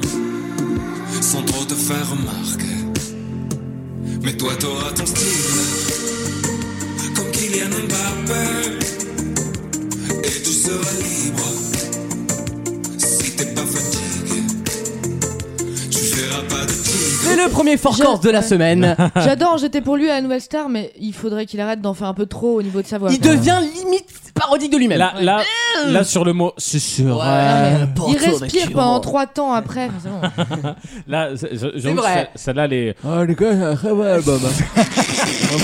S: sans trop te faire remarquer. Mais toi t'auras ton style comme Kylian Mbappé et tu seras libre si t'es pas fatigué. Tu feras pas de tigre.
B: C'est le premier fort
L: Je-
B: corse de la
L: ouais.
B: semaine.
L: J'adore, j'étais pour lui à la nouvelle star, mais il faudrait qu'il arrête d'en faire un peu trop au niveau de sa voix.
B: Il devient limite parodique de lui-même.
E: Là, là, là sur le mot c'est sûr. Euh,
L: Il respire pendant 3 temps après. enfin, c'est bon.
E: Là, je- je- j'avoue que
L: vrai.
E: ce- Celle-là, elle est.
N: Ah les gars, j'ai un très bon album. hein.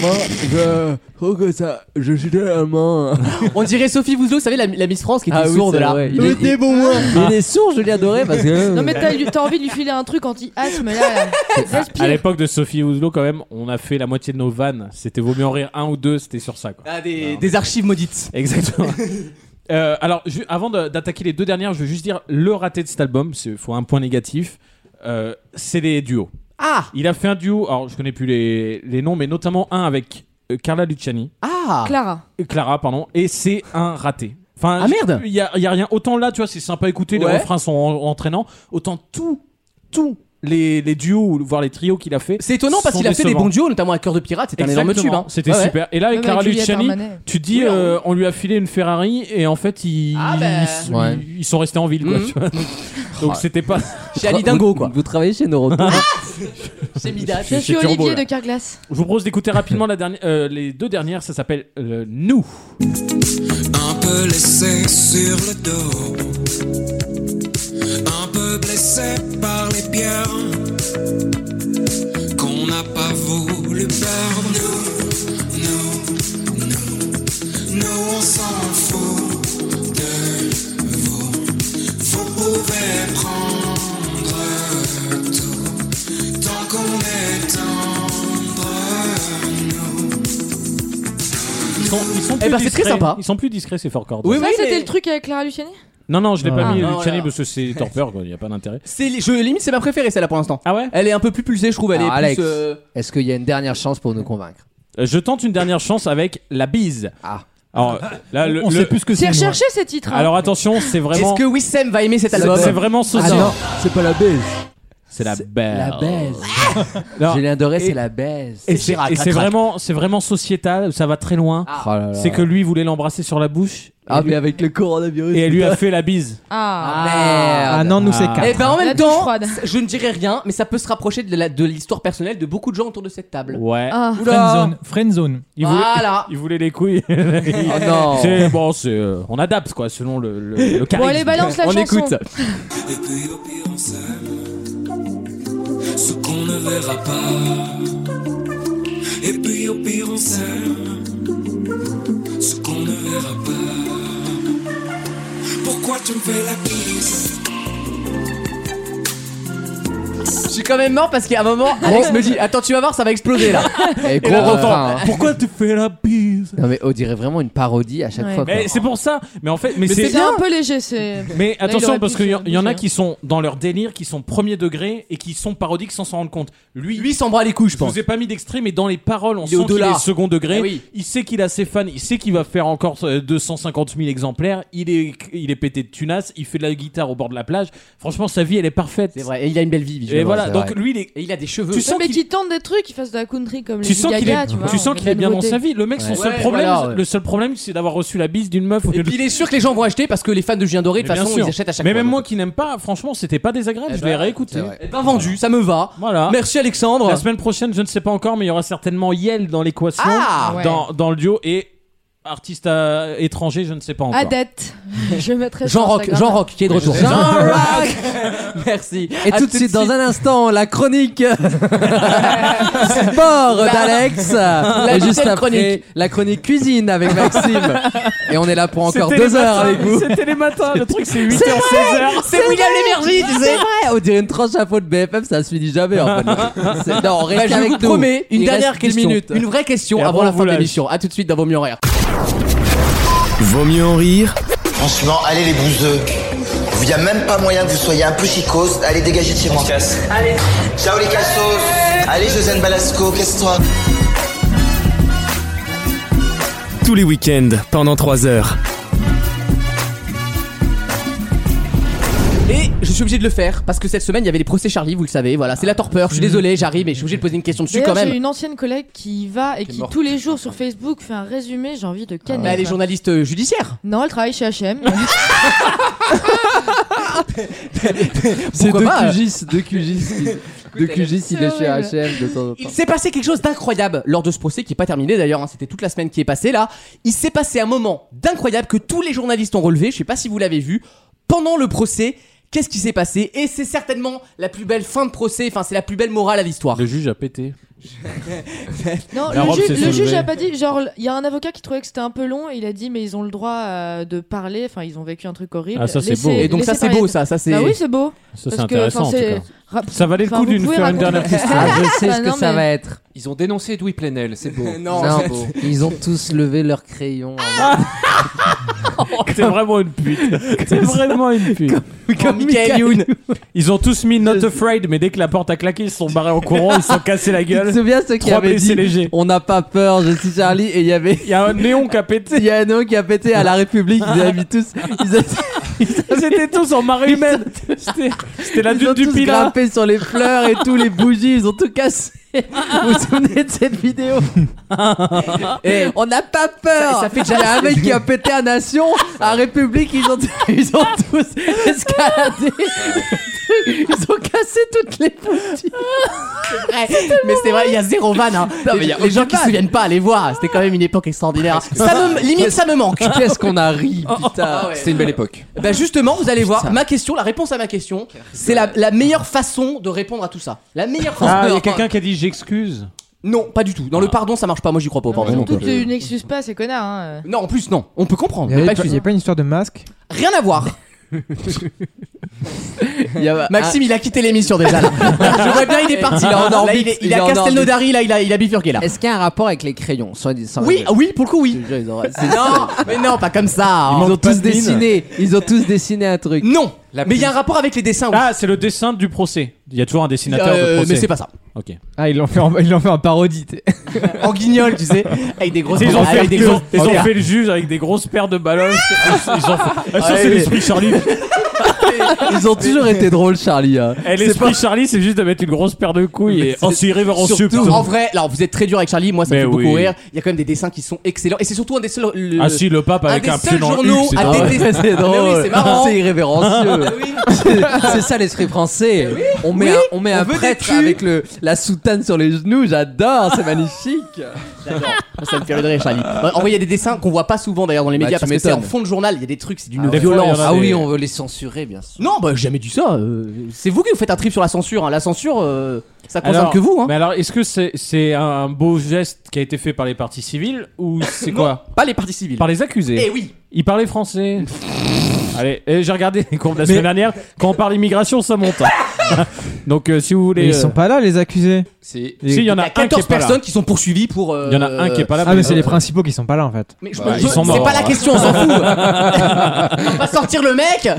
N: Maman, je trouve que ça, je suis tellement.
B: On dirait Sophie Vouzelot, vous savez, la, la Miss France qui était
N: Ah oui,
B: sourde
N: c'est
B: là. Ah.
N: vrai. Il
B: Le
N: est- hein.
B: thé, bon moi.
E: Ah.
N: Il est sourd, je l'ai adoré parce que.
L: Non, mais t'as eu- t'as envie de lui filer un truc anti-asthme là.
E: Ah, À, à l'époque de Sophie Ouzlo, quand même, on a fait la moitié de nos vannes. C'était vaut mieux en rire un ou deux, c'était sur ça. Quoi.
B: Ah, des, des archives maudites.
E: Exactement. Euh, alors, ju- avant de- d'attaquer les deux dernières, je veux juste dire le raté de cet album, il faut un point négatif, euh, c'est les duos.
B: Ah
E: Il a fait un duo, alors je connais plus les, les noms, mais notamment un avec euh, Carla Luciani.
B: Ah
L: Clara.
E: Euh, Clara, pardon, et c'est un raté. Enfin,
B: Ah,
E: je-
B: merde
E: Il y a, il y a rien. Autant là, tu vois, c'est sympa à écouter, les
B: Ouais.
E: refrains sont en- entraînants, autant tout, tout. Les, les duos, voire les trios qu'il a fait.
B: C'est étonnant parce
E: sont
B: qu'il a fait des
E: décevants.
B: bons duos, notamment avec Cœur de Pirate, c'était un énorme
E: Exactement.
B: tube. hein.
E: C'était
B: Ouais, ouais.
E: super. Et là, avec
B: Même
E: Clara
B: avec Juliette
E: Luciani,
B: Armanet.
E: tu dis, euh, on lui a filé une Ferrari et en fait, ils, ils sont-
B: Ah, ben. Ouais.
E: ils sont restés en ville. Quoi,
B: Mhm.
E: tu vois. Donc,
B: Ouais.
E: c'était pas.
B: Chez Ali Dingo, quoi.
N: Vous travaillez chez Neuroton
B: C'est Midas.
L: Je suis Olivier de Carglass.
E: Je vous propose d'écouter rapidement la dernière, euh, les deux dernières. Ça s'appelle euh, Nous.
S: Un peu laissé sur le dos, un peu blessé par les pierres qu'on n'a pas voulu perdre. Nous, nous, nous, nous, on s'en fout de vous. Vous pouvez prendre tout tant qu'on est tendre.
E: Ils sont, ils sont
B: Eh
E: plus
B: ben, c'est très
E: discrets.
B: sympa.
E: Ils sont plus discrets ces fort cordes.
L: ça, c'était le truc avec Clara Luciani
E: Non, non, je l'ai
B: Non.
E: pas mis,
B: Ah,
E: Luciani,
B: voilà.
E: parce que c'est torpeur, quoi, il n'y a pas d'intérêt.
B: C'est je limite c'est ma préférée celle-là pour l'instant.
E: Ah ouais
B: Elle est un peu plus pulsée je trouve. Elle
F: Alors,
B: est
F: Alex,
B: plus. euh,
F: est-ce qu'il y a une dernière chance pour nous convaincre
E: Euh, Je tente une dernière chance avec la bise. Ah. Alors, là, le, le-
L: C'est recherché ces titres. hein.
E: Alors attention, c'est vraiment.
B: Est-ce que Wissem va aimer cet
E: C'est-
B: album
E: C'est vraiment
L: Ah,
B: Ah
E: saucisse.
N: c'est pas la baise.
E: C'est la baise.
F: La baise.
E: Non.
F: Julien Doré,
E: Et-
F: c'est la baise.
E: Et c'est et c'est vraiment, c'est vraiment sociétal. Ça va très loin.
F: Oh là là.
E: C'est que lui voulait l'embrasser sur la bouche.
N: Ah,
E: et lui-
N: mais avec le coronavirus.
E: Et elle lui a
N: putain.
E: fait la bise.
L: Ah,
E: Ah non, nous, c'est quatre.
B: Eh ben en
L: La
B: même
L: douche
B: temps,
L: froide.
B: je ne dirais rien, mais ça peut se rapprocher de la- de l'histoire personnelle de beaucoup de gens autour de cette table.
E: Ouais.
B: Ah. Oula.
C: Friendzone. Friendzone.
E: Il voulait,
B: Voilà. Oh
E: il voulait les couilles.
C: Oh
B: non.
E: C'est bon, c'est, euh, on adapte quoi, selon le, le, le charisme.
L: Bon, allez, balance la
E: on
L: chanson.
E: écoute.
S: Et puis au pire on s'aime Ce qu'on ne verra pas Et puis au pire on s'aime Ce qu'on ne verra pas Pourquoi tu me fais la bise
B: Je suis quand même mort parce qu'à un moment, Alex me dit Attends, tu vas voir, ça va exploser là.
F: Et gros
B: là,
F: refrain, hein.
E: Pourquoi tu fais la bise
F: Non, mais on dirait vraiment une parodie à chaque
L: Ouais.
F: fois. quoi.
E: Mais c'est pour ça. Mais en fait, mais,
L: C'est
E: c'est.
L: un peu léger. C'est.
E: Mais
L: Là, il
E: attention,
L: aurait
E: parce
L: pu
E: qu'il y,
L: se
E: y en a
L: bouger. hein.
E: qui sont dans leur délire, qui sont premier degré et qui sont parodiques sans s'en rendre compte. Lui,
B: Lui, il s'en bat les couilles, je
E: je
B: pense.
E: vous ai pas mis d'extrait, mais dans les paroles, on
B: Il est
E: sent qu'il
B: au-delà.
E: est second degré.
B: Eh oui.
E: Il sait qu'il a ses fans, il sait qu'il va faire encore euh, 250 000 exemplaires. Il est, il est pété de tunas, il fait de la guitare au bord de la plage. Franchement, sa vie, elle est parfaite.
B: C'est vrai, et il a une belle vie,
E: Et
B: visuellement,
E: voilà,
B: c'est
E: donc
B: vrai.
E: lui, il est-
B: Et il a des cheveux.
E: Tu sens
L: hein. mais
E: qu'il-
L: qui tente des trucs, qui fassent de la country comme
E: Tu
L: les
E: sens
L: Lady
E: qu'il est,
L: Gaga, tu vois.
E: tu sens qu'il est bien dans sa vie. Le mec, son
B: Ouais.
E: seul
B: Ouais,
E: problème,
B: voilà, ouais.
E: le seul problème, c'est d'avoir reçu la bise d'une meuf.
B: Et puis il est sûr que les gens vont acheter parce que les fans de Julien Doré, de
E: Mais
B: toute façon,
E: bien sûr.
B: ils achètent à chaque
E: Mais
B: fois.
E: même moi qui n'aime pas, franchement, c'était pas désagréable.
B: Eh
E: je
B: ben,
E: l'ai réécouté.
B: c'est vrai. Eh ben vendu, ça me va.
E: Voilà.
B: Merci Alexandre.
E: La semaine prochaine, je ne sais pas encore, mais il y aura certainement Yel dans l'équation,
B: Ah
L: Ouais.
E: dans, dans le duo et artiste euh, étranger, je ne sais pas encore.
L: Adette.
E: hein.
L: Je mettrai. sur
B: Jean Rock,
L: Instagram.
B: Jean Rock qui est de retour.
E: Jean
B: Rock Merci.
F: Et tout de suite, dans un instant, la chronique sport d'Alex. Et juste
B: vitale
F: après,
B: chronique.
F: la chronique cuisine avec Maxime. Et on est là pour encore deux heures avec vous.
E: C'était les matins, le truc c'est 8h,
F: C'est vrai,
E: 16h.
B: C'est William Lémergie, tu sais.
F: C'est vrai, on dirait une tranche à faute de BFM, ça se finit jamais en fait. C'est- Non,
B: Bah,
F: restez
B: je
F: avec
B: vous
F: nous.
B: promets une
F: Il
B: dernière
F: reste dix
B: question,
F: minutes.
B: une vraie question
F: Et
B: avant
F: après,
B: la
F: on
B: fin
F: vous
B: de
F: lâche.
B: l'émission. À tout de suite dans Vos mieux en rire.
A: Vaut mieux en rire
R: Franchement, allez les bouseux. Il n'y a même pas moyen que vous soyez un peu chicose. Allez, dégagez de chez moi. Allez. Ciao les cassos. Allez, Josiane Balasco, casse-toi.
A: tous les week-ends pendant 3 heures.
B: Et je suis obligé de le faire parce que cette semaine il y avait les procès Charlie, vous le savez. Voilà, c'est la torpeur. Je
F: Mmh.
B: suis désolé, j'arrive, mais je suis obligé de poser une question dessus quand
L: D'ailleurs, j'ai
B: même.
L: une ancienne collègue qui y va et qui,
B: morte. Ah
L: tous les jours sur Facebook fait un résumé. J'ai envie de canner.
B: Mais elle est
L: quoi.
B: journaliste euh, judiciaire.
L: Non, elle travaille chez H&M.
N: C'est
B: Pourquoi
N: deux
B: pas hein.
N: QGIS, deux QGIS. Deux QGIS, il est chez
B: horrible.
N: HM de temps en temps.
B: Il s'est passé quelque chose d'incroyable lors de ce procès qui n'est pas terminé d'ailleurs, hein, c'était toute la semaine qui est passée là. Il s'est passé un moment d'incroyable que tous les journalistes ont relevé, je sais pas si vous l'avez vu, pendant le procès, qu'est-ce qui s'est passé Et c'est certainement la plus belle fin de procès, enfin c'est la plus belle morale à l'histoire. Oh,
E: Le juge a pété.
L: Non,
E: La
L: le,
E: robe
L: ju-
E: s'est
L: le juge
E: soulevée.
L: a pas dit. Genre, il y a un avocat qui trouvait que c'était un peu long. et Il a dit, mais ils ont le droit euh, de parler. Enfin, ils ont vécu un truc horrible.
E: Ah, ça, c'est
L: Laissez-
E: beau.
B: Et donc ça
L: laissez
B: c'est
L: parler.
B: beau ça, ça c'est...
L: Bah oui, c'est beau.
E: Ça, c'est
L: Parce que,
E: intéressant,
L: enfin,
E: en tout
L: c'est-
E: cas.
L: rap-
E: Ça valait le
L: enfin,
E: coup
L: vous
E: d'une
L: pouvez
E: faire une
L: raconter-
E: dernière question.
F: Ah, je sais ce
L: Bah,
F: que
L: non,
F: ça
L: mais-
F: va être.
I: Ils ont dénoncé Edoui Plenel, c'est beau.
B: Non,
F: Non,
B: c'est-
F: bon, ils ont tous levé leur crayon.
E: T'es Ah vraiment une pute. T'es vraiment une pute.
B: comme Michael Youn.
E: Ils ont tous mis Not Afraid, mais dès que la porte a claqué, ils se sont barrés en courant, ils se sont cassés la
F: Tu te
E: gueule.
F: souviens ceux qui
E: Trois
F: avaient
E: blessés
F: dit
E: légers.
F: On n'a pas peur, je suis Charlie. Et il y avait.
E: Il y a un néon qui a
F: Il
E: pété.
F: y a un nom qui a pété à la République, ils avaient mis tous. Ils avaient-
E: Ils étaient tous en marée humaine. C'était- C'était la
I: ils
E: dune
I: ont
E: du
I: tous
E: Pilat.
I: grimpé sur les fleurs et tous les bougies, ils ont tout cassé. Vous vous souvenez de cette vidéo Et on n'a pas peur.
B: Eh. Ça- ça fait déjà-
I: Il y a un mec qui a pété à Nation, à République, ils ont, ils ont tous escaladé. Ils ont cassé toutes les bougies.
B: mais c'est vrai, il y a zéro van. hein.
I: Non, mais
B: les
I: il y a
B: les gens
I: aucune
B: qui se
I: vanne.
B: souviennent pas, allez voir. C'était quand même une époque extraordinaire. Ça me, limite, ça me manque. Oh,
I: Qu'est-ce qu'on a ri, putain.
G: C'était une belle époque.
B: Bah justement, vous allez voir, ma question, la réponse à ma question, c'est la, la meilleure façon de répondre à tout ça. La meilleure façon.
E: Ah, il y a
B: Non,
E: quelqu'un qui a dit j'excuse.
B: Non, pas du tout. Dans le pardon, ça marche pas. Moi, j'y crois pas. au pardon.
L: Surtout, tu n'excuses pas ces connards. hein.
B: Non, en plus, non. On peut comprendre.
H: Il n'y
B: mais
H: a
B: pas
H: pas,
B: excuser.
H: y a pas une histoire de masque
B: Rien à voir. Euh, Maxime,
H: Ah.
B: il a quitté l'émission déjà. là. Je vois bien, il est parti. Là, en
F: Là,
B: orbite.
F: il est-
B: il,
F: il est
B: a
F: en
B: Castelnaudary, là, il a, il a bifurqué là.
F: Est-ce qu'il y a un rapport avec les crayons sans- sans
B: Oui,
F: rigoler
B: ah oui, pour le coup, oui.
F: c'est-
B: Non, mais non, pas comme ça.
F: Ils ont tous dessiné.
I: Ils ont tous dessiné un truc.
B: Non. mais il y a un rapport avec les dessins. oui.
E: Ah, c'est le dessin du procès. Il y a toujours un dessinateur
B: Euh,
E: de procès.
B: mais c'est pas ça.
E: Ok.
H: Ah, ils l'ont fait, en- ils l'ont fait en parodie. t'sais.
B: en guignol, tu sais, avec des grosses
E: Ils ont, fait,
B: avec des
E: ils ont-
B: grosses-
E: ils ont
B: Ok.
E: fait le juge avec des grosses paires de ballons. ils ont fait- Ah, ça,
B: Ouais,
E: c'est
B: mais-
E: l'esprit Charlie.
I: Ils ont toujours été drôles, Charlie. hein.
E: Eh, l'esprit Charlie, c'est juste de mettre une grosse paire de couilles et on s'y river en sup.
B: Surtout, en vrai, alors vous êtes très dur avec Charlie, moi ça me
E: Mais
B: fait beaucoup
E: oui.
B: rire. Il y a quand même des dessins qui sont excellents. Et c'est surtout un des seuls. le-
E: Ah si, le pape avec
B: des
E: un
B: seuls
E: pied dans le
B: journaux
E: cul, c'est
B: à
E: drôle.
B: détester.
I: Ouais, c'est
B: Ah, mais oui,
I: drôle.
B: c'est marrant.
I: C'est irrévérencieux. C'est- c'est ça l'esprit français. On met
B: Ah Oui,
I: un, on met
B: on
I: un
B: veut des
I: prêtre
B: culs.
I: avec le, la soutane sur les genoux. J'adore, c'est magnifique.
B: Ça me fait rire, Charlie. Bah, En vrai, il y a des dessins qu'on voit pas souvent d'ailleurs dans les
I: Ah. Bah,
B: médias
I: tu
B: parce que c'est en
I: m'étonnes.
B: fond de journal. Il y a des trucs, c'est d'une
I: Des fois,
B: violence.
I: il y en a Ah des- oui, on veut les censurer, bien sûr.
B: Non, bah j'ai jamais dit ça. euh, C'est vous qui vous faites un trip sur la censure. hein. La censure, euh, ça concerne
E: Alors-
B: que vous. hein.
E: Mais alors, est-ce que c'est c'est un beau geste qui a été fait par les parties civiles ou c'est quoi
B: Pas les parties civiles.
E: Par les accusés.
B: Eh oui.
E: Ils parlaient français. Allez, eh, j'ai regardé les cours de la semaine dernière. Quand on parle immigration, ça monte. hein. Donc, euh, si vous voulez.
H: Mais ils sont
E: euh,
H: pas là, les accusés.
E: Si, il y en a un qui est
B: 14
E: pas là.
B: personnes qui sont poursuivies pour. euh,
E: Il y en a un qui est pas là.
H: Ah, mais c'est les principaux qui sont pas là en fait.
B: Mais je
E: Bah,
B: me-
E: ils sont
B: c'est
E: morts.
B: pas la question, on s'en fout. on va sortir le mec.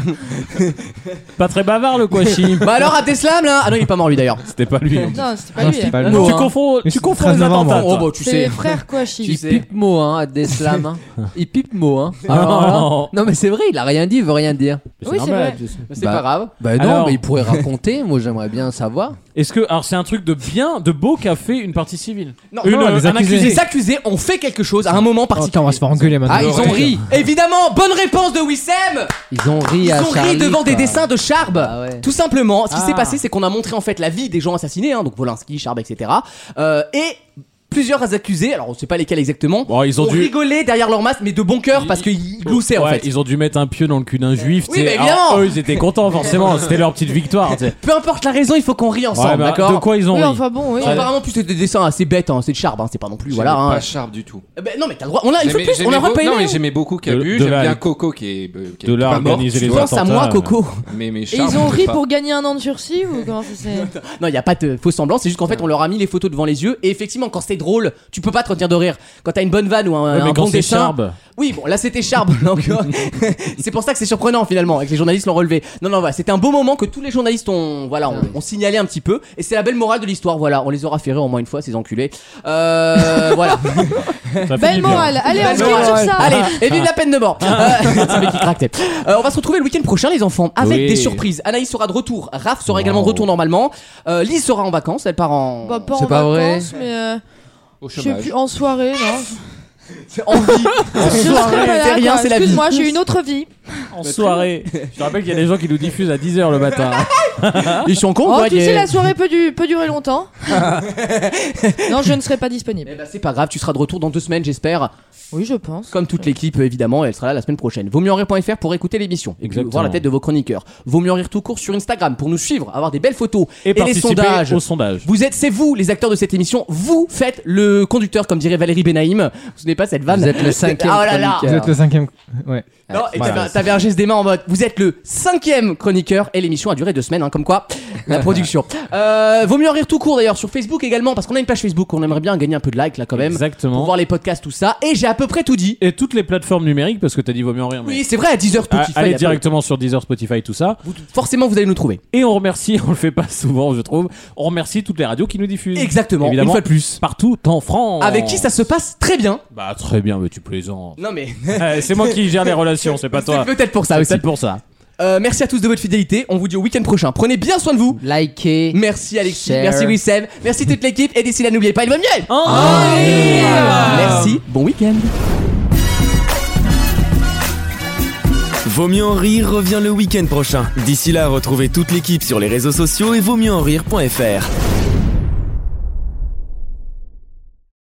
E: Pas très bavard le Kouachi.
B: Bah alors à Teslam là. Ah non, il est pas mort lui d'ailleurs.
E: C'était pas lui.
L: Non, c'était pas
I: Ah
B: Non,
L: lui.
B: c'était pas
L: hein.
B: lui. Non,
E: tu
B: hein.
E: confonds,
B: Mais
E: tu
B: c'est
E: confonds
B: 13
E: les
B: novembre.
E: attentats.
B: Oh, bah, tu
L: C'est
B: sais.
L: les frères
B: Tu
L: Kouachi.
B: sais.
F: Pipe mot, hein, à Deslam. Hein.
I: Il pipe mot, hein.
F: Alors là-
E: Non.
F: non, mais c'est vrai, il a rien dit, il veut rien dire.
L: Oui, c'est vrai.
B: C'est pas grave.
F: Bah non,
E: Alors-
F: mais il pourrait raconter. Moi, j'aimerais bien savoir.
E: Est-ce que alors c'est un truc de bien, de beau qu'a fait une partie civile
B: Non,
E: Une,
B: non,
E: euh,
B: les,
E: un
B: accusés.
E: accusé.
B: les accusés ont fait quelque chose à un moment particulier.
H: Attends, on va se faire engueuler maintenant.
B: Ah, ils ont ri. Évidemment, bonne réponse de Wissem.
F: Ils ont ri
B: Ils
F: à
B: ont ri
F: Charlie,
B: devant des
F: quoi. Ah
B: dessins de Charb.
F: ouais.
B: Tout simplement, ce qui
F: Ah.
B: s'est passé, c'est qu'on a montré en fait la vie des gens assassinés, hein, donc Volinsky, Charb, etc. Euh, et plusieurs accusés, alors on sait pas lesquels exactement,
E: Bon, ils ont dû-
B: rigolé derrière leur masque, mais de bon cœur parce qu'ils gloussaient en
E: Ouais,
B: fait.
E: ils ont dû mettre un pieu dans le cul d'un juif.
B: Oui,
E: tu sais.
B: mais
E: Alors,
B: évidemment.
E: eux, ils étaient contents forcément. C'était leur petite victoire. tu sais.
B: Peu importe la raison, il faut qu'on rie ensemble,
E: Ouais,
F: bah,
E: mais
B: d'accord
E: de quoi ils ont
L: Oui,
E: ri
L: enfin bon, oui.
B: Non, Apparemment, plus c'est des dessins assez bêtes, hein, c'est de Charb, hein, c'est pas non plus. Voilà. hein.
G: Pas sharp du tout.
B: Eh ben, non, mais t'as le droit. On a, une fois
G: J'aimais-
B: de plus, on
G: j'aimais
B: a le droit de
G: beau-
B: pas
G: Non,
B: aimer,
G: mais
B: hein.
G: j'aimais beaucoup
E: De-
G: Cabu.
E: de
G: J'aime
E: la-
G: bien Coco qui est. euh, qui est
E: de la
G: pas mort,
E: organiser
G: tu
E: les
G: vois.
E: attentats.
B: Pense à moi,
E: euh,
B: Coco.
G: Mais, mais
L: Et
G: Charles,
L: ils ont
G: peut
L: ri
G: pas.
L: pour gagner un an de sursis ou comment ça s'est.
B: Non, il n'y a pas de faux semblant, c'est juste qu'en fait, on leur a mis les photos devant les yeux. Et effectivement, quand c'est drôle, tu peux pas te retenir de rire. Quand t'as une bonne vanne ou un,
E: Ouais,
B: un
E: mais quand
B: bon
E: c'est
B: dessin.
E: Charb.
B: Oui, bon, là c'était Charb. donc, euh, c'est pour ça que c'est surprenant finalement, et que les journalistes l'ont relevé. Non, non, voilà, c'était un beau moment que tous les journalistes ont, voilà, ont, ont signalé un petit peu. Et c'est la belle morale de l'histoire, voilà. On les aura fait rire au moins une fois, ces enculés. Euh, voilà.
E: ça fait du
L: Belle
E: bien. Ah.
L: morale. Allez, on se quitte sur ça.
B: Ah, Allez, et vive la peine de mort. Euh, ça fait qui craque, t'es. Euh, on va se retrouver le week-end prochain, les enfants, avec
E: Oui.
B: des surprises. Anaïs sera de retour, Raph sera Hein, également de retour normalement. Euh, Lise sera en vacances, elle part en.
L: Bah, pas
F: C'est
L: en
F: pas vrai.
L: vacances, mais euh,
G: Au
L: je sais
G: chômage.
L: plus, en soirée, non.
B: en vie. En
L: Je serai
B: soirée,
L: malade,
B: c'est rien,
L: quoi.
B: c'est la vie.
L: Excuse-moi, j'ai une autre vie.
E: En soirée. Je te rappelle qu'il y a des gens qui nous diffusent à 10h le matin.
B: Ils sont cons,
L: Oh,
B: ouais,
L: tu
B: y a-
L: sais, la soirée peut, du- peut durer longtemps. non, je ne serai pas disponible.
B: Eh ben, c'est pas grave, tu seras de retour dans deux semaines, j'espère.
L: Oui, je pense.
B: Comme toute l'équipe, évidemment, elle sera là la semaine prochaine. Vaut mieux en rire.fr pour écouter l'émission et puis
E: Exactement.
B: voir la tête de vos chroniqueurs. Vaut mieux en rire tout court sur Instagram pour nous suivre, avoir des belles photos
E: Et,
B: les
E: participer
B: sondages.
E: au sondage.
B: Vous êtes, c'est vous les acteurs de cette émission. Vous faites le conducteur, comme dirait Valérie Benaïm. Ce n'est pas cette vanne.
F: Vous êtes le cinquième
B: Ah, oh là là.
H: Vous êtes le cinquième. Ouais.
B: Non, et
H: Voilà.
B: t'avais- t'avais un geste des mains en mode vous êtes le cinquième chroniqueur et l'émission a duré deux semaines, hein, comme quoi la production. Euh, vaut mieux en rire tout court d'ailleurs sur Facebook également parce qu'on a une page Facebook, on aimerait bien gagner un peu de likes là quand même pour
E: Exactement.
B: voir les podcasts tout ça. Et j'ai à peu près tout dit.
E: Et toutes les plateformes numériques, parce que t'as dit vaut mieux en rire. mais-
B: Oui, c'est vrai à 10h tout
E: Ah,
B: il
E: Allez
B: fallait-
E: directement sur Deezer, Spotify, tout ça.
B: Forcément, vous allez nous trouver.
E: Et on remercie, on le fait pas souvent, je trouve, on remercie toutes les radios qui nous diffusent.
B: Exactement, une
E: Évidemment.
B: fois de plus.
E: Partout en France.
B: Avec qui ça se passe très bien.
E: Bah très bien, mais tu plaisantes.
B: Non mais
E: Eh, c'est moi qui gère les relations, c'est pas
B: c'est
E: toi.
B: peut-être pour ça
E: C'est
B: aussi.
E: peut-être pour ça.
B: Euh, merci à tous de votre fidélité. On vous dit au week-end prochain. Prenez bien soin de vous.
F: Likez.
B: Merci Alexis.
F: share.
B: Merci Wissem. Merci toute l'équipe. Et d'ici là, n'oubliez pas, il va mieux.
E: Ah
B: Ah Merci. Bon week-end.
A: Vaut mieux en rire revient le week-end prochain. D'ici là, retrouvez toute l'équipe sur les réseaux sociaux et vaut mieux en rire.fr.